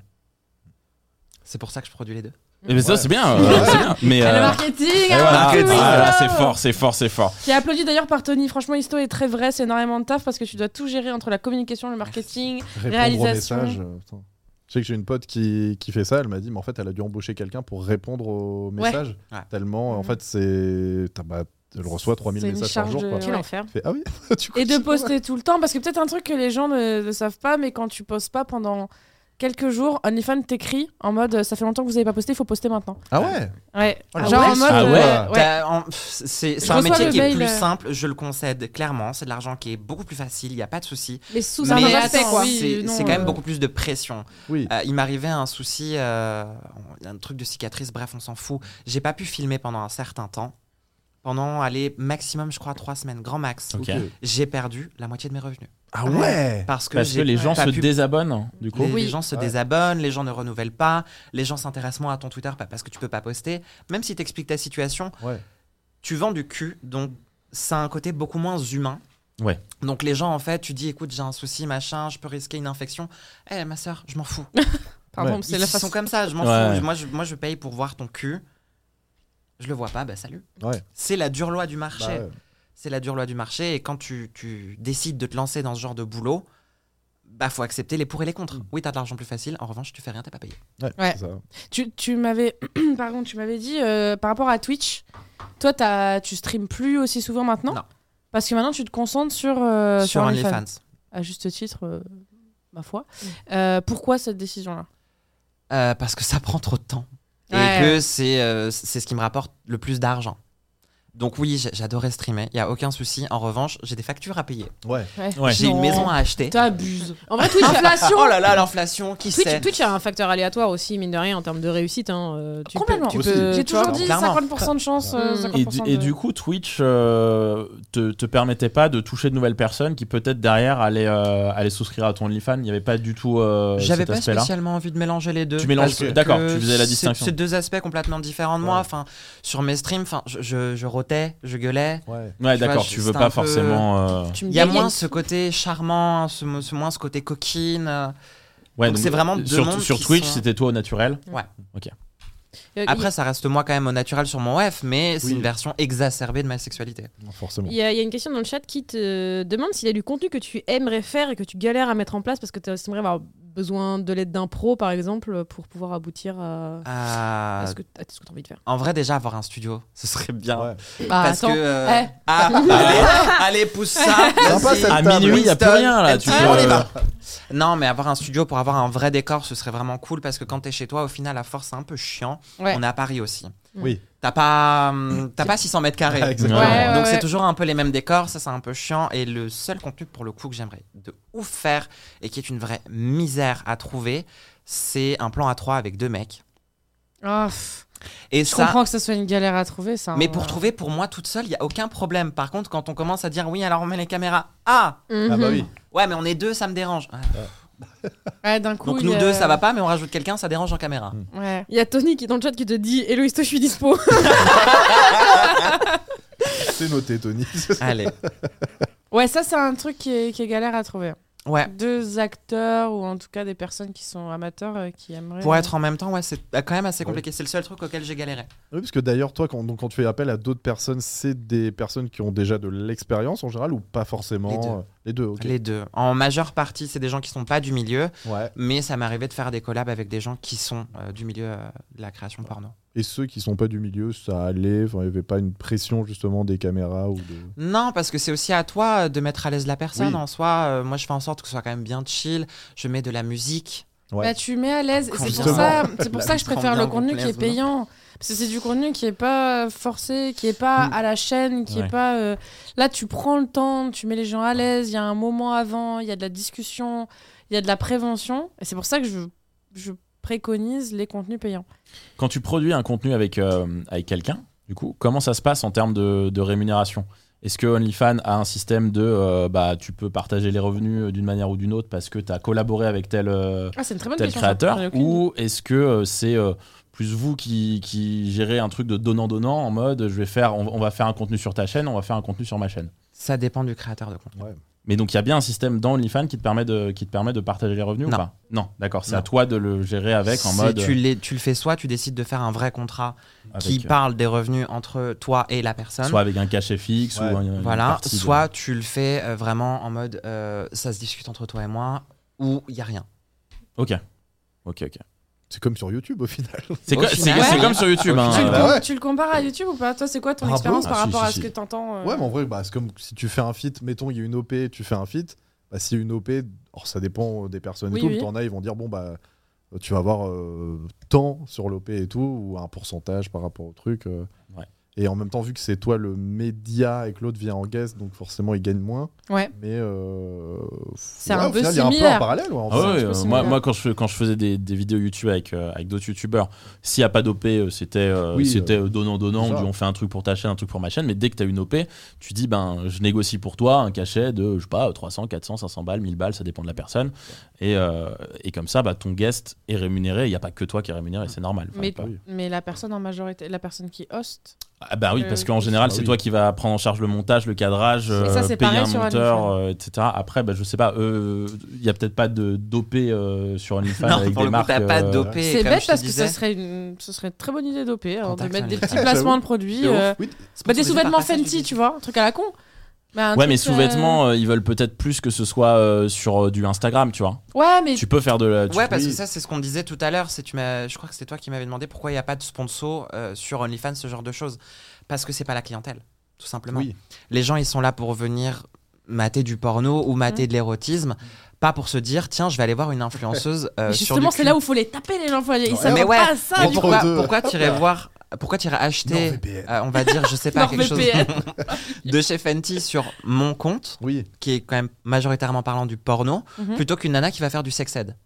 Speaker 5: C'est pour ça que je produis les deux.
Speaker 2: Et ben ça,
Speaker 4: Ouais.
Speaker 2: c'est bien. euh, c'est bien. Mais.
Speaker 1: Ah, le
Speaker 2: euh,
Speaker 1: marketing,
Speaker 2: et
Speaker 1: ah,
Speaker 2: voilà.
Speaker 1: oui,
Speaker 5: marketing.
Speaker 2: Ah, là,
Speaker 1: ça.
Speaker 2: c'est fort, c'est fort, c'est fort.
Speaker 1: Qui est applaudi d'ailleurs par Tony. Franchement, Histo est très vrai, c'est énormément de taf parce que tu dois tout gérer entre la communication, le marketing.
Speaker 4: Répondre aux
Speaker 1: Réalisation.
Speaker 4: messages. euh, putain. Je sais que j'ai une pote qui, qui fait ça, elle m'a dit, mais en fait, elle a dû embaucher quelqu'un pour répondre aux
Speaker 1: Ouais.
Speaker 4: messages.
Speaker 5: Ouais.
Speaker 4: Tellement, en
Speaker 1: Mhm.
Speaker 4: fait, c'est. t'as- bah, elle reçoit 3000
Speaker 1: C'est une
Speaker 4: messages par
Speaker 1: charge
Speaker 4: jour.
Speaker 1: de-
Speaker 4: Quoi.
Speaker 1: Quel
Speaker 3: Quel
Speaker 1: Ouais.
Speaker 3: enfer.
Speaker 4: Fait, ah oui, du coup,
Speaker 1: Et de
Speaker 4: c'est-
Speaker 1: poster tout le temps, parce que peut-être un truc que les gens ne, ne savent pas, mais quand tu poses pas pendant quelques jours, OnlyFans t'écrit en mode euh, ça fait longtemps que vous avez pas posté, faut poster maintenant.
Speaker 4: Ah ouais
Speaker 1: Ouais.
Speaker 4: Oh la
Speaker 1: Genre en
Speaker 4: vache.
Speaker 1: mode.
Speaker 2: Ah ouais.
Speaker 1: euh, ouais.
Speaker 5: T'as- en- pff, C'est c'est
Speaker 1: Je
Speaker 5: un
Speaker 1: reçois
Speaker 5: métier
Speaker 1: le
Speaker 5: qui est
Speaker 1: mail,
Speaker 5: plus
Speaker 1: euh.
Speaker 5: simple, je le concède clairement. C'est de l'argent qui est beaucoup plus facile, il n'y a pas de souci.
Speaker 3: Mais sous
Speaker 5: Mais
Speaker 3: un autre
Speaker 1: attends,
Speaker 3: aspect, quoi.
Speaker 1: oui.
Speaker 5: c'est
Speaker 1: non,
Speaker 5: c'est quand même
Speaker 1: euh.
Speaker 5: beaucoup plus de pression.
Speaker 4: Oui.
Speaker 5: Euh, il m'arrivait un souci, euh, un truc de cicatrice, bref, on s'en fout. J'ai pas pu filmer pendant un certain temps. Pendant, allez, maximum, je crois, trois semaines, grand max.
Speaker 2: Ok.
Speaker 4: Ok.
Speaker 5: J'ai perdu la moitié de mes revenus.
Speaker 4: Ah ouais
Speaker 5: Parce que,
Speaker 2: Parce que
Speaker 5: j'ai
Speaker 2: les gens
Speaker 5: pas
Speaker 2: se
Speaker 5: pu-
Speaker 2: désabonnent, du coup.
Speaker 5: les, les
Speaker 1: Oui.
Speaker 5: gens se
Speaker 4: Ouais.
Speaker 5: désabonnent, les gens ne renouvellent pas, les gens s'intéressent moins à ton Twitter pas parce que tu peux pas poster. Même si tu expliques ta situation,
Speaker 4: Ouais.
Speaker 5: tu vends du cul, donc ça a un côté beaucoup moins humain.
Speaker 2: Ouais.
Speaker 5: Donc les gens, en fait, tu dis, écoute, j'ai un souci, machin, je peux risquer une infection. Eh, ma soeur, je m'en fous.
Speaker 1: Pardon,
Speaker 4: Ouais.
Speaker 1: c'est
Speaker 5: Ils
Speaker 1: la
Speaker 5: sont
Speaker 1: façon.
Speaker 5: comme ça, je m'en
Speaker 2: Ouais.
Speaker 5: fous. Moi je, moi, je paye pour voir ton cul. Je le vois pas, bah salut.
Speaker 4: Ouais.
Speaker 5: C'est la dure loi du marché.
Speaker 4: Bah ouais.
Speaker 5: C'est la dure loi du marché. Et quand tu, tu décides de te lancer dans ce genre de boulot, bah faut accepter les pour et les contre.
Speaker 1: Mm.
Speaker 5: Oui, t'as de l'argent plus facile. En revanche, tu fais rien, t'es pas payé.
Speaker 4: Ouais,
Speaker 1: Ouais.
Speaker 4: c'est ça.
Speaker 1: Tu, tu m'avais, pardon, tu m'avais dit euh, par rapport à Twitch, toi t'as- tu streams plus aussi souvent maintenant
Speaker 5: Non.
Speaker 1: Parce que maintenant tu te concentres sur, euh, sur,
Speaker 5: Sur
Speaker 1: OnlyFans.
Speaker 5: OnlyFans.
Speaker 1: À juste titre, euh, ma foi. Euh, pourquoi cette décision-là
Speaker 5: Euh, parce que ça prend trop de temps.
Speaker 1: Ouais.
Speaker 5: Et que c'est euh, c'est ce qui me rapporte le plus d'argent. Donc oui, j'ai- j'adorais streamer, il y a aucun souci. En revanche, j'ai des factures à payer.
Speaker 4: Ouais.
Speaker 2: Ouais.
Speaker 5: J'ai une
Speaker 1: Non.
Speaker 5: maison à acheter.
Speaker 1: T'abuses.
Speaker 3: En vrai, Twitch,
Speaker 5: Inflation Oh là là, l'inflation, qui
Speaker 3: Twitch,
Speaker 5: sait
Speaker 3: Twitch a un facteur aléatoire aussi, mine de rien, en termes de réussite. Hein. euh, tu peux-
Speaker 1: Complètement.
Speaker 3: tu
Speaker 4: Aussi.
Speaker 3: peux-
Speaker 1: J'ai
Speaker 3: tu vois.
Speaker 1: toujours dit
Speaker 5: clairement.
Speaker 1: 50% de chance. euh,
Speaker 3: Mm.
Speaker 1: 50%
Speaker 2: Et, du- et
Speaker 1: de-
Speaker 2: du coup, Twitch euh, te, te permettait pas de toucher de nouvelles personnes qui peut-être derrière allaient, euh, allaient souscrire à ton OnlyFans. Il n'y avait pas du tout euh,
Speaker 5: J'avais
Speaker 2: cet
Speaker 5: pas
Speaker 2: aspect-là.
Speaker 5: spécialement envie de mélanger les deux.
Speaker 2: Tu mélanges-
Speaker 5: parce que
Speaker 2: d'accord, tu faisais la
Speaker 5: c'est-
Speaker 2: distinction.
Speaker 5: C'est deux aspects complètement différents de moi.
Speaker 4: Ouais.
Speaker 5: Enfin, sur mes streams, enfin, je, je, je rotais, je gueulais.
Speaker 4: Ouais.
Speaker 2: Ouais,
Speaker 5: Tu vois,
Speaker 2: d'accord,
Speaker 5: je-
Speaker 2: tu veux
Speaker 5: c'est
Speaker 2: pas
Speaker 5: un peu-
Speaker 2: forcément. euh,
Speaker 1: Tu me
Speaker 5: Il y a
Speaker 1: dis-
Speaker 5: moins ce côté charmant, ce, mo- ce moins ce côté coquine. euh.
Speaker 2: Ouais,
Speaker 5: Donc c'est vraiment deux
Speaker 2: sur,
Speaker 5: mondes
Speaker 2: sur
Speaker 5: qui
Speaker 2: Twitch,
Speaker 5: sont-
Speaker 2: c'était toi au naturel.
Speaker 1: euh,
Speaker 5: Après, ça reste moi quand même au naturel sur mon F, mais c'est
Speaker 4: Oui.
Speaker 5: une version exacerbée de ma sexualité.
Speaker 4: Non, forcément.
Speaker 3: Il y, a, il y a une question dans le chat qui te demande s'il y a du contenu que tu aimerais faire et que tu galères à mettre en place parce que tu aimerais avoir besoin de l'aide d'un pro, par exemple, pour pouvoir aboutir à,
Speaker 5: Ah,
Speaker 3: à ce que tu as envie de faire.
Speaker 5: En vrai, déjà avoir un studio, ce serait bien.
Speaker 4: Ouais.
Speaker 1: il-
Speaker 5: Parce
Speaker 1: attends.
Speaker 5: que. euh,
Speaker 1: Eh.
Speaker 5: ah, allez, allez, pousse ça.
Speaker 4: Sympa,
Speaker 5: vas-y.
Speaker 4: cette
Speaker 2: À
Speaker 4: table.
Speaker 2: minuit, il n'y a plus
Speaker 5: Winston,
Speaker 2: rien là. Tu Euh,
Speaker 5: Ah,
Speaker 2: peux-
Speaker 5: on y va. Non, mais avoir un studio pour avoir un vrai décor, ce serait vraiment cool parce que quand t'es chez toi, au final, à force, c'est un peu chiant.
Speaker 1: Ouais.
Speaker 5: On est à Paris aussi.
Speaker 4: Oui.
Speaker 5: T'as pas, hum, t'as pas 600 mètres carrés.
Speaker 4: Ouais, exactement.
Speaker 2: Ouais,
Speaker 1: ouais,
Speaker 5: Donc
Speaker 1: ouais.
Speaker 5: c'est toujours un peu les mêmes décors, ça c'est un peu chiant. Et le seul contenu pour le coup que j'aimerais de ouf faire et qui est une vraie misère à trouver, c'est un plan à trois avec deux mecs.
Speaker 1: Ah, pff,
Speaker 5: Et
Speaker 1: je
Speaker 5: ça,
Speaker 1: comprends que ça soit une galère à trouver, ça.
Speaker 5: mais
Speaker 1: hein.
Speaker 5: pour trouver pour moi toute seule, il y a aucun problème. Par contre, quand on commence à dire oui, alors on met les caméras. Ah
Speaker 4: Ah
Speaker 1: Mm-hmm.
Speaker 4: bah oui.
Speaker 5: ouais, mais on est deux, ça me dérange. Ah.
Speaker 1: Ouais, d'un coup.
Speaker 5: Donc
Speaker 1: il
Speaker 5: nous
Speaker 1: y a-
Speaker 5: deux, ça va pas, mais on rajoute quelqu'un, ça dérange en caméra.
Speaker 1: Ouais.
Speaker 3: Il y a Tony qui dans le chat qui te dit Héloïsto, je suis dispo.
Speaker 4: C'est noté, Tony.
Speaker 5: Allez.
Speaker 1: Ouais, ça, c'est un truc qui est, qui est galère à trouver.
Speaker 5: Ouais.
Speaker 1: Deux acteurs, ou en tout cas des personnes qui sont amateurs, euh, qui aimeraient.
Speaker 5: Pour être en même temps, ouais, c'est bah, quand même assez compliqué. C'est le seul truc auquel j'ai galéré.
Speaker 4: Oui, parce que d'ailleurs, toi, quand, donc, quand tu fais appel à d'autres personnes, c'est des personnes qui ont déjà de l'expérience en général ou pas forcément
Speaker 5: Les deux.
Speaker 4: euh, Les deux, ok.
Speaker 5: Les deux. En majeure partie, c'est des gens qui sont pas du milieu,
Speaker 4: Ouais.
Speaker 5: mais ça m'est arrivé de faire des collabs avec des gens qui sont euh, du milieu euh, de la création porno.
Speaker 4: Et ceux qui sont pas du milieu, ça allait. Enfin, il n'y avait pas une pression justement des caméras ou de.
Speaker 5: Non, parce que c'est aussi à toi euh, de mettre à l'aise la personne
Speaker 4: Oui.
Speaker 5: en soi. Euh, moi, je fais en sorte que ce soit quand même bien chill. Je mets de la musique.
Speaker 4: Ouais.
Speaker 1: Bah, tu mets à l'aise. Et C'est pour
Speaker 5: Justement.
Speaker 1: ça, c'est pour
Speaker 5: La
Speaker 1: ça que je
Speaker 5: vitre en
Speaker 1: préfère le
Speaker 5: bien,
Speaker 1: contenu
Speaker 5: vous
Speaker 1: qui est
Speaker 5: plaise,
Speaker 1: payant. Parce que c'est du contenu qui est pas forcé, qui est pas
Speaker 4: Mm.
Speaker 1: à la chaîne, qui
Speaker 2: Ouais.
Speaker 1: est pas. euh, Là, tu prends le temps, tu mets les gens à l'aise, il y a un moment avant, il y a de la discussion, il y a de la prévention. Et c'est pour ça que je, je préconise les contenus payants.
Speaker 2: Quand tu produis un contenu avec, euh, avec quelqu'un, du coup, comment ça se passe en termes de, de rémunération Est-ce que OnlyFans a un système de euh, bah, tu peux partager les revenus euh, d'une manière ou d'une autre parce que tu as collaboré avec tel, euh,
Speaker 1: Ah, c'est une très bonne
Speaker 2: tel
Speaker 1: question.
Speaker 2: créateur Ou est-ce que euh, c'est euh, plus vous qui, qui gérez un truc de donnant-donnant en mode je vais faire, on, on va faire un contenu sur ta chaîne, on va faire un contenu sur ma chaîne
Speaker 5: Ça dépend du créateur de contenu.
Speaker 2: Mais donc il y a bien un système dans OnlyFans qui te permet de, qui te permet de partager les revenus
Speaker 5: Non.
Speaker 2: ou pas Non, d'accord, c'est
Speaker 5: Non.
Speaker 2: à toi de le gérer avec en
Speaker 5: C'est-
Speaker 2: mode.
Speaker 5: Tu, les- tu le fais soit tu décides de faire un vrai contrat
Speaker 2: avec,
Speaker 5: qui
Speaker 2: euh,
Speaker 5: parle des revenus entre toi et la personne.
Speaker 2: soit avec un cachet fixe
Speaker 4: Ouais.
Speaker 2: ou un- une
Speaker 5: voilà.
Speaker 2: partie de-
Speaker 5: Soit tu le fais euh, vraiment en mode euh, ça se discute entre toi et moi ou il y a rien.
Speaker 2: Ok. Ok, ok.
Speaker 4: C'est comme sur YouTube au final.
Speaker 2: C'est
Speaker 5: Au
Speaker 2: co-
Speaker 5: final,
Speaker 2: c'est- c'est
Speaker 5: oui.
Speaker 2: comme sur YouTube.
Speaker 5: Au
Speaker 2: hein.
Speaker 1: Tu, le
Speaker 4: Ah,
Speaker 1: com-
Speaker 4: ouais.
Speaker 1: tu le compares à YouTube ou pas Toi, c'est quoi ton
Speaker 4: Bravo.
Speaker 1: expérience par
Speaker 2: Ah, si,
Speaker 1: rapport
Speaker 2: si,
Speaker 1: à ce
Speaker 2: si.
Speaker 1: que t'entends euh,
Speaker 4: Ouais, mais en vrai, bah, c'est comme si tu fais un fit, mettons, il y a une OP, tu fais un fit. Bah, si une OP, or, ça dépend euh, des personnes
Speaker 1: Oui,
Speaker 4: et tout,
Speaker 1: oui.
Speaker 4: mais t'en as, ils vont dire bon, bah, euh, tu vas avoir euh, tant sur l'OP et tout, ou un pourcentage par rapport au truc. euh.
Speaker 2: Ouais.
Speaker 4: Et en même temps, vu que c'est toi le média et que l'autre vient en guest, donc forcément il gagne moins.
Speaker 1: Ouais.
Speaker 4: Mais euh,
Speaker 1: C'est
Speaker 4: ouais,
Speaker 1: un
Speaker 4: au
Speaker 1: peu
Speaker 4: final, il y a un peu
Speaker 1: similaire.
Speaker 4: un parallèle. ouais, en
Speaker 2: Ah
Speaker 4: fait.
Speaker 2: ouais,
Speaker 1: je
Speaker 2: euh,
Speaker 1: pense que
Speaker 2: moi,
Speaker 1: c'est
Speaker 2: moi, quand, je, fais- quand je faisais des, des vidéos YouTube avec, euh, avec d'autres YouTubeurs, s'il n'y a pas d'OP, euh, c'était euh,
Speaker 4: Oui,
Speaker 2: c'était euh, donnant-donnant,
Speaker 4: c'est ça.
Speaker 2: du on fait un truc pour ta chaîne, un truc pour ma chaîne, mais dès que tu as une OP, tu dis, ben, je négocie pour toi un cachet de, je sais pas, 300, 400, 500 balles, 1000 balles, ça dépend de la personne. Et, euh, et comme ça, bah, ton guest est rémunéré, il n'y a pas que toi qui est rémunéré, c'est normal. Enfin,
Speaker 1: Mais,
Speaker 2: pas-
Speaker 1: mais la personne en majorité, la personne qui host,
Speaker 2: Ah bah oui,
Speaker 1: Euh,
Speaker 2: parce qu'en général,
Speaker 4: Ah
Speaker 2: c'est
Speaker 4: oui.
Speaker 2: toi qui vas prendre en charge le montage, le cadrage,
Speaker 1: Et ça,
Speaker 2: euh,
Speaker 1: c'est
Speaker 2: payer
Speaker 1: pareil
Speaker 2: un
Speaker 1: sur
Speaker 2: monteur,
Speaker 1: OnlyFans.
Speaker 2: euh, etc. Après, bah, je sais pas, euh, il y a peut-être pas de d'OP euh, sur OnlyFans
Speaker 5: Non,
Speaker 2: avec
Speaker 5: pour
Speaker 2: des
Speaker 5: le coup,
Speaker 2: marques.
Speaker 5: t'as pas
Speaker 2: euh,
Speaker 5: dopé.
Speaker 1: c'est
Speaker 5: comme
Speaker 1: bête
Speaker 5: je te
Speaker 1: parce
Speaker 5: disais.
Speaker 1: que ce serait, une, ce serait une très bonne idée d'OP, hein, de
Speaker 5: Contact
Speaker 1: mettre des
Speaker 5: Unlimited.
Speaker 1: petits placements de
Speaker 4: De
Speaker 1: produits.
Speaker 4: ouf.
Speaker 1: euh,
Speaker 4: Oui,
Speaker 1: c'est pas des
Speaker 5: Sponsorisé
Speaker 1: sous-vêtements
Speaker 5: par Passage
Speaker 1: Fenty,
Speaker 5: Unique.
Speaker 1: tu vois, un truc à la con. Bah, un
Speaker 2: Ouais, mais
Speaker 1: truc, euh,
Speaker 2: sous-vêtements, euh, ils veulent peut-être plus que ce soit euh, sur euh, du Instagram, tu vois.
Speaker 1: Ouais, mais
Speaker 2: Tu peux faire de la. tu-
Speaker 5: Ouais, parce
Speaker 4: oui.
Speaker 5: que ça, c'est ce qu'on disait tout à l'heure. C'est tu m'as, je crois que c'était toi qui m'avais demandé pourquoi il n'y a pas de sponsor euh, sur OnlyFans, ce genre de choses. Parce que c'est pas la clientèle, tout simplement.
Speaker 4: Oui.
Speaker 5: Les gens, ils sont là pour venir mater du porno ou
Speaker 1: Mmh.
Speaker 5: mater de l'érotisme, pas pour se dire tiens, je vais aller voir une influenceuse euh,
Speaker 1: mais
Speaker 5: sur
Speaker 1: justement, c'est
Speaker 5: du cul.
Speaker 1: là où faut les taper les gens. Faut aller, ils
Speaker 4: Ouais.
Speaker 1: savent
Speaker 5: Mais ouais.
Speaker 1: pas ça.
Speaker 5: Mais
Speaker 1: du
Speaker 4: Entre
Speaker 5: pourquoi,
Speaker 4: deux.
Speaker 5: pourquoi tu irais voir, pourquoi tu irais acheter,
Speaker 4: NordVPN.
Speaker 5: euh, on va dire, je sais pas, quelque chose
Speaker 1: NordVPN.
Speaker 5: de chez Fenty sur mon compte,
Speaker 4: Oui.
Speaker 5: qui est quand même majoritairement parlant du porno,
Speaker 1: Mhm.
Speaker 5: plutôt qu'une nana qui va faire du sex ed.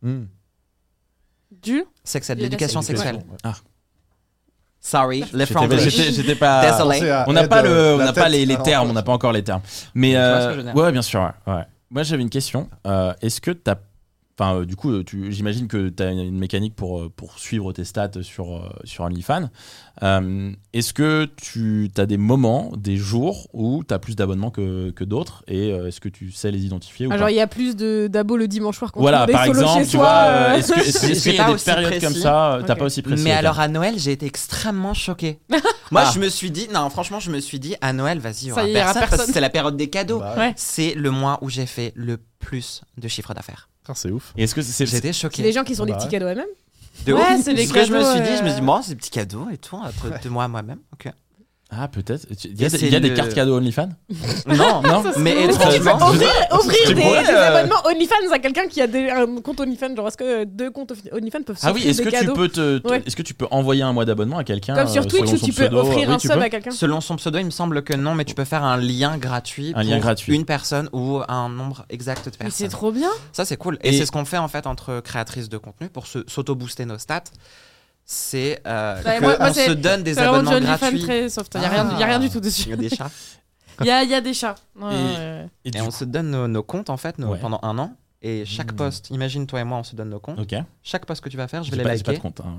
Speaker 4: Mm.
Speaker 1: Du.
Speaker 5: Sex ed,
Speaker 1: Il y a de la
Speaker 5: l'éducation
Speaker 1: sex-
Speaker 5: sexuelle.
Speaker 4: Ouais.
Speaker 5: Sorry, les
Speaker 2: J'étais-
Speaker 5: Français.
Speaker 2: J'étais j'étais pas.
Speaker 5: Désolé.
Speaker 4: Pensez Ah, à
Speaker 2: On n'a
Speaker 4: Ed,
Speaker 2: pas, le,
Speaker 4: euh,
Speaker 2: on
Speaker 4: la
Speaker 2: n'a pas
Speaker 4: tête.
Speaker 2: les, les
Speaker 4: Alors,
Speaker 2: termes, on n'a pas encore les termes. Mais
Speaker 5: Tu vois
Speaker 2: euh,
Speaker 5: ce que je veux dire
Speaker 2: ouais, ouais, bien sûr. ouais, ouais. Moi, j'avais une question. Euh, Est-ce que t'as, enfin, euh, du coup, euh, tu- j'imagine que tu as une mécanique pour euh, pour suivre tes stats sur euh, sur OnlyFans. Euh, Est-ce que tu as des moments, des jours où tu as plus d'abonnements que, que d'autres et euh, est-ce que tu sais les identifier ou
Speaker 3: Ah,
Speaker 2: pas
Speaker 3: Genre, il y a plus de d'abos le dimanche soir quand
Speaker 2: Voilà,
Speaker 3: on est
Speaker 2: par
Speaker 3: solo
Speaker 2: exemple,
Speaker 3: chez
Speaker 2: tu
Speaker 3: soi,
Speaker 2: vois,
Speaker 3: euh,
Speaker 2: euh, est-ce que- est-ce-
Speaker 5: C'est
Speaker 2: est-ce qu'il y
Speaker 5: pas
Speaker 2: a des
Speaker 5: aussi
Speaker 2: périodes
Speaker 5: précis.
Speaker 2: comme ça euh, T'as
Speaker 1: Ok.
Speaker 2: pas aussi précis.
Speaker 5: Mais
Speaker 2: ok.
Speaker 5: alors à Noël, j'ai été extrêmement choquée. Moi,
Speaker 2: Ah.
Speaker 5: je me suis dit, non, franchement, je me suis dit, à Noël, vas-y, il y aura
Speaker 1: Ça y est, il y aura
Speaker 5: personne, parce que
Speaker 1: personne.
Speaker 5: c'est la période des cadeaux.
Speaker 4: Bah,
Speaker 1: Ouais.
Speaker 5: C'est le mois où j'ai fait le plus de chiffres d'affaires.
Speaker 4: frère, C'est ouf.
Speaker 2: Et Est-ce que c'est
Speaker 5: J'étais
Speaker 3: C'est les
Speaker 5: choquée.
Speaker 3: gens qui
Speaker 2: Ah
Speaker 3: sont des
Speaker 4: Bah
Speaker 3: petits
Speaker 4: ouais.
Speaker 3: cadeaux à même.
Speaker 5: De
Speaker 1: Ouais,
Speaker 5: ouf.
Speaker 1: c'est les
Speaker 5: Ce que je me
Speaker 1: cadeaux,
Speaker 5: suis dit, je me
Speaker 1: euh,
Speaker 5: suis dit, moi, ces petits cadeaux et tout, entre de moi moi-même. ok.
Speaker 2: ah peut-être il y a,
Speaker 5: Et
Speaker 2: des-
Speaker 5: c'est
Speaker 2: il y a des
Speaker 5: le-
Speaker 2: cartes cadeaux OnlyFans
Speaker 5: Non, non, mais
Speaker 2: Est-ce que tu
Speaker 5: étrangement.
Speaker 2: veux
Speaker 3: Ouvrir, ouvrir
Speaker 2: Tu
Speaker 3: des,
Speaker 2: pourrais,
Speaker 3: des
Speaker 2: euh,
Speaker 3: abonnements OnlyFans à quelqu'un qui a des- un compte OnlyFans. Genre, est-ce que euh, deux comptes OnlyFans peuvent
Speaker 2: Ah
Speaker 3: s'offrir
Speaker 2: oui, est-ce
Speaker 3: des
Speaker 2: que tu
Speaker 3: cadeaux
Speaker 2: peux te, te-
Speaker 3: Ouais.
Speaker 2: est-ce que tu peux envoyer un mois d'abonnement à quelqu'un
Speaker 3: Comme sur
Speaker 2: euh,
Speaker 3: Twitch
Speaker 2: selon
Speaker 3: où
Speaker 2: son
Speaker 3: tu peux
Speaker 2: pseudo,
Speaker 3: offrir
Speaker 2: oui,
Speaker 3: un
Speaker 2: tu
Speaker 3: sub
Speaker 2: peux.
Speaker 3: à quelqu'un.
Speaker 5: Selon son pseudo, il me semble que non, mais tu peux faire un lien gratuit
Speaker 2: Un lien
Speaker 5: pour
Speaker 2: gratuit.
Speaker 5: une personne ou un nombre exact de
Speaker 1: Mais c'est
Speaker 5: personnes.
Speaker 1: trop bien.
Speaker 5: Ça, c'est cool. Et,
Speaker 2: Et-
Speaker 5: c'est ce qu'on fait en fait entre créatrices de contenu pour se- s'auto-booster nos stats. C'est euh,
Speaker 1: Ouais,
Speaker 5: que
Speaker 1: Bah, moi- moi,
Speaker 5: on
Speaker 1: c'est-
Speaker 5: se donne des
Speaker 1: C'est vraiment du
Speaker 5: abonnements
Speaker 1: OnlyFans
Speaker 5: gratuits.
Speaker 1: très soft. Il y a rien, y a rien du tout dessus.
Speaker 5: Il y a des chats.
Speaker 1: Il y a, y a des chats. Ouais,
Speaker 2: Et-
Speaker 1: ouais.
Speaker 2: Et
Speaker 5: Et
Speaker 2: du
Speaker 5: on se donne nos, nos comptes en fait nos-
Speaker 2: Ouais.
Speaker 5: pendant un an. Et chaque
Speaker 2: Mm.
Speaker 5: post, imagine toi et moi, on se donne nos comptes.
Speaker 2: Ok.
Speaker 5: Chaque post que tu vas faire, je vais
Speaker 2: J'ai
Speaker 5: les
Speaker 2: pas, j'ai pas de
Speaker 5: liker.
Speaker 2: compte. hein.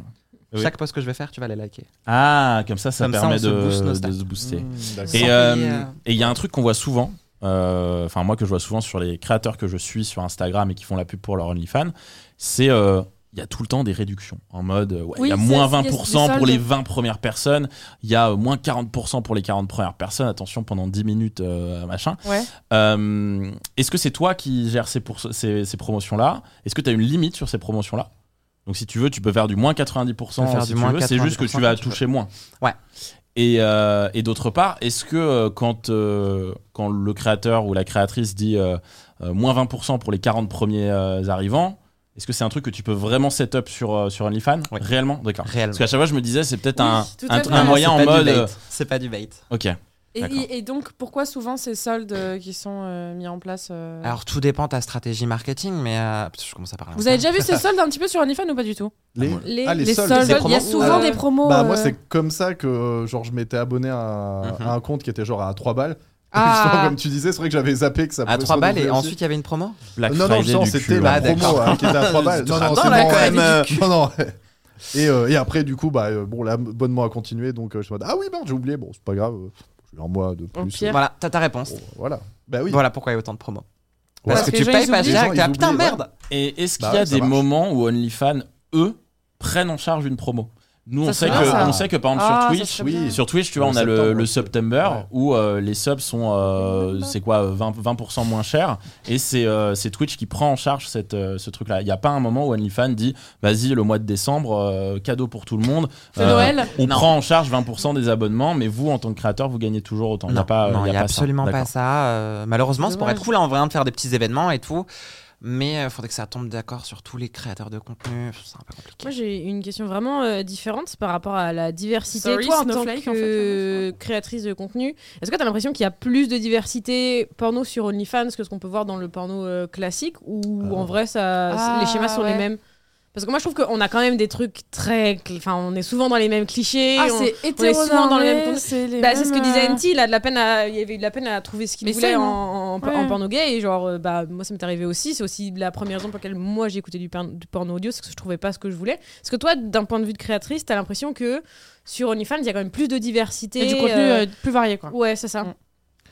Speaker 2: oui.
Speaker 5: Chaque post que je vais faire, tu vas les liker.
Speaker 2: Ah, comme ça, ça
Speaker 5: Comme ça,
Speaker 2: permet
Speaker 5: on se
Speaker 2: de,
Speaker 5: booste nos
Speaker 2: de
Speaker 5: stats.
Speaker 2: se booster.
Speaker 4: Mm, d'accord.
Speaker 5: Sans
Speaker 2: Et
Speaker 5: payer,
Speaker 2: euh,
Speaker 5: euh,
Speaker 2: et il y a un truc qu'on voit souvent. euh, Enfin, moi que je vois souvent sur les créateurs que je suis sur Instagram et qui font la pub pour leur OnlyFans, c'est euh, il y a tout le temps des réductions. En mode, euh, ouais, il
Speaker 1: Oui,
Speaker 2: y a
Speaker 1: c'est-
Speaker 2: moins
Speaker 1: il y a des
Speaker 2: 20% pour
Speaker 1: soldes.
Speaker 2: les 20 premières personnes, il y a euh, moins 40% pour les 40 premières personnes, attention pendant 10 minutes, euh, machin.
Speaker 1: Ouais.
Speaker 2: Euh, Est-ce que c'est toi qui gères ces, pour- ces, ces promotions-là Est-ce que tu as une limite sur ces promotions-là Donc si tu veux, tu peux faire du moins 90%,
Speaker 5: Tu peux faire
Speaker 2: si
Speaker 5: du
Speaker 2: tu
Speaker 5: moins
Speaker 2: veux, c'est juste que
Speaker 5: 90%
Speaker 2: tu vas
Speaker 5: quand tu veux.
Speaker 2: toucher moins.
Speaker 5: Ouais.
Speaker 2: Et, euh, et d'autre part, est-ce que euh, quand, euh, quand le créateur ou la créatrice dit euh, euh, moins 20% pour les 40 premiers euh, arrivants, est-ce que c'est un truc que tu peux vraiment set up sur, euh, sur OnlyFans
Speaker 5: Oui.
Speaker 2: Réellement D'accord.
Speaker 5: réellement.
Speaker 2: Parce qu'à chaque fois, je me disais, c'est peut-être
Speaker 1: Oui,
Speaker 2: un,
Speaker 1: tout à
Speaker 2: un,
Speaker 1: fait.
Speaker 2: un moyen en
Speaker 5: Ah, C'est pas
Speaker 2: mode...
Speaker 5: du bait.
Speaker 2: euh,
Speaker 5: C'est pas du bait.
Speaker 2: ok.
Speaker 1: Et,
Speaker 2: D'accord.
Speaker 1: et- et donc, pourquoi souvent ces soldes euh, qui sont euh, mis en place euh,
Speaker 5: Alors tout dépend de ta stratégie marketing, mais euh, je commence à parler. en
Speaker 1: Vous avez
Speaker 5: termes.
Speaker 1: déjà vu ces soldes un petit peu sur OnlyFans ou pas du tout
Speaker 4: Les-
Speaker 1: Les,
Speaker 4: Ah, les soldes.
Speaker 5: Les
Speaker 1: Il y a
Speaker 5: promos.
Speaker 1: souvent
Speaker 4: Euh,
Speaker 1: des promos.
Speaker 4: Bah, moi,
Speaker 1: euh,
Speaker 4: c'est comme ça que euh, genre, je m'étais abonné à, à
Speaker 5: Mhm.
Speaker 4: un compte qui était genre à 3 balles.
Speaker 1: Ah.
Speaker 4: Justement, comme tu disais, c'est vrai que j'avais zappé que ça
Speaker 5: à
Speaker 4: pouvait
Speaker 5: 3
Speaker 4: se
Speaker 5: balles et
Speaker 4: renouveler aussi.
Speaker 5: ensuite il y avait une promo.
Speaker 2: Black
Speaker 4: non, non,
Speaker 2: Friday
Speaker 4: genre,
Speaker 2: du
Speaker 4: c'était
Speaker 2: cul,
Speaker 4: la
Speaker 2: hein.
Speaker 5: Ah,
Speaker 4: promo
Speaker 5: d'accord.
Speaker 4: hein, qui était à 3 balles. Non, non,
Speaker 5: Attends,
Speaker 4: c'est
Speaker 5: là,
Speaker 4: bon,
Speaker 5: quand
Speaker 4: ouais.
Speaker 5: même, euh,
Speaker 4: Non, non. Et, euh, et après, du coup, bah, euh, bon, l'abonnement a continué. Donc, euh, je me dis, ah oui, merde, j'ai oublié. Bon, c'est pas grave. euh, J'ai un mois de
Speaker 1: Au
Speaker 4: plus.
Speaker 1: pire.
Speaker 5: Voilà, t'as ta réponse.
Speaker 4: Bon, voilà. Bah oui.
Speaker 5: Voilà pourquoi il y a autant de promos.
Speaker 4: Voilà.
Speaker 5: Parce
Speaker 1: que
Speaker 5: que tu
Speaker 1: les gens,
Speaker 5: payes
Speaker 1: ils
Speaker 5: pas
Speaker 1: oublient.
Speaker 5: direct.
Speaker 4: Les gens,
Speaker 5: t'as-
Speaker 4: ils
Speaker 5: Putain,
Speaker 4: oublient,
Speaker 5: merde
Speaker 2: Et est-ce qu'il
Speaker 4: Bah
Speaker 2: y a
Speaker 4: ouais, ça
Speaker 2: des
Speaker 4: marche.
Speaker 2: moments où OnlyFans, eux, prennent en charge une promo Nous, on
Speaker 1: Ça,
Speaker 2: sait,
Speaker 1: c'est
Speaker 2: que,
Speaker 1: bien, ça.
Speaker 2: on sait que par exemple
Speaker 1: Ah, ça
Speaker 2: sur Twitch,
Speaker 1: serait
Speaker 4: oui,
Speaker 1: bien.
Speaker 2: sur Twitch, tu vois,
Speaker 4: Le
Speaker 2: on a le,
Speaker 4: septembre.
Speaker 2: le September
Speaker 4: Ouais.
Speaker 2: où euh, les subs sont, euh, c'est quoi, euh, 20%, 20% moins chers et c'est euh, c'est Twitch qui prend en charge cette, euh, ce truc-là. Il n'y a pas un moment où OnlyFans dit, vas-y, le mois de décembre, euh, cadeau pour tout le monde.
Speaker 1: C'est
Speaker 2: Euh,
Speaker 1: Noël.
Speaker 2: On
Speaker 5: Non.
Speaker 2: prend en charge 20% des abonnements, mais vous, en tant que créateur, vous gagnez toujours autant. Il n'y a,
Speaker 5: Non,
Speaker 2: pas,
Speaker 5: non,
Speaker 2: il y a
Speaker 5: y a
Speaker 2: pas ça.
Speaker 5: absolument pas
Speaker 2: D'accord.
Speaker 5: ça. euh, malheureusement, c'est pour
Speaker 1: Dommage.
Speaker 5: être cool, hein, on vient de faire des petits événements et tout. Mais il faudrait que ça tombe d'accord sur tous les créateurs de contenu. C'est un peu compliqué.
Speaker 3: Moi, j'ai une question vraiment euh, différente par rapport à la diversité.
Speaker 1: Sorry,
Speaker 3: Toi, en tant
Speaker 1: Snowflake,
Speaker 3: que
Speaker 1: en fait, hein,
Speaker 3: euh, créatrice de contenu, est-ce que tu as l'impression qu'il y a plus de diversité porno sur OnlyFans que ce qu'on peut voir dans le porno euh, classique Ou en vrai, ça,
Speaker 7: Ah,
Speaker 3: les schémas sont
Speaker 7: ouais.
Speaker 3: les mêmes Parce que moi, je trouve qu'on a quand même des trucs très. cl- Enfin, on est souvent dans les mêmes clichés.
Speaker 1: Ah,
Speaker 3: on-
Speaker 1: c'est
Speaker 3: est souvent dans le même
Speaker 1: hétéronormé,
Speaker 3: contexte.
Speaker 1: c'est les
Speaker 3: Bah, c'est ce que
Speaker 1: mêmes,
Speaker 3: disait
Speaker 1: euh,
Speaker 3: NT, il a de la peine à, il y avait eu de la peine à trouver ce qu'il
Speaker 1: Mais
Speaker 3: voulait en,
Speaker 1: ça,
Speaker 3: en,
Speaker 1: Ouais.
Speaker 3: en porno gay et genre euh, bah moi ça m'est arrivé aussi, c'est aussi la première raison pour laquelle moi j'ai écouté du, per- du porno audio, c'est que je trouvais pas ce que je voulais. Parce que toi d'un point de vue de créatrice, t'as l'impression que sur OnlyFans, il y a quand même plus de diversité
Speaker 1: Et du contenu
Speaker 3: euh,
Speaker 1: euh, plus varié, quoi.
Speaker 3: Ouais, c'est ça.
Speaker 1: Mm.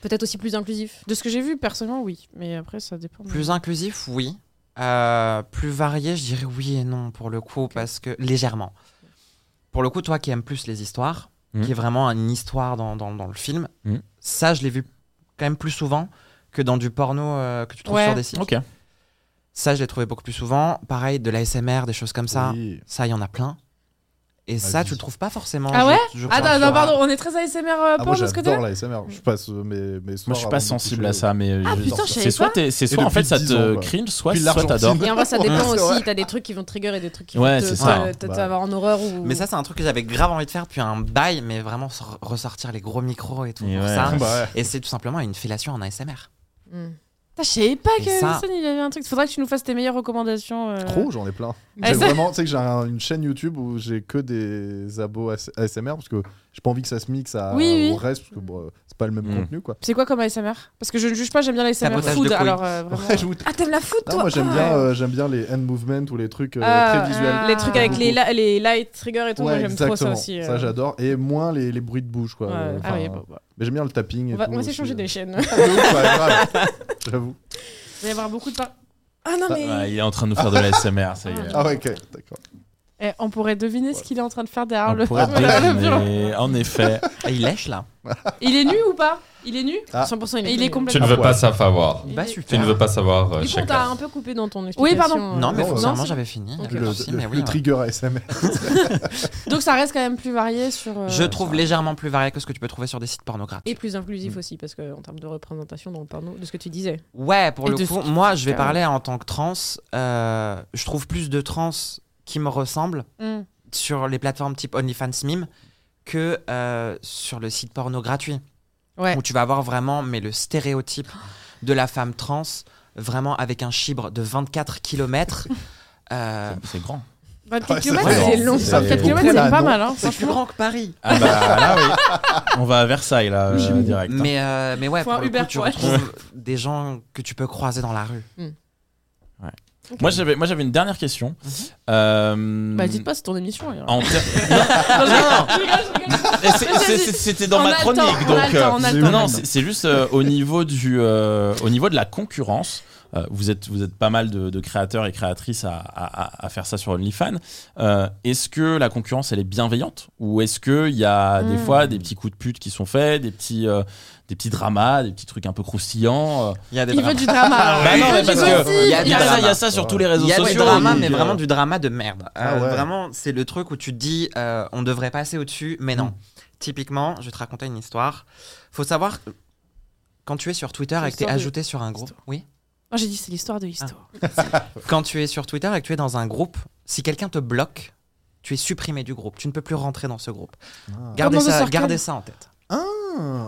Speaker 3: Peut-être aussi plus inclusif.
Speaker 1: De ce que j'ai vu, personnellement, oui. Mais après, ça dépend.
Speaker 5: Plus inclusif, oui. Euh, plus varié, je dirais oui et non pour le coup, parce que légèrement. Pour le coup, toi qui aimes plus les histoires,
Speaker 2: Mhm.
Speaker 5: qui est vraiment une histoire dans, dans- dans le film,
Speaker 2: Mhm.
Speaker 5: ça, je l'ai vu quand même plus souvent que dans du porno euh, que tu trouves
Speaker 1: Ouais.
Speaker 5: sur des sites.
Speaker 2: Ok.
Speaker 5: Ça, je l'ai trouvé beaucoup plus souvent. Pareil, de l'ASMR, des choses comme ça.
Speaker 4: Oui.
Speaker 5: Ça, il y en a plein. Et ça,
Speaker 4: vas-y.
Speaker 5: tu le trouves pas forcément.
Speaker 1: Ah
Speaker 5: je-
Speaker 1: ouais
Speaker 5: je crois,
Speaker 1: Attends,
Speaker 5: sur-
Speaker 1: non, pardon, on est très ASMR euh,
Speaker 4: Ah,
Speaker 1: porn
Speaker 4: moi
Speaker 1: de ce côté
Speaker 4: j'adore la SMR. Je passe euh, mes, mes
Speaker 2: Moi,
Speaker 4: soirs
Speaker 2: je suis
Speaker 4: avant
Speaker 2: pas
Speaker 4: de
Speaker 2: sensible
Speaker 4: coucher. euh,
Speaker 2: à ça, mais
Speaker 1: Ah,
Speaker 2: je-
Speaker 1: putain, je savais
Speaker 2: c'est soit,
Speaker 1: pas.
Speaker 2: t'es- c'est soit
Speaker 4: Et
Speaker 2: en fait
Speaker 4: depuis
Speaker 2: ça
Speaker 4: 10
Speaker 2: te
Speaker 4: ans, quoi.
Speaker 2: cringe, soit,
Speaker 4: Puis
Speaker 2: soit
Speaker 4: l'Argentine.
Speaker 2: t'adores.
Speaker 3: Et en vrai, ça dépend
Speaker 1: Ouais.
Speaker 3: aussi. T'as des trucs qui vont te trigger et des trucs qui
Speaker 2: Ouais,
Speaker 3: vont te,
Speaker 2: c'est ça.
Speaker 3: te- te-
Speaker 4: Bah.
Speaker 3: avoir en horreur ou.
Speaker 5: Mais ça, c'est un truc que j'avais grave envie de faire depuis un bail, mais vraiment sor- ressortir les gros micros et tout
Speaker 2: Et
Speaker 5: pour
Speaker 2: ouais.
Speaker 5: ça.
Speaker 4: Ah, bah ouais.
Speaker 5: Et c'est tout simplement une fellation en ASMR.
Speaker 3: Mm.
Speaker 1: Putain, Ah, Je savais pas que
Speaker 5: Et ça-
Speaker 1: Wilson, il avait un truc. Faudrait que tu nous fasses tes meilleures recommandations. euh.
Speaker 4: Trop, j'en ai plein.
Speaker 1: Ah,
Speaker 4: J'ai
Speaker 1: ça-
Speaker 4: vraiment, tu sais que j'ai un- une chaîne YouTube où j'ai que des abos AS- ASMR parce que j'ai pas envie que ça se mixe à,
Speaker 1: Oui, oui.
Speaker 4: au reste parce que bon, euh, c'est pas le même
Speaker 2: Mm.
Speaker 4: contenu quoi.
Speaker 1: C'est quoi comme ASMR Parce que je ne juge pas, j'aime bien l'ASMR
Speaker 5: Sabotage de
Speaker 1: food.
Speaker 5: couilles.
Speaker 1: Alors, euh, vraiment.
Speaker 4: Ouais, je vous-
Speaker 3: Ah, t'aimes la foot,
Speaker 4: Non,
Speaker 3: toi
Speaker 4: moi j'aime
Speaker 3: Ah.
Speaker 4: bien, euh, j'aime bien les hand movements ou les trucs euh,
Speaker 3: Ah,
Speaker 4: très visuels.
Speaker 1: ah,
Speaker 3: Les trucs avec les,
Speaker 4: Beaucoup.
Speaker 3: la- les light triggers et tout,
Speaker 4: Ouais,
Speaker 3: moi j'aime trop ça
Speaker 4: exactement.
Speaker 3: aussi. euh.
Speaker 4: Ça j'adore et moins les, les bruits de bouche quoi.
Speaker 3: Ouais.
Speaker 4: Euh,
Speaker 1: Ah oui,
Speaker 4: enfin,
Speaker 1: bon, bah.
Speaker 4: Mais j'aime bien le tapping. et
Speaker 3: On va,
Speaker 4: tout
Speaker 3: on va
Speaker 4: aussi,
Speaker 3: s'échanger
Speaker 4: euh.
Speaker 3: des chaînes.
Speaker 4: Ah, de ouf, ouais, grave. J'avoue.
Speaker 1: Il va y avoir beaucoup de. par-
Speaker 3: Ah non, mais.
Speaker 2: Ouais, il est en train de nous faire de l'ASMR, ça y est.
Speaker 1: Ah,
Speaker 4: Ah ouais, ok, d'accord.
Speaker 1: Eh, on pourrait deviner ce qu'il est en train de faire derrière
Speaker 2: On
Speaker 1: le.
Speaker 2: pourrait
Speaker 1: derrière le bureau.
Speaker 2: deviner, en effet.
Speaker 5: Et il lèche là.
Speaker 1: Il est nu ou pas Il est nu
Speaker 4: Ah.
Speaker 3: 100% il est,
Speaker 1: Il est
Speaker 3: complètement.
Speaker 6: Tu ne veux
Speaker 4: Ah ouais.
Speaker 6: pas savoir.
Speaker 1: Il
Speaker 5: Bah
Speaker 1: est-
Speaker 6: Tu
Speaker 5: super.
Speaker 6: ne veux pas savoir, euh,
Speaker 3: Du coup, on
Speaker 6: chacun.
Speaker 3: t'a un peu coupé dans ton
Speaker 1: Oui,
Speaker 3: explication.
Speaker 1: pardon.
Speaker 3: euh.
Speaker 5: Non, mais
Speaker 4: Non,
Speaker 5: sincèrement,
Speaker 1: c'est-
Speaker 5: j'avais fini.
Speaker 3: Ok.
Speaker 5: Le
Speaker 2: Ah,
Speaker 4: Le,
Speaker 5: souci,
Speaker 4: le-
Speaker 5: mais oui,
Speaker 4: le
Speaker 2: hein.
Speaker 5: ouais.
Speaker 4: trigger ASMR.
Speaker 1: Donc ça reste quand même plus varié sur. euh,
Speaker 5: Je trouve légèrement plus varié que ce que tu peux trouver sur des sites
Speaker 3: Et
Speaker 5: pornographiques.
Speaker 3: plus inclusif aussi, parce que en termes de représentation dans le porno, de ce que tu disais.
Speaker 5: Ouais, pour
Speaker 1: Et
Speaker 5: le
Speaker 1: de
Speaker 5: coup,
Speaker 1: ce qui-
Speaker 5: moi, je vais
Speaker 1: Ah.
Speaker 5: parler en tant que trans. euh, je trouve plus de trans qui me ressemblent
Speaker 1: Mm.
Speaker 5: sur les plateformes type OnlyFans Mime que euh, sur le site porno gratuit.
Speaker 1: Ouais.
Speaker 5: Où tu vas avoir vraiment mais le stéréotype de la femme trans, vraiment avec un chibre de euh, 24 km.
Speaker 2: C'est grand.
Speaker 1: 24
Speaker 4: Ouais,
Speaker 1: km,
Speaker 4: c'est
Speaker 1: c'est
Speaker 4: vrai.
Speaker 1: long.
Speaker 4: Ça
Speaker 1: 24
Speaker 4: fait
Speaker 1: km,
Speaker 4: beaucoup.
Speaker 1: c'est pas
Speaker 4: Non.
Speaker 1: mal. Hein,
Speaker 5: c'est plus
Speaker 1: franchement.
Speaker 5: grand que Paris.
Speaker 2: Ah bah là oui. On va à Versailles là euh,
Speaker 4: Oui.
Speaker 2: direct.
Speaker 1: Mm.
Speaker 2: hein.
Speaker 5: Mais, euh, mais ouais,
Speaker 1: Faut
Speaker 5: pour
Speaker 1: un
Speaker 5: le
Speaker 1: Uber
Speaker 5: coup, tu
Speaker 1: pour
Speaker 5: retrouves des gens que tu peux croiser dans la rue.
Speaker 2: Moi j'avais moi j'avais une dernière question. Euh,
Speaker 1: Mm-hmm. Bah, dites pas, c'est ton émission. alors.
Speaker 2: en ter- Non, non, non. C'est- c'est- C'était Ah, dans
Speaker 1: On
Speaker 2: ma
Speaker 1: a le temps,
Speaker 2: chronique
Speaker 1: on a
Speaker 2: donc.
Speaker 1: le temps,
Speaker 2: euh,
Speaker 1: on a le
Speaker 2: non,
Speaker 1: temps.
Speaker 2: non, c'est c'est juste euh, au niveau du euh, au niveau de la concurrence. euh, vous êtes vous êtes pas mal de, de créateurs et créatrices à, à- à- à faire ça sur OnlyFans. Euh, est-ce que la concurrence elle est bienveillante ou est-ce que il y a des
Speaker 1: Mm.
Speaker 2: fois des petits coups de pute qui sont faits, des petits euh, des petits dramas, des petits trucs un peu croustillants. euh,
Speaker 5: Il y a des
Speaker 1: Il veut du Ah drama. alors.
Speaker 2: Bah
Speaker 5: Il
Speaker 2: non,
Speaker 5: y a
Speaker 2: mais
Speaker 5: du
Speaker 2: parce
Speaker 5: drama.
Speaker 2: que
Speaker 5: Il y
Speaker 2: y
Speaker 5: a
Speaker 2: a
Speaker 5: du
Speaker 2: ça, il y
Speaker 5: drama.
Speaker 2: a ça sur tous les réseaux
Speaker 5: Il y a du
Speaker 2: sociaux.
Speaker 5: drama,
Speaker 2: il-
Speaker 5: mais vraiment du drama de merde.
Speaker 4: Ah
Speaker 5: Euh,
Speaker 4: ouais.
Speaker 5: Vraiment, c'est le truc où tu te dis, euh, on devrait passer au-dessus, mais
Speaker 2: Mm.
Speaker 5: non. Typiquement, je vais te raconter une histoire. Faut savoir, quand tu es sur Twitter et que tu es
Speaker 1: Histoire de-
Speaker 5: ajouté sur un groupe, oui.
Speaker 1: Non, j'ai dit, c'est l'histoire de
Speaker 3: Ah,
Speaker 1: l'histoire.
Speaker 5: Quand tu es sur Twitter et que tu es dans un groupe, si quelqu'un te bloque, tu es supprimé du groupe. Tu ne peux plus rentrer dans ce groupe.
Speaker 2: Ah.
Speaker 5: Gardez
Speaker 1: Comme dans The
Speaker 5: ça,
Speaker 1: Circle.
Speaker 5: gardez ça en tête.
Speaker 4: Ah,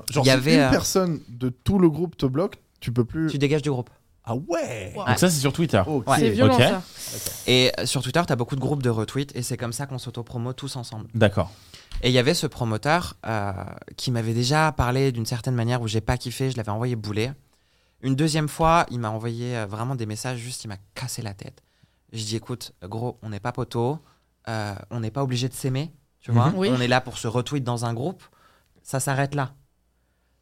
Speaker 4: genre,
Speaker 5: Il
Speaker 4: si
Speaker 5: y avait,
Speaker 4: une
Speaker 5: euh,
Speaker 4: personne de tout le groupe te bloque, tu peux plus.
Speaker 5: Tu dégages du groupe.
Speaker 4: Ah ouais
Speaker 2: Donc ça, c'est sur Twitter.
Speaker 4: Ok.
Speaker 5: Ouais.
Speaker 1: C'est violent
Speaker 2: Ok.
Speaker 1: ça.
Speaker 5: Et euh, sur Twitter, tu as beaucoup de groupes de retweets et c'est comme ça qu'on s'auto-promo tous ensemble.
Speaker 2: D'accord.
Speaker 5: Et il y avait ce promoteur euh, qui m'avait déjà parlé d'une certaine manière où j'ai pas kiffé, je l'avais envoyé bouler. Une deuxième fois, il m'a envoyé euh, vraiment des messages, juste il m'a cassé la tête. Je dis écoute, gros, on n'est pas poteau, on n'est pas obligé de s'aimer, tu vois.
Speaker 1: Mhm. Oui.
Speaker 5: On est là pour se retweet dans un groupe, ça s'arrête là.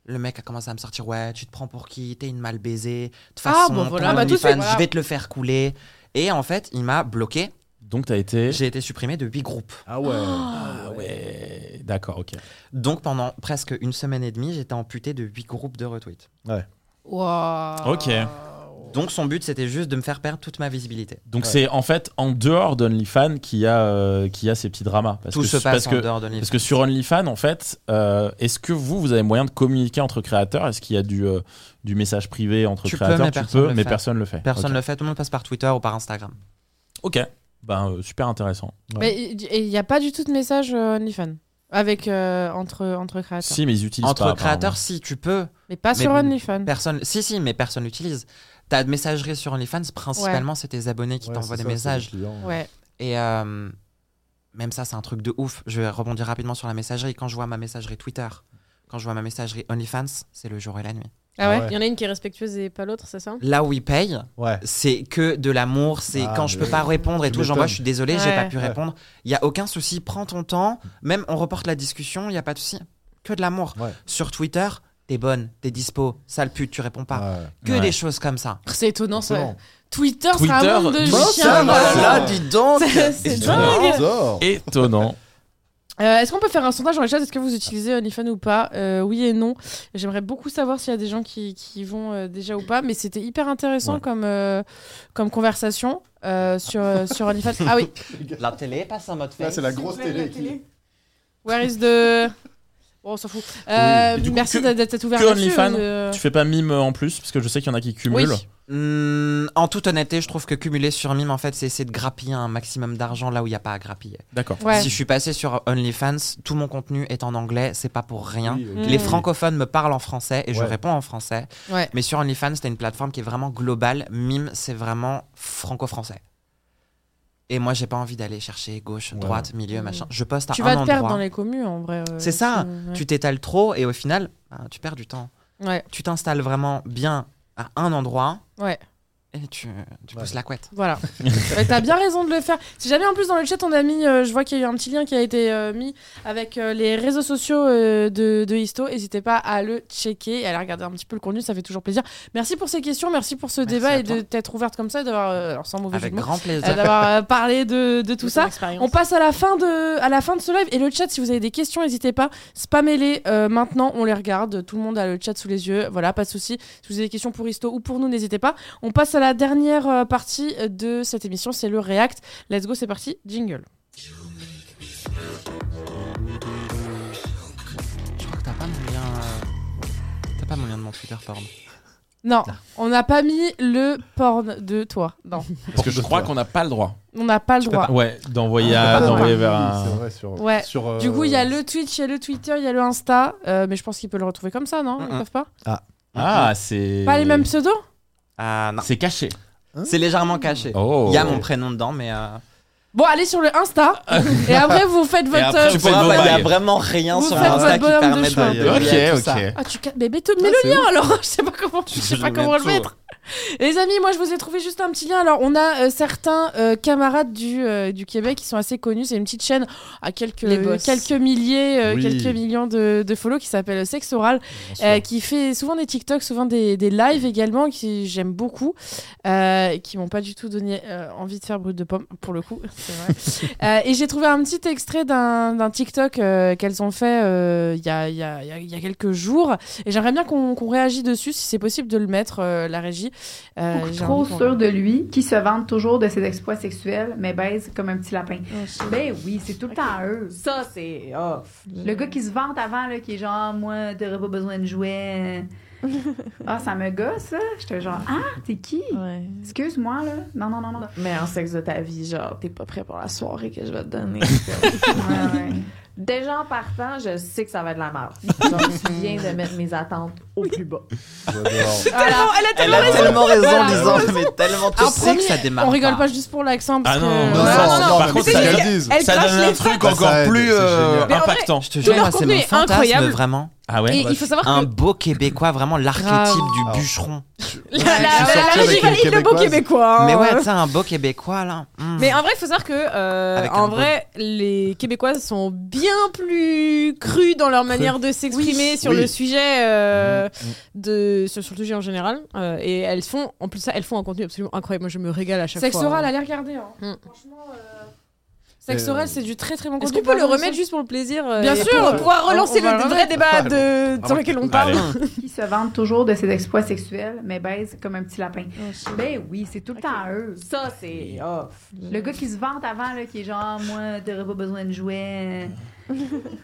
Speaker 5: Le mec a commencé à me sortir ouais, tu te prends pour qui T'es une mal baisée. De toute
Speaker 1: Ah,
Speaker 5: façon,
Speaker 1: bon, voilà.
Speaker 5: ton
Speaker 1: Ah, bah, tout de
Speaker 5: OnlyFans,
Speaker 1: suite, voilà.
Speaker 5: je vais te le faire couler. Et en fait, il m'a bloqué.
Speaker 2: Donc t'as été.
Speaker 5: J'ai été supprimé de huit groupes.
Speaker 4: Ah ouais.
Speaker 2: Ah ouais. D'accord. Ok.
Speaker 5: Donc pendant presque une semaine et demie, j'étais amputé de 8 groupes de retweets.
Speaker 1: Waouh.
Speaker 2: Ok.
Speaker 5: Donc son but, c'était juste de me faire perdre toute ma visibilité.
Speaker 2: Donc
Speaker 4: Ouais.
Speaker 2: c'est en fait en dehors d'OnlyFans qu'il y, a, euh, qu'il y a ces petits dramas. Parce
Speaker 5: Tout
Speaker 2: que,
Speaker 5: se
Speaker 2: parce
Speaker 5: passe en
Speaker 2: que,
Speaker 5: dehors de
Speaker 2: parce que sur OnlyFans, en fait, euh, est-ce que vous, vous avez moyen de communiquer entre créateurs Est-ce qu'il y a du, euh, du message privé entre
Speaker 5: Tu peux,
Speaker 2: créateurs
Speaker 5: mais
Speaker 2: Tu
Speaker 5: personne
Speaker 2: peux,
Speaker 5: le
Speaker 2: mais
Speaker 5: fait.
Speaker 2: personne le fait.
Speaker 5: Personne
Speaker 2: Ok.
Speaker 5: ne le fait, tout le monde passe par Twitter ou par Instagram.
Speaker 2: Ok, ben, euh, super intéressant.
Speaker 1: Mais il n'y a pas du tout de message euh, OnlyFans avec euh, entre entre créateurs.
Speaker 2: Si, mais ils utilisent pas.
Speaker 5: Entre
Speaker 2: apparemment.
Speaker 5: créateurs, si tu peux,
Speaker 1: Mais pas
Speaker 5: Mais
Speaker 1: sur
Speaker 5: bon.
Speaker 1: OnlyFans.
Speaker 5: personne. Si, si, mais personne l'utilise. Ta messagerie sur OnlyFans, principalement, c'est tes abonnés qui
Speaker 4: Ouais,
Speaker 5: t'envoient
Speaker 4: c'est
Speaker 5: des
Speaker 4: ça, c'est
Speaker 5: messages.
Speaker 4: les clients.
Speaker 1: Ouais.
Speaker 5: Et euh, même ça, c'est un truc de ouf. Je vais rebondir rapidement sur la messagerie. Quand je vois ma messagerie Twitter, quand je vois ma messagerie OnlyFans, c'est le jour et la nuit.
Speaker 1: Ah ouais.
Speaker 4: Ouais.
Speaker 3: Il y en a une qui est respectueuse et pas l'autre, c'est ça
Speaker 5: Là où ils payent,
Speaker 4: Ouais.
Speaker 5: c'est que de l'amour. C'est
Speaker 4: Ah,
Speaker 5: quand je
Speaker 4: mais
Speaker 5: peux pas répondre et
Speaker 4: tu
Speaker 5: tout. J'envoie,
Speaker 4: m'étonnes.
Speaker 5: je suis désolé, j'ai
Speaker 1: Ouais.
Speaker 5: pas pu
Speaker 4: Ouais.
Speaker 5: répondre. Il y a aucun souci. Prends ton temps. Même on reporte la discussion, il y a pas de souci. Que de l'amour.
Speaker 4: Ouais.
Speaker 5: Sur Twitter, t'es bonne, t'es dispo, sale pute, tu réponds pas.
Speaker 4: Ouais.
Speaker 5: Que
Speaker 2: Ouais.
Speaker 5: des choses comme ça.
Speaker 1: Ah, C'est étonnant ça.
Speaker 4: Forcément.
Speaker 1: Twitter, c'est un
Speaker 2: Twitter,
Speaker 1: monde de
Speaker 2: bon,
Speaker 1: chiens.
Speaker 4: ça va,
Speaker 1: Ah, bah, voilà.
Speaker 4: là, dis
Speaker 5: donc.
Speaker 1: C'est- C'est
Speaker 2: Étonnant.
Speaker 1: dingue.
Speaker 4: J'adore.
Speaker 2: Étonnant.
Speaker 1: Euh, Est-ce qu'on peut faire un sondage dans les chats Est-ce que vous utilisez OnlyFans ou pas Euh, Oui et non. J'aimerais beaucoup savoir s'il y a des gens qui, qui y vont euh, déjà ou pas, mais c'était hyper intéressant
Speaker 2: Ouais.
Speaker 1: comme, euh, comme conversation euh, sur, euh, sur OnlyFans. Ah oui,
Speaker 5: La télé passe en mode
Speaker 4: Là, c'est
Speaker 5: face.
Speaker 4: la grosse télé. qui-
Speaker 1: where is the... Bon, on s'en fout. Euh,
Speaker 2: Oui. Et du coup,
Speaker 1: merci
Speaker 2: que-
Speaker 1: d'être d'être ouvert
Speaker 2: que
Speaker 1: là-dessus.
Speaker 2: OnlyFans Ah,
Speaker 1: euh,
Speaker 2: Tu fais pas mime en plus Parce que je sais qu'il y en a qui
Speaker 1: Oui.
Speaker 2: cumulent.
Speaker 5: Hmm, en toute honnêteté, je trouve que cumuler sur Mime, en fait, c'est essayer de grappiller un maximum d'argent là où il n'y a pas à grappiller.
Speaker 2: D'accord.
Speaker 1: Ouais.
Speaker 5: Si je suis passé sur OnlyFans, tout mon contenu est en anglais, c'est pas pour rien.
Speaker 4: Oui, ok.
Speaker 1: Mm.
Speaker 5: Les francophones me parlent en français et je
Speaker 4: Ouais.
Speaker 5: réponds en français.
Speaker 1: Ouais.
Speaker 5: Mais sur OnlyFans, c'est une plateforme qui est vraiment globale. Mime, c'est vraiment franco-français. Et moi, j'ai pas envie d'aller chercher gauche,
Speaker 4: Ouais.
Speaker 5: droite, milieu,
Speaker 1: Mm.
Speaker 5: machin. Je poste à
Speaker 1: Tu
Speaker 5: un
Speaker 1: vas te
Speaker 5: endroit.
Speaker 1: perdre dans les communes en vrai. euh,
Speaker 5: C'est ça.
Speaker 1: ouais.
Speaker 5: Tu t'étales trop et au final, ben, tu perds du temps.
Speaker 1: Ouais,
Speaker 5: Tu t'installes vraiment bien à un endroit
Speaker 1: ouais.
Speaker 5: et tu, tu
Speaker 4: Ouais.
Speaker 5: pousses la couette.
Speaker 1: Voilà. Ouais, T'as bien raison de le faire. Si jamais en plus dans le chat on a mis, euh, je vois qu'il y a eu un petit lien qui a été euh, mis avec euh, les réseaux sociaux euh, de, de Histo, n'hésitez pas à le checker et à aller regarder un petit peu le contenu, ça fait toujours plaisir. Merci pour ces questions, merci pour ce
Speaker 5: Merci
Speaker 1: débat
Speaker 5: à
Speaker 1: et de
Speaker 5: toi.
Speaker 1: t'être ouverte comme ça, et d'avoir, euh, alors sans mauvais jeu
Speaker 5: Avec
Speaker 1: de mots,
Speaker 5: grand plaisir.
Speaker 1: euh, d'avoir euh, parlé de, de tout ça. On passe à la fin de, à la fin de ce live et le chat. Si vous avez des questions, n'hésitez pas. Spammez-les euh, maintenant. On les regarde. Tout le monde a le chat sous les yeux. Voilà, pas de souci. Si vous avez des questions pour Isto ou pour nous, n'hésitez pas. On passe à la dernière euh, partie de cette émission. C'est le React. Let's go, c'est parti. Jingle.
Speaker 5: Je crois que t'as pas mon lien. euh, T'as pas mon lien de mon Twitter, pardon.
Speaker 1: Non, on n'a pas mis le porn de toi. Non,
Speaker 2: Parce que je crois qu'on n'a pas le droit.
Speaker 1: on n'a pas le droit.
Speaker 2: Ouais, d'envoyer
Speaker 1: Ah,
Speaker 2: à-
Speaker 1: ouais.
Speaker 2: d'envoyer vers
Speaker 4: Oui, C'est
Speaker 2: un.
Speaker 4: vrai, sur.
Speaker 1: Ouais.
Speaker 4: sur, euh,
Speaker 1: Du coup, il y a le Twitch, il y a le Twitter, il y a le Insta. Euh, mais je pense qu'ils peuvent le retrouver comme ça, non Ils
Speaker 5: Mm-mm.
Speaker 1: peuvent pas
Speaker 2: Ah, c'est.
Speaker 1: Pas les mêmes pseudos
Speaker 5: Ah non.
Speaker 2: C'est caché.
Speaker 5: C'est légèrement caché. Il
Speaker 2: Oh.
Speaker 5: y a mon prénom dedans, mais. euh,
Speaker 1: Bon, allez sur le Insta. et après, vous faites votre.
Speaker 2: après,
Speaker 1: euh,
Speaker 2: tu fais le
Speaker 5: Il y a
Speaker 2: bail.
Speaker 5: vraiment rien
Speaker 1: Vous
Speaker 5: sur
Speaker 1: faites
Speaker 5: Insta
Speaker 1: votre
Speaker 5: qui
Speaker 1: bonhomme de
Speaker 5: permet
Speaker 1: chemin.
Speaker 5: de. de lier tout
Speaker 2: Ok,
Speaker 5: ça.
Speaker 2: ok.
Speaker 1: Ah, tu ca- mais mets, mets le lien alors. je sais pas comment, je sais pas comment le mettre. Les amis, moi je vous ai trouvé juste un petit lien. Alors on a euh, certains euh, camarades du, euh, du Québec qui sont assez connus. C'est une petite chaîne à quelques
Speaker 3: Les boss.
Speaker 1: quelques milliers, euh,
Speaker 4: Oui.
Speaker 1: quelques millions de, de follow qui s'appelle Sex Oral, euh, qui fait souvent des TikTok, souvent des, des lives également, qui j'aime beaucoup, euh, qui m'ont pas du tout donné euh, envie de faire brut de pomme pour le coup. C'est vrai. Euh, et j'ai trouvé un petit extrait d'un d'un TikTok euh, qu'elles ont fait euh, il y, a, il y a- il y a- il y a quelques jours. Et j'aimerais bien qu'on qu'on réagisse dessus, si c'est possible de le mettre, euh, la régie. Euh,
Speaker 8: Oh,
Speaker 7: Pour
Speaker 1: j'ai
Speaker 7: trop
Speaker 1: envie qu'on-
Speaker 7: sûr de lui, qui se vante toujours de ses exploits sexuels, mais baise comme un petit lapin.
Speaker 1: Oh,
Speaker 7: Ben oui, c'est tout le temps à eux.
Speaker 8: Ça, c'est oh, off.
Speaker 7: Le gars qui se vante avant, là, qui est genre, moi, t'aurais pas besoin de jouer. ah, ça me gosse, là. J'étais genre, ah, t'es qui?
Speaker 8: Ouais.
Speaker 7: Excuse-moi, là. Non, non, non, non.
Speaker 8: Mais en sexe de ta vie, genre, t'es pas prêt pour la soirée que je vais te donner.
Speaker 7: Ouais, ouais.
Speaker 8: Déjà en partant, je sais que ça va être de la merde. Genre, je viens de mettre mes attentes au plus bas.
Speaker 4: J'adore.
Speaker 5: Elle a tellement raison,
Speaker 1: Voilà.
Speaker 5: Lisande, mais tellement. Tu
Speaker 1: Alors,
Speaker 5: sais que ça
Speaker 1: premier,
Speaker 5: démarre.
Speaker 1: On rigole pas juste pour l'accent. parce
Speaker 2: Ah
Speaker 1: que-
Speaker 2: non, non, Ouais,
Speaker 4: Non, non,
Speaker 2: non,
Speaker 4: non,
Speaker 2: par
Speaker 4: mais
Speaker 2: contre,
Speaker 4: c'est
Speaker 2: ça
Speaker 4: ce
Speaker 2: donne-
Speaker 4: qu'elles disent.
Speaker 2: Ça donne un truc encore
Speaker 4: Ça aide,
Speaker 2: plus
Speaker 4: c'est
Speaker 2: euh,
Speaker 4: génial.
Speaker 3: Mais en vrai,
Speaker 2: impactant.
Speaker 5: Je te
Speaker 3: Tout
Speaker 5: jure,
Speaker 3: leur
Speaker 5: moi, c'est
Speaker 3: contenu
Speaker 5: mon
Speaker 3: est
Speaker 5: fantasme
Speaker 3: incroyable.
Speaker 5: vraiment.
Speaker 2: Ah ouais.
Speaker 1: Et il faut savoir
Speaker 5: Un
Speaker 1: que
Speaker 5: beau Québécois, vraiment l'archétype
Speaker 1: Grave.
Speaker 5: du
Speaker 4: Alors.
Speaker 5: bûcheron.
Speaker 3: La, la,
Speaker 4: Je suis
Speaker 3: la- la régie
Speaker 4: sorti avec une
Speaker 3: valide le beau
Speaker 4: Québécoise.
Speaker 3: québécois. hein.
Speaker 5: Mais
Speaker 1: Ah.
Speaker 5: ouais, tu sais, un beau Québécois là. Mm.
Speaker 3: Mais en vrai, il faut savoir que, euh,
Speaker 5: Avec un
Speaker 3: en
Speaker 5: bon-
Speaker 3: vrai, les Québécoises sont bien plus crues dans leur manière de s'exprimer sur
Speaker 4: Oui. Mm,
Speaker 3: le sujet, euh, de, sur, sur le sujet en général. euh, et elles font, en plus ça, elles font un contenu absolument incroyable. Moi, je me régale à chaque
Speaker 1: Sex
Speaker 3: fois.
Speaker 1: Oral,
Speaker 3: hein.
Speaker 1: allez regarder. hein.
Speaker 3: Mm.
Speaker 1: Franchement, Sexe
Speaker 4: Euh,
Speaker 1: oral, c'est du très très bon
Speaker 3: Est-ce
Speaker 1: contenu
Speaker 3: qu'on peut
Speaker 1: pour
Speaker 3: le
Speaker 1: la
Speaker 3: remettre
Speaker 1: jeunesse
Speaker 3: juste pour le plaisir euh,
Speaker 1: Bien
Speaker 3: et
Speaker 1: sûr,
Speaker 3: Pour pouvoir
Speaker 1: on-
Speaker 3: relancer
Speaker 1: on va
Speaker 3: le
Speaker 1: le
Speaker 3: vrai débat de-
Speaker 4: Ah,
Speaker 3: sur
Speaker 4: bon.
Speaker 3: lequel on
Speaker 2: Allez.
Speaker 3: parle.
Speaker 7: Qui se vantent toujours de ses exploits sexuels, mais baisent comme un petit lapin. Ben oui, c'est tout le temps à eux.
Speaker 8: Oh, Ça, c'est off.
Speaker 7: Le gars qui se vante avant, là, qui est genre, moi, t'aurais pas besoin de jouets.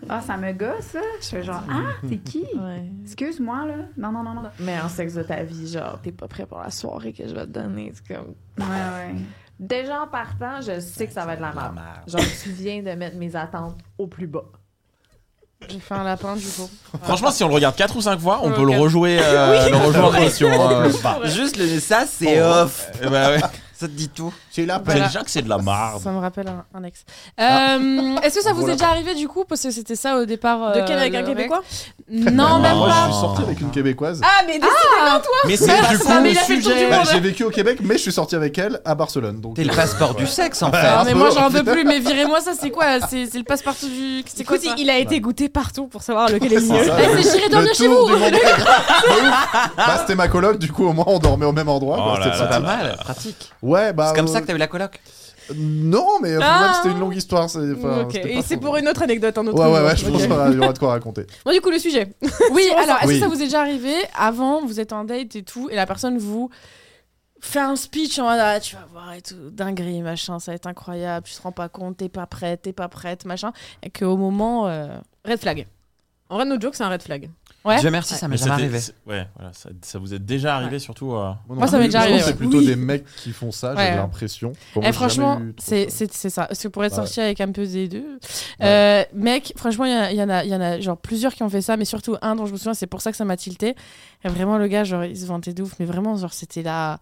Speaker 7: ah, ça me gosse, là. Je fais genre, ah, t'es qui?
Speaker 8: Ouais.
Speaker 7: Excuse-moi, là. Non, non, non, non.
Speaker 8: Mais en sexe de ta vie, genre, t'es pas prêt pour la soirée que je vais te donner. C'est comme.
Speaker 7: Ouais, ouais.
Speaker 8: Déjà en partant, je sais que ça va être
Speaker 2: Ah,
Speaker 8: la
Speaker 2: bah.
Speaker 8: merde. Genre, tu viens de mettre mes attentes au plus bas.
Speaker 1: J'ai fait un lapin du coup.
Speaker 2: Franchement, si on le regarde 4 ou 5 fois, on
Speaker 1: Ouais,
Speaker 2: peut le
Speaker 1: ok.
Speaker 2: rejouer, euh, le rejouer en question. hein.
Speaker 5: Juste le ça, c'est
Speaker 2: Oh.
Speaker 5: off.
Speaker 2: Eh ben ouais.
Speaker 5: Ça te dit tout.
Speaker 4: C'est la
Speaker 1: Voilà.
Speaker 2: Déjà que c'est de la marde.
Speaker 1: Ça me rappelle un, un ex.
Speaker 3: Ah.
Speaker 1: Euh, Est-ce que ça vous est déjà arrivé du coup Parce que c'était ça au départ.
Speaker 3: De
Speaker 1: euh,
Speaker 3: quel avec un
Speaker 1: le
Speaker 3: Québécois
Speaker 1: mec. Non, même
Speaker 2: Non.
Speaker 4: Moi, je
Speaker 1: pas.
Speaker 4: suis sorti avec une Québécoise.
Speaker 3: Ah, mais
Speaker 2: Mais
Speaker 4: Mais
Speaker 2: c'est
Speaker 4: du coup,
Speaker 1: mais il a fait le tour du
Speaker 4: bah,
Speaker 1: monde.
Speaker 4: j'ai vécu au Québec, mais je suis sorti avec elle à Barcelone. Donc,
Speaker 5: T'es le
Speaker 4: euh,
Speaker 5: passeport
Speaker 4: ouais.
Speaker 5: du sexe, en
Speaker 1: Non,
Speaker 3: Ah,
Speaker 1: mais
Speaker 5: fait.
Speaker 1: moi j'en peux plus, mais virez-moi ça, c'est quoi C'est c'est le passe-partout du. C'est quoi
Speaker 3: Écoute,
Speaker 1: ça
Speaker 3: il, il a été goûté partout pour savoir lequel est le mieux.
Speaker 4: ça,
Speaker 1: Eh,
Speaker 4: le-
Speaker 1: c'est j'irai
Speaker 4: le
Speaker 1: dormir chez
Speaker 4: tour
Speaker 1: vous.
Speaker 4: du monde. De ouf. Bah, c'était ma coloc, du coup, au moins, on dormait au même endroit.
Speaker 2: Oh
Speaker 4: quoi,
Speaker 2: là là.
Speaker 4: c'était
Speaker 5: C'est pas
Speaker 4: pratique.
Speaker 5: mal, pratique.
Speaker 4: Ouais, bah.
Speaker 5: C'est comme
Speaker 4: euh,
Speaker 5: ça que t'as eu la coloc.
Speaker 4: Non, mais au
Speaker 3: Ah.
Speaker 4: final, c'était une longue histoire. c'est- enfin,
Speaker 3: Ok.
Speaker 4: c'était pas
Speaker 3: Et c'est
Speaker 4: trop-
Speaker 3: pour une autre anecdote, un autre
Speaker 4: Ouais, ouais,
Speaker 3: jour.
Speaker 4: ouais, je pense
Speaker 3: Ok.
Speaker 4: qu'il y aura de quoi raconter.
Speaker 3: Bon, du coup, le sujet.
Speaker 1: Oui, alors, est-ce que
Speaker 4: Oui.
Speaker 1: ça vous est déjà arrivé Avant, vous êtes en date et tout, et la personne vous fait un speech en mode ah, tu vas voir et tout, dinguerie, machin, ça va être incroyable, tu te rends pas compte, t'es pas prête, t'es pas prête, machin, et qu'au moment. euh,
Speaker 3: Red flag. En vrai, no joke, c'est un red flag.
Speaker 1: Ouais.
Speaker 5: Dieu merci, ça m'est
Speaker 2: Ah, Mais
Speaker 5: jamais
Speaker 2: c'était-
Speaker 5: arrivé.
Speaker 2: c'est- Ouais, voilà, ça, ça vous est déjà arrivé surtout. euh,
Speaker 1: Moi, ça m'est déjà
Speaker 4: Je pense
Speaker 1: arrivé,
Speaker 4: que
Speaker 1: ouais.
Speaker 4: C'est plutôt
Speaker 1: Oui.
Speaker 4: des mecs qui font ça,
Speaker 1: Ouais.
Speaker 4: j'ai l'impression. Bon,
Speaker 1: Eh,
Speaker 4: j'ai
Speaker 1: franchement,
Speaker 4: jamais eu trop
Speaker 1: c'est
Speaker 4: ça. Bah
Speaker 1: c'est- c'est ça. Parce que pour être
Speaker 4: Ouais.
Speaker 1: sorti avec un peu des deux, euh, mec, franchement, il y, en a- il y en a, il y en a genre plusieurs qui ont fait ça, mais surtout un dont je me souviens, c'est pour ça que ça m'a tilté. Et vraiment, le gars, genre, il se vantait de ouf, mais vraiment, genre, c'était là.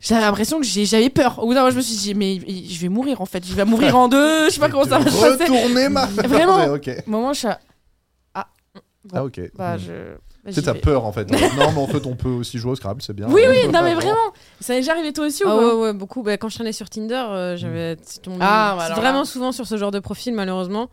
Speaker 1: J'avais l'impression que j'ai- j'avais peur. Au bout d'un moment, je me suis dit, mais il- je vais mourir en fait, je vais mourir en deux, je sais pas comment ça va se passer.
Speaker 4: Retourner ma.
Speaker 1: Vraiment.
Speaker 4: Ouais, ok.
Speaker 1: Au moment, où je suis à-
Speaker 4: Ah, ok.
Speaker 1: bah,
Speaker 4: Mm.
Speaker 1: je. bah,
Speaker 4: C'est
Speaker 1: j'y
Speaker 4: ta
Speaker 1: vais.
Speaker 4: peur en fait. non, mais en fait, on peut aussi jouer au Scrabble, c'est bien.
Speaker 1: Oui, oui, non, mais vraiment. Ça est déjà arrivé toi aussi ou
Speaker 3: Ah
Speaker 1: pas
Speaker 3: ouais, ouais, beaucoup. Bah, quand je traînais sur Tinder, euh, j'avais c'est tombé
Speaker 1: Ah, bah alors
Speaker 3: vraiment
Speaker 1: là.
Speaker 3: souvent sur ce genre de profil, malheureusement.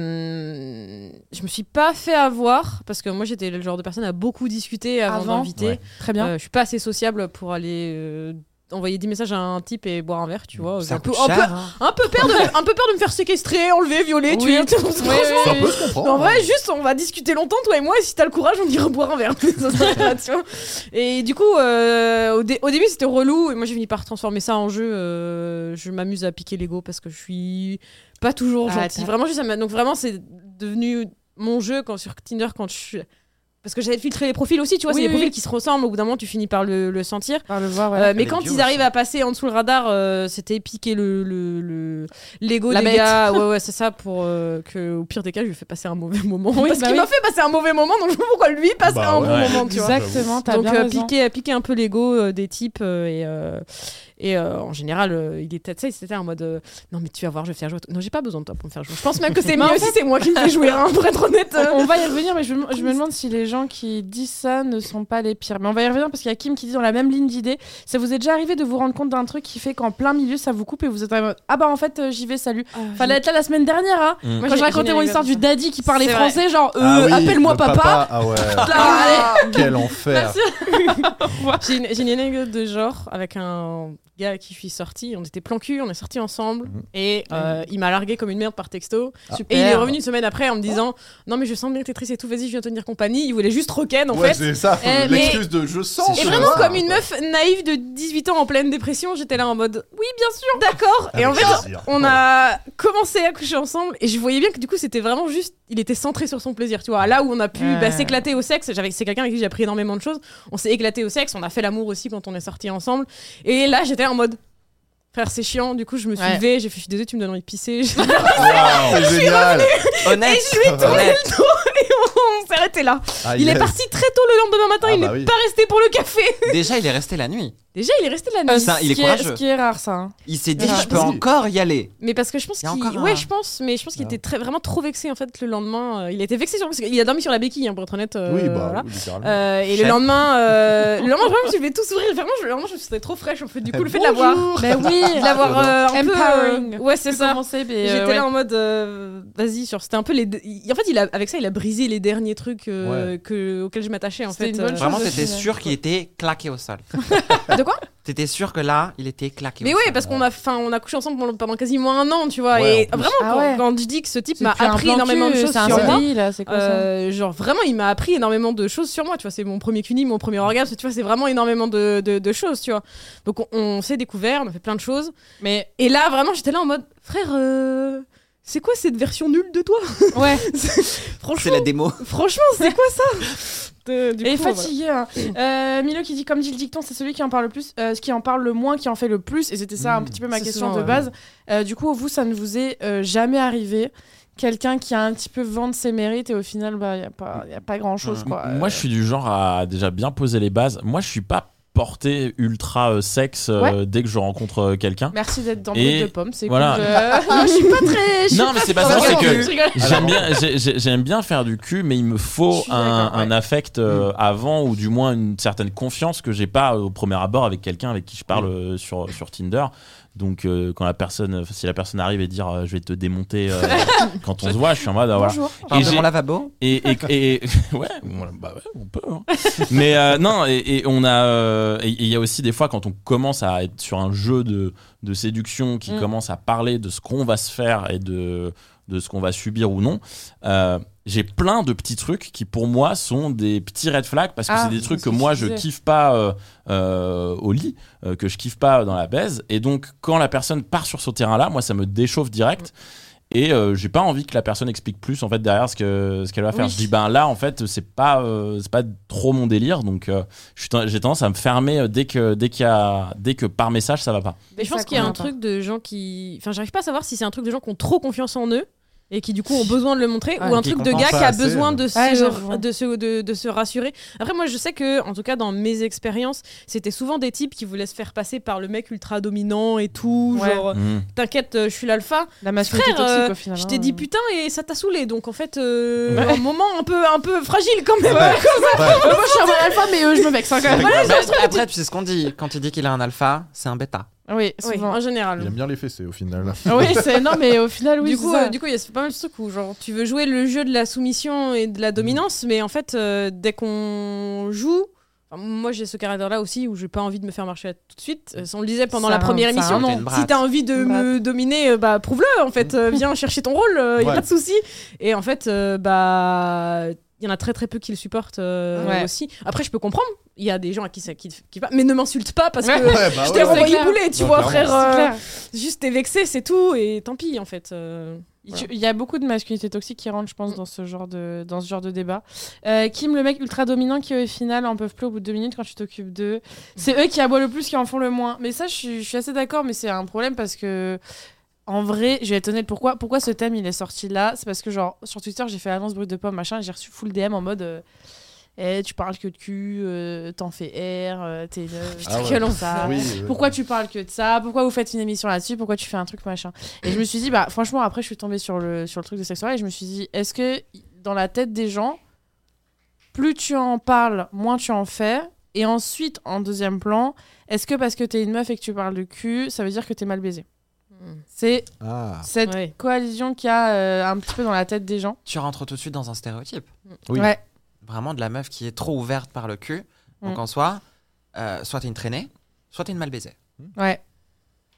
Speaker 3: Euh, je me suis pas fait avoir parce que moi j'étais le genre de personne à beaucoup discuter avant,
Speaker 1: Avant.
Speaker 3: d'inviter.
Speaker 2: Ouais.
Speaker 1: Très bien.
Speaker 3: Euh, je suis pas assez sociable pour aller euh, envoyer des messages à un type et boire un verre,
Speaker 1: Hmm.
Speaker 3: tu
Speaker 1: Oh,
Speaker 3: vois. J'ai
Speaker 5: Ça
Speaker 3: un peu,
Speaker 5: coûte
Speaker 3: un, peu,
Speaker 5: cher. hein.
Speaker 3: un peu peur de, un peu peur de me faire séquestrer, enlever, violer,
Speaker 1: Oui.
Speaker 3: tuer.
Speaker 1: Oui,
Speaker 3: Franchement,
Speaker 1: oui,
Speaker 4: Ça
Speaker 1: oui.
Speaker 4: peut se comprendre.
Speaker 3: en vrai, juste, on va discuter longtemps, toi et moi, et si t'as le courage, on ira boire un verre. Ça s'arrête là, tu vois. et du coup, euh, au, dé- au début, c'était relou, et moi, j'ai fini par transformer ça en jeu. euh, je m'amuse à piquer l'ego parce que je suis pas toujours
Speaker 1: Ah,
Speaker 3: gentille.
Speaker 1: t'as-
Speaker 3: Vraiment, juste, ça m'a- donc vraiment, c'est devenu mon jeu quand, sur Tinder quand je suis. Parce que j'avais filtré les profils aussi, tu vois,
Speaker 1: Oui,
Speaker 3: c'est des
Speaker 1: oui,
Speaker 3: profils
Speaker 1: oui.
Speaker 3: qui se ressemblent, au bout d'un moment, tu finis par le, le sentir.
Speaker 1: Par le voir, ouais.
Speaker 3: Euh, mais
Speaker 5: est
Speaker 3: quand
Speaker 5: bio
Speaker 3: ils arrivent à passer en dessous le radar, euh, c'était piquer le le- le- l'ego
Speaker 1: La
Speaker 3: des
Speaker 1: bête.
Speaker 3: gars. Ouais, ouais, c'est ça pour euh, que au pire des cas, je lui fais passer un mauvais moment.
Speaker 1: Oui,
Speaker 3: parce
Speaker 1: bah
Speaker 3: qu'il
Speaker 1: oui.
Speaker 3: m'a fait passer un mauvais moment, donc je sais pas pourquoi lui passe
Speaker 4: Bah
Speaker 3: un
Speaker 4: ouais.
Speaker 3: bon
Speaker 2: Ouais.
Speaker 3: moment, tu vois.
Speaker 1: Exactement, t'as
Speaker 3: Donc
Speaker 1: bien
Speaker 3: euh,
Speaker 1: raison.
Speaker 3: piquer, piquer un peu l'ego euh, des types euh, et, euh, et euh, en général euh, il était tu sais, c'était en mode euh, non mais tu vas voir je vais faire jouer à toi. non j'ai pas besoin de toi pour me faire jouer je pense même que c'est
Speaker 1: Mais
Speaker 3: mieux
Speaker 1: en
Speaker 3: si c'est moi qui me fais jouer hein, pour être honnête euh.
Speaker 1: On on va y revenir, mais je me, je me demande si les gens qui disent ça ne sont pas les pires. Mais on va y revenir parce qu'il y a Kim qui dit dans la même ligne d'idée ça vous est déjà arrivé de vous rendre compte d'un truc qui fait qu'en plein milieu ça vous coupe et vous êtes en mode ah bah en fait euh, j'y vais, salut.
Speaker 3: Ah,
Speaker 1: Fallait être là la semaine dernière, hein.
Speaker 2: Mm.
Speaker 1: Quand
Speaker 3: j'ai-
Speaker 1: je racontais
Speaker 3: j'ai
Speaker 1: mon
Speaker 3: une
Speaker 1: histoire du
Speaker 3: anecdote
Speaker 1: daddy qui parlait
Speaker 3: C'est
Speaker 1: français, genre euh,
Speaker 4: Ah oui,
Speaker 1: appelle-moi
Speaker 4: le
Speaker 1: papa.
Speaker 4: Ah ouais,
Speaker 1: Ah,
Speaker 4: quel enfer.
Speaker 3: J'ai une, j'ai une anecdote de genre avec un gars à qui je suis sortie. On était plan cul, on est sortis ensemble
Speaker 4: Mhm.
Speaker 3: et euh, il m'a largué comme une merde par texto.
Speaker 1: Super.
Speaker 3: Et il est revenu une semaine après en me disant Non, mais je sens bien que t'es triste et tout, vas-y, je viens te tenir compagnie. Il voulait juste rocken en
Speaker 4: Ouais,
Speaker 3: fait.
Speaker 4: c'est ça, faut-
Speaker 3: Eh, mais-
Speaker 4: l'excuse de je sens.
Speaker 3: Et
Speaker 4: je
Speaker 3: vraiment
Speaker 4: sens.
Speaker 3: comme une meuf naïve de 18 ans en pleine dépression, j'étais là en mode Oui, bien sûr, d'accord. Et en
Speaker 4: Avec
Speaker 3: fait,
Speaker 4: plaisir.
Speaker 3: on a commencé à coucher ensemble et je voyais bien que du coup c'était vraiment juste il était centré sur son plaisir tu vois là où on a pu
Speaker 1: Ouais.
Speaker 3: bah, s'éclater au sexe j'avais c'est quelqu'un avec qui j'ai appris énormément de choses on s'est éclaté au sexe on a fait l'amour aussi quand on est sortis ensemble et là j'étais en mode frère c'est chiant du coup je me suis
Speaker 1: Ouais.
Speaker 3: levée j'ai fait je suis désolée tu me donnes envie de pisser Je-
Speaker 4: C'est génial.
Speaker 5: Honnête. Honnête.
Speaker 3: on s'est arrêté là
Speaker 4: Ah,
Speaker 3: il
Speaker 4: yes.
Speaker 3: est parti très tôt le lendemain matin
Speaker 4: Ah,
Speaker 3: il
Speaker 4: bah
Speaker 3: n'est
Speaker 4: oui.
Speaker 3: pas resté pour le café
Speaker 5: Déjà, il est resté la nuit.
Speaker 3: déjà il est resté la
Speaker 1: Euh,
Speaker 3: nuit
Speaker 5: Ça, il est
Speaker 1: ce qui est-
Speaker 5: courageux.
Speaker 1: Ce qui est rare, ça. hein.
Speaker 5: Il s'est dit,
Speaker 1: Ah,
Speaker 5: je peux
Speaker 4: vas-y.
Speaker 5: encore y aller.
Speaker 3: mais parce que je pense
Speaker 5: Il y a
Speaker 3: qu'il
Speaker 5: encore un-
Speaker 3: ouais je pense mais je pense qu'il était très, vraiment trop vexé en fait le lendemain Euh, il était vexé sur parce qu'il a dormi sur la béquille hein, pour être honnête euh,
Speaker 4: Oui, bah,
Speaker 3: voilà.
Speaker 4: oui, littéralement.
Speaker 3: Euh, et
Speaker 5: Chef.
Speaker 3: le lendemain, euh, le lendemain, vraiment, je me suis fait tout sourire. Vraiment, je, vraiment, je me sentais trop fraîche. En fait, du coup, le fait de l'avoir,
Speaker 1: Mais Bah oui,
Speaker 3: de l'avoir euh, un peu,
Speaker 1: Empowering.
Speaker 3: euh, ouais, c'est
Speaker 1: Plus
Speaker 3: ça.
Speaker 1: commencé, mais, euh,
Speaker 3: J'étais
Speaker 1: ouais.
Speaker 3: là en mode, euh, vas-y, genre, c'était un peu les. deux- il- En fait, il a, avec ça, il a brisé les derniers trucs euh, que, auxquels je m'attachais en
Speaker 1: C'était
Speaker 3: fait.
Speaker 1: une bonne
Speaker 3: euh,
Speaker 1: chose.
Speaker 5: Vraiment,
Speaker 1: de
Speaker 5: t'étais
Speaker 1: finale.
Speaker 5: sûr qu'il était claqué au sol.
Speaker 3: de quoi
Speaker 5: T'étais sûr que là, il était claqué.
Speaker 3: Mais
Speaker 5: au
Speaker 3: oui,
Speaker 5: sol.
Speaker 3: parce qu'on a, enfin, on a couché ensemble pendant- pendant quasiment un an, tu vois.
Speaker 2: Ouais,
Speaker 3: et
Speaker 2: en plus.
Speaker 3: vraiment,
Speaker 8: Ah
Speaker 3: quand,
Speaker 8: ouais.
Speaker 3: quand je dis que ce type
Speaker 1: C'est
Speaker 3: m'a
Speaker 1: plus un
Speaker 3: appris
Speaker 1: plan
Speaker 3: énormément de
Speaker 1: cul,
Speaker 3: choses
Speaker 1: c'est un
Speaker 3: sur moi,
Speaker 1: CDI, là, c'est quoi ça
Speaker 3: euh, genre vraiment, il m'a appris énormément de choses sur moi. Tu vois, c'est mon premier cuni, mon premier orgasme. Tu vois, c'est vraiment énormément de, de- de choses, tu vois. Donc on, on s'est découvert, on a fait plein de choses.
Speaker 1: Mais
Speaker 3: Et là, vraiment, j'étais là en mode, frère, euh, c'est quoi cette version nulle de toi
Speaker 1: ouais,
Speaker 5: C'est
Speaker 3: Franchement,
Speaker 5: la démo.
Speaker 3: franchement, c'est quoi ça De- du
Speaker 1: et
Speaker 3: coup, voilà.
Speaker 1: fatigué. hein. Euh, Milo qui dit comme dit le dicton, c'est celui qui en parle le plus, euh, ce qui en parle le moins, qui en fait le plus. Et c'était ça un
Speaker 4: Mmh.
Speaker 1: petit peu ma
Speaker 3: Mm. C'est
Speaker 1: question
Speaker 3: souvent,
Speaker 1: de
Speaker 3: ouais.
Speaker 1: base. Euh, du coup, vous, ça ne vous est euh, jamais arrivé quelqu'un qui a un petit peu vendre ses mérites et au final, il bah, n'y a, pas- y a pas grand chose.
Speaker 3: Mm.
Speaker 5: Ouais.
Speaker 1: Quoi.
Speaker 2: Moi, je suis du genre à déjà bien poser les bases. Moi, je suis pas porté ultra euh, sexe euh, dès que je rencontre euh, quelqu'un.
Speaker 1: Merci d'être dans
Speaker 2: Et
Speaker 1: le de pomme, c'est
Speaker 2: voilà.
Speaker 1: cool. Je... non, je suis pas très. je suis
Speaker 2: Non, mais c'est
Speaker 3: bah,
Speaker 2: pas ça,
Speaker 1: très-
Speaker 2: c'est que
Speaker 1: Je rigole.
Speaker 2: j'aime bien, j'ai- j'ai- j'aime bien faire du cul, mais il me
Speaker 1: Je
Speaker 2: faut
Speaker 1: suis
Speaker 2: un,
Speaker 1: d'accord, ouais. Mm.
Speaker 2: un affect euh, avant ou du moins une certaine confiance que j'ai pas au premier abord avec quelqu'un avec qui je
Speaker 1: Mm.
Speaker 2: parle euh, sur, sur Tinder. Donc, euh, quand la personne, si la personne arrive et dire euh, je vais te démonter euh, quand on se voit, je suis en mode ah, voilà.
Speaker 1: Bonjour.
Speaker 2: Et
Speaker 5: Parle de
Speaker 2: j'ai-
Speaker 5: mon lavabo.
Speaker 2: Et, et, et- ouais, voilà, bah ouais, on peut. hein. Mais euh, non, et, et on a, euh, et et il y a aussi des fois quand on commence à être sur un jeu de, de séduction qui
Speaker 1: Mm.
Speaker 2: commence à parler de ce qu'on va se faire et de, de ce qu'on va subir ou non. euh, j'ai plein de petits trucs qui pour moi sont des petits red flags parce que
Speaker 1: Ah,
Speaker 2: c'est des trucs
Speaker 1: c'est
Speaker 2: que
Speaker 1: ce que
Speaker 2: moi
Speaker 1: je
Speaker 2: je
Speaker 1: disais.
Speaker 2: kiffe pas euh, euh, au lit, euh, que je kiffe pas dans la baise. Et donc quand la personne part sur ce terrain-là, moi ça me déchauffe direct. Et euh, j'ai pas envie que la personne explique plus en fait derrière ce que ce qu'elle va faire.
Speaker 1: Oui.
Speaker 2: Je dis ben là en fait c'est pas euh, c'est pas trop mon délire donc euh, je suis ten- j'ai tendance à me fermer euh, dès que dès qu'il y a dès que par message ça va pas.
Speaker 3: Mais je
Speaker 8: Ça
Speaker 3: pense qu'il y a un
Speaker 8: convainc pas.
Speaker 3: truc de gens qui. Enfin, j'arrive pas à savoir si c'est un truc de gens qui ont trop confiance en eux et qui du coup ont besoin de le montrer
Speaker 5: Ouais,
Speaker 3: ou un
Speaker 5: qui
Speaker 3: truc de
Speaker 4: compensent
Speaker 3: gars qui
Speaker 4: pas
Speaker 3: a
Speaker 4: assez, hein.
Speaker 3: besoin de
Speaker 1: Ouais,
Speaker 3: se,
Speaker 1: j'avoue.
Speaker 3: de, se, de, de se rassurer. Après, moi, je sais que, en tout cas, dans mes expériences, c'était souvent des types qui voulaient se faire passer par le mec ultra dominant et tout.
Speaker 1: Ouais.
Speaker 3: Genre,
Speaker 2: Mm.
Speaker 3: t'inquiète, euh, je suis l'alpha.
Speaker 1: La masculinité
Speaker 3: Frère,
Speaker 1: toxique
Speaker 3: euh,
Speaker 1: au final.
Speaker 3: Je
Speaker 1: hein.
Speaker 3: t'ai dit putain et ça t'a saoulé. Donc, en fait, euh, un moment un peu, un peu fragile quand même.
Speaker 1: Euh, moi, je suis un vrai alpha, mais euh, je me vexe hein,
Speaker 3: Ah,
Speaker 1: quand même.
Speaker 5: Après, tu sais ce qu'on dit. Quand il dit qu'il est un alpha, c'est un bêta.
Speaker 1: Oui,
Speaker 3: Oui,
Speaker 1: souvent.
Speaker 3: en général.
Speaker 4: Il aime bien les fessées au final.
Speaker 1: Ah Oui, c'est non, mais au final, Ah oui.
Speaker 3: du
Speaker 1: c'est
Speaker 3: coup,
Speaker 1: ça.
Speaker 3: euh, du coup, il y a pas mal de trucs où genre tu veux jouer le jeu de la soumission et de la dominance, mais en fait, euh, dès qu'on joue, enfin, moi j'ai ce caractère-là aussi où j'ai pas envie de me faire marcher tout de suite. Euh, on le disait pendant
Speaker 1: Ça
Speaker 3: la
Speaker 1: a un-
Speaker 3: première
Speaker 5: ça a un
Speaker 3: émission.
Speaker 5: côté de
Speaker 3: Si
Speaker 5: braque.
Speaker 3: t'as envie de
Speaker 1: Une
Speaker 3: me dominer, euh, bah prouve-le en fait. Euh, viens chercher ton rôle, euh, y a
Speaker 4: Ouais.
Speaker 3: pas de souci. Et en fait, euh, bah il y en a très très peu qui le supportent euh,
Speaker 1: Ouais.
Speaker 3: aussi. Après, je peux comprendre. Il y a des gens à qui ça qui, qui va, mais ne m'insulte pas parce
Speaker 1: Ouais. Ah
Speaker 3: que
Speaker 4: bah
Speaker 3: je
Speaker 1: ouais,
Speaker 3: t'ai
Speaker 1: ouais. C'est
Speaker 3: renvoyé
Speaker 1: clair.
Speaker 3: boulet, tu
Speaker 4: Ouais,
Speaker 3: vois,
Speaker 4: clairement.
Speaker 3: frère.
Speaker 1: C'est
Speaker 3: euh,
Speaker 1: clair.
Speaker 3: juste t'es vexé, c'est tout, et tant pis en fait. euh.
Speaker 1: Il il y a beaucoup de masculinité toxique qui rentre, je pense, dans ce genre de, dans ce genre de débat. Euh, Kim, le mec ultra dominant qui, au final, en peuvent plus au bout de deux minutes quand tu t'occupes d'eux. C'est eux qui aboient le plus, qui en font le moins. Mais ça, je suis, je suis assez d'accord, mais c'est un problème parce que. En vrai, je vais être honnête, pourquoi, pourquoi ce thème il est sorti là C'est parce que, genre, sur Twitter, j'ai fait annonce brute de pomme, machin, et j'ai reçu full DM en mode. euh, Eh, tu parles que de cul, euh, t'en fais R, euh, t'es. une-
Speaker 4: Ah ouais.
Speaker 1: quel enfer.
Speaker 4: Oui, euh,
Speaker 1: Pourquoi tu parles que de ça Pourquoi vous faites une émission là-dessus Pourquoi tu fais un truc machin Et je me suis dit, bah franchement, après, je suis tombée sur le, sur le truc de sexuel et je me suis dit, est-ce que dans la tête des gens, plus tu en parles, moins tu en fais Et ensuite, en deuxième plan, est-ce que parce que t'es une meuf et que tu parles de cul, ça veut dire que t'es mal baisé C'est
Speaker 4: Ah.
Speaker 1: cette
Speaker 3: Ouais.
Speaker 1: coalition qu'il y a euh, un petit peu dans la tête des gens.
Speaker 5: Tu rentres tout de suite dans un stéréotype.
Speaker 4: Oui.
Speaker 1: Ouais.
Speaker 5: Vraiment de la meuf qui est trop ouverte par le cul. Donc
Speaker 1: Mm.
Speaker 5: en soi, euh, soit t'es une traînée, soit t'es une mal baisée.
Speaker 1: Ouais.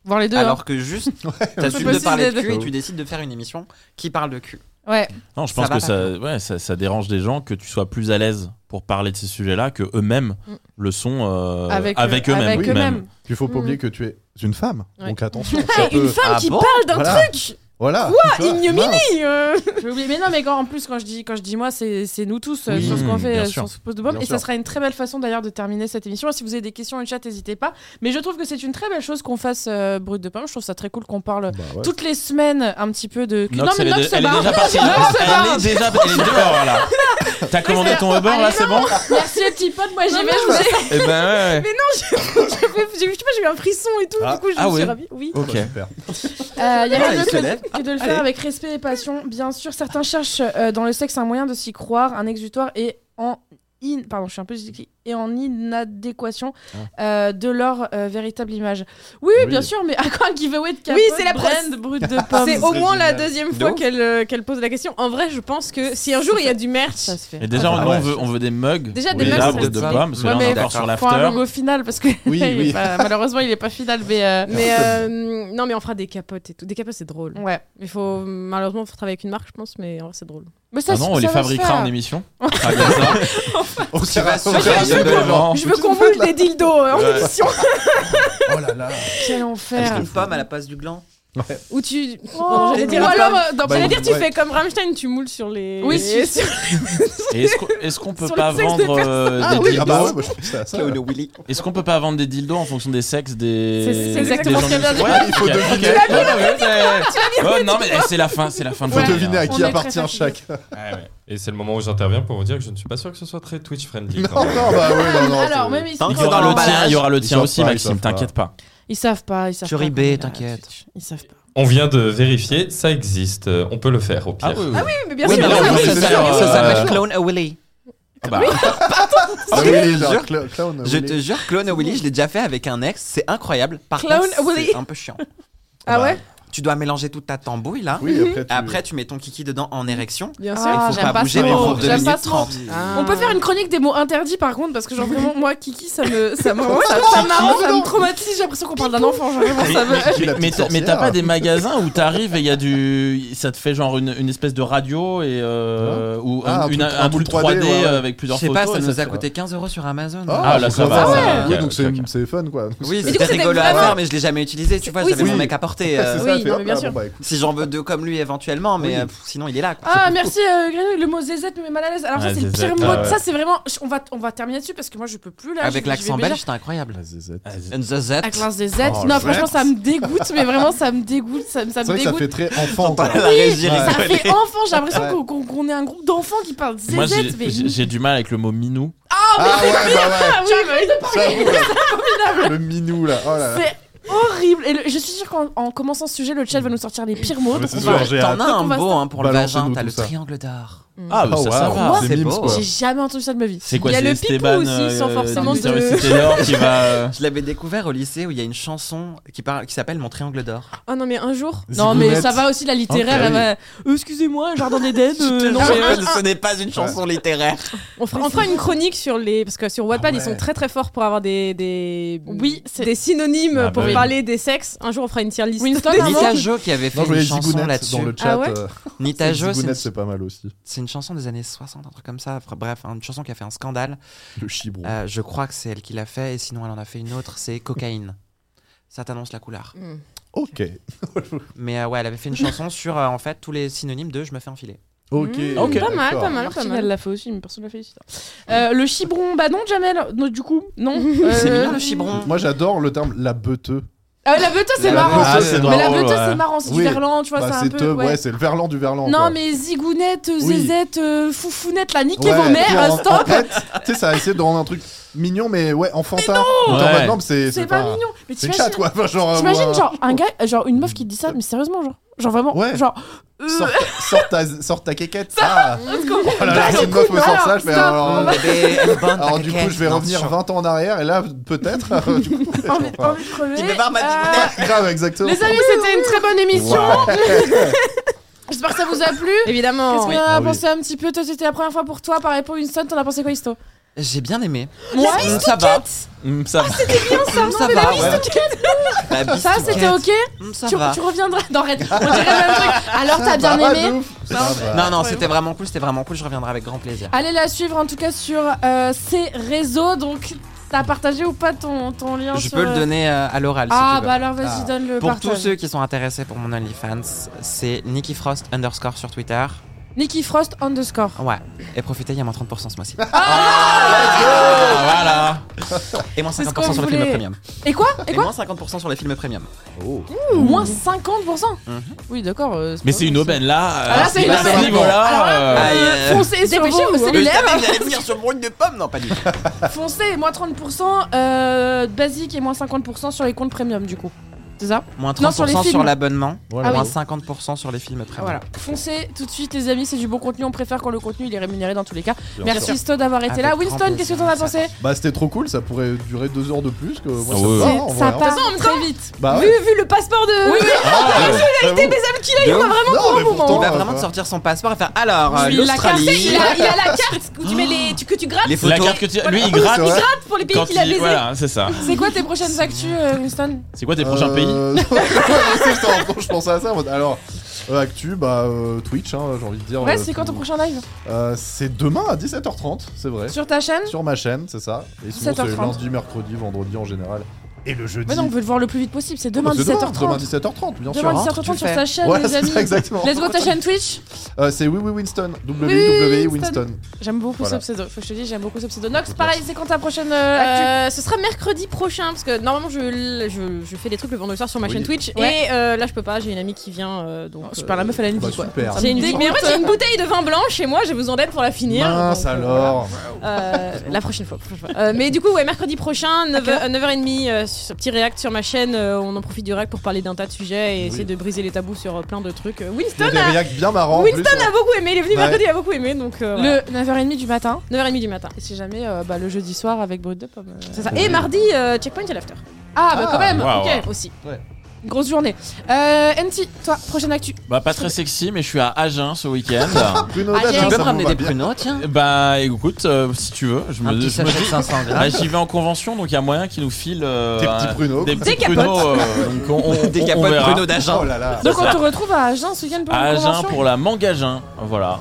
Speaker 1: Voir les deux. hein.
Speaker 5: Alors que juste,
Speaker 1: C'est
Speaker 5: t'assumes de
Speaker 1: possible
Speaker 5: parler de
Speaker 1: d'être-
Speaker 5: cul et tu décides de faire une émission qui parle de cul.
Speaker 1: hein. Ouais.
Speaker 2: Non, je
Speaker 5: Ça
Speaker 2: pense
Speaker 5: va
Speaker 2: que
Speaker 5: pas
Speaker 2: ça, ouais, ça, ça dérange des gens que tu sois plus à l'aise pour parler de ces sujets-là que eux-mêmes
Speaker 1: Mm.
Speaker 2: le sont euh, avec,
Speaker 1: Avec, euh,
Speaker 2: eux-mêmes.
Speaker 1: avec
Speaker 2: même.
Speaker 1: eux-mêmes.
Speaker 4: Il faut pas
Speaker 1: Mhm.
Speaker 4: oublier que tu es une femme.
Speaker 1: Ouais.
Speaker 4: Donc attention.
Speaker 3: Hey, une femme
Speaker 5: Ah
Speaker 3: qui
Speaker 5: bon
Speaker 3: parle d'un
Speaker 4: Voilà.
Speaker 3: truc
Speaker 4: Voilà. tu vois,
Speaker 3: ignominie
Speaker 4: mince.
Speaker 3: euh.
Speaker 1: J'ai oublié. Mais non, mais quand, en plus, quand je dis, quand je dis moi, c'est c'est nous tous euh,
Speaker 2: Oui,
Speaker 1: sur ce qu'on
Speaker 2: bien
Speaker 1: fait euh, sur
Speaker 2: sûr.
Speaker 1: ce poste de bombe.
Speaker 4: Bien
Speaker 1: Et ça
Speaker 4: sûr.
Speaker 1: sera une très belle façon d'ailleurs de terminer cette émission. Si vous avez des questions, le chat, n'hésitez pas. Mais je trouve que c'est une très belle chose qu'on fasse euh, Brut de Pomme. Je trouve ça très cool qu'on parle
Speaker 4: Bah ouais.
Speaker 1: toutes les semaines un petit peu de.
Speaker 2: Nox, elle, est
Speaker 1: Nox bah,
Speaker 2: de-
Speaker 1: se
Speaker 2: elle est
Speaker 1: barre.
Speaker 2: déjà partie.
Speaker 1: Nox se barre. Ah,
Speaker 2: elle est déjà elle est dehors là. T'as commandé ton Uber là, c'est bon
Speaker 1: Merci les petits potes, moi j'y
Speaker 3: Non,
Speaker 1: vais.
Speaker 3: non,
Speaker 1: je vous laisse.
Speaker 2: Eh ben ouais.
Speaker 3: J'ai eu- je sais pas, j'ai eu un frisson et tout,
Speaker 4: Ah.
Speaker 3: du coup je
Speaker 2: Ah
Speaker 3: me suis
Speaker 2: ouais.
Speaker 3: ravie. Oui.
Speaker 2: Ok.
Speaker 4: Bah, super.
Speaker 1: Euh, Il y a
Speaker 5: Ah,
Speaker 1: rien
Speaker 5: il
Speaker 1: d'autre
Speaker 5: se lève.
Speaker 1: que, que de le faire avec respect et passion. Bien sûr, certains cherchent euh, dans le sexe un moyen de s'y croire, un exutoire et en in- pardon, je suis un peu dyslexie, et en inadéquation
Speaker 2: Ah.
Speaker 1: euh, de leur euh, véritable image. Oui, oui,
Speaker 4: Oui.
Speaker 1: bien sûr, mais à quoi un giveaway de capote
Speaker 3: Oui, c'est la presse.
Speaker 1: brand brut de pomme
Speaker 3: C'est
Speaker 4: ce
Speaker 3: au
Speaker 4: serait
Speaker 3: moins la
Speaker 4: génial.
Speaker 3: deuxième
Speaker 5: De
Speaker 3: fois
Speaker 5: ouf.
Speaker 3: qu'elle euh, qu'elle pose la question. En vrai, je pense que si un jour il y a du merch,
Speaker 1: Ça se fait.
Speaker 2: Mais déjà,
Speaker 4: Ah
Speaker 2: nous, on,
Speaker 4: ouais.
Speaker 2: veut, on veut des mugs.
Speaker 3: Déjà,
Speaker 2: ou
Speaker 3: des mugs,
Speaker 2: arbres
Speaker 5: ça
Speaker 2: de
Speaker 5: serait
Speaker 2: pommes, parce que là, on
Speaker 1: Ouais,
Speaker 2: est
Speaker 1: mais
Speaker 2: encore sur
Speaker 1: faut un
Speaker 2: l'after.
Speaker 1: logo final parce que
Speaker 4: Oui,
Speaker 1: il est
Speaker 4: oui.
Speaker 1: pas- malheureusement il est pas final mais, euh,
Speaker 3: mais euh, non, mais on fera des capotes et tout. Des capotes, c'est drôle.
Speaker 1: ouais
Speaker 3: Il faut malheureusement faut travailler avec une marque, je pense, mais en vrai, c'est drôle.
Speaker 1: mais ça,
Speaker 2: Ah non, on
Speaker 1: ça
Speaker 2: les
Speaker 1: va se
Speaker 2: fabriquera
Speaker 1: faire.
Speaker 2: en émission. Ah, bien ça.
Speaker 4: On
Speaker 5: Tu vas sur
Speaker 4: on verra
Speaker 5: Amazon.
Speaker 4: sur le genre.
Speaker 3: Je veux qu'on vous des dildos euh, en
Speaker 5: Ouais.
Speaker 3: émission.
Speaker 4: Oh là là.
Speaker 1: quel
Speaker 5: Avec
Speaker 1: enfer
Speaker 5: une pomme à la place du gland.
Speaker 3: Ou tu.
Speaker 1: Oh,
Speaker 3: J'allais
Speaker 1: ou
Speaker 3: dire,
Speaker 1: alors euh, dans-
Speaker 4: Bah,
Speaker 3: j'allais dire, tu
Speaker 4: ouais.
Speaker 3: fais comme Rammstein, tu moules sur les.
Speaker 1: oui si, si.
Speaker 2: Et est-ce qu'on- est-ce qu'on peut
Speaker 3: Sur
Speaker 2: pas
Speaker 3: le sexe des
Speaker 2: vendre euh,
Speaker 4: Ah
Speaker 2: des
Speaker 4: oui,
Speaker 2: dildos
Speaker 4: ah bah ouais, moi je trouve ça. ça ouais.
Speaker 5: Willy.
Speaker 2: Est-ce qu'on peut pas vendre des dildos en fonction des sexes des
Speaker 1: C'est- c'est
Speaker 2: des
Speaker 1: exactement
Speaker 2: gens
Speaker 1: ce qu'elle
Speaker 2: qui-
Speaker 1: vient de
Speaker 2: Ouais,
Speaker 4: dire. Il faut
Speaker 2: ok,
Speaker 4: deviner.
Speaker 2: ok. Ouais, ouais, ouais, non mais eh, c'est la fin, c'est la fin de
Speaker 4: Faut
Speaker 1: Ouais.
Speaker 2: l'année,
Speaker 4: deviner à
Speaker 2: hein.
Speaker 1: On est
Speaker 4: qui
Speaker 1: très
Speaker 4: appartient
Speaker 1: fatigué.
Speaker 4: chaque.
Speaker 6: Et c'est le moment où j'interviens pour vous dire que je ne suis pas sûr que ce soit très Twitch friendly.
Speaker 4: Non,
Speaker 6: quand même.
Speaker 4: non, bah ouais, non, non.
Speaker 1: alors
Speaker 4: c'est-
Speaker 1: même ils
Speaker 5: Tant
Speaker 1: savent
Speaker 2: Il y
Speaker 5: que dans
Speaker 2: aura le
Speaker 1: pas.
Speaker 2: tien, il y aura le
Speaker 4: Ils
Speaker 2: tien
Speaker 4: savent
Speaker 2: aussi,
Speaker 4: pas, ils
Speaker 2: Maxime,
Speaker 4: savent pas.
Speaker 2: t'inquiète pas.
Speaker 1: ils savent pas ils savent
Speaker 5: Tu
Speaker 1: pas
Speaker 5: ribais,
Speaker 1: qu'on est là,
Speaker 5: t'inquiète.
Speaker 1: Twitch. ils savent pas
Speaker 6: On vient de vérifier, ça existe. euh, On peut le faire au
Speaker 2: Ah
Speaker 6: pire.
Speaker 3: Mais bien
Speaker 5: Oui,
Speaker 3: sûr,
Speaker 5: mais
Speaker 4: Ah oui,
Speaker 5: non,
Speaker 4: oui,
Speaker 5: ça
Speaker 4: c'est
Speaker 5: s'appelle-
Speaker 4: sûr.
Speaker 5: ça
Speaker 4: Euh,
Speaker 5: s'appelle Clone a Willy.
Speaker 2: Ah bah,
Speaker 4: Ah oui,
Speaker 5: Je te
Speaker 4: non,
Speaker 5: jure.
Speaker 4: Cla- Clown,
Speaker 5: Je
Speaker 4: oui.
Speaker 5: te jure, Clone a Willy, je l'ai déjà fait avec un ex, c'est incroyable. Par
Speaker 3: Clone
Speaker 5: contre,
Speaker 3: a Willy.
Speaker 5: c'est un peu chiant.
Speaker 2: bah,
Speaker 3: Ah ouais
Speaker 5: Tu dois mélanger toute ta tambouille là.
Speaker 4: Oui, après, tu...
Speaker 5: Après, tu mets ton kiki dedans en érection.
Speaker 3: Bien sûr.
Speaker 1: Ah,
Speaker 5: il faut
Speaker 1: j'aime
Speaker 5: pas,
Speaker 1: pas
Speaker 5: bouger
Speaker 1: ce
Speaker 5: pendant
Speaker 1: mot,
Speaker 5: deux
Speaker 1: j'aime
Speaker 5: minutes
Speaker 1: pas ce mot.
Speaker 5: 30.
Speaker 3: Hein
Speaker 1: on peut faire une chronique des mots interdits par contre parce que genre vraiment moi Kiki ça me ça me ça, ça me- ça me traumatise j'ai l'impression qu'on parle d'un enfant genre vraiment,
Speaker 2: Mais-
Speaker 1: ça me-
Speaker 2: mais-
Speaker 4: la
Speaker 2: mais-
Speaker 4: petite
Speaker 2: Mais t'as- mais
Speaker 4: sorcière.
Speaker 2: t'as pas des magasins où t'arrives et il y a du. Ça te fait genre une, une espèce de radio et. euh, ou un,
Speaker 4: Ah, un
Speaker 2: une-
Speaker 4: truc-
Speaker 2: un
Speaker 4: un
Speaker 2: truc
Speaker 4: boule
Speaker 2: 3D,
Speaker 4: 3D, ouais, ouais.
Speaker 2: euh, avec
Speaker 5: Je
Speaker 2: plusieurs
Speaker 5: sais
Speaker 2: photos.
Speaker 5: pas, ça
Speaker 2: et
Speaker 5: nous a
Speaker 2: te-
Speaker 5: coûté 15 euros sur Amazon.
Speaker 2: Ah, là, ça va, ça va.
Speaker 4: Oui,
Speaker 2: Ok,
Speaker 4: donc c'est
Speaker 2: ok, ok.
Speaker 4: c'est fun quoi. Donc,
Speaker 5: Oui,
Speaker 4: c'est-
Speaker 3: Mais du
Speaker 5: c'était
Speaker 3: coup, c'était
Speaker 5: rigolo à
Speaker 3: vraiment-
Speaker 5: faire, mais je l'ai jamais utilisé. Tu vois,
Speaker 3: Oui,
Speaker 5: j'avais
Speaker 4: c'est-
Speaker 5: mon mec à porter. euh,
Speaker 4: c'est
Speaker 3: oui,
Speaker 4: ça, fait,
Speaker 3: non,
Speaker 4: hop
Speaker 3: mais bien
Speaker 4: là,
Speaker 3: sûr.
Speaker 4: bon, bah, écoute.
Speaker 5: si j'en veux deux comme lui éventuellement, mais euh, pff, sinon il est là. quoi.
Speaker 1: Ah merci euh, Grégory, le mot zézette me met mal à l'aise. Alors ça
Speaker 2: Ouais,
Speaker 1: c'est le pire
Speaker 2: zézette,
Speaker 1: mot.
Speaker 2: ah ouais.
Speaker 1: Ça c'est vraiment on va on va terminer dessus parce que moi je peux plus là.
Speaker 5: Avec
Speaker 1: je- je vais
Speaker 5: l'accent
Speaker 1: déjà-
Speaker 5: belge, c'était incroyable.
Speaker 4: La zézette.
Speaker 2: Ah,
Speaker 5: Une zozette.
Speaker 1: Avec l'accent zézette.
Speaker 2: Oh,
Speaker 1: non
Speaker 2: le
Speaker 1: franchement
Speaker 2: zézette.
Speaker 1: ça me dégoûte mais vraiment ça me dégoûte ça, me- ça
Speaker 4: C'est
Speaker 1: me
Speaker 4: vrai que ça
Speaker 1: dégoûte.
Speaker 4: fait très enfant. quoi.
Speaker 5: T'entends la régie
Speaker 1: Ça
Speaker 5: rigoler.
Speaker 1: fait enfant, j'ai l'impression
Speaker 4: Ouais.
Speaker 1: qu'on- qu'on qu'on est un groupe d'enfants qui parlent
Speaker 2: Euh, Moi,
Speaker 1: zézette. mais-
Speaker 2: j'ai- j'ai j'ai du mal avec le mot minou.
Speaker 4: Ah ouais, bah
Speaker 1: Ah oui, mais-
Speaker 4: ouais. ça, ouais. Le minou là. Oh là là.
Speaker 1: c'est horrible. Et le- je suis sûre qu'en en commencé ce sujet, le chat va nous sortir les pires mots.
Speaker 4: Ah, mais
Speaker 1: donc
Speaker 4: c'est
Speaker 1: on
Speaker 4: sûr,
Speaker 1: va-
Speaker 4: j'ai
Speaker 5: T'en as
Speaker 1: Donc, on va
Speaker 5: un beau hein, pour le
Speaker 4: Balancez-nous
Speaker 5: vagin, t'as
Speaker 4: tout
Speaker 5: le
Speaker 4: ça.
Speaker 5: triangle d'or.
Speaker 2: Ah, bah,
Speaker 4: Oh,
Speaker 2: ça, ça
Speaker 4: wow.
Speaker 2: va.
Speaker 1: Moi,
Speaker 4: C'est
Speaker 5: c'est
Speaker 4: mimes,
Speaker 5: beau.
Speaker 3: hein.
Speaker 4: quoi.
Speaker 1: J'ai jamais entendu ça de ma vie.
Speaker 2: C'est quoi
Speaker 3: Il y a
Speaker 2: c'est
Speaker 3: le pipou
Speaker 2: Esteban
Speaker 3: aussi, sans
Speaker 2: euh,
Speaker 3: forcément
Speaker 2: du Mysterious
Speaker 3: de-
Speaker 2: Taylor qui va. euh,
Speaker 5: Je l'avais découvert au lycée où il y a une chanson qui, par- qui s'appelle Mon triangle d'or.
Speaker 3: Ah non, mais un jour.
Speaker 1: Non, mais
Speaker 4: Zigounette.
Speaker 1: ça va aussi, la littéraire.
Speaker 2: Ah,
Speaker 4: Ok.
Speaker 1: elle va- Euh, Excusez-moi, Jardin d'Éden. euh, non, mais, euh,
Speaker 5: ce n'est pas une chanson littéraire.
Speaker 3: On fera, on fera une chronique sur les. Parce que sur Wattpad,
Speaker 2: Ah
Speaker 3: ils sont très très forts pour avoir des. des...
Speaker 1: Oui, c'est-
Speaker 3: Des synonymes
Speaker 2: Ah, bah
Speaker 3: pour
Speaker 2: oui.
Speaker 3: parler des sexes. Un jour, on fera une tier list.
Speaker 1: Winston,
Speaker 3: Des-
Speaker 1: un moment,
Speaker 5: Nita Jo qui avait
Speaker 4: Non,
Speaker 5: fait
Speaker 4: je
Speaker 5: une
Speaker 4: voyais
Speaker 5: chanson
Speaker 4: Zigounette dans
Speaker 5: là-dessus.
Speaker 4: le
Speaker 1: Ah
Speaker 4: chat.
Speaker 3: ouais
Speaker 4: euh,
Speaker 5: Nita Jo, c'est une-
Speaker 4: Zigounette, c'est pas mal aussi.
Speaker 5: c'est une chanson des années 60, un truc comme ça. Enfin, Bref, une chanson qui a fait un scandale.
Speaker 4: Le chibron.
Speaker 5: Euh, je crois que c'est elle qui l'a fait, et sinon elle en a fait une autre, c'est Cocaïne. Ça t'annonce la couleur.
Speaker 3: Hmm.
Speaker 4: Ok.
Speaker 5: Mais euh, ouais, elle avait fait une chanson sur euh, en fait tous les synonymes de je me fais enfiler.
Speaker 4: Ok.
Speaker 2: Ok.
Speaker 1: Mmh, Pas mal, pas mal, pas
Speaker 3: Martine,
Speaker 1: mal.
Speaker 3: elle
Speaker 1: l'a fait aussi, mais personne l'a fait ici. hein. le chibron, bah non, Jamel. Non, du coup, non.
Speaker 5: C'est
Speaker 1: Euh,
Speaker 5: mignon le chibron.
Speaker 4: Moi j'adore le terme la beuteux.
Speaker 1: Ah, la beuteuse, c'est
Speaker 5: La
Speaker 1: marrant.
Speaker 5: beuteuse,
Speaker 2: Ah, c'est
Speaker 1: Mais la
Speaker 2: drôle,
Speaker 1: beuteuse,
Speaker 2: ouais.
Speaker 1: c'est marrant, c'est du
Speaker 4: Oui.
Speaker 1: verlan, tu vois,
Speaker 4: Bah,
Speaker 1: c'est un
Speaker 4: c'est
Speaker 1: peu.
Speaker 4: teub, ouais,
Speaker 1: ouais.
Speaker 4: c'est le verlan du verlan.
Speaker 1: Non,
Speaker 4: quoi.
Speaker 1: mais zigounette, euh,
Speaker 4: Oui.
Speaker 1: zézette, euh, foufounette, là, niquez
Speaker 4: Ouais,
Speaker 1: vos
Speaker 4: puis
Speaker 1: mères, euh,
Speaker 4: en-
Speaker 1: stop.
Speaker 4: en fait, tu sais, ça a essayé de rendre un truc mignon, mais ouais, enfantin. Ou t'en
Speaker 2: Ouais.
Speaker 4: vas dedans, mais c'est
Speaker 1: C'est pas mignon. Mais
Speaker 4: C'est une
Speaker 1: t'imagines-
Speaker 4: chatte, quoi. Enfin, genre, euh,
Speaker 1: T'imagines
Speaker 4: moi,
Speaker 1: genre un gars, euh, genre une meuf qui dit ça, mais sérieusement genre, genre vraiment,
Speaker 4: Ouais.
Speaker 1: genre. euh,
Speaker 4: Sors, sors ta, sors ta quéquette. Ah,
Speaker 1: comment-
Speaker 4: oh là là,
Speaker 1: Bah,
Speaker 4: si une meuf me sort
Speaker 1: alors,
Speaker 4: ça, je fais.
Speaker 1: stop,
Speaker 4: Alors,
Speaker 1: on
Speaker 4: euh,
Speaker 1: va-
Speaker 5: Oh, Bébé, elle est bonne, ta
Speaker 4: alors, du coup,
Speaker 5: caquette.
Speaker 4: je vais
Speaker 5: Non,
Speaker 4: revenir
Speaker 5: c'est chaud.
Speaker 4: 20 ans en arrière, et là, peut-être. euh, du coup,
Speaker 1: envie-
Speaker 4: enfin,
Speaker 1: envie de crever.
Speaker 5: Il me barre ma
Speaker 1: Euh,
Speaker 5: bigounette.
Speaker 4: Grave, exactement.
Speaker 1: Les amis, c'était une très bonne émission. J'espère que ça vous a plu. Qu'est-ce
Speaker 3: Évidemment.
Speaker 1: qu'on
Speaker 3: oui.
Speaker 1: en a
Speaker 4: Ah oui.
Speaker 1: pensé un petit peu Toi, c'était la première fois pour toi, pareil pour Winston. T'en as pensé quoi, Histo
Speaker 5: J'ai bien aimé. Euh,
Speaker 1: Moi,
Speaker 5: ça va.
Speaker 2: hum, Ça
Speaker 3: Ah,
Speaker 2: va.
Speaker 5: Ça, ça va. ouais. Bah, La
Speaker 1: ça,
Speaker 5: biscuit.
Speaker 1: c'était ok.
Speaker 5: Hum, Ça
Speaker 1: Tu,
Speaker 5: va.
Speaker 1: tu reviendras. Non, arrête. On dirait le même truc. Alors, t'as bien
Speaker 4: Bah,
Speaker 1: aimé
Speaker 4: de ouf. Ça va.
Speaker 5: Non, non, c'était vraiment cool, c'était vraiment cool, je reviendrai avec grand plaisir.
Speaker 1: Allez la suivre en tout cas sur euh, ses réseaux. Donc, t'as partagé ou pas ton, ton lien
Speaker 5: Je
Speaker 1: sur,
Speaker 5: peux le
Speaker 1: euh,
Speaker 5: donner euh, à l'oral si
Speaker 1: Ah,
Speaker 5: tu veux.
Speaker 1: bah alors, vas-y,
Speaker 4: Ah.
Speaker 1: donne le
Speaker 5: Pour tous
Speaker 1: partage.
Speaker 5: ceux qui sont intéressés pour mon OnlyFans, c'est Nikki Frost underscore sur Twitter.
Speaker 1: Nikki Frost underscore.
Speaker 5: Ouais. Et profitez, il y a moins 30% ce mois-ci. Ah,
Speaker 2: Ah,
Speaker 5: Et moins
Speaker 1: C'est ce
Speaker 5: 50%
Speaker 1: qu'on
Speaker 5: sur les
Speaker 1: voulait.
Speaker 5: films premium.
Speaker 1: Et quoi Et
Speaker 5: Et
Speaker 1: quoi
Speaker 5: moins 50% sur les films premium.
Speaker 4: Oh.
Speaker 1: Moins 50%
Speaker 5: Mhm.
Speaker 1: Oui, d'accord. euh,
Speaker 2: Mais c'est une
Speaker 1: pas-
Speaker 2: aubaine là. euh,
Speaker 1: Ah, là, c'est une
Speaker 2: à ce
Speaker 1: aubaine. Alors
Speaker 3: Ah,
Speaker 2: niveau-là. euh,
Speaker 1: là,
Speaker 5: Aïe,
Speaker 1: euh,
Speaker 5: euh,
Speaker 1: foncez sur
Speaker 3: dépêchez-vous,
Speaker 1: vos
Speaker 3: c'est
Speaker 1: cellulaires.
Speaker 5: allez venir sur brune de pomme Non, pas du tout.
Speaker 1: Foncez, moins 30%, euh, basique et moins 50% sur les comptes premium du coup. c'est ça
Speaker 5: Moins 30%
Speaker 1: Non, sur les
Speaker 5: sur,
Speaker 1: films. Ah
Speaker 5: l'abonnement,
Speaker 4: Voilà.
Speaker 5: moins 50% sur les films
Speaker 3: Ah,
Speaker 5: premium.
Speaker 1: Voilà. Foncez tout de suite, les amis, c'est du bon contenu. On préfère quand le contenu il est rémunéré dans tous les cas.
Speaker 4: Bien sûr.
Speaker 1: Merci Sto d'avoir été
Speaker 5: Avec
Speaker 1: là.
Speaker 5: grand
Speaker 1: Winston, qu'est-ce que t'en as
Speaker 5: plaisir.
Speaker 1: pensé
Speaker 4: Bah, c'était trop cool, ça pourrait durer deux heures de plus. Que... Moi,
Speaker 2: Ah
Speaker 4: ça me
Speaker 2: ouais.
Speaker 4: va, en
Speaker 8: C'est-
Speaker 4: vrai,
Speaker 8: ça
Speaker 4: hein.
Speaker 8: part.
Speaker 1: Ça, on est très vite.
Speaker 4: Bah,
Speaker 3: Vu,
Speaker 4: ouais.
Speaker 3: vu le passeport de.
Speaker 1: Oui, oui.
Speaker 2: Ah, ouais.
Speaker 4: Vraiment.
Speaker 2: De ouf.
Speaker 4: Non, mais pourtant,
Speaker 5: Il va
Speaker 4: euh,
Speaker 5: vraiment te sortir son passeport et faire alors euh,
Speaker 1: Oh. Oui, la carte,
Speaker 5: l'Australie,
Speaker 3: Il a, il a la carte où tu mets les, tu- que tu grattes
Speaker 5: les
Speaker 2: La
Speaker 5: photos.
Speaker 2: carte que tu... Lui, il
Speaker 4: Oui,
Speaker 2: gratte
Speaker 4: c'est vrai.
Speaker 3: pour les pays
Speaker 2: quand
Speaker 3: qu'il a
Speaker 2: il...
Speaker 3: baisés.
Speaker 2: Voilà, c'est ça.
Speaker 1: C'est quoi tes prochaines actus, euh, Winston
Speaker 2: C'est quoi tes prochains pays
Speaker 4: Euh, non, c'est ça, en même temps, je pensais à ça. en mode, Alors, euh, actu, bah, euh, Twitch, hein, j'ai envie de dire.
Speaker 1: Ouais,
Speaker 4: euh,
Speaker 1: c'est quand
Speaker 4: tout-
Speaker 1: ton prochain live
Speaker 4: Euh, C'est demain à 17h30, c'est vrai.
Speaker 1: Sur ta chaîne
Speaker 4: Sur ma chaîne, c'est ça. Et sinon, c'est
Speaker 1: 17h30.
Speaker 4: lundi, mercredi, vendredi en général. Et le jeudi.
Speaker 1: Mais non, on veut le voir le plus vite possible. C'est demain
Speaker 4: Oh, c'est Demain
Speaker 1: 17h30.
Speaker 4: 17h30, bien
Speaker 1: Demain
Speaker 4: sûr.
Speaker 5: hein,
Speaker 1: 17h30
Speaker 5: tu
Speaker 1: sur
Speaker 5: fais.
Speaker 1: sa chaîne,
Speaker 4: Voilà,
Speaker 1: les
Speaker 4: c'est
Speaker 1: amis.
Speaker 4: ça, exactement.
Speaker 1: Let's go ta chaîne Twitch.
Speaker 4: Euh, c'est Oui Oui Winston.
Speaker 1: Oui,
Speaker 4: WWE
Speaker 1: oui, Winston.
Speaker 4: Winston.
Speaker 1: J'aime beaucoup
Speaker 4: Voilà.
Speaker 1: ce pseudo. Faut que je te dise, j'aime beaucoup ce pseudo. Nox, pareil, c'est quand ta prochaine euh, actu
Speaker 3: Euh, ce sera mercredi prochain parce que normalement je, l- je, je fais des trucs le vendredi soir sur ma
Speaker 4: Oui.
Speaker 3: chaîne Twitch
Speaker 1: Ouais. Oh,
Speaker 3: et euh, là je peux pas j'ai une amie qui vient euh, donc
Speaker 1: Super, la
Speaker 3: euh,
Speaker 1: meuf, elle a une
Speaker 4: Bah,
Speaker 1: vie quoi.
Speaker 4: super.
Speaker 3: j'ai une
Speaker 1: Samedi,
Speaker 3: mais en fait
Speaker 1: dimanche.
Speaker 3: j'ai une bouteille de vin blanc chez moi j'ai besoin d'aide pour la finir
Speaker 4: Mince
Speaker 3: donc, euh,
Speaker 4: alors.
Speaker 3: Euh, la prochaine fois. prochaine fois. Euh, mais du coup, ouais, mercredi prochain, euh, 9, h 30 euh, petit react sur ma chaîne. euh, on en profite du react pour parler d'un tas de sujets et
Speaker 4: Oui.
Speaker 3: essayer de briser les tabous sur euh, plein de trucs. Euh,
Speaker 4: Il y a
Speaker 3: Winston
Speaker 4: des
Speaker 3: a,
Speaker 4: réacs bien marrants. en
Speaker 3: Winston
Speaker 4: plus,
Speaker 3: a beaucoup aimé, il est venu
Speaker 4: Ouais.
Speaker 3: mercredi, il a beaucoup aimé. Donc, euh,
Speaker 1: Le 9h30 du matin.
Speaker 3: voilà. 9h30 du matin.
Speaker 1: Et si jamais euh, bah, le jeudi soir avec Brut de Pomme. euh.
Speaker 3: C'est ça. Et mardi, euh, checkpoint et l'after.
Speaker 1: Ah, bah quand même
Speaker 2: waouh.
Speaker 1: Ok,
Speaker 2: Ouais.
Speaker 3: Aussi.
Speaker 1: grosse journée. Euh, NT, toi, prochaine actu.
Speaker 2: Bah, pas très sexy, mais je suis à Agen ce week-end.
Speaker 4: Bruno
Speaker 1: Ah,
Speaker 4: Dage,
Speaker 1: j'ai-
Speaker 4: ça
Speaker 5: Tu peux
Speaker 4: vous
Speaker 5: me ramener
Speaker 4: va
Speaker 5: des
Speaker 4: bien.
Speaker 5: pruneaux, tiens
Speaker 2: bah, écoute, euh, si tu veux, je me,
Speaker 5: Un
Speaker 2: je me
Speaker 5: petit sachet de
Speaker 2: dis-
Speaker 5: 500
Speaker 2: Ah,
Speaker 5: grammes.
Speaker 2: J'y vais en convention, donc il y a moyen qu'ils nous filent euh,
Speaker 4: Des petits
Speaker 2: un-
Speaker 4: pruneaux,
Speaker 2: Des
Speaker 4: quoi.
Speaker 2: petits
Speaker 3: Des capotes.
Speaker 2: pruneaux. euh, donc on, on,
Speaker 5: Des
Speaker 2: on- on
Speaker 5: capotes
Speaker 2: verra.
Speaker 5: pruneaux d'agent.
Speaker 4: Oh là là.
Speaker 1: Donc on te retrouve à Agen ce week-end pour
Speaker 2: À
Speaker 1: une
Speaker 2: Agen
Speaker 1: convention.
Speaker 2: pour la mangagin. Voilà.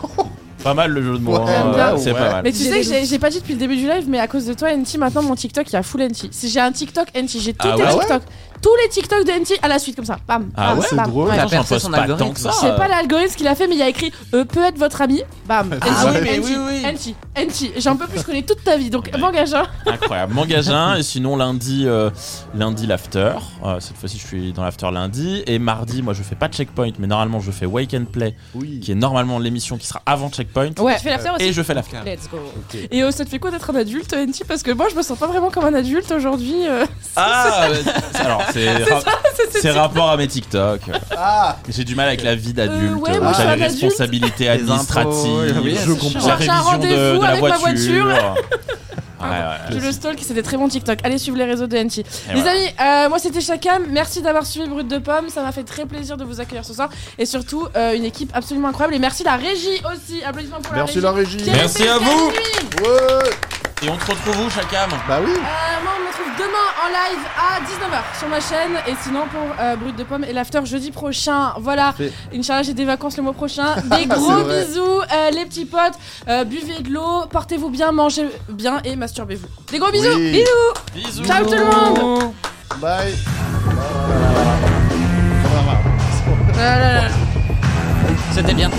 Speaker 2: pas mal le jeu de mots.
Speaker 4: Ouais,
Speaker 2: hein,
Speaker 4: ouais,
Speaker 2: c'est
Speaker 4: ouais.
Speaker 2: pas mal.
Speaker 1: Mais tu
Speaker 3: J'ai
Speaker 1: sais
Speaker 3: des
Speaker 1: que j'ai- j'ai pas dit depuis le début du live, mais à cause de toi, NT, maintenant mon TikTok, il y a full NT. Si j'ai un TikTok NT, j'ai tous
Speaker 2: Ah
Speaker 1: tes
Speaker 2: ouais
Speaker 1: TikTok. Tous les TikTok de NT à la suite, comme ça. Bam.
Speaker 2: Ah
Speaker 1: bam,
Speaker 2: ouais,
Speaker 4: c'est
Speaker 1: bam.
Speaker 4: drôle.
Speaker 2: Attends,
Speaker 5: Il a
Speaker 2: j'en
Speaker 5: percé
Speaker 2: pose
Speaker 5: son
Speaker 2: pas
Speaker 5: algorithme.
Speaker 2: tant que ça.
Speaker 1: Je sais
Speaker 2: euh.
Speaker 1: pas l'algorithme qu'il a fait, mais il y a écrit euh, peut être votre ami. Bam. NT,
Speaker 4: Ah ouais,
Speaker 2: mais
Speaker 1: NT,
Speaker 2: oui, oui.
Speaker 1: NT. NT. J'en peux plus, je connais toute ta vie, donc m'engageant.
Speaker 2: Incroyable. Mangagin, et sinon lundi, euh, lundi l'after. Euh, cette fois-ci, je suis dans l'after lundi. Et mardi, moi, je fais pas checkpoint, mais normalement, je fais wake and play,
Speaker 4: Oui.
Speaker 2: qui est normalement l'émission qui sera avant checkpoint.
Speaker 1: Ouais.
Speaker 3: Tu fais l'after aussi
Speaker 2: Et je fais l'after.
Speaker 3: Let's go.
Speaker 1: Et euh, ça te fait quoi d'être un adulte, NT Parce que moi, je me sens pas vraiment comme un adulte aujourd'hui. euh.
Speaker 2: Ah euh, c'est- Alors, c'est ra- c'est rapport à mes TikTok.
Speaker 4: Ah,
Speaker 2: J'ai du mal avec la vie d'adulte.
Speaker 1: Euh, ouais, moi,
Speaker 4: je suis
Speaker 2: J'ai
Speaker 1: un
Speaker 2: des
Speaker 1: adulte.
Speaker 2: responsabilités administratives.
Speaker 5: impôts, oui,
Speaker 4: je
Speaker 5: c'est
Speaker 4: comprends.
Speaker 2: La
Speaker 1: J'ai un
Speaker 2: révision de, de
Speaker 1: rendez-vous
Speaker 2: la
Speaker 1: avec ma voiture.
Speaker 2: voiture. Ouais,
Speaker 1: Je
Speaker 2: ouais.
Speaker 1: le stalk, c'est des très bons TikTok. Allez suivre les réseaux de NT.
Speaker 2: Ah, Et
Speaker 1: les
Speaker 2: voilà.
Speaker 1: amis, euh, moi c'était Chakam. Merci d'avoir suivi Brut de Pomme. Ça m'a fait très plaisir de vous accueillir ce soir. Et surtout, euh, une équipe absolument incroyable. Et merci la régie aussi. Applaudissements pour
Speaker 4: merci
Speaker 1: la
Speaker 4: la
Speaker 1: régie.
Speaker 4: régie.
Speaker 1: Qui est
Speaker 6: Merci
Speaker 1: restée
Speaker 6: à
Speaker 1: jusqu'à
Speaker 6: vous.
Speaker 1: minuit.
Speaker 4: Ouais.
Speaker 2: Et on te retrouve où, Chakam
Speaker 4: Bah oui.
Speaker 1: Euh, moi, on me retrouve demain en live à 19h sur ma chaîne. Et sinon, pour euh, Brut de Pomme et l'after jeudi prochain. Voilà.
Speaker 4: Parfait.
Speaker 1: Inch'Allah, j'ai des vacances le mois prochain. Des gros
Speaker 4: vrai.
Speaker 1: bisous, euh, les petits potes. Euh, buvez de l'eau, portez-vous bien, mangez bien et masturbez-vous. Des gros bisous.
Speaker 4: Oui.
Speaker 1: Bisous.
Speaker 2: Bisous.
Speaker 1: Ciao tout le monde.
Speaker 4: Bye. Au revoir.
Speaker 5: C'était bien.